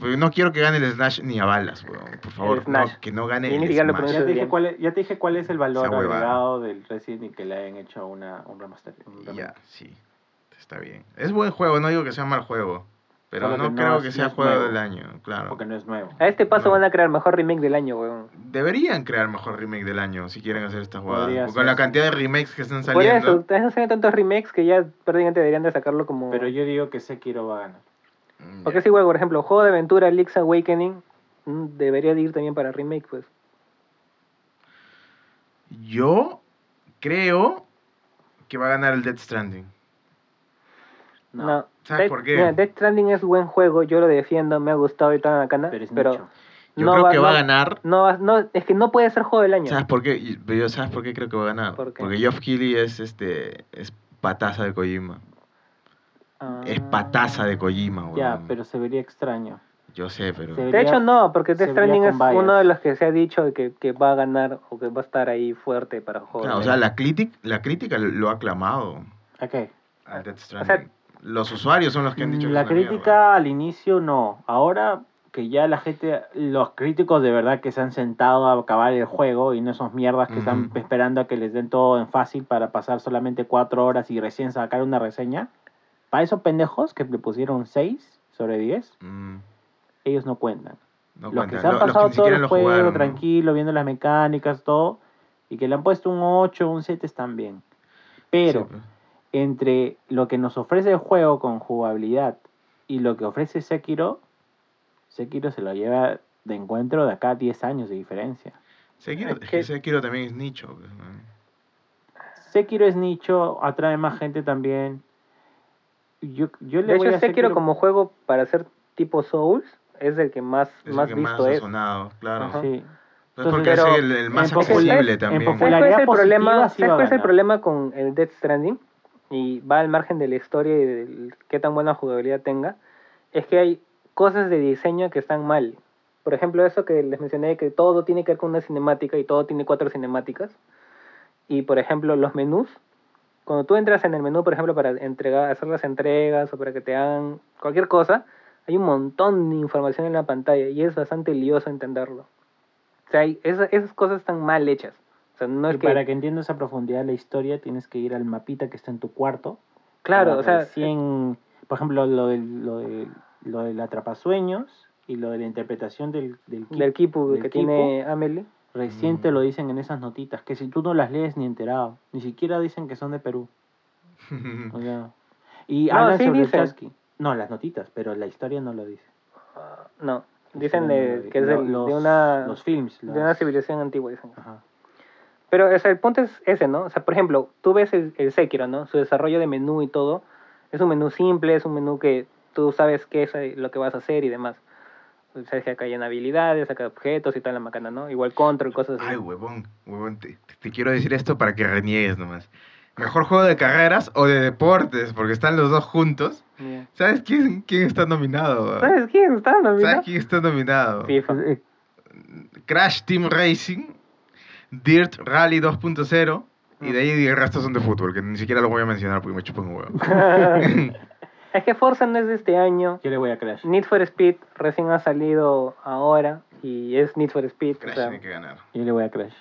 [SPEAKER 1] pero No quiero que gane el Smash ni a balas, weón. Por favor,
[SPEAKER 2] El Smash.
[SPEAKER 1] no, que no gane
[SPEAKER 2] Y ni
[SPEAKER 1] el
[SPEAKER 2] siquiera lo
[SPEAKER 1] Smash.
[SPEAKER 2] Eso
[SPEAKER 3] Ya te,
[SPEAKER 2] es
[SPEAKER 3] dije
[SPEAKER 2] bien.
[SPEAKER 3] cuál es, ya te dije cuál es el valor
[SPEAKER 1] Esa huevada.
[SPEAKER 3] agregado del Resident y que le hayan hecho una, un remaster. un remake.
[SPEAKER 1] Ya, sí. Está bien. Es buen juego, no digo que sea mal juego. Pero
[SPEAKER 3] Solo
[SPEAKER 1] no
[SPEAKER 3] que no
[SPEAKER 1] creo
[SPEAKER 3] es-
[SPEAKER 1] que
[SPEAKER 3] no
[SPEAKER 1] sea
[SPEAKER 3] es
[SPEAKER 1] juego
[SPEAKER 3] nuevo.
[SPEAKER 1] del año, claro.
[SPEAKER 3] Porque no es nuevo.
[SPEAKER 2] A este paso
[SPEAKER 1] No.
[SPEAKER 2] van a crear mejor remake del año, weón.
[SPEAKER 1] Deberían crear mejor remake del año si quieren hacer esta jugada.
[SPEAKER 3] Podría
[SPEAKER 1] Porque
[SPEAKER 3] ser,
[SPEAKER 1] con la
[SPEAKER 3] sí.
[SPEAKER 1] cantidad de remakes que están
[SPEAKER 2] Por eso,
[SPEAKER 1] saliendo.
[SPEAKER 2] están haciendo tantos remakes que ya prácticamente deberían de sacarlo como...
[SPEAKER 3] Pero yo digo que Sekiro va a ganar.
[SPEAKER 1] mm,
[SPEAKER 2] Porque es igual, por ejemplo, juego de aventura, Leaks Awakening, mm, debería de ir también para remake, pues.
[SPEAKER 1] Yo creo que va a ganar el Death Stranding.
[SPEAKER 3] No.
[SPEAKER 1] ¿Sabes
[SPEAKER 2] Death-
[SPEAKER 1] por qué?
[SPEAKER 2] mira, Death Stranding es buen juego, yo lo defiendo, me ha gustado y toda la cana,
[SPEAKER 3] Pero es
[SPEAKER 2] pero
[SPEAKER 3] nicho.
[SPEAKER 1] Yo
[SPEAKER 2] No
[SPEAKER 1] creo
[SPEAKER 2] va-
[SPEAKER 1] que va a
[SPEAKER 2] no-
[SPEAKER 1] ganar
[SPEAKER 2] no, va- no, es que no puede ser juego del año.
[SPEAKER 1] ¿Sabes por qué? Y- pero Yo, ¿Sabes por qué creo que va a ganar?
[SPEAKER 2] ¿Por qué?
[SPEAKER 1] Porque Geoff Keighley es, este, es pataza de Kojima.
[SPEAKER 2] Ah.
[SPEAKER 1] Es pataza de Kojima, weón.
[SPEAKER 3] Ya, pero se vería extraño.
[SPEAKER 1] Yo sé, pero...
[SPEAKER 3] se ve-
[SPEAKER 2] De hecho, no, porque Death
[SPEAKER 3] se vería
[SPEAKER 2] Stranding
[SPEAKER 3] con
[SPEAKER 2] es
[SPEAKER 3] bias.
[SPEAKER 2] uno de los que se ha dicho que, que va a ganar o que va a estar ahí fuerte para juego.
[SPEAKER 1] Claro, Ah, o
[SPEAKER 2] del
[SPEAKER 1] sea,
[SPEAKER 2] año.
[SPEAKER 1] la, critic, la crítica lo ha aclamado
[SPEAKER 3] ¿A qué?
[SPEAKER 1] al Death
[SPEAKER 2] sea-
[SPEAKER 1] Stranding. Los usuarios son los que han dicho que
[SPEAKER 3] La
[SPEAKER 1] es una
[SPEAKER 3] crítica
[SPEAKER 1] mierda.
[SPEAKER 3] al inicio no. Ahora que ya la gente, los críticos de verdad que se han sentado a acabar el juego y no esos mierdas que están
[SPEAKER 1] Ujú.
[SPEAKER 3] esperando a que les den todo en fácil para pasar solamente cuatro horas y recién sacar una reseña. Para esos pendejos que le pusieron 6 sobre 10,
[SPEAKER 1] Mm,
[SPEAKER 3] ellos no cuentan.
[SPEAKER 1] no
[SPEAKER 3] los que
[SPEAKER 1] cuenta.
[SPEAKER 3] se han
[SPEAKER 1] Lo-
[SPEAKER 3] pasado
[SPEAKER 1] ni
[SPEAKER 3] todo
[SPEAKER 1] siquiera
[SPEAKER 3] el
[SPEAKER 1] lo
[SPEAKER 3] juego
[SPEAKER 1] jugaron, ¿no?
[SPEAKER 3] tranquilo, viendo las mecánicas, todo, y que le han puesto un 8, un 7 están bien. Pero
[SPEAKER 1] Sí, pues.
[SPEAKER 3] entre lo que nos ofrece el juego con jugabilidad y lo que ofrece Sekiro, Sekiro se lo lleva de encuentro de acá a 10 años de diferencia.
[SPEAKER 1] Sekiro,
[SPEAKER 2] Es
[SPEAKER 1] es que...
[SPEAKER 2] que-
[SPEAKER 1] Sekiro también es nicho. pues, ¿no?
[SPEAKER 3] Sekiro es nicho, atrae más gente también. Yo, yo le
[SPEAKER 2] De
[SPEAKER 3] voy
[SPEAKER 2] hecho,
[SPEAKER 3] a
[SPEAKER 2] Sekiro como juego para ser tipo Souls es el que más,
[SPEAKER 1] Es
[SPEAKER 2] más
[SPEAKER 1] el que más
[SPEAKER 2] visto
[SPEAKER 1] ha
[SPEAKER 2] es.
[SPEAKER 1] sonado, claro.
[SPEAKER 2] Ajá.
[SPEAKER 3] Sí.
[SPEAKER 1] Pues porque
[SPEAKER 2] Pero
[SPEAKER 1] es el, el más
[SPEAKER 3] en popula-
[SPEAKER 1] accesible
[SPEAKER 2] en
[SPEAKER 1] también.
[SPEAKER 2] ¿Sabes cuál es
[SPEAKER 3] Popularidad
[SPEAKER 2] el
[SPEAKER 3] positiva
[SPEAKER 2] problema?
[SPEAKER 3] sí
[SPEAKER 2] ¿Sabes
[SPEAKER 3] va a
[SPEAKER 2] cuál es el
[SPEAKER 3] ganar.
[SPEAKER 2] problema con el Death Stranding? Y va al margen de la historia y de qué tan buena jugabilidad tenga. Es que hay cosas de diseño que están mal. Por ejemplo, eso que les mencioné, que todo tiene que ver con una cinemática y todo tiene cuatro cinemáticas. Y, por ejemplo, los menús. Cuando tú entras en el menú, por ejemplo, para entregar, hacer las entregas o para que te hagan cualquier cosa, hay un montón de información en la pantalla y es bastante lioso entenderlo. O sea, hay- esas, esas cosas están mal hechas. O sea, no
[SPEAKER 3] Y
[SPEAKER 2] es que...
[SPEAKER 3] para que entiendas a profundidad de la historia, tienes que ir al mapita que está en tu cuarto.
[SPEAKER 2] Claro,
[SPEAKER 3] para
[SPEAKER 2] o sea,
[SPEAKER 3] recién- por ejemplo, lo del, lo, de, lo del atrapasueños y lo de la interpretación del, del kit,
[SPEAKER 2] del Kipu
[SPEAKER 3] del
[SPEAKER 2] que
[SPEAKER 3] Kipu.
[SPEAKER 2] tiene Amelie.
[SPEAKER 3] recién te lo dicen en esas notitas, que si tú no las lees ni enterado, ni siquiera dicen que son de Perú. o sea, y
[SPEAKER 2] No,
[SPEAKER 3] hablan
[SPEAKER 2] sí
[SPEAKER 3] sobre el
[SPEAKER 2] dicen.
[SPEAKER 3] chasqui. No, las notitas, pero la historia no lo dice.
[SPEAKER 2] Ah, no,
[SPEAKER 3] La
[SPEAKER 2] dicen
[SPEAKER 3] historia no
[SPEAKER 2] de-
[SPEAKER 3] lo di-
[SPEAKER 2] que es
[SPEAKER 3] lo-
[SPEAKER 2] del-
[SPEAKER 3] los,
[SPEAKER 2] de, una,
[SPEAKER 3] los films.
[SPEAKER 2] de
[SPEAKER 3] las-
[SPEAKER 2] una civilización antigua. Dicen.
[SPEAKER 3] Ajá.
[SPEAKER 2] Pero o sea, el punto es ese, ¿no? O sea, por ejemplo, tú ves el, el Sekiro, ¿no? Su desarrollo de menú y todo. Es un menú simple, es un menú que tú sabes qué es eh, lo que vas a hacer y demás. O sea, que acá hay en habilidades, acá hay objetos y tal, la macana, ¿no? Igual control, cosas así.
[SPEAKER 1] Ay, huevón, huevón, te, te- te quiero decir esto para que reniegues nomás. ¿Mejor juego de carreras o de deportes? Porque están los dos juntos.
[SPEAKER 2] Ya.
[SPEAKER 1] ¿Sabes quién, quién está nominado? weón?
[SPEAKER 2] ¿Sabes pues, quién está
[SPEAKER 1] ¿Sabes
[SPEAKER 2] nominado?
[SPEAKER 1] quién está nominado?
[SPEAKER 2] FIFA.
[SPEAKER 3] Eh,
[SPEAKER 1] Crash Team Racing, Dirt Rally 2.0 y de ahí el resto son de fútbol, que ni siquiera lo voy a mencionar porque me chupan un huevo.
[SPEAKER 2] es que Forza no es de este año.
[SPEAKER 3] Yo le voy a Crash.
[SPEAKER 2] Need for Speed recién ha salido ahora y es Need for Speed.
[SPEAKER 1] Crash
[SPEAKER 2] o sea,
[SPEAKER 1] tiene que ganar.
[SPEAKER 3] Yo le voy a Crash.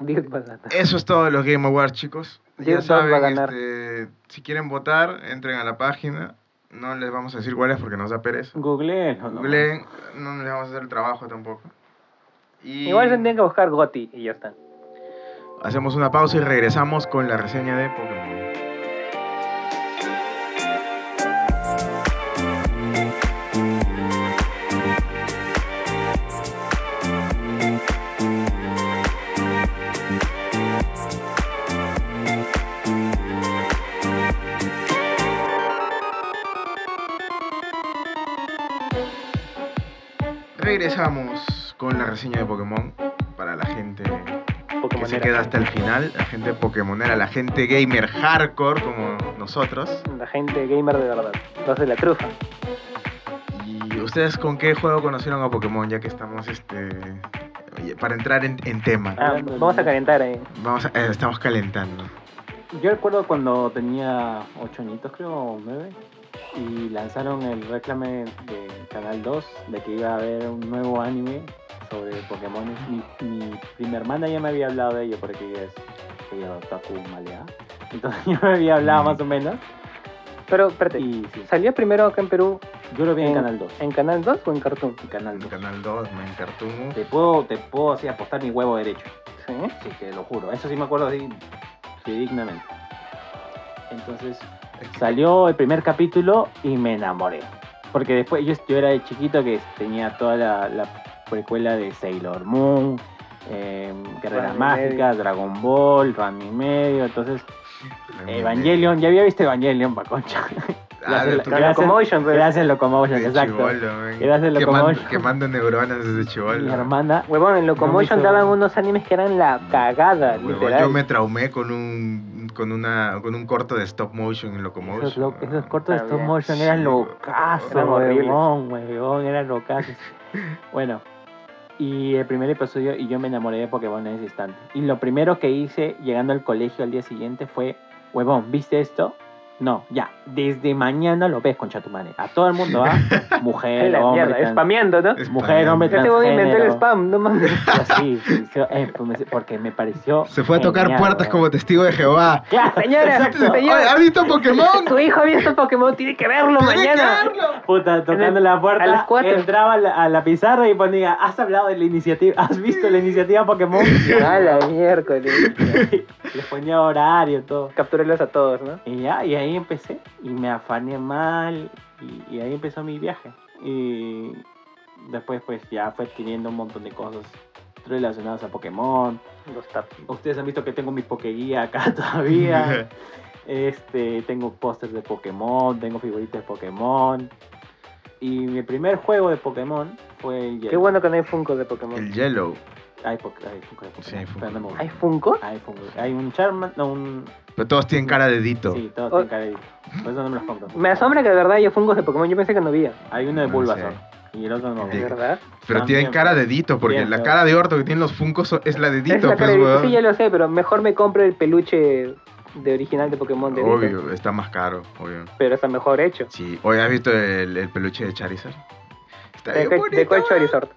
[SPEAKER 2] Dios balata.
[SPEAKER 1] Eso es todo de los Game Awards, chicos.
[SPEAKER 2] Dirt
[SPEAKER 1] Ya
[SPEAKER 2] dos va a
[SPEAKER 1] saben,
[SPEAKER 2] ganar.
[SPEAKER 1] este, si quieren votar, entren a la página. No les vamos a decir cuál es porque nos da pereza.
[SPEAKER 3] Google.
[SPEAKER 1] Googleen, no les vamos a hacer el trabajo tampoco. Y
[SPEAKER 2] Igual se tienen que buscar Gotti y ya está.
[SPEAKER 1] hacemos una pausa y regresamos con la reseña de Pokémon. Regresamos con la reseña de Pokémon para la gente que se
[SPEAKER 2] Pokémonera.
[SPEAKER 1] queda hasta el final, la gente Pokémonera, la gente gamer hardcore como nosotros.
[SPEAKER 2] La gente gamer de verdad. Los de la trufa.
[SPEAKER 1] ¿Y ustedes con qué juego conocieron a Pokémon? Ya que estamos, este, oye, para entrar en, en tema,
[SPEAKER 2] Ah,
[SPEAKER 3] Hablando de
[SPEAKER 2] vamos a
[SPEAKER 3] niños.
[SPEAKER 2] calentar ahí.
[SPEAKER 1] vamos, a- eh, estamos calentando.
[SPEAKER 3] Yo recuerdo cuando tenía ocho añitos, creo, o nueve, y lanzaron el reclame de Canal 2 de que iba a haber un nuevo anime sobre Pokémon. Mi, mi prima hermana ya me había hablado de ello porque ella es ella es otaku maleada. Entonces yo me había hablado
[SPEAKER 1] Mm.
[SPEAKER 3] más o menos.
[SPEAKER 2] Pero, espérate.
[SPEAKER 3] Y sí,
[SPEAKER 2] ¿Salió primero acá en Perú
[SPEAKER 3] yo lo vi en
[SPEAKER 2] en-
[SPEAKER 3] Canal 2.
[SPEAKER 2] en Canal 2 o en Cartoon?
[SPEAKER 3] En Canal
[SPEAKER 1] En
[SPEAKER 3] 2.
[SPEAKER 1] Canal 2, en Cartoon.
[SPEAKER 3] Te puedo, te puedo así apostar mi huevo derecho.
[SPEAKER 2] Sí.
[SPEAKER 3] Sí, te lo juro. Eso sí me acuerdo así, sí, dignamente. Entonces, Salió el primer capítulo y me enamoré. Porque después yo, yo era de chiquito que tenía toda la, la precuela de Sailor Moon, eh, Guerreras
[SPEAKER 2] Ranma y
[SPEAKER 3] Mágicas, Dragon Ball, Ram y medio. Entonces, eh, Evangelion, ya había visto Evangelion, pa' concha.
[SPEAKER 1] Ah, de tu-
[SPEAKER 2] Con Locomotion, pues.
[SPEAKER 3] gracias, Locomotion,
[SPEAKER 1] de
[SPEAKER 3] exacto.
[SPEAKER 1] chibolo, men.
[SPEAKER 3] Gracias,
[SPEAKER 1] Quemando,
[SPEAKER 3] Locomotion.
[SPEAKER 1] quemando neuronas desde
[SPEAKER 3] Mi
[SPEAKER 1] chivolo.
[SPEAKER 3] hermana,
[SPEAKER 2] Huevón, en Locomotion
[SPEAKER 3] No me hizo-
[SPEAKER 2] daban unos animes que eran la cagada, literal.
[SPEAKER 1] yo me traumé con un con una con un corto de stop motion en Locomotion. Ah,
[SPEAKER 3] esos, lo- esos cortos de stop
[SPEAKER 2] También.
[SPEAKER 3] motion
[SPEAKER 1] Sí,
[SPEAKER 3] eran
[SPEAKER 1] weón.
[SPEAKER 3] locazos,
[SPEAKER 2] Eran horribles.
[SPEAKER 3] huevón, huevón, eran locazos. bueno, y el primer episodio, y yo me enamoré de Pokémon en ese instante. Y lo primero que hice llegando al colegio al día siguiente fue, huevón, ¿viste esto? No, ya, desde mañana lo ves, concha tu madre. A todo el mundo, ¿ah?
[SPEAKER 2] Es
[SPEAKER 3] Mujer,
[SPEAKER 2] la
[SPEAKER 3] hombre,
[SPEAKER 2] mierda,
[SPEAKER 3] trans-
[SPEAKER 2] spameando, ¿no?
[SPEAKER 1] Es
[SPEAKER 3] mujer, hombre,
[SPEAKER 2] Ya te voy a inventar el
[SPEAKER 3] transgénero.
[SPEAKER 2] spam, no mames.
[SPEAKER 3] Así, sí, sí, eh, pues me- porque me pareció.
[SPEAKER 1] Se fue a tocar
[SPEAKER 3] genial,
[SPEAKER 1] puertas
[SPEAKER 3] weón.
[SPEAKER 1] como testigo de Jehová.
[SPEAKER 2] Claro, señora,
[SPEAKER 1] Exacto.
[SPEAKER 2] señor.
[SPEAKER 1] Oye, ¿Has visto Pokémon?
[SPEAKER 2] Su hijo ha visto Pokémon, tiene que verlo
[SPEAKER 1] ¡Tiene que
[SPEAKER 2] mañana.
[SPEAKER 1] verlo!
[SPEAKER 3] Puta, tocando
[SPEAKER 2] el-
[SPEAKER 3] la
[SPEAKER 2] a las
[SPEAKER 3] puerta,
[SPEAKER 2] cuatro.
[SPEAKER 3] entraba a la, a la pizarra y ponía, ¿has hablado de la iniciativa? ¿Has visto la iniciativa Pokémon?
[SPEAKER 2] A la miércoles.
[SPEAKER 3] Les ponía horario, todo.
[SPEAKER 2] Captúrelos a todos, ¿no?
[SPEAKER 3] Y ya, y ahí empecé. Y me afané mal. Y, y ahí empezó mi viaje. Y después, pues ya fue adquiriendo un montón de cosas relacionadas a Pokémon.
[SPEAKER 2] Los taps.
[SPEAKER 3] Ustedes han visto que tengo mi Pokeguía acá todavía. este, tengo pósters de Pokémon, tengo figuritas de Pokémon. Y mi primer juego de Pokémon fue el
[SPEAKER 2] Qué
[SPEAKER 3] Yellow.
[SPEAKER 2] bueno que no hay Funko de
[SPEAKER 1] El
[SPEAKER 2] Pokémon.
[SPEAKER 1] Yellow.
[SPEAKER 3] Hay, Poké- hay Funko de Pokémon.
[SPEAKER 1] Sí, hay Funko.
[SPEAKER 3] pero no me gusta.
[SPEAKER 2] ¿Hay Funko?
[SPEAKER 3] Hay Funko. Hay un Charmander, no, un...
[SPEAKER 1] Pero todos tienen cara de Dito.
[SPEAKER 3] Sí, todos
[SPEAKER 2] Oh.
[SPEAKER 3] tienen cara de- Por eso no me los compro.
[SPEAKER 2] Me asombra que de verdad haya Funkos de Pokémon. Yo pensé que no había.
[SPEAKER 3] Hay uno de
[SPEAKER 1] No
[SPEAKER 3] Bulbasaur y el otro no.
[SPEAKER 1] Sí.
[SPEAKER 2] ¿De verdad?
[SPEAKER 1] Pero
[SPEAKER 3] También. pues.
[SPEAKER 1] tienen cara de Dito, porque
[SPEAKER 3] Bien,
[SPEAKER 1] la
[SPEAKER 3] claro.
[SPEAKER 1] cara de orto que tienen los Funkos so- es la de
[SPEAKER 2] Es
[SPEAKER 1] Dito,
[SPEAKER 2] la
[SPEAKER 1] pues,
[SPEAKER 2] cara de Dito.
[SPEAKER 1] weón.
[SPEAKER 2] Sí, ya lo sé, pero mejor me compro el peluche de original de Pokémon de Dito.
[SPEAKER 1] Obvio, está más caro, obvio.
[SPEAKER 2] Pero está mejor hecho.
[SPEAKER 1] Sí, hoy has visto el, el peluche de Charizard. Está
[SPEAKER 2] De,
[SPEAKER 1] bien
[SPEAKER 2] co-
[SPEAKER 1] bonito,
[SPEAKER 2] de cuál
[SPEAKER 1] weón.
[SPEAKER 2] Charizard.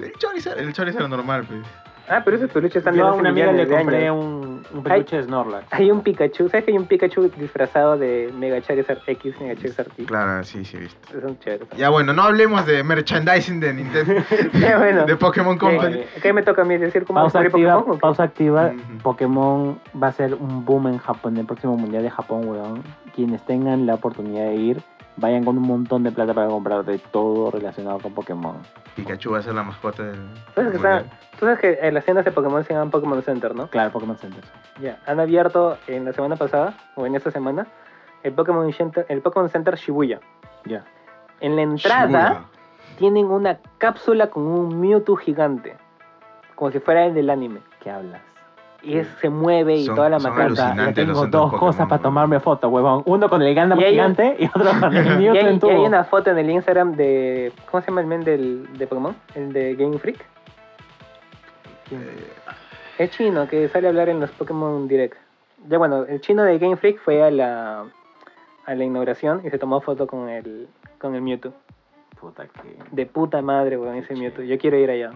[SPEAKER 1] El Charizard, el Charizard normal, pues.
[SPEAKER 2] Ah, pero esos peluches están de
[SPEAKER 3] Yo a
[SPEAKER 2] hace
[SPEAKER 3] una amiga
[SPEAKER 2] millones
[SPEAKER 3] le
[SPEAKER 2] de
[SPEAKER 3] compré
[SPEAKER 2] años.
[SPEAKER 3] un, un peluche de Snorlax.
[SPEAKER 2] Hay un Pikachu, ¿sabes que hay un Pikachu disfrazado de Mega Charizard X, Mega Charizard Y?
[SPEAKER 1] Claro, sí, sí, he visto.
[SPEAKER 2] Son chéveres.
[SPEAKER 1] Ya bueno, no hablemos de merchandising de Nintendo,
[SPEAKER 2] Ya, bueno.
[SPEAKER 1] de Pokémon Company.
[SPEAKER 3] Vale.
[SPEAKER 2] Eh, ¿Qué me toca a mí decir cómo
[SPEAKER 3] Pausa
[SPEAKER 2] descubrí
[SPEAKER 3] activa,
[SPEAKER 2] Pokémon?
[SPEAKER 3] pausa activa.
[SPEAKER 1] Ujú.
[SPEAKER 3] Pokémon va a ser un boom en Japón, en el próximo mundial de Japón, weón. Quienes tengan la oportunidad de ir, vayan con un montón de plata para comprar de todo relacionado con Pokémon.
[SPEAKER 1] Pikachu va a ser la mascota del.
[SPEAKER 2] Pues, o sea, Tú sabes que en las tiendas de Pokémon se llaman Pokémon Center, ¿no?
[SPEAKER 3] Claro, Pokémon Center.
[SPEAKER 2] Ya, han abierto en la semana pasada, o en esta semana, el Pokémon Center, el Pokémon Center Shibuya.
[SPEAKER 3] Ya.
[SPEAKER 2] En la entrada tienen una cápsula con un Mewtwo gigante, como si fuera el del anime.
[SPEAKER 3] ¿Qué hablas?
[SPEAKER 2] Y es- se mueve y
[SPEAKER 1] Son-
[SPEAKER 2] toda la
[SPEAKER 1] son
[SPEAKER 2] macata.
[SPEAKER 1] alucinantes.
[SPEAKER 3] Ya
[SPEAKER 1] Antes los
[SPEAKER 3] tengo
[SPEAKER 1] centros
[SPEAKER 3] dos
[SPEAKER 1] Pokémon,
[SPEAKER 3] cosas para
[SPEAKER 1] weón.
[SPEAKER 3] tomarme foto, weón. Uno con el Gandalf
[SPEAKER 2] Y hay un-
[SPEAKER 3] gigante y otro con el
[SPEAKER 2] Y hay,
[SPEAKER 3] Newton en
[SPEAKER 2] y hay
[SPEAKER 3] tubo.
[SPEAKER 2] una foto en el Instagram de. ¿Cómo se llama el men del, de Pokémon? El de Game Freak.
[SPEAKER 1] Eh,
[SPEAKER 2] El chino que sale a hablar en los Pokémon Direct. Ya bueno, el chino de Game Freak fue a la, a la inauguración y se tomó foto con el, con el Mewtwo.
[SPEAKER 3] Puta que...
[SPEAKER 2] De puta madre, weón, ese Mewtwo. Yo quiero ir allá.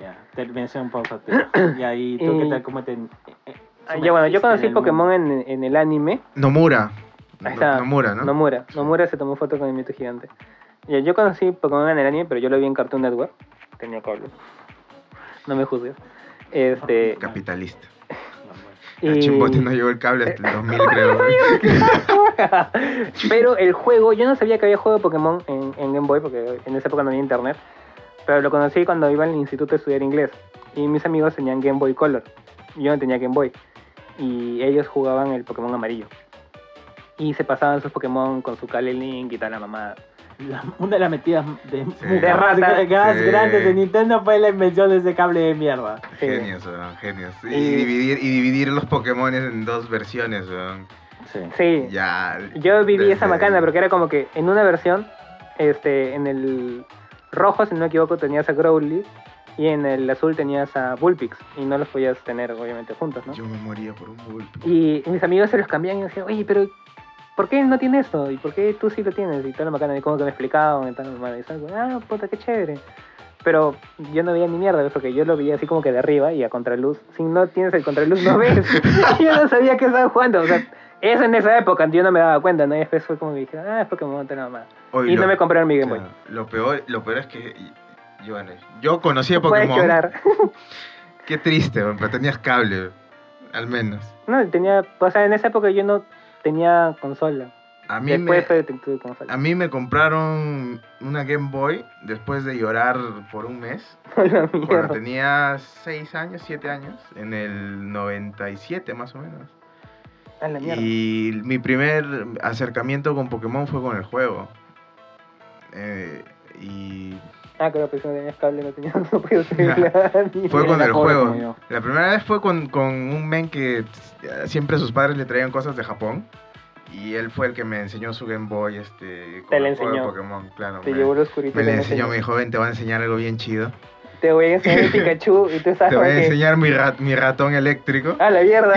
[SPEAKER 3] Ya, terminé un pausa activa. Y ahí, ¿tú qué
[SPEAKER 2] Y-
[SPEAKER 3] tal? ¿Cómo te...? eh, eh,
[SPEAKER 2] Ah, ya bueno, yo
[SPEAKER 3] sumergiste
[SPEAKER 2] conocí
[SPEAKER 3] en el mundo?
[SPEAKER 2] Pokémon en, en el anime.
[SPEAKER 1] Nomura.
[SPEAKER 2] Ahí
[SPEAKER 1] No-
[SPEAKER 2] está.
[SPEAKER 1] Nomura, ¿no?
[SPEAKER 2] Nomura. Nomura se tomó foto con el Mewtwo gigante. Ya, yo conocí Pokémon en el anime, pero yo lo vi en Cartoon Network. Tenía cable. No me juzgues. Este.
[SPEAKER 1] Capitalista. El
[SPEAKER 2] y-
[SPEAKER 1] chimbote no llegó el cable hasta el 2000, creo.
[SPEAKER 2] pero el juego, yo no sabía que había juego de Pokémon en, en Game Boy, porque en esa época no había internet. Pero lo conocí cuando iba al instituto a estudiar inglés. Y mis amigos tenían Game Boy Color. Yo no tenía Game Boy. Y ellos jugaban el Pokémon amarillo. Y se pasaban sus Pokémon con su Kale Link y tal, la mamada.
[SPEAKER 3] La- una de las metidas de,
[SPEAKER 1] Sí.
[SPEAKER 3] de
[SPEAKER 1] De
[SPEAKER 3] más,
[SPEAKER 2] rata.
[SPEAKER 3] más
[SPEAKER 1] Sí.
[SPEAKER 3] grandes de Nintendo fue la invención de ese cable de mierda.
[SPEAKER 2] Sí.
[SPEAKER 1] Genios, weón, genios. Y,
[SPEAKER 2] Y-
[SPEAKER 1] dividir, y dividir los Pokémon en dos versiones, weón.
[SPEAKER 3] Sí.
[SPEAKER 2] Sí.
[SPEAKER 1] Ya.
[SPEAKER 2] Yo viví
[SPEAKER 1] desde-
[SPEAKER 2] esa macana, porque era como que en una versión, este, en el rojo, si no me equivoco, tenías a Growly y en el azul tenías a Bullpix y no los podías tener obviamente juntos, ¿no?
[SPEAKER 1] Yo me moría por un golpe.
[SPEAKER 2] Y mis amigos se los cambiaban y decían, oye, pero ¿por qué él no tiene esto? ¿Y por qué tú sí lo tienes? Y tal la macana, y como que me explicaban y tal, normal. Y tal, ah, puta, qué chévere. Pero yo no veía ni mierda, porque yo lo veía así como que de arriba y a contraluz. Si no tienes el contraluz, no ves. yo no sabía que estaban jugando. O sea, eso en esa época, yo no me daba cuenta, ¿no? Y después fue como que dije, ah, es Pokémon, te nada más.
[SPEAKER 1] Oye,
[SPEAKER 2] Y
[SPEAKER 1] lo-
[SPEAKER 2] no me compraron mi Game Boy.
[SPEAKER 1] claro, lo peor, lo peor es que. y- y bueno, yo conocí a
[SPEAKER 2] Puedes
[SPEAKER 1] Pokémon.
[SPEAKER 2] llorar.
[SPEAKER 1] Qué triste, weón, pero tenías cable, weón, al menos.
[SPEAKER 2] No, tenía, o sea, en esa época yo no tenía consola.
[SPEAKER 1] A mí, me,
[SPEAKER 2] Después fue que tuve consola.
[SPEAKER 1] a mí me compraron una Game Boy después de llorar por un mes.
[SPEAKER 2] La
[SPEAKER 1] Cuando
[SPEAKER 2] mierda.
[SPEAKER 1] tenía 6 años, 7 años, en el 97 más o menos.
[SPEAKER 2] A la mierda.
[SPEAKER 1] Y mi primer acercamiento con Pokémon fue con el juego. Eh, y
[SPEAKER 2] Ah, creo que si no tenías cable no tenías no podías arreglar ni
[SPEAKER 1] Fue
[SPEAKER 2] idea.
[SPEAKER 1] con
[SPEAKER 3] era
[SPEAKER 1] el
[SPEAKER 3] pobre como
[SPEAKER 1] juego.
[SPEAKER 3] yo.
[SPEAKER 1] La primera vez fue con, con un men que eh, siempre sus padres le traían cosas de Japón. Y él fue el que me enseñó su Game Boy, este... con
[SPEAKER 2] Te la
[SPEAKER 1] el juego de
[SPEAKER 2] enseñó.
[SPEAKER 1] Pokémón, claro.
[SPEAKER 2] Te
[SPEAKER 1] me-
[SPEAKER 2] llevó el oscurito.
[SPEAKER 1] me
[SPEAKER 2] y
[SPEAKER 1] le
[SPEAKER 2] te
[SPEAKER 1] enseñó, me dijo, ven, te voy a enseñar algo bien chido.
[SPEAKER 2] Te voy a enseñar el Pikachu y tú estás
[SPEAKER 1] Te voy
[SPEAKER 2] como
[SPEAKER 1] a
[SPEAKER 2] que...
[SPEAKER 1] enseñar mi, rat- mi ratón eléctrico.
[SPEAKER 2] Ah, la mierda.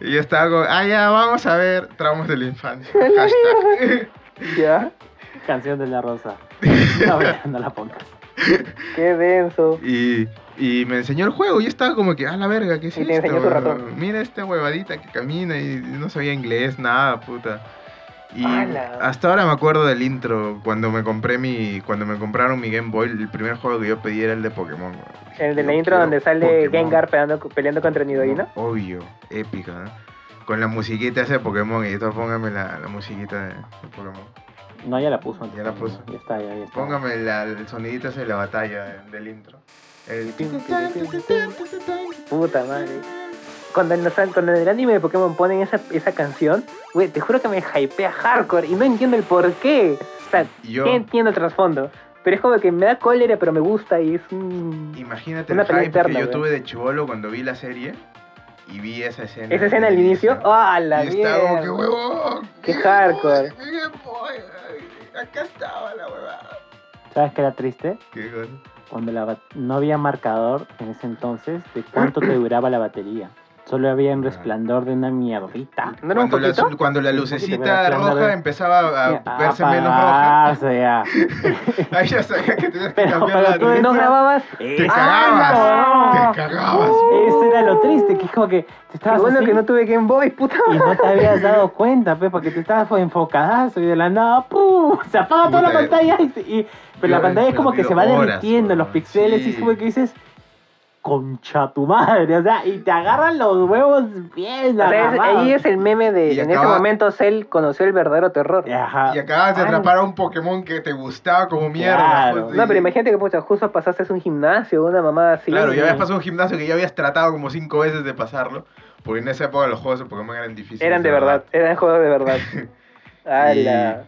[SPEAKER 1] Y yo estaba como, ah, ya, vamos a ver traumas de la infancia. Hashtag.
[SPEAKER 2] Ya.
[SPEAKER 3] Canción de la Rosa. No, ya, no la pongas.
[SPEAKER 2] Qué denso.
[SPEAKER 1] Y, y me enseñó el juego. Yo estaba como que, ah, la verga, ¿qué es
[SPEAKER 2] Y te
[SPEAKER 1] esto?
[SPEAKER 2] enseñó tu ratón.
[SPEAKER 1] Mira esta huevadita que camina y no sabía inglés, nada, puta. Y
[SPEAKER 2] Ala.
[SPEAKER 1] hasta ahora me acuerdo del intro, cuando me compré mi, cuando me compraron mi Game Boy, el primer juego que yo pedí era el de Pokémon. güey.
[SPEAKER 2] El de la
[SPEAKER 1] Yo
[SPEAKER 2] intro
[SPEAKER 1] quiero
[SPEAKER 2] donde sale
[SPEAKER 1] Pokémon.
[SPEAKER 2] Gengar peleando, peleando contra Nidohino.
[SPEAKER 1] Obvio, épica, ¿no? Con la musiquita esa de Pokémon, y esto póngame la, la musiquita de, de Pokémon.
[SPEAKER 3] No, ya la puso. antes.
[SPEAKER 1] Ya la puso.
[SPEAKER 3] Ya está, ya, ya está.
[SPEAKER 1] Póngame la, el sonidito ese de la batalla del intro. El... Oh.
[SPEAKER 2] Puta madre. Cuando en, los- cuando en el anime de Pokémon ponen esa, esa canción, güey, te juro que me hypea hardcore y no entiendo el por qué. O sea,
[SPEAKER 1] Y yo-
[SPEAKER 2] sí entiendo el trasfondo. Pero es como que me da cólera, pero me gusta y es un...
[SPEAKER 1] Imagínate
[SPEAKER 2] Una
[SPEAKER 1] el
[SPEAKER 2] pelea
[SPEAKER 1] hype
[SPEAKER 2] interna,
[SPEAKER 1] que yo
[SPEAKER 2] güey.
[SPEAKER 1] tuve de chivolo cuando vi la serie y vi esa escena.
[SPEAKER 2] Esa escena al inicio, ¡ah, la
[SPEAKER 1] y estaba como que
[SPEAKER 2] mierda!
[SPEAKER 1] huevón.
[SPEAKER 2] Qué
[SPEAKER 1] mi
[SPEAKER 2] hardcore.
[SPEAKER 1] Game Boy, mi Game Boy, ay, Acá estaba la huevada.
[SPEAKER 3] ¿Sabes qué era triste?
[SPEAKER 1] Qué cosa.
[SPEAKER 3] Cuando la bat- no había marcador en ese entonces de cuánto te duraba la batería. Solo había
[SPEAKER 1] Ah.
[SPEAKER 3] un resplandor de una mierdita.
[SPEAKER 2] ¿No era un
[SPEAKER 1] Cuando la,
[SPEAKER 2] poquito?
[SPEAKER 1] azul- cuando la
[SPEAKER 3] Un poquito,
[SPEAKER 1] lucecita
[SPEAKER 3] pero
[SPEAKER 1] roja
[SPEAKER 2] ¿eh?
[SPEAKER 3] claro.
[SPEAKER 1] empezaba
[SPEAKER 3] Ah,
[SPEAKER 1] a verse
[SPEAKER 2] ah,
[SPEAKER 1] menos roja,
[SPEAKER 3] Apagarse ya.
[SPEAKER 1] ahí ya sabía que tenías que
[SPEAKER 3] Pero-
[SPEAKER 1] cambiar
[SPEAKER 3] pero
[SPEAKER 1] la
[SPEAKER 3] tú
[SPEAKER 2] ¿No
[SPEAKER 1] luz.
[SPEAKER 2] grababas? Ah,
[SPEAKER 1] Te
[SPEAKER 3] ¡Ah,
[SPEAKER 1] cagabas,
[SPEAKER 2] no!
[SPEAKER 1] te cagabas.
[SPEAKER 2] Uh,
[SPEAKER 3] Eso era lo triste, que es como que te
[SPEAKER 2] Qué
[SPEAKER 3] estabas
[SPEAKER 2] bueno
[SPEAKER 3] así
[SPEAKER 2] que no tuve Game Boy, puta
[SPEAKER 3] y no te habías dado cuenta, pues, porque te estabas fue enfocadazo y de la nada, ¡pum! Se apaga toda la
[SPEAKER 1] Puta,
[SPEAKER 3] pantalla y, se- y- pero
[SPEAKER 1] yo
[SPEAKER 3] la pantalla
[SPEAKER 1] he
[SPEAKER 3] es como que se va
[SPEAKER 1] perdido horas,
[SPEAKER 3] derritiendo los
[SPEAKER 1] weón,
[SPEAKER 3] pixeles y
[SPEAKER 1] sí.
[SPEAKER 3] es como que dices, concha tu madre, o sea, y te agarran los huevos bien
[SPEAKER 2] O sea, es-
[SPEAKER 3] agarrados.
[SPEAKER 2] ahí es el meme de
[SPEAKER 1] Y
[SPEAKER 2] en ese
[SPEAKER 1] acaba-
[SPEAKER 2] momento Cell conoció el verdadero terror.
[SPEAKER 3] Ajá.
[SPEAKER 1] Y acabas de
[SPEAKER 2] Ay.
[SPEAKER 1] atrapar a un Pokémon que te gustaba como mierda.
[SPEAKER 3] Claro.
[SPEAKER 1] puta,
[SPEAKER 2] No,
[SPEAKER 1] y-
[SPEAKER 2] pero imagínate que pucha, justo pasaste un gimnasio, una mamada así.
[SPEAKER 1] Claro,
[SPEAKER 3] sí.
[SPEAKER 1] ya habías pasado un gimnasio que ya habías tratado como cinco veces de pasarlo. Porque en esa época los juegos de Pokémon eran difíciles.
[SPEAKER 2] Eran de verdad, eran juegos de verdad. Ala.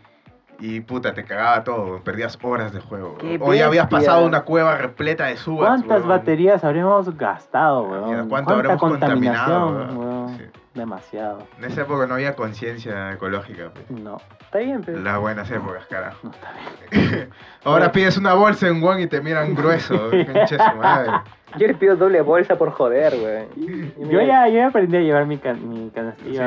[SPEAKER 1] Y puta, te cagaba todo. Perdías horas de juego.
[SPEAKER 2] ¡Qué
[SPEAKER 1] O ya habías
[SPEAKER 2] bestia!
[SPEAKER 1] pasado una cueva repleta de subas.
[SPEAKER 3] ¿Cuántas
[SPEAKER 1] weón. Ah,
[SPEAKER 3] baterías habremos gastado,
[SPEAKER 1] Mierda,
[SPEAKER 3] weón?
[SPEAKER 1] ¿Cuánto
[SPEAKER 3] ¿Cuánta
[SPEAKER 1] habremos
[SPEAKER 3] contaminación,
[SPEAKER 1] contaminado?
[SPEAKER 3] weón?
[SPEAKER 1] weón? Sí.
[SPEAKER 3] Demasiado.
[SPEAKER 1] En esa época no había conciencia ecológica. pues.
[SPEAKER 3] No,
[SPEAKER 2] Está bien, pero.
[SPEAKER 1] Las buenas épocas, carajo.
[SPEAKER 3] no está bien.
[SPEAKER 1] Ahora pides una bolsa en Wong y te miran grueso. pinche su madre.
[SPEAKER 2] Yo les pido doble bolsa por joder, güey.
[SPEAKER 3] Yo ya, yo ya aprendí a llevar mi, can, mi
[SPEAKER 1] Sí,
[SPEAKER 3] canastilla.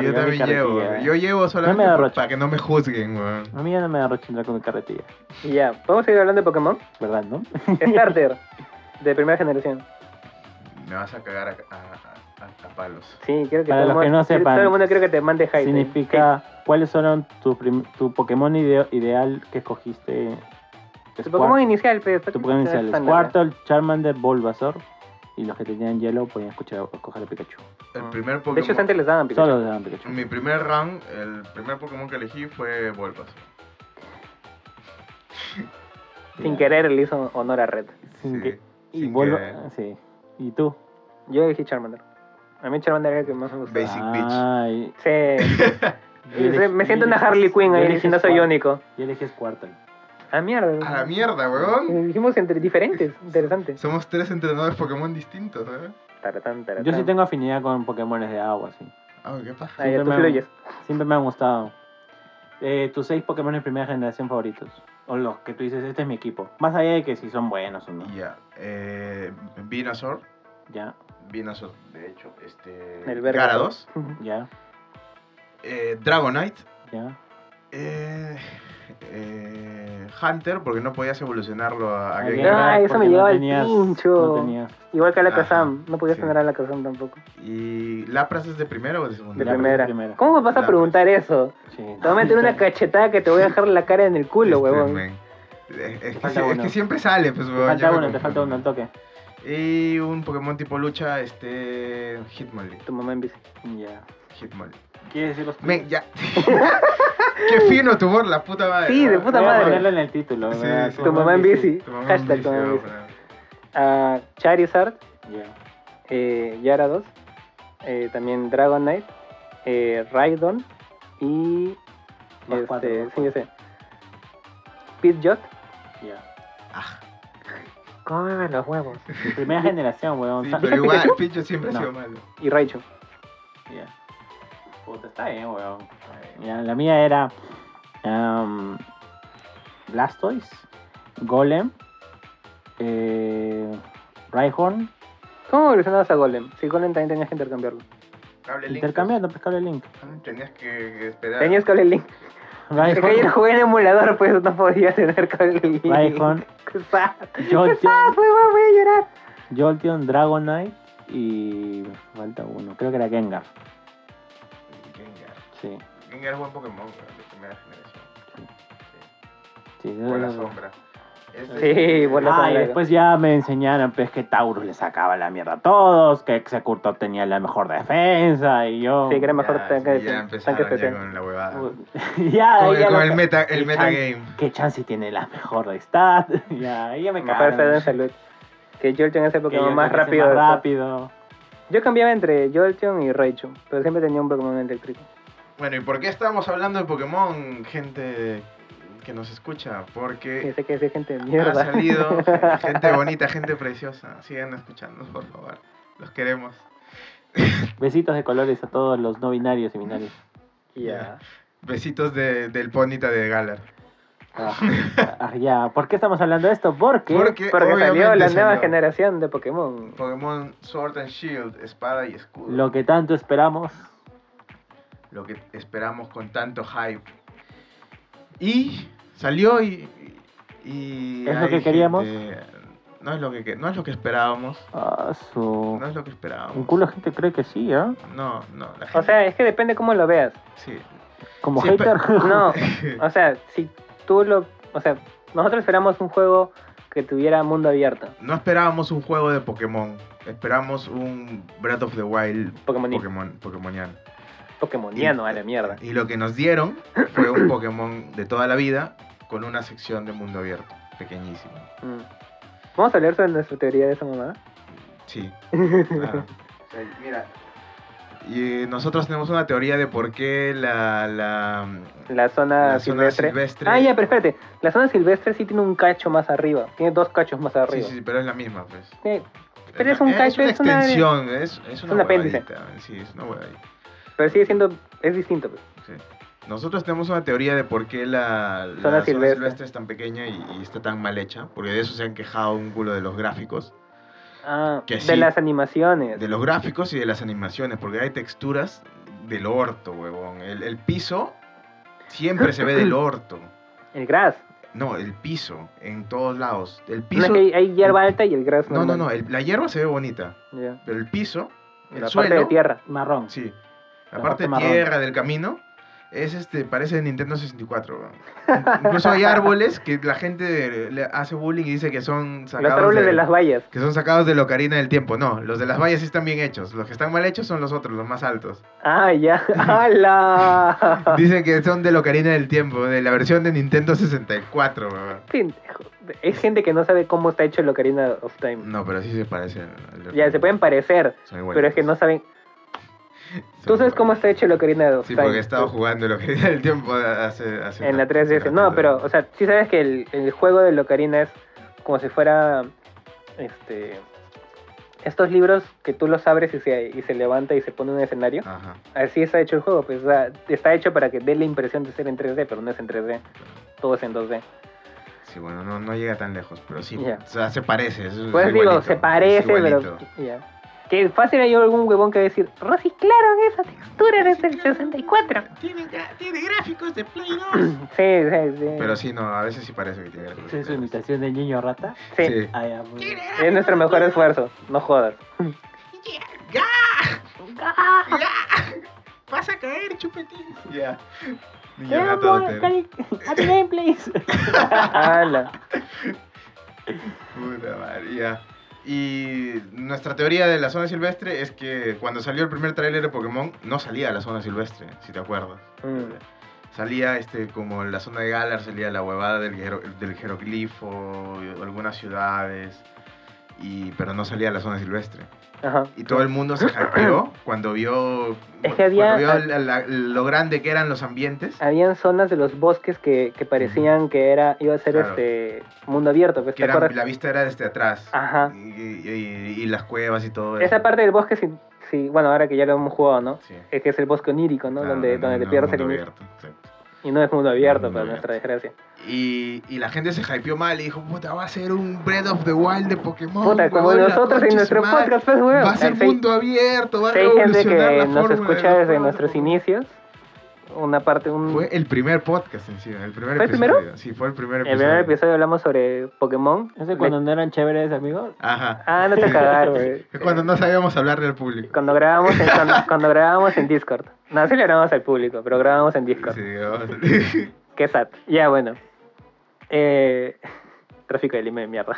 [SPEAKER 1] yo
[SPEAKER 3] llevar mi
[SPEAKER 1] también llevo.
[SPEAKER 3] carretilla.
[SPEAKER 1] Yo llevo solamente
[SPEAKER 3] da
[SPEAKER 1] pa-
[SPEAKER 3] roche.
[SPEAKER 1] para que no me juzguen, weón.
[SPEAKER 3] A mí ya no me da rochindra con mi carretilla,
[SPEAKER 2] Y ya, ¿podemos seguir hablando de Pokémon?
[SPEAKER 3] ¿verdad, no?
[SPEAKER 2] Starter, de primera generación.
[SPEAKER 1] Me vas a cagar a, a- a- a palos.
[SPEAKER 2] Sí, quiero que, todo,
[SPEAKER 3] Para
[SPEAKER 2] el
[SPEAKER 3] los que
[SPEAKER 2] mundo-
[SPEAKER 3] no sepan,
[SPEAKER 2] todo el mundo quiere que te mande hype. ¿eh?
[SPEAKER 3] Significa, ¿cuáles fueron tu, prim- tu Pokémon ide- ideal que escogiste?
[SPEAKER 2] Tu Pokémon inicial, pero.
[SPEAKER 3] tu Pokémon inicial. Squirtle, Charmander, Bulbasaur. Y los que tenían hielo podían escuchar, escoger a Pikachu.
[SPEAKER 1] El
[SPEAKER 2] Ah.
[SPEAKER 1] primer
[SPEAKER 2] De hecho,
[SPEAKER 1] Pokémon.
[SPEAKER 2] antes les daban Pikachu.
[SPEAKER 3] Solo le daban Pikachu.
[SPEAKER 1] Mi primer round, el primer Pokémon que elegí fue Bulbasaur.
[SPEAKER 2] Sin querer le hizo honor a Red.
[SPEAKER 3] Sin
[SPEAKER 1] Sí,
[SPEAKER 3] que- y
[SPEAKER 1] sin
[SPEAKER 3] Bulba-
[SPEAKER 1] querer.
[SPEAKER 3] sí. ¿Y tú?
[SPEAKER 2] Yo elegí Charmander. A mí Charmander era el que más me gustaba.
[SPEAKER 1] Basic
[SPEAKER 2] Ah,
[SPEAKER 3] Ay,
[SPEAKER 2] Sí.
[SPEAKER 3] yo
[SPEAKER 2] Eh,
[SPEAKER 3] elegí-
[SPEAKER 2] Me siento
[SPEAKER 3] yo
[SPEAKER 2] una
[SPEAKER 3] elegí-
[SPEAKER 2] Harley Quinn
[SPEAKER 3] yo
[SPEAKER 2] ahí
[SPEAKER 3] elegí
[SPEAKER 2] diciendo soy
[SPEAKER 3] Squirtle.
[SPEAKER 2] único.
[SPEAKER 3] Yo elegí Squirtle.
[SPEAKER 2] Ah, mierda.
[SPEAKER 1] A la mierda, weón.
[SPEAKER 2] Eh, Dijimos entre diferentes. Interesante.
[SPEAKER 1] Somos tres entrenadores Pokémon distintos, ¿eh?
[SPEAKER 2] Taratán, taratán.
[SPEAKER 3] Yo sí tengo afinidad con Pokémones de agua, sí.
[SPEAKER 1] Ah, qué paja.
[SPEAKER 2] Ah, ya, tú
[SPEAKER 3] Siempre me-
[SPEAKER 2] fluyes.
[SPEAKER 3] Siempre me han gustado. Eh, tus seis Pokémon de primera generación favoritos. O los que tú dices, este es mi equipo. Más allá de que si son buenos o no.
[SPEAKER 1] Y Ya. Eh, Venusaur.
[SPEAKER 3] Ya,
[SPEAKER 1] Venusaur, de hecho. Este.
[SPEAKER 2] El verga.
[SPEAKER 1] Gyarados.
[SPEAKER 3] ya,
[SPEAKER 1] Eh, Dragonite.
[SPEAKER 3] ya.
[SPEAKER 1] Eh, eh, Hunter, porque no podías evolucionarlo a, a
[SPEAKER 3] Alguien
[SPEAKER 1] Gengar.
[SPEAKER 2] Ah,
[SPEAKER 3] más,
[SPEAKER 2] eso me
[SPEAKER 3] porque
[SPEAKER 2] llevaba el
[SPEAKER 3] tenías-
[SPEAKER 2] pincho.
[SPEAKER 3] No tenías.
[SPEAKER 2] Igual que a la
[SPEAKER 1] Ajá,
[SPEAKER 2] Kazam. No podías
[SPEAKER 1] sí.
[SPEAKER 2] tener a la Kazam tampoco.
[SPEAKER 1] ¿Y Lapras es de primera o de segunda?
[SPEAKER 2] De
[SPEAKER 3] Ya, pues,
[SPEAKER 2] primera.
[SPEAKER 3] primera.
[SPEAKER 2] ¿Cómo me vas a
[SPEAKER 1] Ya,
[SPEAKER 2] preguntar eso?
[SPEAKER 3] Sí.
[SPEAKER 2] Te voy a meter una cachetada que te voy a dejar la cara en el culo,
[SPEAKER 1] Este,
[SPEAKER 2] huevón.
[SPEAKER 1] men. Es, es que,
[SPEAKER 3] falta
[SPEAKER 1] sí- es
[SPEAKER 3] uno.
[SPEAKER 1] que siempre sale, pues,
[SPEAKER 3] Te
[SPEAKER 1] huevón. ya
[SPEAKER 3] falta
[SPEAKER 1] me
[SPEAKER 3] uno, te
[SPEAKER 1] confundo.
[SPEAKER 3] falta uno al toque.
[SPEAKER 1] Y un Pokémon tipo lucha, este. Hitmonlee.
[SPEAKER 2] Tu mamá en bici.
[SPEAKER 3] Ya.
[SPEAKER 1] Hitmonlee.
[SPEAKER 3] ¿Quieres decir los
[SPEAKER 1] Men, ya. Qué fino tu la puta madre.
[SPEAKER 2] Sí, de puta
[SPEAKER 3] Voy a
[SPEAKER 2] madre.
[SPEAKER 3] ponerlo en el título,
[SPEAKER 1] Sí,
[SPEAKER 3] ¿verdad?
[SPEAKER 1] sí.
[SPEAKER 2] Tu mamá en bici.
[SPEAKER 1] Tu mamá
[SPEAKER 2] Hashtag
[SPEAKER 1] en
[SPEAKER 2] tu mamá en
[SPEAKER 1] bici,
[SPEAKER 2] bici.
[SPEAKER 1] huevón.
[SPEAKER 2] Ah, Charizard.
[SPEAKER 3] Ya.
[SPEAKER 2] eh, Yarados, eh, también Dragonite, eh, Raidon y.
[SPEAKER 3] Los cuatro,
[SPEAKER 2] este,
[SPEAKER 3] los
[SPEAKER 2] sí, yo sé. Pidgeot.
[SPEAKER 3] Ya.
[SPEAKER 1] Ah,
[SPEAKER 2] Cómeme los huevos.
[SPEAKER 3] Primera generación, weón.
[SPEAKER 1] sí,
[SPEAKER 3] Sa-
[SPEAKER 1] pero igual, el pincho siempre
[SPEAKER 3] No.
[SPEAKER 1] ha sido malo.
[SPEAKER 2] Y Raichu.
[SPEAKER 3] Ya. Puta, está bien, weón. Ya, la mía era am, Blastoise, Golem, eh, Rhyhorn.
[SPEAKER 2] ¿Cómo evolucionabas a Golem? Si Golem también tenías que intercambiarlo.
[SPEAKER 1] Cable Link.
[SPEAKER 3] Intercambiando, pues cable link.
[SPEAKER 1] pues. Tenías que esperar.
[SPEAKER 2] Tenías cable link.
[SPEAKER 3] Bye,
[SPEAKER 2] Porque ayer
[SPEAKER 3] Juan.
[SPEAKER 2] jugué en emulador, pues no podía tener cable link.
[SPEAKER 3] Raijon.
[SPEAKER 2] Qué sad.
[SPEAKER 3] Yo-
[SPEAKER 2] Qué
[SPEAKER 3] yo-
[SPEAKER 2] sad, voy, voy, voy a llorar.
[SPEAKER 3] Jolteon, Dragonite y. Falta uno. Creo que era Gengar.
[SPEAKER 1] Gengar.
[SPEAKER 3] Sí.
[SPEAKER 1] Gengar es buen Pokémon, güey, de primera generación.
[SPEAKER 3] sí eso
[SPEAKER 1] Por la
[SPEAKER 3] era-
[SPEAKER 1] sombra. Ese-
[SPEAKER 2] Mm. Sí, por la
[SPEAKER 3] Ah, y
[SPEAKER 2] sombra.
[SPEAKER 3] después ya me enseñaron pues que Taurus le sacaba la mierda a todos, que Execurto tenía la mejor defensa y yo...
[SPEAKER 2] Sí, que
[SPEAKER 1] Ya,
[SPEAKER 2] era mejor tanque
[SPEAKER 1] Ah, sí,
[SPEAKER 2] de
[SPEAKER 1] ya
[SPEAKER 2] tanque
[SPEAKER 1] empezaron
[SPEAKER 2] de-
[SPEAKER 1] ya con la huevada. Con,
[SPEAKER 2] Ah.
[SPEAKER 3] ya,
[SPEAKER 1] el-
[SPEAKER 3] ya
[SPEAKER 1] con
[SPEAKER 3] lo-
[SPEAKER 1] el meta, el
[SPEAKER 3] el
[SPEAKER 1] metagame.
[SPEAKER 3] ¿Qué chance tiene la mejor de stat? ya, ahí ya me
[SPEAKER 2] Mejor estado en
[SPEAKER 3] cagaron.
[SPEAKER 2] salud. Que Jolteon es el
[SPEAKER 3] Que yo
[SPEAKER 2] Pokémon más
[SPEAKER 3] creo que es el
[SPEAKER 2] rápido. de todos.
[SPEAKER 3] rápido.
[SPEAKER 2] Yo cambiaba entre Jolteon y Raichu, pero siempre tenía un Pokémon eléctrico.
[SPEAKER 1] Bueno, ¿y por qué estábamos hablando de Pokémon, gente que nos escucha?
[SPEAKER 2] Y
[SPEAKER 1] Porque
[SPEAKER 2] sé que es gente de
[SPEAKER 1] ha
[SPEAKER 2] mierda.
[SPEAKER 1] salido gente bonita, gente preciosa. Sigan escuchándonos, por favor. Los queremos.
[SPEAKER 3] Besitos de colores a todos los no binarios y binarios.
[SPEAKER 2] Ya.
[SPEAKER 1] Besitos de- del ponita de Galar.
[SPEAKER 3] Ah, ah, ya, ¿por qué estamos hablando de esto? Porque
[SPEAKER 1] Porque,
[SPEAKER 2] Porque salió
[SPEAKER 1] Eh, obviamente
[SPEAKER 2] la nueva
[SPEAKER 1] salió
[SPEAKER 2] generación de Pokémon.
[SPEAKER 1] Pokémon Sword and Shield, espada y escudo.
[SPEAKER 3] lo que tanto esperamos...
[SPEAKER 1] lo que esperamos con tanto hype. Y salió y. y- y
[SPEAKER 3] ¿Es lo
[SPEAKER 1] hay
[SPEAKER 3] que queríamos?
[SPEAKER 1] gente- No es lo que, que- no es lo que esperábamos.
[SPEAKER 3] Ah, su...
[SPEAKER 1] No es lo que esperábamos.
[SPEAKER 3] Un culo de gente cree que sí, ¿eh?
[SPEAKER 1] No, no. La gente,
[SPEAKER 2] O sea, es que depende cómo lo veas.
[SPEAKER 1] sí.
[SPEAKER 3] Como
[SPEAKER 1] Sí,
[SPEAKER 3] hater.
[SPEAKER 2] No, o sea, si tú lo. O sea, nosotros esperamos un juego que tuviera mundo abierto.
[SPEAKER 1] No esperábamos un juego de Pokémon. Esperamos un Breath of the Wild
[SPEAKER 2] Pokémon.
[SPEAKER 1] Pokémon, Pokémoniano.
[SPEAKER 2] Pokémoniano a la mierda.
[SPEAKER 1] Y lo que nos dieron fue un Pokémon de toda la vida con una sección de mundo abierto. Pequeñísimo.
[SPEAKER 2] Mm. Vamos a hablar sobre nuestra teoría de esa mamada.
[SPEAKER 1] Sí. Claro. O sea, mira. Y eh, nosotros tenemos una teoría de por qué la, la,
[SPEAKER 2] La zona
[SPEAKER 1] la zona
[SPEAKER 2] silvestre.
[SPEAKER 1] silvestre.
[SPEAKER 2] Ah, ya, pero espérate. La zona silvestre sí tiene un cacho más arriba. Tiene dos cachos más
[SPEAKER 1] Sí,
[SPEAKER 2] arriba.
[SPEAKER 1] sí, pero es la misma, pues.
[SPEAKER 2] Sí, Pero es un
[SPEAKER 1] la-
[SPEAKER 2] cacho,
[SPEAKER 1] una
[SPEAKER 2] es una-
[SPEAKER 1] extensión, es, es
[SPEAKER 2] un
[SPEAKER 1] una
[SPEAKER 2] apéndice.
[SPEAKER 1] huevadita, Sí, es una huevadita.
[SPEAKER 2] pero sigue siendo. Es distinto. pues.
[SPEAKER 1] sí. Nosotros tenemos una teoría de por qué la, la
[SPEAKER 2] Zona silvestre.
[SPEAKER 1] es tan pequeña y, y está tan mal hecha, porque de eso se han quejado un culo de los gráficos,
[SPEAKER 2] Ah,
[SPEAKER 1] Que
[SPEAKER 2] de
[SPEAKER 1] sí.
[SPEAKER 2] las animaciones.
[SPEAKER 1] de los gráficos y de las animaciones, porque hay texturas del orto, huevón. El, el piso siempre se ve del orto.
[SPEAKER 2] El gras.
[SPEAKER 1] No, el piso, en todos lados. El
[SPEAKER 2] No
[SPEAKER 1] piso.
[SPEAKER 2] es que hay- hay hierba alta y el gras
[SPEAKER 1] No, no,
[SPEAKER 2] normal.
[SPEAKER 1] no. el- la hierba se ve bonita,
[SPEAKER 2] Ya.
[SPEAKER 1] pero el piso, el
[SPEAKER 2] La
[SPEAKER 1] suelo.
[SPEAKER 2] parte de tierra.
[SPEAKER 3] Marrón.
[SPEAKER 1] Sí. La,
[SPEAKER 3] La parte
[SPEAKER 1] parte de
[SPEAKER 3] marrón.
[SPEAKER 1] tierra del camino es este, parece de Nintendo 64. weón. In- Incluso hay árboles que la gente le hace bullying y dice que son
[SPEAKER 2] Los
[SPEAKER 1] sacados.
[SPEAKER 2] árboles de las vallas.
[SPEAKER 1] Que son sacados de la ocarina del tiempo. No, los de las vallas sí están bien hechos. Los que están mal hechos son los otros, los más altos.
[SPEAKER 2] Ah, ya. ¡Hala!
[SPEAKER 1] Dicen que son de la ocarina del tiempo, de la versión de Nintendo 64. weón.
[SPEAKER 2] Pendejo. Es gente que no sabe cómo está hecho el Ocarina of Time.
[SPEAKER 1] No, pero sí se parecen. al de-
[SPEAKER 2] Ya, se pueden parecer,
[SPEAKER 1] Son igualitos.
[SPEAKER 2] pero es que no saben.
[SPEAKER 1] Son
[SPEAKER 2] ¿Tú sabes
[SPEAKER 1] igualitos.
[SPEAKER 2] cómo está hecho el Ocarina of
[SPEAKER 1] Sí,
[SPEAKER 2] Time?
[SPEAKER 1] porque he estado jugando lo que el tiempo hace, hace
[SPEAKER 2] En la 3DS.
[SPEAKER 1] hace
[SPEAKER 2] No,
[SPEAKER 1] ratito.
[SPEAKER 2] pero, o sea, sí sabes que el, el juego de Locarina es como si fuera. Este. Estos libros que tú los abres y se, y se levanta y se pone un escenario.
[SPEAKER 1] Ajá.
[SPEAKER 2] Así está hecho el juego, pues o sea, está hecho para que dé la impresión de ser en 3D, pero no es en 3D. Todo es en 2D.
[SPEAKER 1] Sí, bueno, no, no llega tan lejos, pero sí.
[SPEAKER 2] Ya.
[SPEAKER 1] O sea, se parece. es- es
[SPEAKER 2] Pues digo,
[SPEAKER 1] igualito,
[SPEAKER 2] se
[SPEAKER 1] es
[SPEAKER 2] parece, pero.
[SPEAKER 1] igualito.
[SPEAKER 2] ya. Que fácil hay algún huevón que va a decir, reciclaron esa textura desde el 64.
[SPEAKER 1] Tiene, gra- tiene gráficos de Play 2.
[SPEAKER 2] Sí, sí, sí.
[SPEAKER 1] pero sí, no, a veces sí parece que tiene gráficos.
[SPEAKER 3] ¿Esa
[SPEAKER 1] de
[SPEAKER 3] es su
[SPEAKER 1] Play dos.
[SPEAKER 3] imitación de niño rata?
[SPEAKER 2] Sí,
[SPEAKER 1] Sí.
[SPEAKER 3] Ah, ya, muy bien.
[SPEAKER 2] Es nuestro mejor esfuerzo, no jodas.
[SPEAKER 1] Vas a caer, chupetín. Ya. Niño
[SPEAKER 3] Ya,
[SPEAKER 1] gato
[SPEAKER 3] amor,
[SPEAKER 1] hotel.
[SPEAKER 3] cari- haz gameplays.
[SPEAKER 2] Ala.
[SPEAKER 1] Puta madre, ya. Y nuestra teoría de la zona silvestre es que cuando salió el primer tráiler de Pokémon, no salía la zona silvestre, si te acuerdas.
[SPEAKER 2] Mm.
[SPEAKER 1] Salía este, como la zona de Galar, salía la huevada del, hiero- del jeroglifo, y algunas ciudades, y, pero no salía la zona silvestre.
[SPEAKER 2] Ajá.
[SPEAKER 1] Y todo el mundo se hypeó cuando vio,
[SPEAKER 2] Es que había- Ah,
[SPEAKER 1] cuando vio la- la- lo grande que eran los ambientes.
[SPEAKER 2] Habían zonas de los bosques que, que parecían que era iba a ser
[SPEAKER 1] Claro.
[SPEAKER 2] este mundo abierto, pues,
[SPEAKER 1] Que
[SPEAKER 2] ¿te
[SPEAKER 1] eran-
[SPEAKER 2] acuerdas?
[SPEAKER 1] la vista era desde atrás.
[SPEAKER 2] Ajá.
[SPEAKER 1] Y, y- y- y las cuevas y todo eso.
[SPEAKER 2] Esa parte del bosque, sí, sí, bueno, ahora que ya lo hemos jugado, ¿no?
[SPEAKER 1] Sí.
[SPEAKER 2] Es eh, que es el bosque onírico, ¿no?
[SPEAKER 1] Claro,
[SPEAKER 2] donde donde te
[SPEAKER 1] Ah, no,
[SPEAKER 2] pierdes el
[SPEAKER 1] mundo
[SPEAKER 2] inicio.
[SPEAKER 1] abierto, exacto.
[SPEAKER 2] Y no es mundo abierto,
[SPEAKER 4] mundo
[SPEAKER 2] para nuestra desgracia.
[SPEAKER 1] Y, y la gente se hypeó mal y dijo, puta, va a ser un Breath of the Wild de Pokémon.
[SPEAKER 2] Puta, como
[SPEAKER 1] huevón, la
[SPEAKER 2] nosotros
[SPEAKER 1] concha
[SPEAKER 2] en
[SPEAKER 1] su
[SPEAKER 2] nuestro
[SPEAKER 1] madre.
[SPEAKER 2] podcast, pues, weón.
[SPEAKER 1] Va a ser
[SPEAKER 2] Hay-
[SPEAKER 1] mundo abierto, va a
[SPEAKER 2] si hay gente
[SPEAKER 1] revolucionar
[SPEAKER 2] que
[SPEAKER 1] la
[SPEAKER 2] nos
[SPEAKER 1] fórmula de
[SPEAKER 2] escucha
[SPEAKER 1] los
[SPEAKER 2] desde
[SPEAKER 1] juegos de
[SPEAKER 2] nuestros
[SPEAKER 1] Pokémon.
[SPEAKER 2] inicios. Una parte, un.
[SPEAKER 1] Fue el primer podcast en sí, el primer
[SPEAKER 2] ¿Fue el
[SPEAKER 1] episodio.
[SPEAKER 2] primero?
[SPEAKER 1] Sí, fue el primer
[SPEAKER 2] el
[SPEAKER 1] episodio.
[SPEAKER 2] primer episodio hablamos sobre Pokémon.
[SPEAKER 3] ¿Ese cuando no eran chéveres, amigos?
[SPEAKER 1] Ajá.
[SPEAKER 2] Ah, no te cagar, güey.
[SPEAKER 1] Es cuando no sabíamos hablarle al público.
[SPEAKER 2] Cuando grabamos, en, cuando, cuando grabábamos en Discord. No, sí le grabamos al público, pero grabamos en Discord.
[SPEAKER 1] Sí, vamos.
[SPEAKER 2] Qué sad. Ya, bueno. Eh, tráfico de Lima de mierda.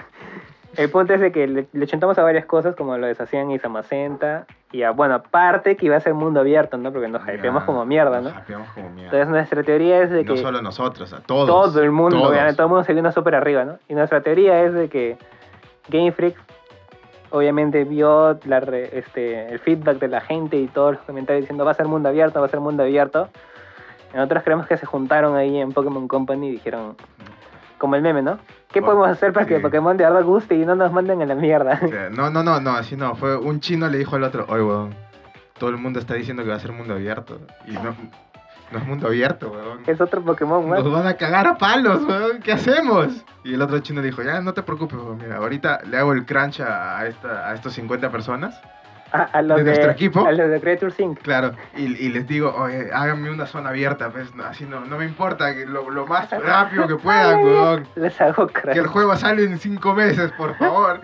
[SPEAKER 2] El punto es de que le, le chuntamos a varias cosas, como lo deshacían y Samacenta. Y a, bueno, aparte que iba a ser mundo abierto, ¿no? Porque nos hypeamos
[SPEAKER 1] Ya,
[SPEAKER 2] como mierda, ¿no?
[SPEAKER 1] Nos hypeamos como mierda.
[SPEAKER 2] Entonces nuestra teoría es de
[SPEAKER 1] no
[SPEAKER 2] que
[SPEAKER 1] solo nosotros, a todos.
[SPEAKER 2] todo el mundo,
[SPEAKER 1] todos.
[SPEAKER 2] obviamente, todo el mundo se vino súper arriba, ¿no? Y nuestra teoría es de que Game Freak obviamente vio la re- este, el feedback de la gente y todos los comentarios diciendo va a ser mundo abierto, va a ser mundo abierto. Y Nosotros creemos que se juntaron ahí en Pokémon Company y dijeron, como el meme, ¿no? ¿Qué
[SPEAKER 1] Bueno,
[SPEAKER 2] podemos hacer para que
[SPEAKER 1] sí.
[SPEAKER 2] Pokémon de verdad guste y no nos manden a la mierda?
[SPEAKER 1] O sea, no, no, no, no, así no. Fue un chino le dijo al otro, oye, weón, todo el mundo está diciendo que va a ser mundo abierto. Y no, no es mundo abierto, weón.
[SPEAKER 2] es otro Pokémon más.
[SPEAKER 1] Nos van a cagar a palos, weón. ¿Qué hacemos? Y el otro chino dijo, ya, no te preocupes, weón. Mira, ahorita le hago el crunch a, a esta, a estos 50 personas.
[SPEAKER 2] A, a los
[SPEAKER 1] ¿De
[SPEAKER 2] de,
[SPEAKER 1] nuestro equipo?
[SPEAKER 2] a los de Creature Sync.
[SPEAKER 1] Claro, y, y les digo, oye, háganme una zona abierta, pues, no, así no, no me importa, que lo, lo más rápido que puedan, weón.
[SPEAKER 2] Les hago
[SPEAKER 1] Que el
[SPEAKER 2] crack.
[SPEAKER 1] juego sale en 5 meses, por favor.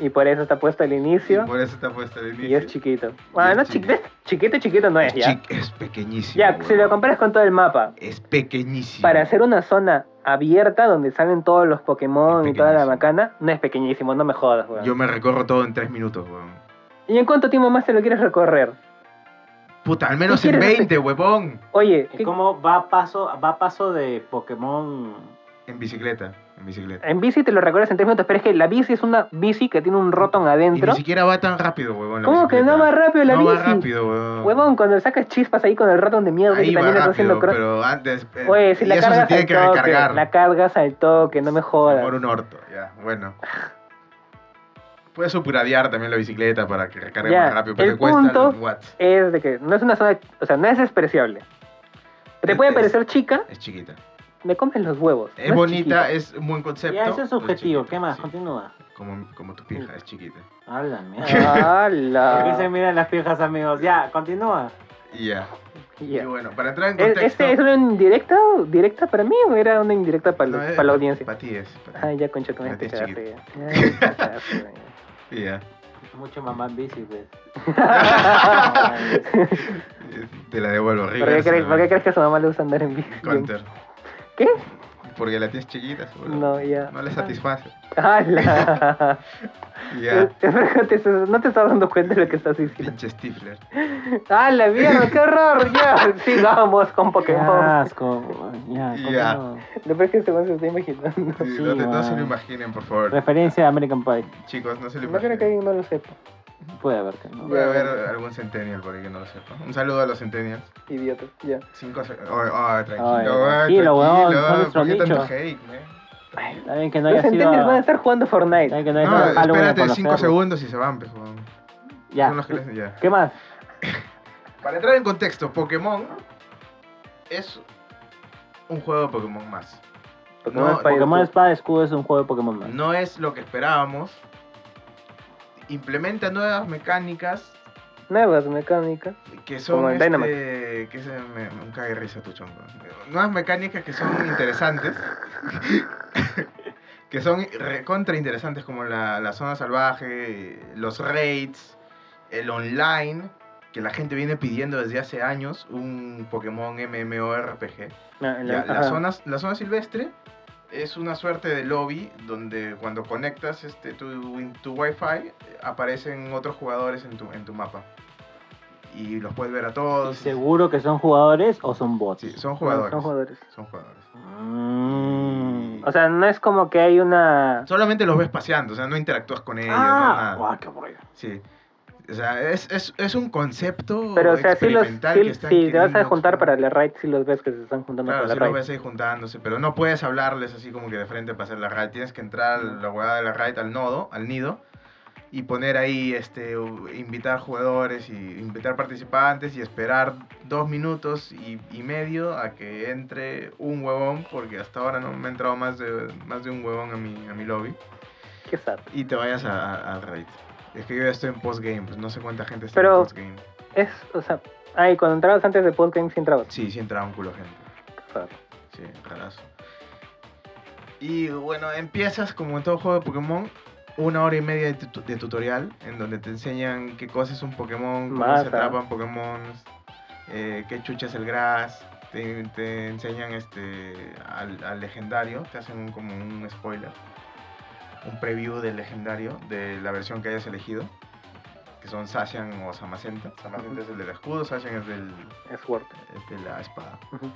[SPEAKER 2] Y por eso está puesto al
[SPEAKER 1] Y
[SPEAKER 2] inicio.
[SPEAKER 1] por eso está puesto el inicio.
[SPEAKER 2] Y es chiquito. Bueno,
[SPEAKER 1] es
[SPEAKER 2] no chiquito,
[SPEAKER 1] chiquito.
[SPEAKER 2] chiquito, chiquito no es,
[SPEAKER 1] Es,
[SPEAKER 2] ya.
[SPEAKER 1] chi- es pequeñísimo.
[SPEAKER 2] Ya, si lo
[SPEAKER 1] weón.
[SPEAKER 2] comparas con todo el mapa,
[SPEAKER 1] Es pequeñísimo.
[SPEAKER 2] para hacer una zona abierta donde salen todos los Pokémon
[SPEAKER 1] Es
[SPEAKER 2] y toda la
[SPEAKER 1] pequeñísimo.
[SPEAKER 2] macana, no es pequeñísimo, no me jodas, weón.
[SPEAKER 1] Yo me recorro todo en 3 minutos, weón.
[SPEAKER 2] ¿Y en cuánto tiempo más te lo quieres recorrer?
[SPEAKER 1] Puta, al menos
[SPEAKER 2] ¿Qué
[SPEAKER 1] en
[SPEAKER 2] quieres
[SPEAKER 1] 20, huevón.
[SPEAKER 2] Oye,
[SPEAKER 3] ¿Y
[SPEAKER 2] ¿qué-
[SPEAKER 3] cómo va a paso, va a paso de Pokémon?
[SPEAKER 1] En bicicleta, en bicicleta.
[SPEAKER 2] en bici te lo recorres en tres minutos, pero es que la bici es una bici que tiene un rotom
[SPEAKER 1] Y ni
[SPEAKER 2] adentro.
[SPEAKER 1] siquiera va tan rápido, huevón. la
[SPEAKER 2] ¿Cómo que
[SPEAKER 1] bicicleta.
[SPEAKER 2] no va rápido la
[SPEAKER 1] No
[SPEAKER 2] bici?
[SPEAKER 1] va rápido, huevón.
[SPEAKER 2] Huevón, cuando sacas chispas ahí con el rotom de mierda
[SPEAKER 1] Ahí
[SPEAKER 2] que
[SPEAKER 1] va
[SPEAKER 2] también está
[SPEAKER 1] rápido,
[SPEAKER 2] haciendo cross.
[SPEAKER 1] pero antes... eh,
[SPEAKER 2] Oye, si
[SPEAKER 1] y
[SPEAKER 2] la
[SPEAKER 1] eso se
[SPEAKER 2] cargas
[SPEAKER 1] tiene
[SPEAKER 2] al
[SPEAKER 1] que
[SPEAKER 2] toque,
[SPEAKER 1] recargar.
[SPEAKER 2] la cargas al toque, no me jodas.
[SPEAKER 1] Por un orto, ya, bueno. Puedes supuradear también la bicicleta para que recargue
[SPEAKER 2] Ya,
[SPEAKER 1] más rápido, pero
[SPEAKER 2] el
[SPEAKER 1] te cuesta
[SPEAKER 2] punto-
[SPEAKER 1] los watts.
[SPEAKER 2] es de que no es una zona, o sea, no es despreciable. Te
[SPEAKER 1] Es-
[SPEAKER 2] puede
[SPEAKER 1] Este es-
[SPEAKER 2] parecer chica,
[SPEAKER 1] Es chiquita.
[SPEAKER 2] me compren los huevos.
[SPEAKER 1] Es
[SPEAKER 2] no
[SPEAKER 1] bonita,
[SPEAKER 2] chiquita.
[SPEAKER 1] es un buen concepto.
[SPEAKER 3] Ya, eso es
[SPEAKER 1] pero
[SPEAKER 3] subjetivo.
[SPEAKER 1] chiquita,
[SPEAKER 3] ¿Qué más?
[SPEAKER 1] sí.
[SPEAKER 3] Continúa.
[SPEAKER 1] Como, como tu pija, es chiquita.
[SPEAKER 3] Háblame. ¿Por qué se
[SPEAKER 2] ¡Hala!
[SPEAKER 3] miran las pijas, amigos? Ya, continúa.
[SPEAKER 1] Y ya.
[SPEAKER 2] Ya.
[SPEAKER 1] Y bueno, para entrar en
[SPEAKER 2] ¿Es-
[SPEAKER 1] contexto...
[SPEAKER 2] ¿Este es una indirecta, directa para mí o era una indirecta para,
[SPEAKER 1] No, eh, es-
[SPEAKER 2] la audiencia?
[SPEAKER 1] Para ti es. para ti.
[SPEAKER 2] Ay, Ah, ya concha, tú me
[SPEAKER 1] Para ti es
[SPEAKER 2] cagaste ya. Ay, te cagaste, güey.
[SPEAKER 1] Y ya.
[SPEAKER 3] Mucho mamá en bici, pues.
[SPEAKER 1] Te la devuelvo,
[SPEAKER 2] ¿Por qué,
[SPEAKER 1] Rivers.
[SPEAKER 2] crees,
[SPEAKER 1] a
[SPEAKER 2] por qué
[SPEAKER 1] ver.
[SPEAKER 2] crees que a su mamá le gusta andar en bici?
[SPEAKER 1] Counter.
[SPEAKER 2] ¿Qué?
[SPEAKER 1] Porque la tienes chiquita, seguro.
[SPEAKER 2] No, ya.
[SPEAKER 1] No le satisface.
[SPEAKER 2] ¡Hala!
[SPEAKER 1] Y ya.
[SPEAKER 2] Te- te- No te estás dando cuenta de lo que estás diciendo.
[SPEAKER 1] Pinche Stifler.
[SPEAKER 2] ¡Ah, la mierda! ¡Qué horror! Ya, sigamos con
[SPEAKER 3] Qué
[SPEAKER 2] Pokémon.
[SPEAKER 3] asco. Ya,
[SPEAKER 1] Ya.
[SPEAKER 3] continúa.
[SPEAKER 2] Lo peor es que este man se está imaginando.
[SPEAKER 1] Sí,
[SPEAKER 3] Sí,
[SPEAKER 1] no, te- no
[SPEAKER 3] man.
[SPEAKER 1] se lo imaginen, por favor.
[SPEAKER 3] Referencia a American Pie.
[SPEAKER 1] Chicos, no se lo
[SPEAKER 2] No creo que
[SPEAKER 1] imaginen.
[SPEAKER 2] alguien no lo sepa.
[SPEAKER 3] Puede haber que no.
[SPEAKER 1] Voy a ver algún Centennial por ahí que no lo sepa. Un saludo a los Centennials.
[SPEAKER 2] Idiota, ya.
[SPEAKER 1] Cinco se- Ay, ay, tranquilo,
[SPEAKER 3] Ay,
[SPEAKER 1] ay,
[SPEAKER 3] tranquilo, weón,
[SPEAKER 1] ay,
[SPEAKER 3] son nuestro
[SPEAKER 1] ¿Por qué tanto
[SPEAKER 3] nicho.
[SPEAKER 1] hate, eh? man?
[SPEAKER 3] Está bien que no haya
[SPEAKER 2] Los
[SPEAKER 3] sido.
[SPEAKER 2] centennials van a estar jugando
[SPEAKER 3] está bien
[SPEAKER 2] Fortnite.
[SPEAKER 3] que no haya sido
[SPEAKER 1] No,
[SPEAKER 3] Halloween
[SPEAKER 1] espérate
[SPEAKER 3] con los
[SPEAKER 1] 5
[SPEAKER 3] perros.
[SPEAKER 1] segundos y se van, pues, weón. Son los que
[SPEAKER 3] Ya.
[SPEAKER 1] les- ya.
[SPEAKER 3] ¿Qué más?
[SPEAKER 1] Para entrar en contexto, Pokémon es un juego de Pokémon más.
[SPEAKER 2] Pokémon
[SPEAKER 1] No,
[SPEAKER 2] Spy
[SPEAKER 3] Pokémon
[SPEAKER 2] Escudo.
[SPEAKER 3] Espada y Escudo es un juego de Pokémon más.
[SPEAKER 1] No es lo que esperábamos. Implementa nuevas mecánicas
[SPEAKER 2] Nuevas mecánicas.
[SPEAKER 1] que son
[SPEAKER 2] Como el
[SPEAKER 1] este, que se me, me cae de risa tu chongo. Nuevas mecánicas que son interesantes. que son recontra interesantes como la, la zona salvaje, los raids, el online, que la gente viene pidiendo desde hace años un Pokémon MMORPG.
[SPEAKER 2] No,
[SPEAKER 1] Ya,
[SPEAKER 2] ajá.
[SPEAKER 1] la, zona, la zona silvestre es una suerte de lobby donde cuando conectas este, tu, tu wifi eh, aparecen otros jugadores en tu, en tu mapa. Y los puedes ver a
[SPEAKER 3] ¿Y
[SPEAKER 1] todos.
[SPEAKER 3] ¿Seguro que son jugadores o son bots?
[SPEAKER 1] Sí, son
[SPEAKER 2] No,
[SPEAKER 1] jugadores.
[SPEAKER 2] Ah, Son jugadores.
[SPEAKER 1] Son jugadores.
[SPEAKER 3] Mm.
[SPEAKER 2] O sea, no es como que hay una.
[SPEAKER 1] Solamente los ves paseando, o sea, no interactúas con ellos, no
[SPEAKER 3] ah,
[SPEAKER 1] nada.
[SPEAKER 3] guau, qué aburrido.
[SPEAKER 1] Sí. O sea, es, es, es un concepto
[SPEAKER 2] Pero, o sea, si los.
[SPEAKER 1] experimental
[SPEAKER 2] sí-
[SPEAKER 1] que están
[SPEAKER 2] Si te vas a
[SPEAKER 1] queriendo
[SPEAKER 2] juntar para
[SPEAKER 1] explorar.
[SPEAKER 2] la raid, si los ves que se están juntando
[SPEAKER 1] Claro,
[SPEAKER 2] para
[SPEAKER 1] sí
[SPEAKER 2] la
[SPEAKER 1] los
[SPEAKER 2] raid.
[SPEAKER 1] ves ahí juntándose, pero no puedes hablarles así como que de frente para hacer la raid. Tienes que entrar a la hueá de la raid al nodo, al nido, y poner ahí, este, u- invitar jugadores y invitar participantes y esperar dos minutos y, y medio a que entre un huevón, porque hasta ahora no me ha entrado más de, más de un huevón a mi, a mi lobby,
[SPEAKER 2] Qué sad.
[SPEAKER 1] y te vayas a, a- al raid. Es que yo ya estoy en postgame, pues no sé cuánta gente está
[SPEAKER 2] Pero-
[SPEAKER 1] en postgame.
[SPEAKER 2] Es, o sea, ay, cuando entrabas antes de Postgame sí entrabas.
[SPEAKER 1] Sí, sí entraba un culo de gente.
[SPEAKER 2] Qué sad.
[SPEAKER 1] Sí, rarazo. Y bueno, empiezas como en todo juego de Pokémon, una hora y media de, tu- de tutorial, en donde te enseñan qué cosa es un Pokémon, cómo se
[SPEAKER 2] Mata.
[SPEAKER 1] atrapan Pokémon, eh, qué chucha es el grass, te, te enseñan este al, al legendario, te hacen un- como un spoiler, un preview del legendario, de la versión que hayas elegido, que son Sashian o Samacenta. Samacenta es el del escudo, Sashian es, del,
[SPEAKER 2] Es Word.
[SPEAKER 1] es de la espada.
[SPEAKER 2] Ujú.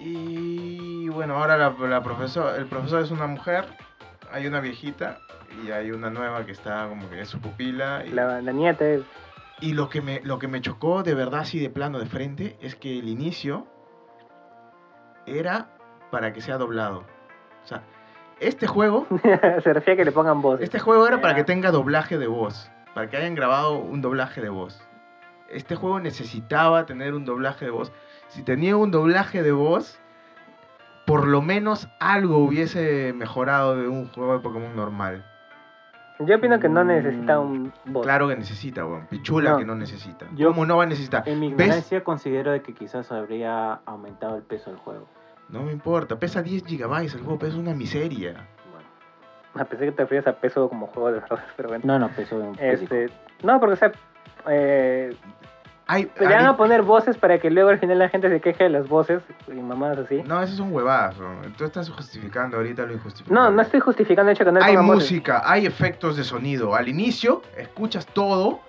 [SPEAKER 1] Y bueno, ahora la, la profesor, el profesor es una mujer, hay una viejita y hay una nueva que está como que es su pupila. Y,
[SPEAKER 2] La, la nieta es.
[SPEAKER 1] y lo, que me, lo que me chocó de verdad, así de plano, de frente, es que el inicio era para que sea doblado. O sea, este juego,
[SPEAKER 2] se refiere a que le pongan voz.
[SPEAKER 1] este juego era para
[SPEAKER 2] Ya.
[SPEAKER 1] que tenga doblaje de voz, para que hayan grabado un doblaje de voz. Este juego necesitaba tener un doblaje de voz. Si tenía un doblaje de voz, por lo menos algo hubiese mejorado de un juego de Pokémon normal.
[SPEAKER 2] Yo opino que no
[SPEAKER 3] Mm,
[SPEAKER 2] necesita un voz.
[SPEAKER 1] Claro que necesita, weón. Pichula
[SPEAKER 3] No.
[SPEAKER 1] que no necesita.
[SPEAKER 3] Yo-
[SPEAKER 1] ¿Cómo no va a necesitar?
[SPEAKER 3] En mi
[SPEAKER 1] ¿Ves?
[SPEAKER 3] ignorancia considero de que quizás habría aumentado el peso del juego.
[SPEAKER 1] No me importa. Pesa 10 gigabytes el juego, pesa una miseria.
[SPEAKER 3] Bueno,
[SPEAKER 2] A pesar que te refieres a peso como juego de verdad, pero bueno.
[SPEAKER 3] no, pues no, peso de un
[SPEAKER 2] Este, no, porque o sea, eh,
[SPEAKER 1] Ay,
[SPEAKER 2] le van
[SPEAKER 1] ahorita-
[SPEAKER 2] a poner voces para que luego al final la gente se queje de las voces y mamadas así.
[SPEAKER 1] No, esas son huevadas, weón. Tú estás justificando ahorita lo injustificable.
[SPEAKER 2] No, no estoy justificando el hecho de que no le
[SPEAKER 1] hay
[SPEAKER 2] pongan voces.
[SPEAKER 1] música, hay efectos de sonido. Al inicio escuchas todo,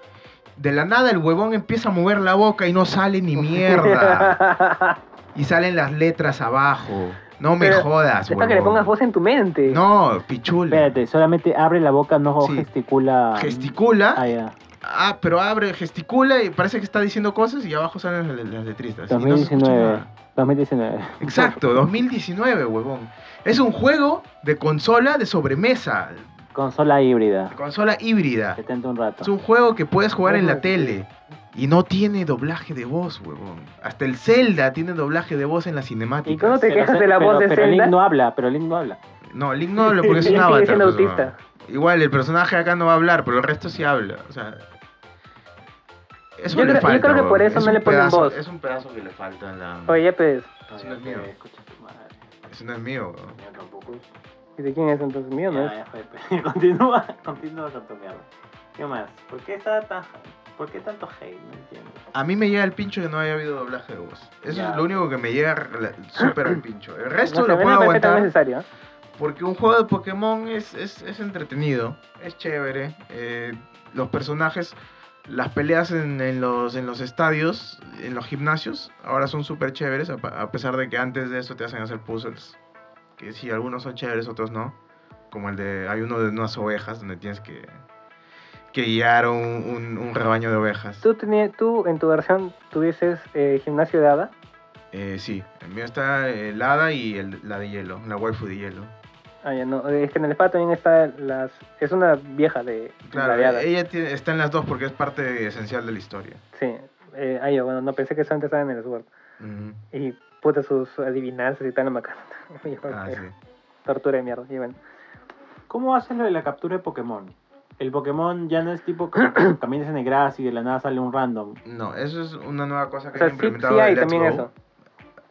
[SPEAKER 1] de la nada el huevón empieza a mover la boca y no sale ni mierda. y salen las letras abajo. No me
[SPEAKER 2] Pero,
[SPEAKER 1] jodas,
[SPEAKER 2] Deja que le
[SPEAKER 1] huevón.
[SPEAKER 2] pongas voz en tu mente.
[SPEAKER 1] No, pichula.
[SPEAKER 3] Espérate, solamente abre la boca, no
[SPEAKER 1] Sí.
[SPEAKER 3] gesticula.
[SPEAKER 1] Gesticula,
[SPEAKER 3] Ah, ya.
[SPEAKER 1] ah, pero abre, gesticula y parece que está diciendo cosas y abajo salen las, las letristas. y no se escucha
[SPEAKER 3] 2019.
[SPEAKER 1] nada.
[SPEAKER 3] 2019.
[SPEAKER 1] Exacto, 2019, huevón. Es un juego de consola de sobremesa,
[SPEAKER 3] Consola híbrida.
[SPEAKER 1] de consola híbrida.
[SPEAKER 3] Detente un rato.
[SPEAKER 1] Es un juego que puedes jugar en la
[SPEAKER 2] Ujú.
[SPEAKER 1] tele. Y no tiene doblaje de voz, huevón. Hasta el Zelda tiene doblaje de voz en la cinemática.
[SPEAKER 2] ¿Y cómo te quejas
[SPEAKER 3] se-
[SPEAKER 2] de la voz de
[SPEAKER 3] pero
[SPEAKER 2] Zelda?
[SPEAKER 3] Link no habla, pero Link no habla.
[SPEAKER 1] No, Link no habla porque es un
[SPEAKER 2] Link sigue
[SPEAKER 1] avatar.
[SPEAKER 2] siendo
[SPEAKER 1] pues,
[SPEAKER 2] autista.
[SPEAKER 1] huevón. Igual, el personaje acá no va a hablar, pero el resto sí habla. O sea... Eso
[SPEAKER 2] Yo
[SPEAKER 1] le
[SPEAKER 2] creo- yo
[SPEAKER 1] falta,
[SPEAKER 2] creo que
[SPEAKER 1] huevón.
[SPEAKER 2] por eso
[SPEAKER 1] Es
[SPEAKER 2] no
[SPEAKER 1] un
[SPEAKER 2] le ponen
[SPEAKER 1] pedazo-
[SPEAKER 2] voz.
[SPEAKER 1] Es un pedazo que le falta en la...
[SPEAKER 2] Oye, pues,
[SPEAKER 1] Ese no es mío.
[SPEAKER 3] Escucha tu madre.
[SPEAKER 1] Eso no es mío, huevón.
[SPEAKER 3] Yo tampoco.
[SPEAKER 2] ¿y de quién es entonces mío, no
[SPEAKER 3] Ya,
[SPEAKER 2] es?
[SPEAKER 3] ya fue, pe- Continúa, continúa con tu mierda. ¿Qué más? ¿Por qué, está tan, ¿Por qué tanto hate? No entiendo.
[SPEAKER 1] A mí me llega el pincho que no haya habido doblaje de voz. Eso
[SPEAKER 3] Ya.
[SPEAKER 1] es lo único que me llega rela- súper al pincho. El resto
[SPEAKER 2] No sé, a
[SPEAKER 1] lo
[SPEAKER 2] mí
[SPEAKER 1] puedo
[SPEAKER 2] me parece tan
[SPEAKER 1] aguantar.
[SPEAKER 2] necesario.
[SPEAKER 1] Porque un juego de Pokémon es, es, es entretenido, es chévere. eh, los personajes, las peleas en, en los, en los estadios, en los gimnasios, ahora son súper chéveres, a, pa- a pesar de que antes de eso te hacen hacer puzzles. Que sí, algunos son chéveres, otros no. Como el de. Hay uno de unas ovejas donde tienes que, que guiar un, un- un rebaño de ovejas.
[SPEAKER 2] ¿Tú, tenías- tú en tu versión tuvieses eh, gimnasio de hada?
[SPEAKER 1] Eh, sí, el mío está eh, el hada y el- la de hielo, la waifu de hielo.
[SPEAKER 2] Ah, ya no. Es que en el espada también está las... Es una vieja de... la de
[SPEAKER 1] Claro, eh,
[SPEAKER 2] hada.
[SPEAKER 1] ella tiene- está en las dos porque es parte esencial de la historia.
[SPEAKER 2] Sí. Eh, ah, ya, bueno, no pensé que solamente estaba en el Sword.
[SPEAKER 1] Ujú.
[SPEAKER 2] Y puta sus adivinanzas y tal, macana.
[SPEAKER 1] Ah, sí.
[SPEAKER 2] Tortura de mierda. Y bueno.
[SPEAKER 3] ¿Cómo haces lo de la captura de Pokémon? El Pokémon ya no es tipo como que caminas en el grass y de la nada sale un random.
[SPEAKER 1] No, eso es una nueva cosa
[SPEAKER 2] O
[SPEAKER 1] que
[SPEAKER 2] sea,
[SPEAKER 1] han
[SPEAKER 2] sí,
[SPEAKER 1] implementado.
[SPEAKER 2] sí
[SPEAKER 1] de
[SPEAKER 2] hay
[SPEAKER 1] Let's
[SPEAKER 2] también
[SPEAKER 1] Go.
[SPEAKER 2] eso.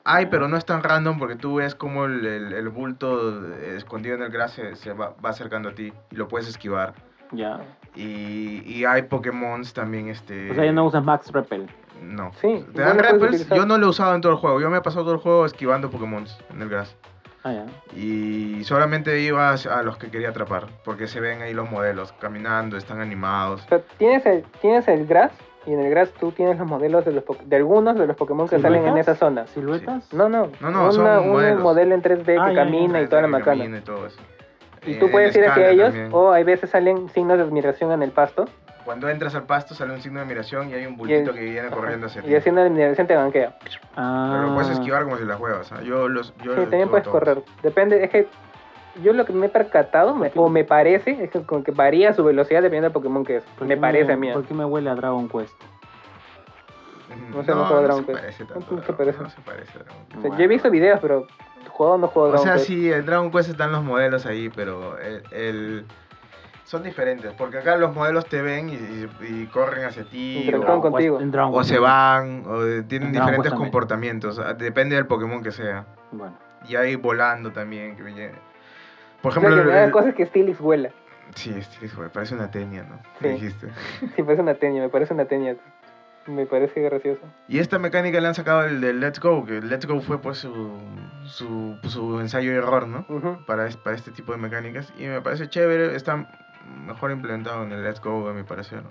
[SPEAKER 1] Hay, pero no es tan random porque tú ves como el, el- el bulto eh, escondido en el gras se, se va, va acercando a ti y lo puedes esquivar.
[SPEAKER 3] Ya.
[SPEAKER 1] Y, y hay Pokémon también, este...
[SPEAKER 3] O sea, ya no usas Max Repel.
[SPEAKER 1] No.
[SPEAKER 2] Sí,
[SPEAKER 1] Te dan
[SPEAKER 2] igual lo puedes
[SPEAKER 1] repels.
[SPEAKER 2] utilizar.
[SPEAKER 1] Yo no lo he usado en todo el juego. Yo me he pasado todo el juego esquivando Pokémon en el gras.
[SPEAKER 3] Ah, ya.
[SPEAKER 1] Y solamente iba a los que quería atrapar. Porque se ven ahí los modelos caminando, están animados.
[SPEAKER 2] O sea, tienes el, tienes el grass y en el grass tú tienes los modelos de, los po- de algunos de los Pokémon que
[SPEAKER 3] ¿Sí,
[SPEAKER 2] salen en
[SPEAKER 3] ¿verdad?
[SPEAKER 2] esa zona.
[SPEAKER 3] ¿Siluetas?
[SPEAKER 2] No, no.
[SPEAKER 1] No, no, son
[SPEAKER 2] un
[SPEAKER 1] modelos.
[SPEAKER 2] modelo en 3D
[SPEAKER 3] Ah,
[SPEAKER 2] que
[SPEAKER 3] ya, ya,
[SPEAKER 2] camina y
[SPEAKER 1] Gente
[SPEAKER 2] toda la
[SPEAKER 1] que
[SPEAKER 2] macana.
[SPEAKER 1] camina y todo eso.
[SPEAKER 2] Y
[SPEAKER 1] Eh,
[SPEAKER 2] tú
[SPEAKER 1] en
[SPEAKER 2] puedes ir hacia
[SPEAKER 1] escala
[SPEAKER 2] ellos
[SPEAKER 1] también.
[SPEAKER 2] o hay veces salen signos de admiración en el pasto.
[SPEAKER 1] Cuando entras al pasto sale un signo de admiración y hay un bultito que viene corriendo hacia ti.
[SPEAKER 2] Y haciendo la admiración te banquea.
[SPEAKER 3] Ah.
[SPEAKER 1] Pero lo puedes esquivar como si la juegas. o sea, Yo los. Yo
[SPEAKER 2] Sí,
[SPEAKER 1] los
[SPEAKER 2] también
[SPEAKER 1] esquivo
[SPEAKER 2] puedes
[SPEAKER 1] todos.
[SPEAKER 2] correr. Depende, es que yo lo que me he percatado, me-
[SPEAKER 3] qué?
[SPEAKER 2] o me parece, es que, como que varía su velocidad dependiendo del Pokémon que es.
[SPEAKER 3] ¿Por
[SPEAKER 1] Pues
[SPEAKER 2] Pues Me
[SPEAKER 3] qué
[SPEAKER 2] parece a mí.
[SPEAKER 3] ¿Por qué me huele a Dragon Quest?
[SPEAKER 2] No sé, no juego Dragon Quest.
[SPEAKER 1] parece
[SPEAKER 2] No
[SPEAKER 1] tanto a
[SPEAKER 2] se
[SPEAKER 1] Dragon-
[SPEAKER 2] parece.
[SPEAKER 1] No se parece a Dragon Quest.
[SPEAKER 2] O sea, yo he visto videos, pero jugado o no juego
[SPEAKER 1] O
[SPEAKER 2] Dragon
[SPEAKER 1] sea,
[SPEAKER 2] Quest.
[SPEAKER 1] sí, en Dragon Quest están los modelos ahí, pero el, el- son diferentes. Porque acá los modelos te ven y, y- y corren hacia ti,
[SPEAKER 2] Interactúan
[SPEAKER 1] o,
[SPEAKER 2] con- contigo.
[SPEAKER 3] En Dragon
[SPEAKER 1] o
[SPEAKER 3] Quest.
[SPEAKER 1] se van, o eh, tienen
[SPEAKER 3] En Dragon Quest
[SPEAKER 1] diferentes
[SPEAKER 3] también.
[SPEAKER 1] comportamientos. ah, Depende del Pokémon que sea.
[SPEAKER 3] Bueno,
[SPEAKER 1] Y hay volando también. Que viene- Por
[SPEAKER 2] Lo que
[SPEAKER 1] ejemplo, el-
[SPEAKER 2] me da
[SPEAKER 1] el-
[SPEAKER 2] cosa es que Steelix vuela.
[SPEAKER 1] sí, este, hijo, me parece una tenia, ¿no?
[SPEAKER 2] Sí.
[SPEAKER 1] Me dijiste.
[SPEAKER 2] Sí, parece una teña, me parece una teña. Me parece gracioso.
[SPEAKER 1] Y esta mecánica le han sacado el de Let's Go, que Let's Go fue pues su, su, su ensayo y error, ¿no?
[SPEAKER 2] Ujú.
[SPEAKER 1] para, es- para este tipo de mecánicas y me parece chévere, está mejor implementado en el Let's Go a mi parecer.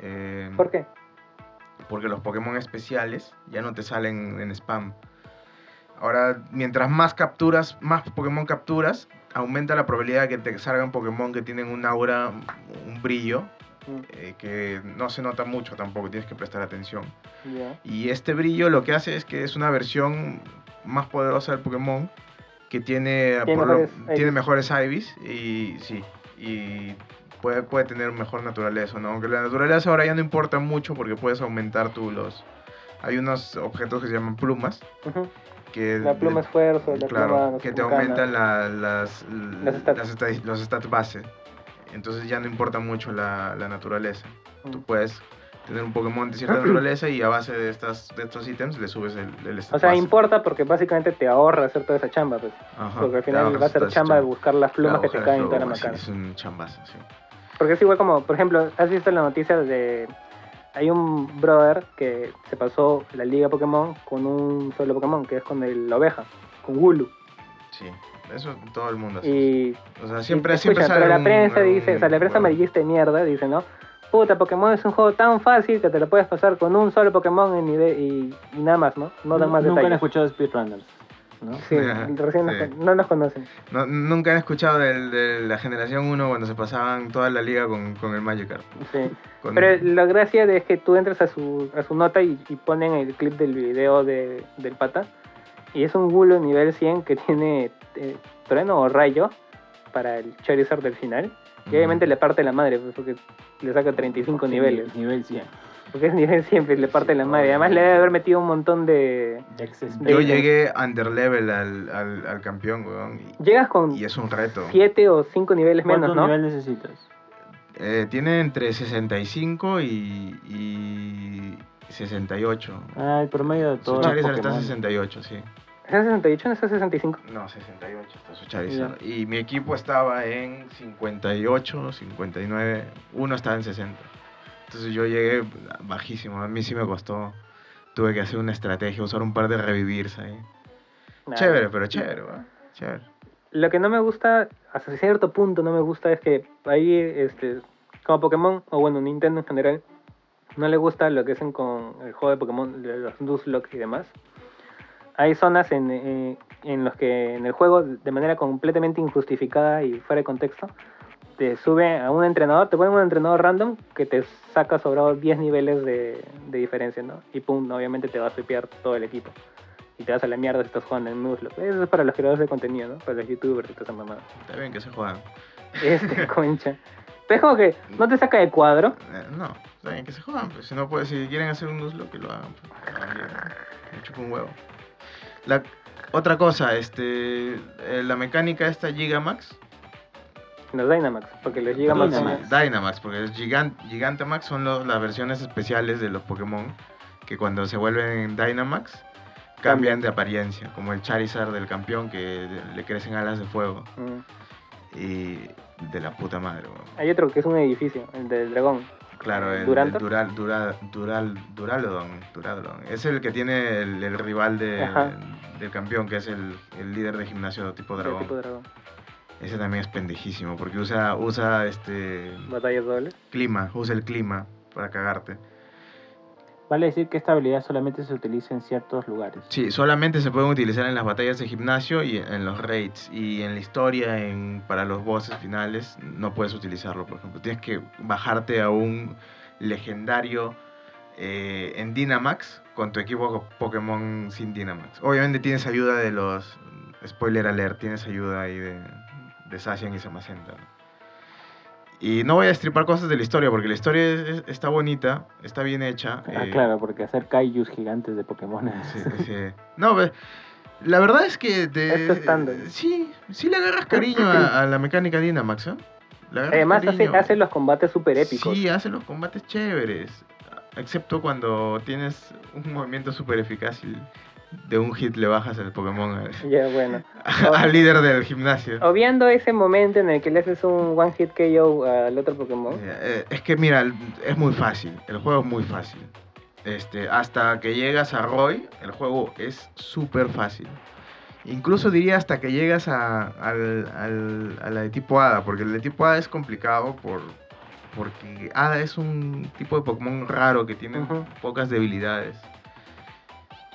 [SPEAKER 1] Eh,
[SPEAKER 2] ¿Por qué?
[SPEAKER 1] Porque los Pokémon especiales ya no te salen en spam. Ahora, mientras más capturas, más Pokémon capturas, aumenta la probabilidad de que te salgan Pokémon que tienen un aura, un brillo,
[SPEAKER 2] Mm,
[SPEAKER 1] eh, que no se nota mucho tampoco, tienes que prestar atención.
[SPEAKER 2] Ya.
[SPEAKER 1] Y este brillo lo que hace es que es una versión más poderosa del Pokémon que tiene,
[SPEAKER 2] Tiene
[SPEAKER 1] por lo-
[SPEAKER 2] mejores Ibis.
[SPEAKER 1] tiene mejores Ibis y sí, y puede, puede tener mejor naturaleza, ¿no? Aunque la naturaleza ahora ya no importa mucho porque puedes aumentar tú los... Hay unos objetos que se llaman plumas
[SPEAKER 2] Ujú.
[SPEAKER 1] que...
[SPEAKER 2] La pluma
[SPEAKER 1] de-
[SPEAKER 2] esfuerzo, la
[SPEAKER 1] claro,
[SPEAKER 2] pluma. no sé
[SPEAKER 1] que te
[SPEAKER 2] cómo, cana.
[SPEAKER 1] aumentan la- las,
[SPEAKER 2] Las stats.
[SPEAKER 1] las estadis- los stats base. Entonces ya no importa mucho la- la naturaleza tú
[SPEAKER 2] Mm.
[SPEAKER 1] puedes tener un Pokémon de cierta naturaleza y a base de estas de estos ítems le subes el, el
[SPEAKER 2] O
[SPEAKER 1] stat
[SPEAKER 2] sea,
[SPEAKER 1] base.
[SPEAKER 2] importa porque básicamente te ahorra hacer toda esa chamba, pues.
[SPEAKER 1] Ajá,
[SPEAKER 2] porque al
[SPEAKER 1] claro,
[SPEAKER 2] final va a ser
[SPEAKER 1] estás
[SPEAKER 2] chamba de
[SPEAKER 1] chamba.
[SPEAKER 2] buscar las plumas
[SPEAKER 1] Claro,
[SPEAKER 2] que te
[SPEAKER 1] ojalá
[SPEAKER 2] caen en
[SPEAKER 1] flow,
[SPEAKER 2] toda la
[SPEAKER 1] así,
[SPEAKER 2] macana.
[SPEAKER 1] Es un chambazo, sí.
[SPEAKER 2] Porque es igual como, por ejemplo, ¿has visto la noticia de... Hay un brother que se pasó la liga Pokémon con un solo Pokémon, que es con el oveja, con Wulu.
[SPEAKER 1] Sí, eso todo el mundo hace.
[SPEAKER 2] Y
[SPEAKER 1] O sea, siempre,
[SPEAKER 2] y-
[SPEAKER 1] siempre
[SPEAKER 2] escucha,
[SPEAKER 1] sale
[SPEAKER 2] pero la
[SPEAKER 1] un-
[SPEAKER 2] prensa
[SPEAKER 1] un-
[SPEAKER 2] dice, o sea, la prensa
[SPEAKER 1] bueno,
[SPEAKER 2] amarillista de mierda dice, ¿no? Puta, Pokémon es un juego tan fácil que te lo puedes pasar con un solo Pokémon en nivel- y, y nada más, ¿no? No dan más
[SPEAKER 3] nunca han
[SPEAKER 2] detalles.
[SPEAKER 3] escuchado Speedrunners. ¿no?
[SPEAKER 2] Sí,
[SPEAKER 1] Ajá,
[SPEAKER 2] recién nos-
[SPEAKER 1] sí.
[SPEAKER 2] no nos conocen.
[SPEAKER 1] no- nunca han escuchado del- de la generación 1 cuando se pasaban toda la liga con, con el Magikarp.
[SPEAKER 2] Sí.
[SPEAKER 1] Con-
[SPEAKER 2] Pero la gracia de es que tú entras a su, a su nota y, y ponen el clip del video de, del pata. Y es un bulo nivel 100 que tiene eh, trueno o rayo para el Charizard del final. Y obviamente le parte la madre, pues, porque le saca 35 niveles.
[SPEAKER 3] Nivel 100.
[SPEAKER 2] Porque es nivel 100, pues, le parte
[SPEAKER 1] Sí,
[SPEAKER 2] la madre. Además le debe haber metido un montón de...
[SPEAKER 3] De Access
[SPEAKER 1] Yo
[SPEAKER 2] de-
[SPEAKER 1] llegué underlevel al, al, al campeón, weón,
[SPEAKER 2] Llegas con
[SPEAKER 1] y, y es un reto.
[SPEAKER 2] 7 o 5 niveles
[SPEAKER 3] ¿Cuánto
[SPEAKER 2] menos, ¿no?
[SPEAKER 3] nivel necesitas?
[SPEAKER 1] Eh, tiene entre 65 y, y 68.
[SPEAKER 3] Ah, el promedio de
[SPEAKER 1] Su
[SPEAKER 3] todos los
[SPEAKER 1] Charizard está
[SPEAKER 3] Pokémon.
[SPEAKER 1] 68, sí.
[SPEAKER 2] ¿Es 68 no es 65?
[SPEAKER 1] No, 68 está su Charizard. Y mi equipo estaba en 58, 59. Uno estaba en 60. Entonces yo llegué bajísimo. A mí sí me costó. Tuve que hacer una estrategia, usar un par de revivirs ahí.
[SPEAKER 2] Nah.
[SPEAKER 1] Chévere, pero chévere, ¿va? Chévere.
[SPEAKER 2] Lo que no me gusta, hasta cierto punto no me gusta, es que ahí, este, como Pokémon, o bueno, Nintendo en general, no le gusta lo que hacen con el juego de Pokémon, de los Nuzlocke y demás. Hay zonas en, eh, en los que en el juego, de manera completamente injustificada y fuera de contexto, te sube a un entrenador, te ponen un entrenador random que te saca sobrado 10 niveles de, de diferencia, ¿no? Y pum, obviamente te va a supear todo el equipo. Y te vas a la mierda si estás jugando en Nuzlocke. Eso es para los creadores de contenido, ¿no? Para los youtubers y toda esa mamada.
[SPEAKER 1] Está bien que se juegan.
[SPEAKER 2] Este, concha. Pero es como que no te saca de cuadro.
[SPEAKER 1] Eh, no, está bien que se juegan. Pues. Si, no puede, si quieren hacer un Nuzlocke, que lo hagan. Pues. que lo hagan bien, ¿no? Me chupa un huevo. La, otra cosa, este, eh, la mecánica esta Gigamax.
[SPEAKER 2] Los Dynamax, porque los Gigamax.
[SPEAKER 3] Dynamax.
[SPEAKER 1] Sí, Dynamax, porque es Gigan- Gigantamax son los- las versiones especiales de los Pokémon que cuando se vuelven Dynamax cambian de apariencia, como el Charizard del campeón que le crecen alas de fuego
[SPEAKER 2] Mm.
[SPEAKER 1] y de la puta madre. huevón.
[SPEAKER 2] Hay otro que es un edificio, el del dragón.
[SPEAKER 1] Claro, el, el
[SPEAKER 2] ¿Duranto?
[SPEAKER 1] Dural, Dural, Dural, Duraludon, Duraludon. Es el que tiene el, el rival de-
[SPEAKER 2] Ajá.
[SPEAKER 1] del campeón, que es el, el líder de gimnasio tipo
[SPEAKER 2] el
[SPEAKER 1] dragón.
[SPEAKER 2] tipo de dragón.
[SPEAKER 1] Ese también es pendejísimo, porque usa, usa este
[SPEAKER 2] Batallas dobles.
[SPEAKER 1] clima, usa el clima para cagarte.
[SPEAKER 3] Vale decir que esta habilidad solamente se utiliza en ciertos lugares.
[SPEAKER 1] Sí, solamente se pueden utilizar en las batallas de gimnasio y en los raids. Y en la historia, en, para los bosses finales, no puedes utilizarlo, por ejemplo. Tienes que bajarte a un legendario eh, en Dynamax con tu equipo Pokémon sin Dynamax. Obviamente tienes ayuda de los... Spoiler alert, tienes ayuda ahí de, de Sashian y Samacenta. ¿no? Y no voy a estripar cosas de la historia, porque la historia es- es- está bonita, está bien hecha.
[SPEAKER 3] Ah,
[SPEAKER 1] eh,
[SPEAKER 3] claro, porque hacer kaijus gigantes de Pokémon es-
[SPEAKER 1] Sí, sí. No, ve, la verdad es que te,
[SPEAKER 2] Esto es tándem.
[SPEAKER 1] sí, sí le agarras cariño a, a la mecánica Dynamax, ¿eh? Le agarras
[SPEAKER 2] Además hace,
[SPEAKER 1] cariño.
[SPEAKER 2] hace los combates super épicos.
[SPEAKER 1] Sí, hace los combates chéveres. Excepto cuando tienes un movimiento súper eficaz y de un hit le bajas el Pokémon al,
[SPEAKER 2] Ya, bueno.
[SPEAKER 1] al líder del gimnasio.
[SPEAKER 2] Obviando ese momento en el que le haces un one hit KO al otro Pokémon.
[SPEAKER 1] Eh, Es que mira, es muy fácil. El juego es muy fácil. Este, hasta que llegas a Roy, el juego es súper fácil. Incluso diría hasta que llegas a, al- al- a la de tipo Hada, porque el de tipo Hada es complicado por, porque Hada es un tipo de Pokémon raro que tiene
[SPEAKER 2] Ujú.
[SPEAKER 1] pocas debilidades.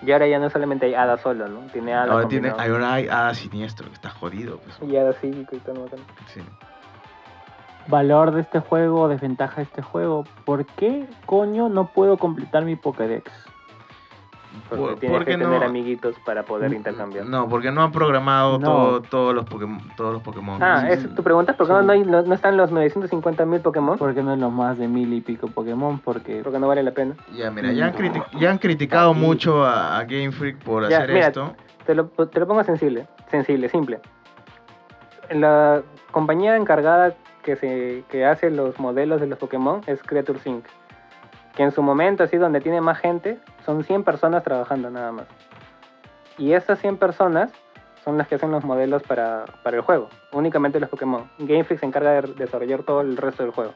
[SPEAKER 2] Y ahora ya no solamente hay Hada solo, ¿no? Tiene Hada.
[SPEAKER 1] ahora, tiene,
[SPEAKER 2] combinado.
[SPEAKER 1] ahora hay Hada siniestro, que está jodido. pues.
[SPEAKER 2] Y Hada psíquico y todo. ¿no?
[SPEAKER 1] Sí.
[SPEAKER 3] Valor de este juego, desventaja de este juego. ¿Por qué coño no puedo completar mi Pokédex?
[SPEAKER 2] Porque
[SPEAKER 1] Por-
[SPEAKER 2] tienes
[SPEAKER 1] porque
[SPEAKER 2] que tener amiguitos para poder
[SPEAKER 3] Mm,
[SPEAKER 2] intercambiar.
[SPEAKER 1] No, porque no han programado
[SPEAKER 3] No.
[SPEAKER 1] todo- todos los Pokémon. Todos los Pokémon.
[SPEAKER 2] Ah,
[SPEAKER 3] Sí,
[SPEAKER 2] ¿esa
[SPEAKER 3] sí.
[SPEAKER 2] es tu pregunta? ¿Por qué
[SPEAKER 3] Sí.
[SPEAKER 2] no, hay- no, no están los 950.000 Pokémon?
[SPEAKER 3] ¿Por qué no los más de mil y pico Pokémon? Porque
[SPEAKER 2] Porque no vale la pena.
[SPEAKER 1] Ya, mira, ya han, criti- ya han criticado mucho a, a Game Freak por
[SPEAKER 2] Ya,
[SPEAKER 1] hacer
[SPEAKER 2] mira.
[SPEAKER 1] esto.
[SPEAKER 2] Te lo, te lo pongo sensible, sensible, simple. La compañía encargada que, se, que hace los modelos de los Pokémon es Creatures Inc. Que en su momento, así donde tiene más gente, son 100 personas trabajando nada más. Y esas 100 personas son las que hacen los modelos para, para el juego. Únicamente los Pokémon. Game Freak se encarga de desarrollar todo el resto del juego.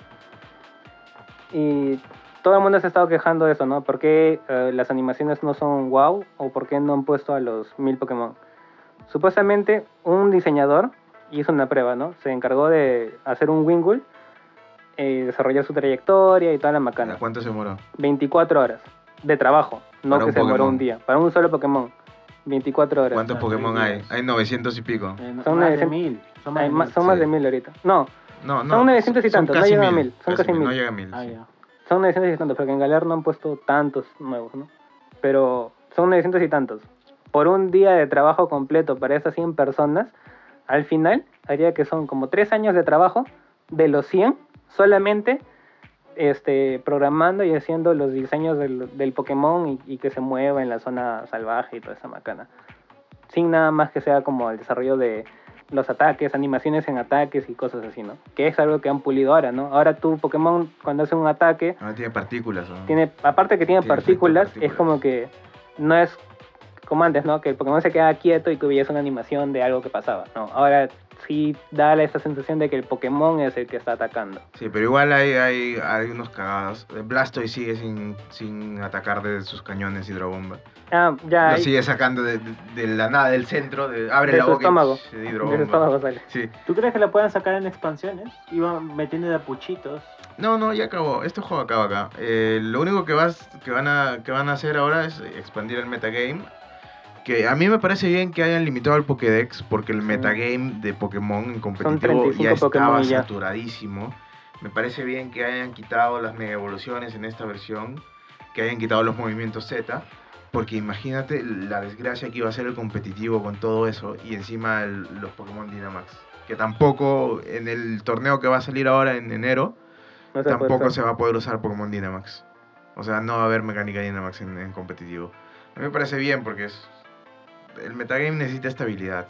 [SPEAKER 2] Y todo el mundo se ha estado quejando de eso, ¿no? ¿Por qué eh, las animaciones no son wow? ¿O por qué no han puesto a los mil Pokémon? Supuestamente un diseñador hizo una prueba, ¿no? Se encargó de hacer un Wingull, eh, desarrollar su trayectoria y toda la macana.
[SPEAKER 1] ¿Cuánto se demoró?
[SPEAKER 2] 24 horas de trabajo, no
[SPEAKER 1] Para
[SPEAKER 2] que
[SPEAKER 1] un
[SPEAKER 2] se demoró
[SPEAKER 1] Pokémon.
[SPEAKER 2] un día. Para un solo Pokémon, 24 horas.
[SPEAKER 1] ¿Cuántos
[SPEAKER 3] Ah,
[SPEAKER 1] Pokémon
[SPEAKER 3] sí,
[SPEAKER 1] hay?
[SPEAKER 3] sí.
[SPEAKER 1] Hay 900 y pico.
[SPEAKER 3] eh, no-
[SPEAKER 2] Son
[SPEAKER 3] más de
[SPEAKER 2] 900.
[SPEAKER 3] mil. Son más
[SPEAKER 2] Hay
[SPEAKER 3] de
[SPEAKER 2] más-
[SPEAKER 3] mil.
[SPEAKER 2] son más
[SPEAKER 1] Sí.
[SPEAKER 2] de mil ahorita. No,
[SPEAKER 1] No, no.
[SPEAKER 2] Son 900 y tantos, no
[SPEAKER 1] casi
[SPEAKER 2] llegan a 1000, son casi
[SPEAKER 1] No
[SPEAKER 2] 1000.
[SPEAKER 1] llega a 1000.
[SPEAKER 3] Ah,
[SPEAKER 1] sí.
[SPEAKER 3] ya.
[SPEAKER 2] son 900 y tantos, porque en Galar no han puesto tantos nuevos, ¿no? Pero son 900 y tantos. Por un día de trabajo completo para esas 100 personas, al final haría que son como 3 años de trabajo de los 100 solamente este, programando y haciendo los diseños del, del Pokémon y, y que se mueva en la zona salvaje y toda esa macana. Sin nada más que sea como el desarrollo de los ataques, animaciones en ataques y cosas así, ¿no? Que es algo que han pulido ahora, ¿no? Ahora tu Pokémon cuando hace un ataque
[SPEAKER 1] Ahora tiene partículas. ¿no?
[SPEAKER 2] tiene aparte que tiene,
[SPEAKER 1] Tiene
[SPEAKER 2] partículas,
[SPEAKER 1] efecto de
[SPEAKER 2] es como que no es como antes, ¿no? Que el Pokémon se queda quieto y que hubiese una animación de algo que pasaba, ¿no? Ahora sí da esa sensación de que el Pokémon es el que está atacando.
[SPEAKER 1] Sí, pero igual hay, hay, hay unos cagados. Eh, Blastoise sigue sin, sin atacar de sus cañones hidrobomba.
[SPEAKER 2] Ah, ya
[SPEAKER 1] Lo
[SPEAKER 2] ahí,
[SPEAKER 1] sigue sacando de, de- de la nada, del centro. de- abre
[SPEAKER 2] De
[SPEAKER 1] la
[SPEAKER 2] su
[SPEAKER 1] boca y
[SPEAKER 2] estómago.
[SPEAKER 1] ch-
[SPEAKER 2] de
[SPEAKER 1] hidrobomba.
[SPEAKER 2] su estómago sale.
[SPEAKER 1] Sí.
[SPEAKER 3] ¿Tú crees que la puedan sacar en expansiones? Iban metiendo de apuchitos.
[SPEAKER 1] No, no, ya acabó. Este juego acaba acá. Eh, lo único que, vas, que, van a, que van a hacer ahora es expandir el metagame. Que a mí me parece bien que hayan limitado el Pokédex, porque el metagame de Pokémon en competitivo
[SPEAKER 2] 35
[SPEAKER 1] ya estaba
[SPEAKER 2] Pokémon y ya.
[SPEAKER 1] saturadísimo. Me parece bien que hayan quitado las mega evoluciones en esta versión, que hayan quitado los movimientos Z, porque imagínate la desgracia que iba a ser el competitivo con todo eso y encima el- los Pokémon Dynamax. Que tampoco en el torneo que va a salir ahora en enero,
[SPEAKER 2] No se puede
[SPEAKER 1] tampoco se
[SPEAKER 2] usar.
[SPEAKER 1] va a poder usar Pokémon Dynamax. O sea, no va a haber mecánica Dynamax en, en competitivo. A mí me parece bien porque es. El metagame necesita estabilidad.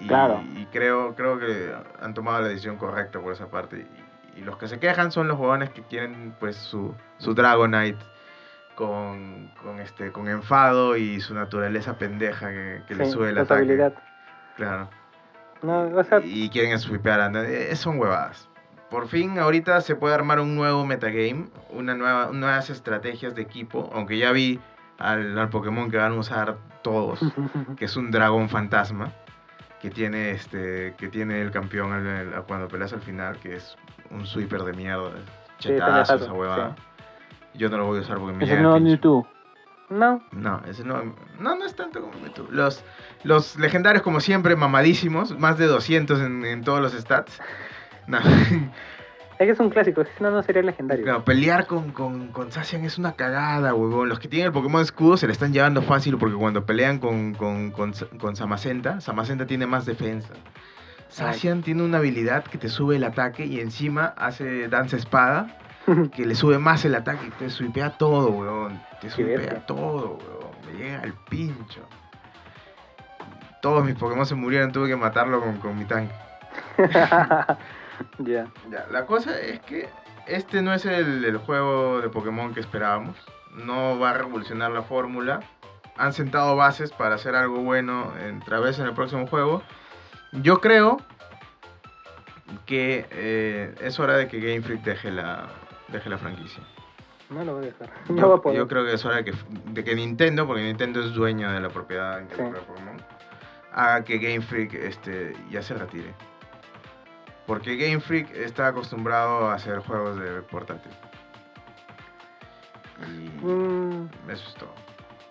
[SPEAKER 1] Y,
[SPEAKER 3] Claro.
[SPEAKER 1] y creo, creo que han tomado la decisión correcta por esa parte. Y, y los que se quejan son los jóvenes que quieren pues su, su Dragonite con, con, este, con enfado y su naturaleza pendeja que, que le
[SPEAKER 2] Sí,
[SPEAKER 1] sube el ataque.
[SPEAKER 2] trazabilidad.
[SPEAKER 1] Claro
[SPEAKER 2] No, o sea,
[SPEAKER 1] y quieren swipear. a- eh, Son huevadas. Por fin, ahorita se puede armar un nuevo metagame, una nueva, nuevas estrategias de equipo. Aunque ya vi al, al Pokémon que van a usar todos, que es un dragón fantasma, que tiene este, que tiene el campeón al- al- cuando peleas al final, que es un sweeper de mierda.
[SPEAKER 2] Sí, está
[SPEAKER 1] Chetadazo esa
[SPEAKER 2] nefazo,
[SPEAKER 1] huevada. Yo no lo voy a usar porque me
[SPEAKER 3] Es
[SPEAKER 1] llega
[SPEAKER 3] el
[SPEAKER 1] el
[SPEAKER 3] nuevo
[SPEAKER 1] pincho.
[SPEAKER 3] Mewtwo.
[SPEAKER 2] no,
[SPEAKER 1] No, ese no, no, no es tanto como Mewtwo. Los, los legendarios, como siempre, mamadísimos, más de 200 en, en todos los stats. No,
[SPEAKER 2] es que es un clásico, si no, no sería legendario.
[SPEAKER 1] no, pelear con, con, con Zacian es una cagada, huevón. Los que tienen el Pokémon Escudo se le están llevando fácil porque cuando pelean con, con, con, con Samacenta, Samacenta tiene más defensa. Sasian tiene una habilidad que te sube el ataque y encima hace danza espada que le sube más el ataque y te swipea todo, weón. Te
[SPEAKER 2] bestia.
[SPEAKER 1] swipea todo, weón. Me llega al pincho. Todos mis Pokémon se murieron, tuve que matarlo con, con mi tanque.
[SPEAKER 2] ya.
[SPEAKER 1] Ya, la cosa es que este no es el, el juego de Pokémon que esperábamos. No va a revolucionar la fórmula. Han sentado bases para hacer algo bueno en través en el próximo juego. Yo creo que eh, es hora de que Game Freak deje la, deje la franquicia.
[SPEAKER 2] No lo voy a dejar.
[SPEAKER 1] Yo,
[SPEAKER 2] No va a poder.
[SPEAKER 1] yo creo que es hora de que, de que Nintendo, porque Nintendo es dueño de la propiedad intelectual de Pokémon, haga que Game Freak este, ya se retire. Porque Game Freak está acostumbrado a hacer juegos de portátil. Y
[SPEAKER 2] Mm,
[SPEAKER 1] eso es todo.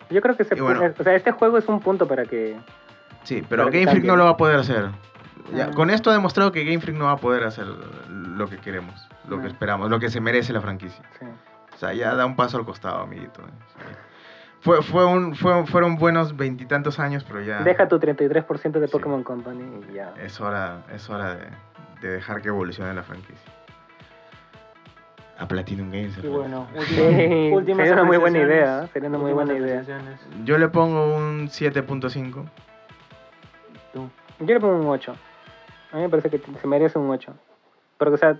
[SPEAKER 2] yo creo que se
[SPEAKER 1] Y bueno.
[SPEAKER 2] puede- O sea, este juego es un punto para que.
[SPEAKER 1] Sí, pero
[SPEAKER 2] Para que
[SPEAKER 1] Game Freak
[SPEAKER 2] cambie.
[SPEAKER 1] no lo va a poder hacer. Ya,
[SPEAKER 2] Ah.
[SPEAKER 1] Con esto ha demostrado que Game Freak no va a poder hacer lo que queremos, lo que
[SPEAKER 2] Ah.
[SPEAKER 1] esperamos, lo que se merece la franquicia.
[SPEAKER 2] sí.
[SPEAKER 1] O sea, ya da un paso al costado, amiguito. ¿eh? Fue, fue un, fue- fueron buenos veintitantos años, pero ya
[SPEAKER 2] Deja tu 33% de
[SPEAKER 1] Ah. Sí. Eh.
[SPEAKER 2] Pokémon Company y ya.
[SPEAKER 1] es hora, es hora de, de dejar que evolucione la franquicia. A Platinum Games.
[SPEAKER 3] Y
[SPEAKER 1] hermano.
[SPEAKER 3] bueno,
[SPEAKER 2] Sí,
[SPEAKER 3] última- últimas
[SPEAKER 2] sería una muy buena
[SPEAKER 3] apreciaciones.
[SPEAKER 2] idea, ¿eh? Sería una muy
[SPEAKER 3] Últimas
[SPEAKER 2] buena idea.
[SPEAKER 3] apreciaciones.
[SPEAKER 1] Yo le pongo un 7.5.
[SPEAKER 3] Tú.
[SPEAKER 2] Yo le pongo un 8. A mí me parece que se merece un 8. Porque, o sea,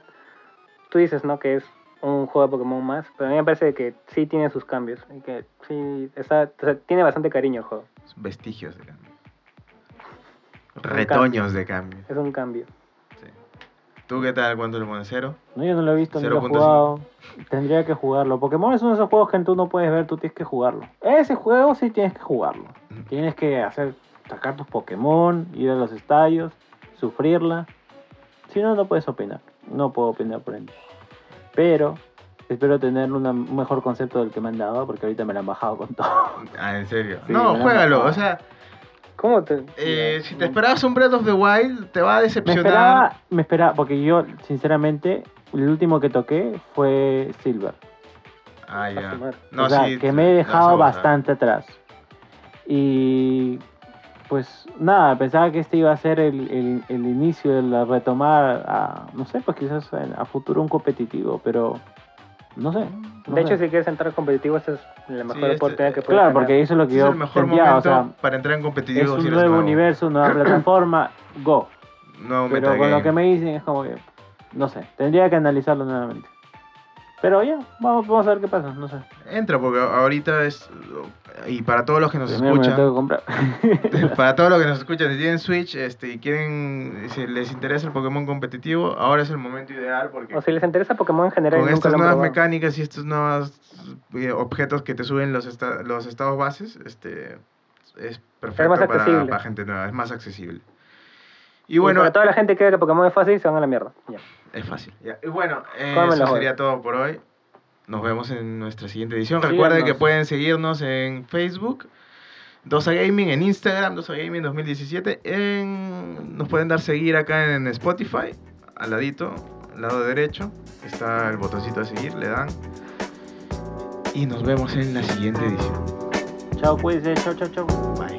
[SPEAKER 2] tú dices, ¿no? Que es un juego de Pokémon más. Pero a mí me parece que sí tiene sus cambios. Y que sí, está, o sea, tiene bastante cariño el juego.
[SPEAKER 1] Vestigios de cambio.
[SPEAKER 2] cambio.
[SPEAKER 1] Retoños de cambio.
[SPEAKER 2] Es un cambio.
[SPEAKER 1] sí. ¿Tú qué tal? ¿Cuánto le pones? ¿Cero?
[SPEAKER 3] No, yo no lo he visto, no lo he
[SPEAKER 1] 0.5.
[SPEAKER 3] jugado. Tendría que jugarlo. Pokémon es uno de esos juegos que tú no puedes ver, tú tienes que jugarlo. Ese juego sí tienes que jugarlo.
[SPEAKER 1] Ujú.
[SPEAKER 3] Tienes que hacer, sacar tus Pokémon, ir a los estadios, sufrirla. Si no, no puedes opinar. No puedo opinar por él. Pero espero tener una- un mejor concepto del que me han dado, porque ahorita me lo han bajado con todo.
[SPEAKER 1] Ah, en serio.
[SPEAKER 3] Sí,
[SPEAKER 1] no,
[SPEAKER 3] me la
[SPEAKER 1] juégalo.
[SPEAKER 3] bajaba.
[SPEAKER 1] O sea,
[SPEAKER 2] ¿Cómo te.?
[SPEAKER 1] eh, si te
[SPEAKER 2] esperas
[SPEAKER 1] esperabas un Breath of the Wild, te va a
[SPEAKER 3] Me
[SPEAKER 1] decepcionar.
[SPEAKER 3] esperaba, me esperaba, porque yo, sinceramente, el último que toqué fue Silver.
[SPEAKER 1] Ah, ya.
[SPEAKER 3] o sea,
[SPEAKER 1] sí,
[SPEAKER 3] que
[SPEAKER 1] te-
[SPEAKER 3] me
[SPEAKER 1] te
[SPEAKER 3] he
[SPEAKER 1] vas a
[SPEAKER 3] dejado
[SPEAKER 1] bajar.
[SPEAKER 3] bastante atrás. Y pues nada, pensaba que este iba a ser el, el- el inicio de la retomar a, no sé, pues quizás en- a futuro un competitivo, pero no sé. no
[SPEAKER 2] De hecho,
[SPEAKER 3] sé.
[SPEAKER 2] si quieres entrar competitivo, esa es la mejor
[SPEAKER 1] este-
[SPEAKER 2] oportunidad que puedes
[SPEAKER 3] claro,
[SPEAKER 2] tener.
[SPEAKER 3] porque eso es lo que
[SPEAKER 1] Este es
[SPEAKER 3] yo
[SPEAKER 1] el mejor
[SPEAKER 3] sentía,
[SPEAKER 1] momento
[SPEAKER 3] o sea,
[SPEAKER 1] para entrar en competitivo.
[SPEAKER 3] es
[SPEAKER 1] si
[SPEAKER 3] un
[SPEAKER 1] eres
[SPEAKER 3] nuevo
[SPEAKER 1] nuevo.
[SPEAKER 3] universo, nueva plataforma, go.
[SPEAKER 1] Nuevo
[SPEAKER 3] Pero con lo
[SPEAKER 1] metagame.
[SPEAKER 3] que me dicen es como que, no sé, tendría que analizarlo nuevamente. Pero ya, vamos, vamos a ver qué pasa, no sé.
[SPEAKER 1] Entra, porque ahorita es. Y para todos los que nos
[SPEAKER 3] Primero me lo tengo
[SPEAKER 1] escuchan.
[SPEAKER 3] que comprar.
[SPEAKER 1] Para todos los que nos escuchan, si tienen Switch este, y quieren, si les interesa el Pokémon competitivo, ahora es el momento ideal porque
[SPEAKER 2] O si les interesa Pokémon en general, y
[SPEAKER 1] con
[SPEAKER 2] nunca
[SPEAKER 1] estas
[SPEAKER 2] lo han
[SPEAKER 1] nuevas
[SPEAKER 2] probado.
[SPEAKER 1] mecánicas y estos nuevos eh, objetos que te suben los, esta- los estados bases, este, es perfecto
[SPEAKER 2] más
[SPEAKER 1] para,
[SPEAKER 2] accesible.
[SPEAKER 1] para gente nueva, es más accesible. Y
[SPEAKER 2] Y
[SPEAKER 1] bueno,
[SPEAKER 2] para toda la gente que cree que Pokémon es fácil, se van a la mierda. Ya.
[SPEAKER 1] Es fácil. Y bueno, eh,
[SPEAKER 2] Cómelo,
[SPEAKER 1] eso
[SPEAKER 2] joder.
[SPEAKER 1] sería todo por hoy. Nos vemos en nuestra siguiente edición.
[SPEAKER 3] Síganos.
[SPEAKER 1] Recuerden que pueden seguirnos en Facebook, Dosa Gaming, en Instagram, Dosa Gaming 2017. En... Nos pueden dar seguir acá en Spotify, al ladito, al lado derecho. Está el botoncito de seguir, le dan. Y nos vemos en la siguiente edición.
[SPEAKER 3] Chao, pues, eh, chao, chao, chao.
[SPEAKER 1] Bye.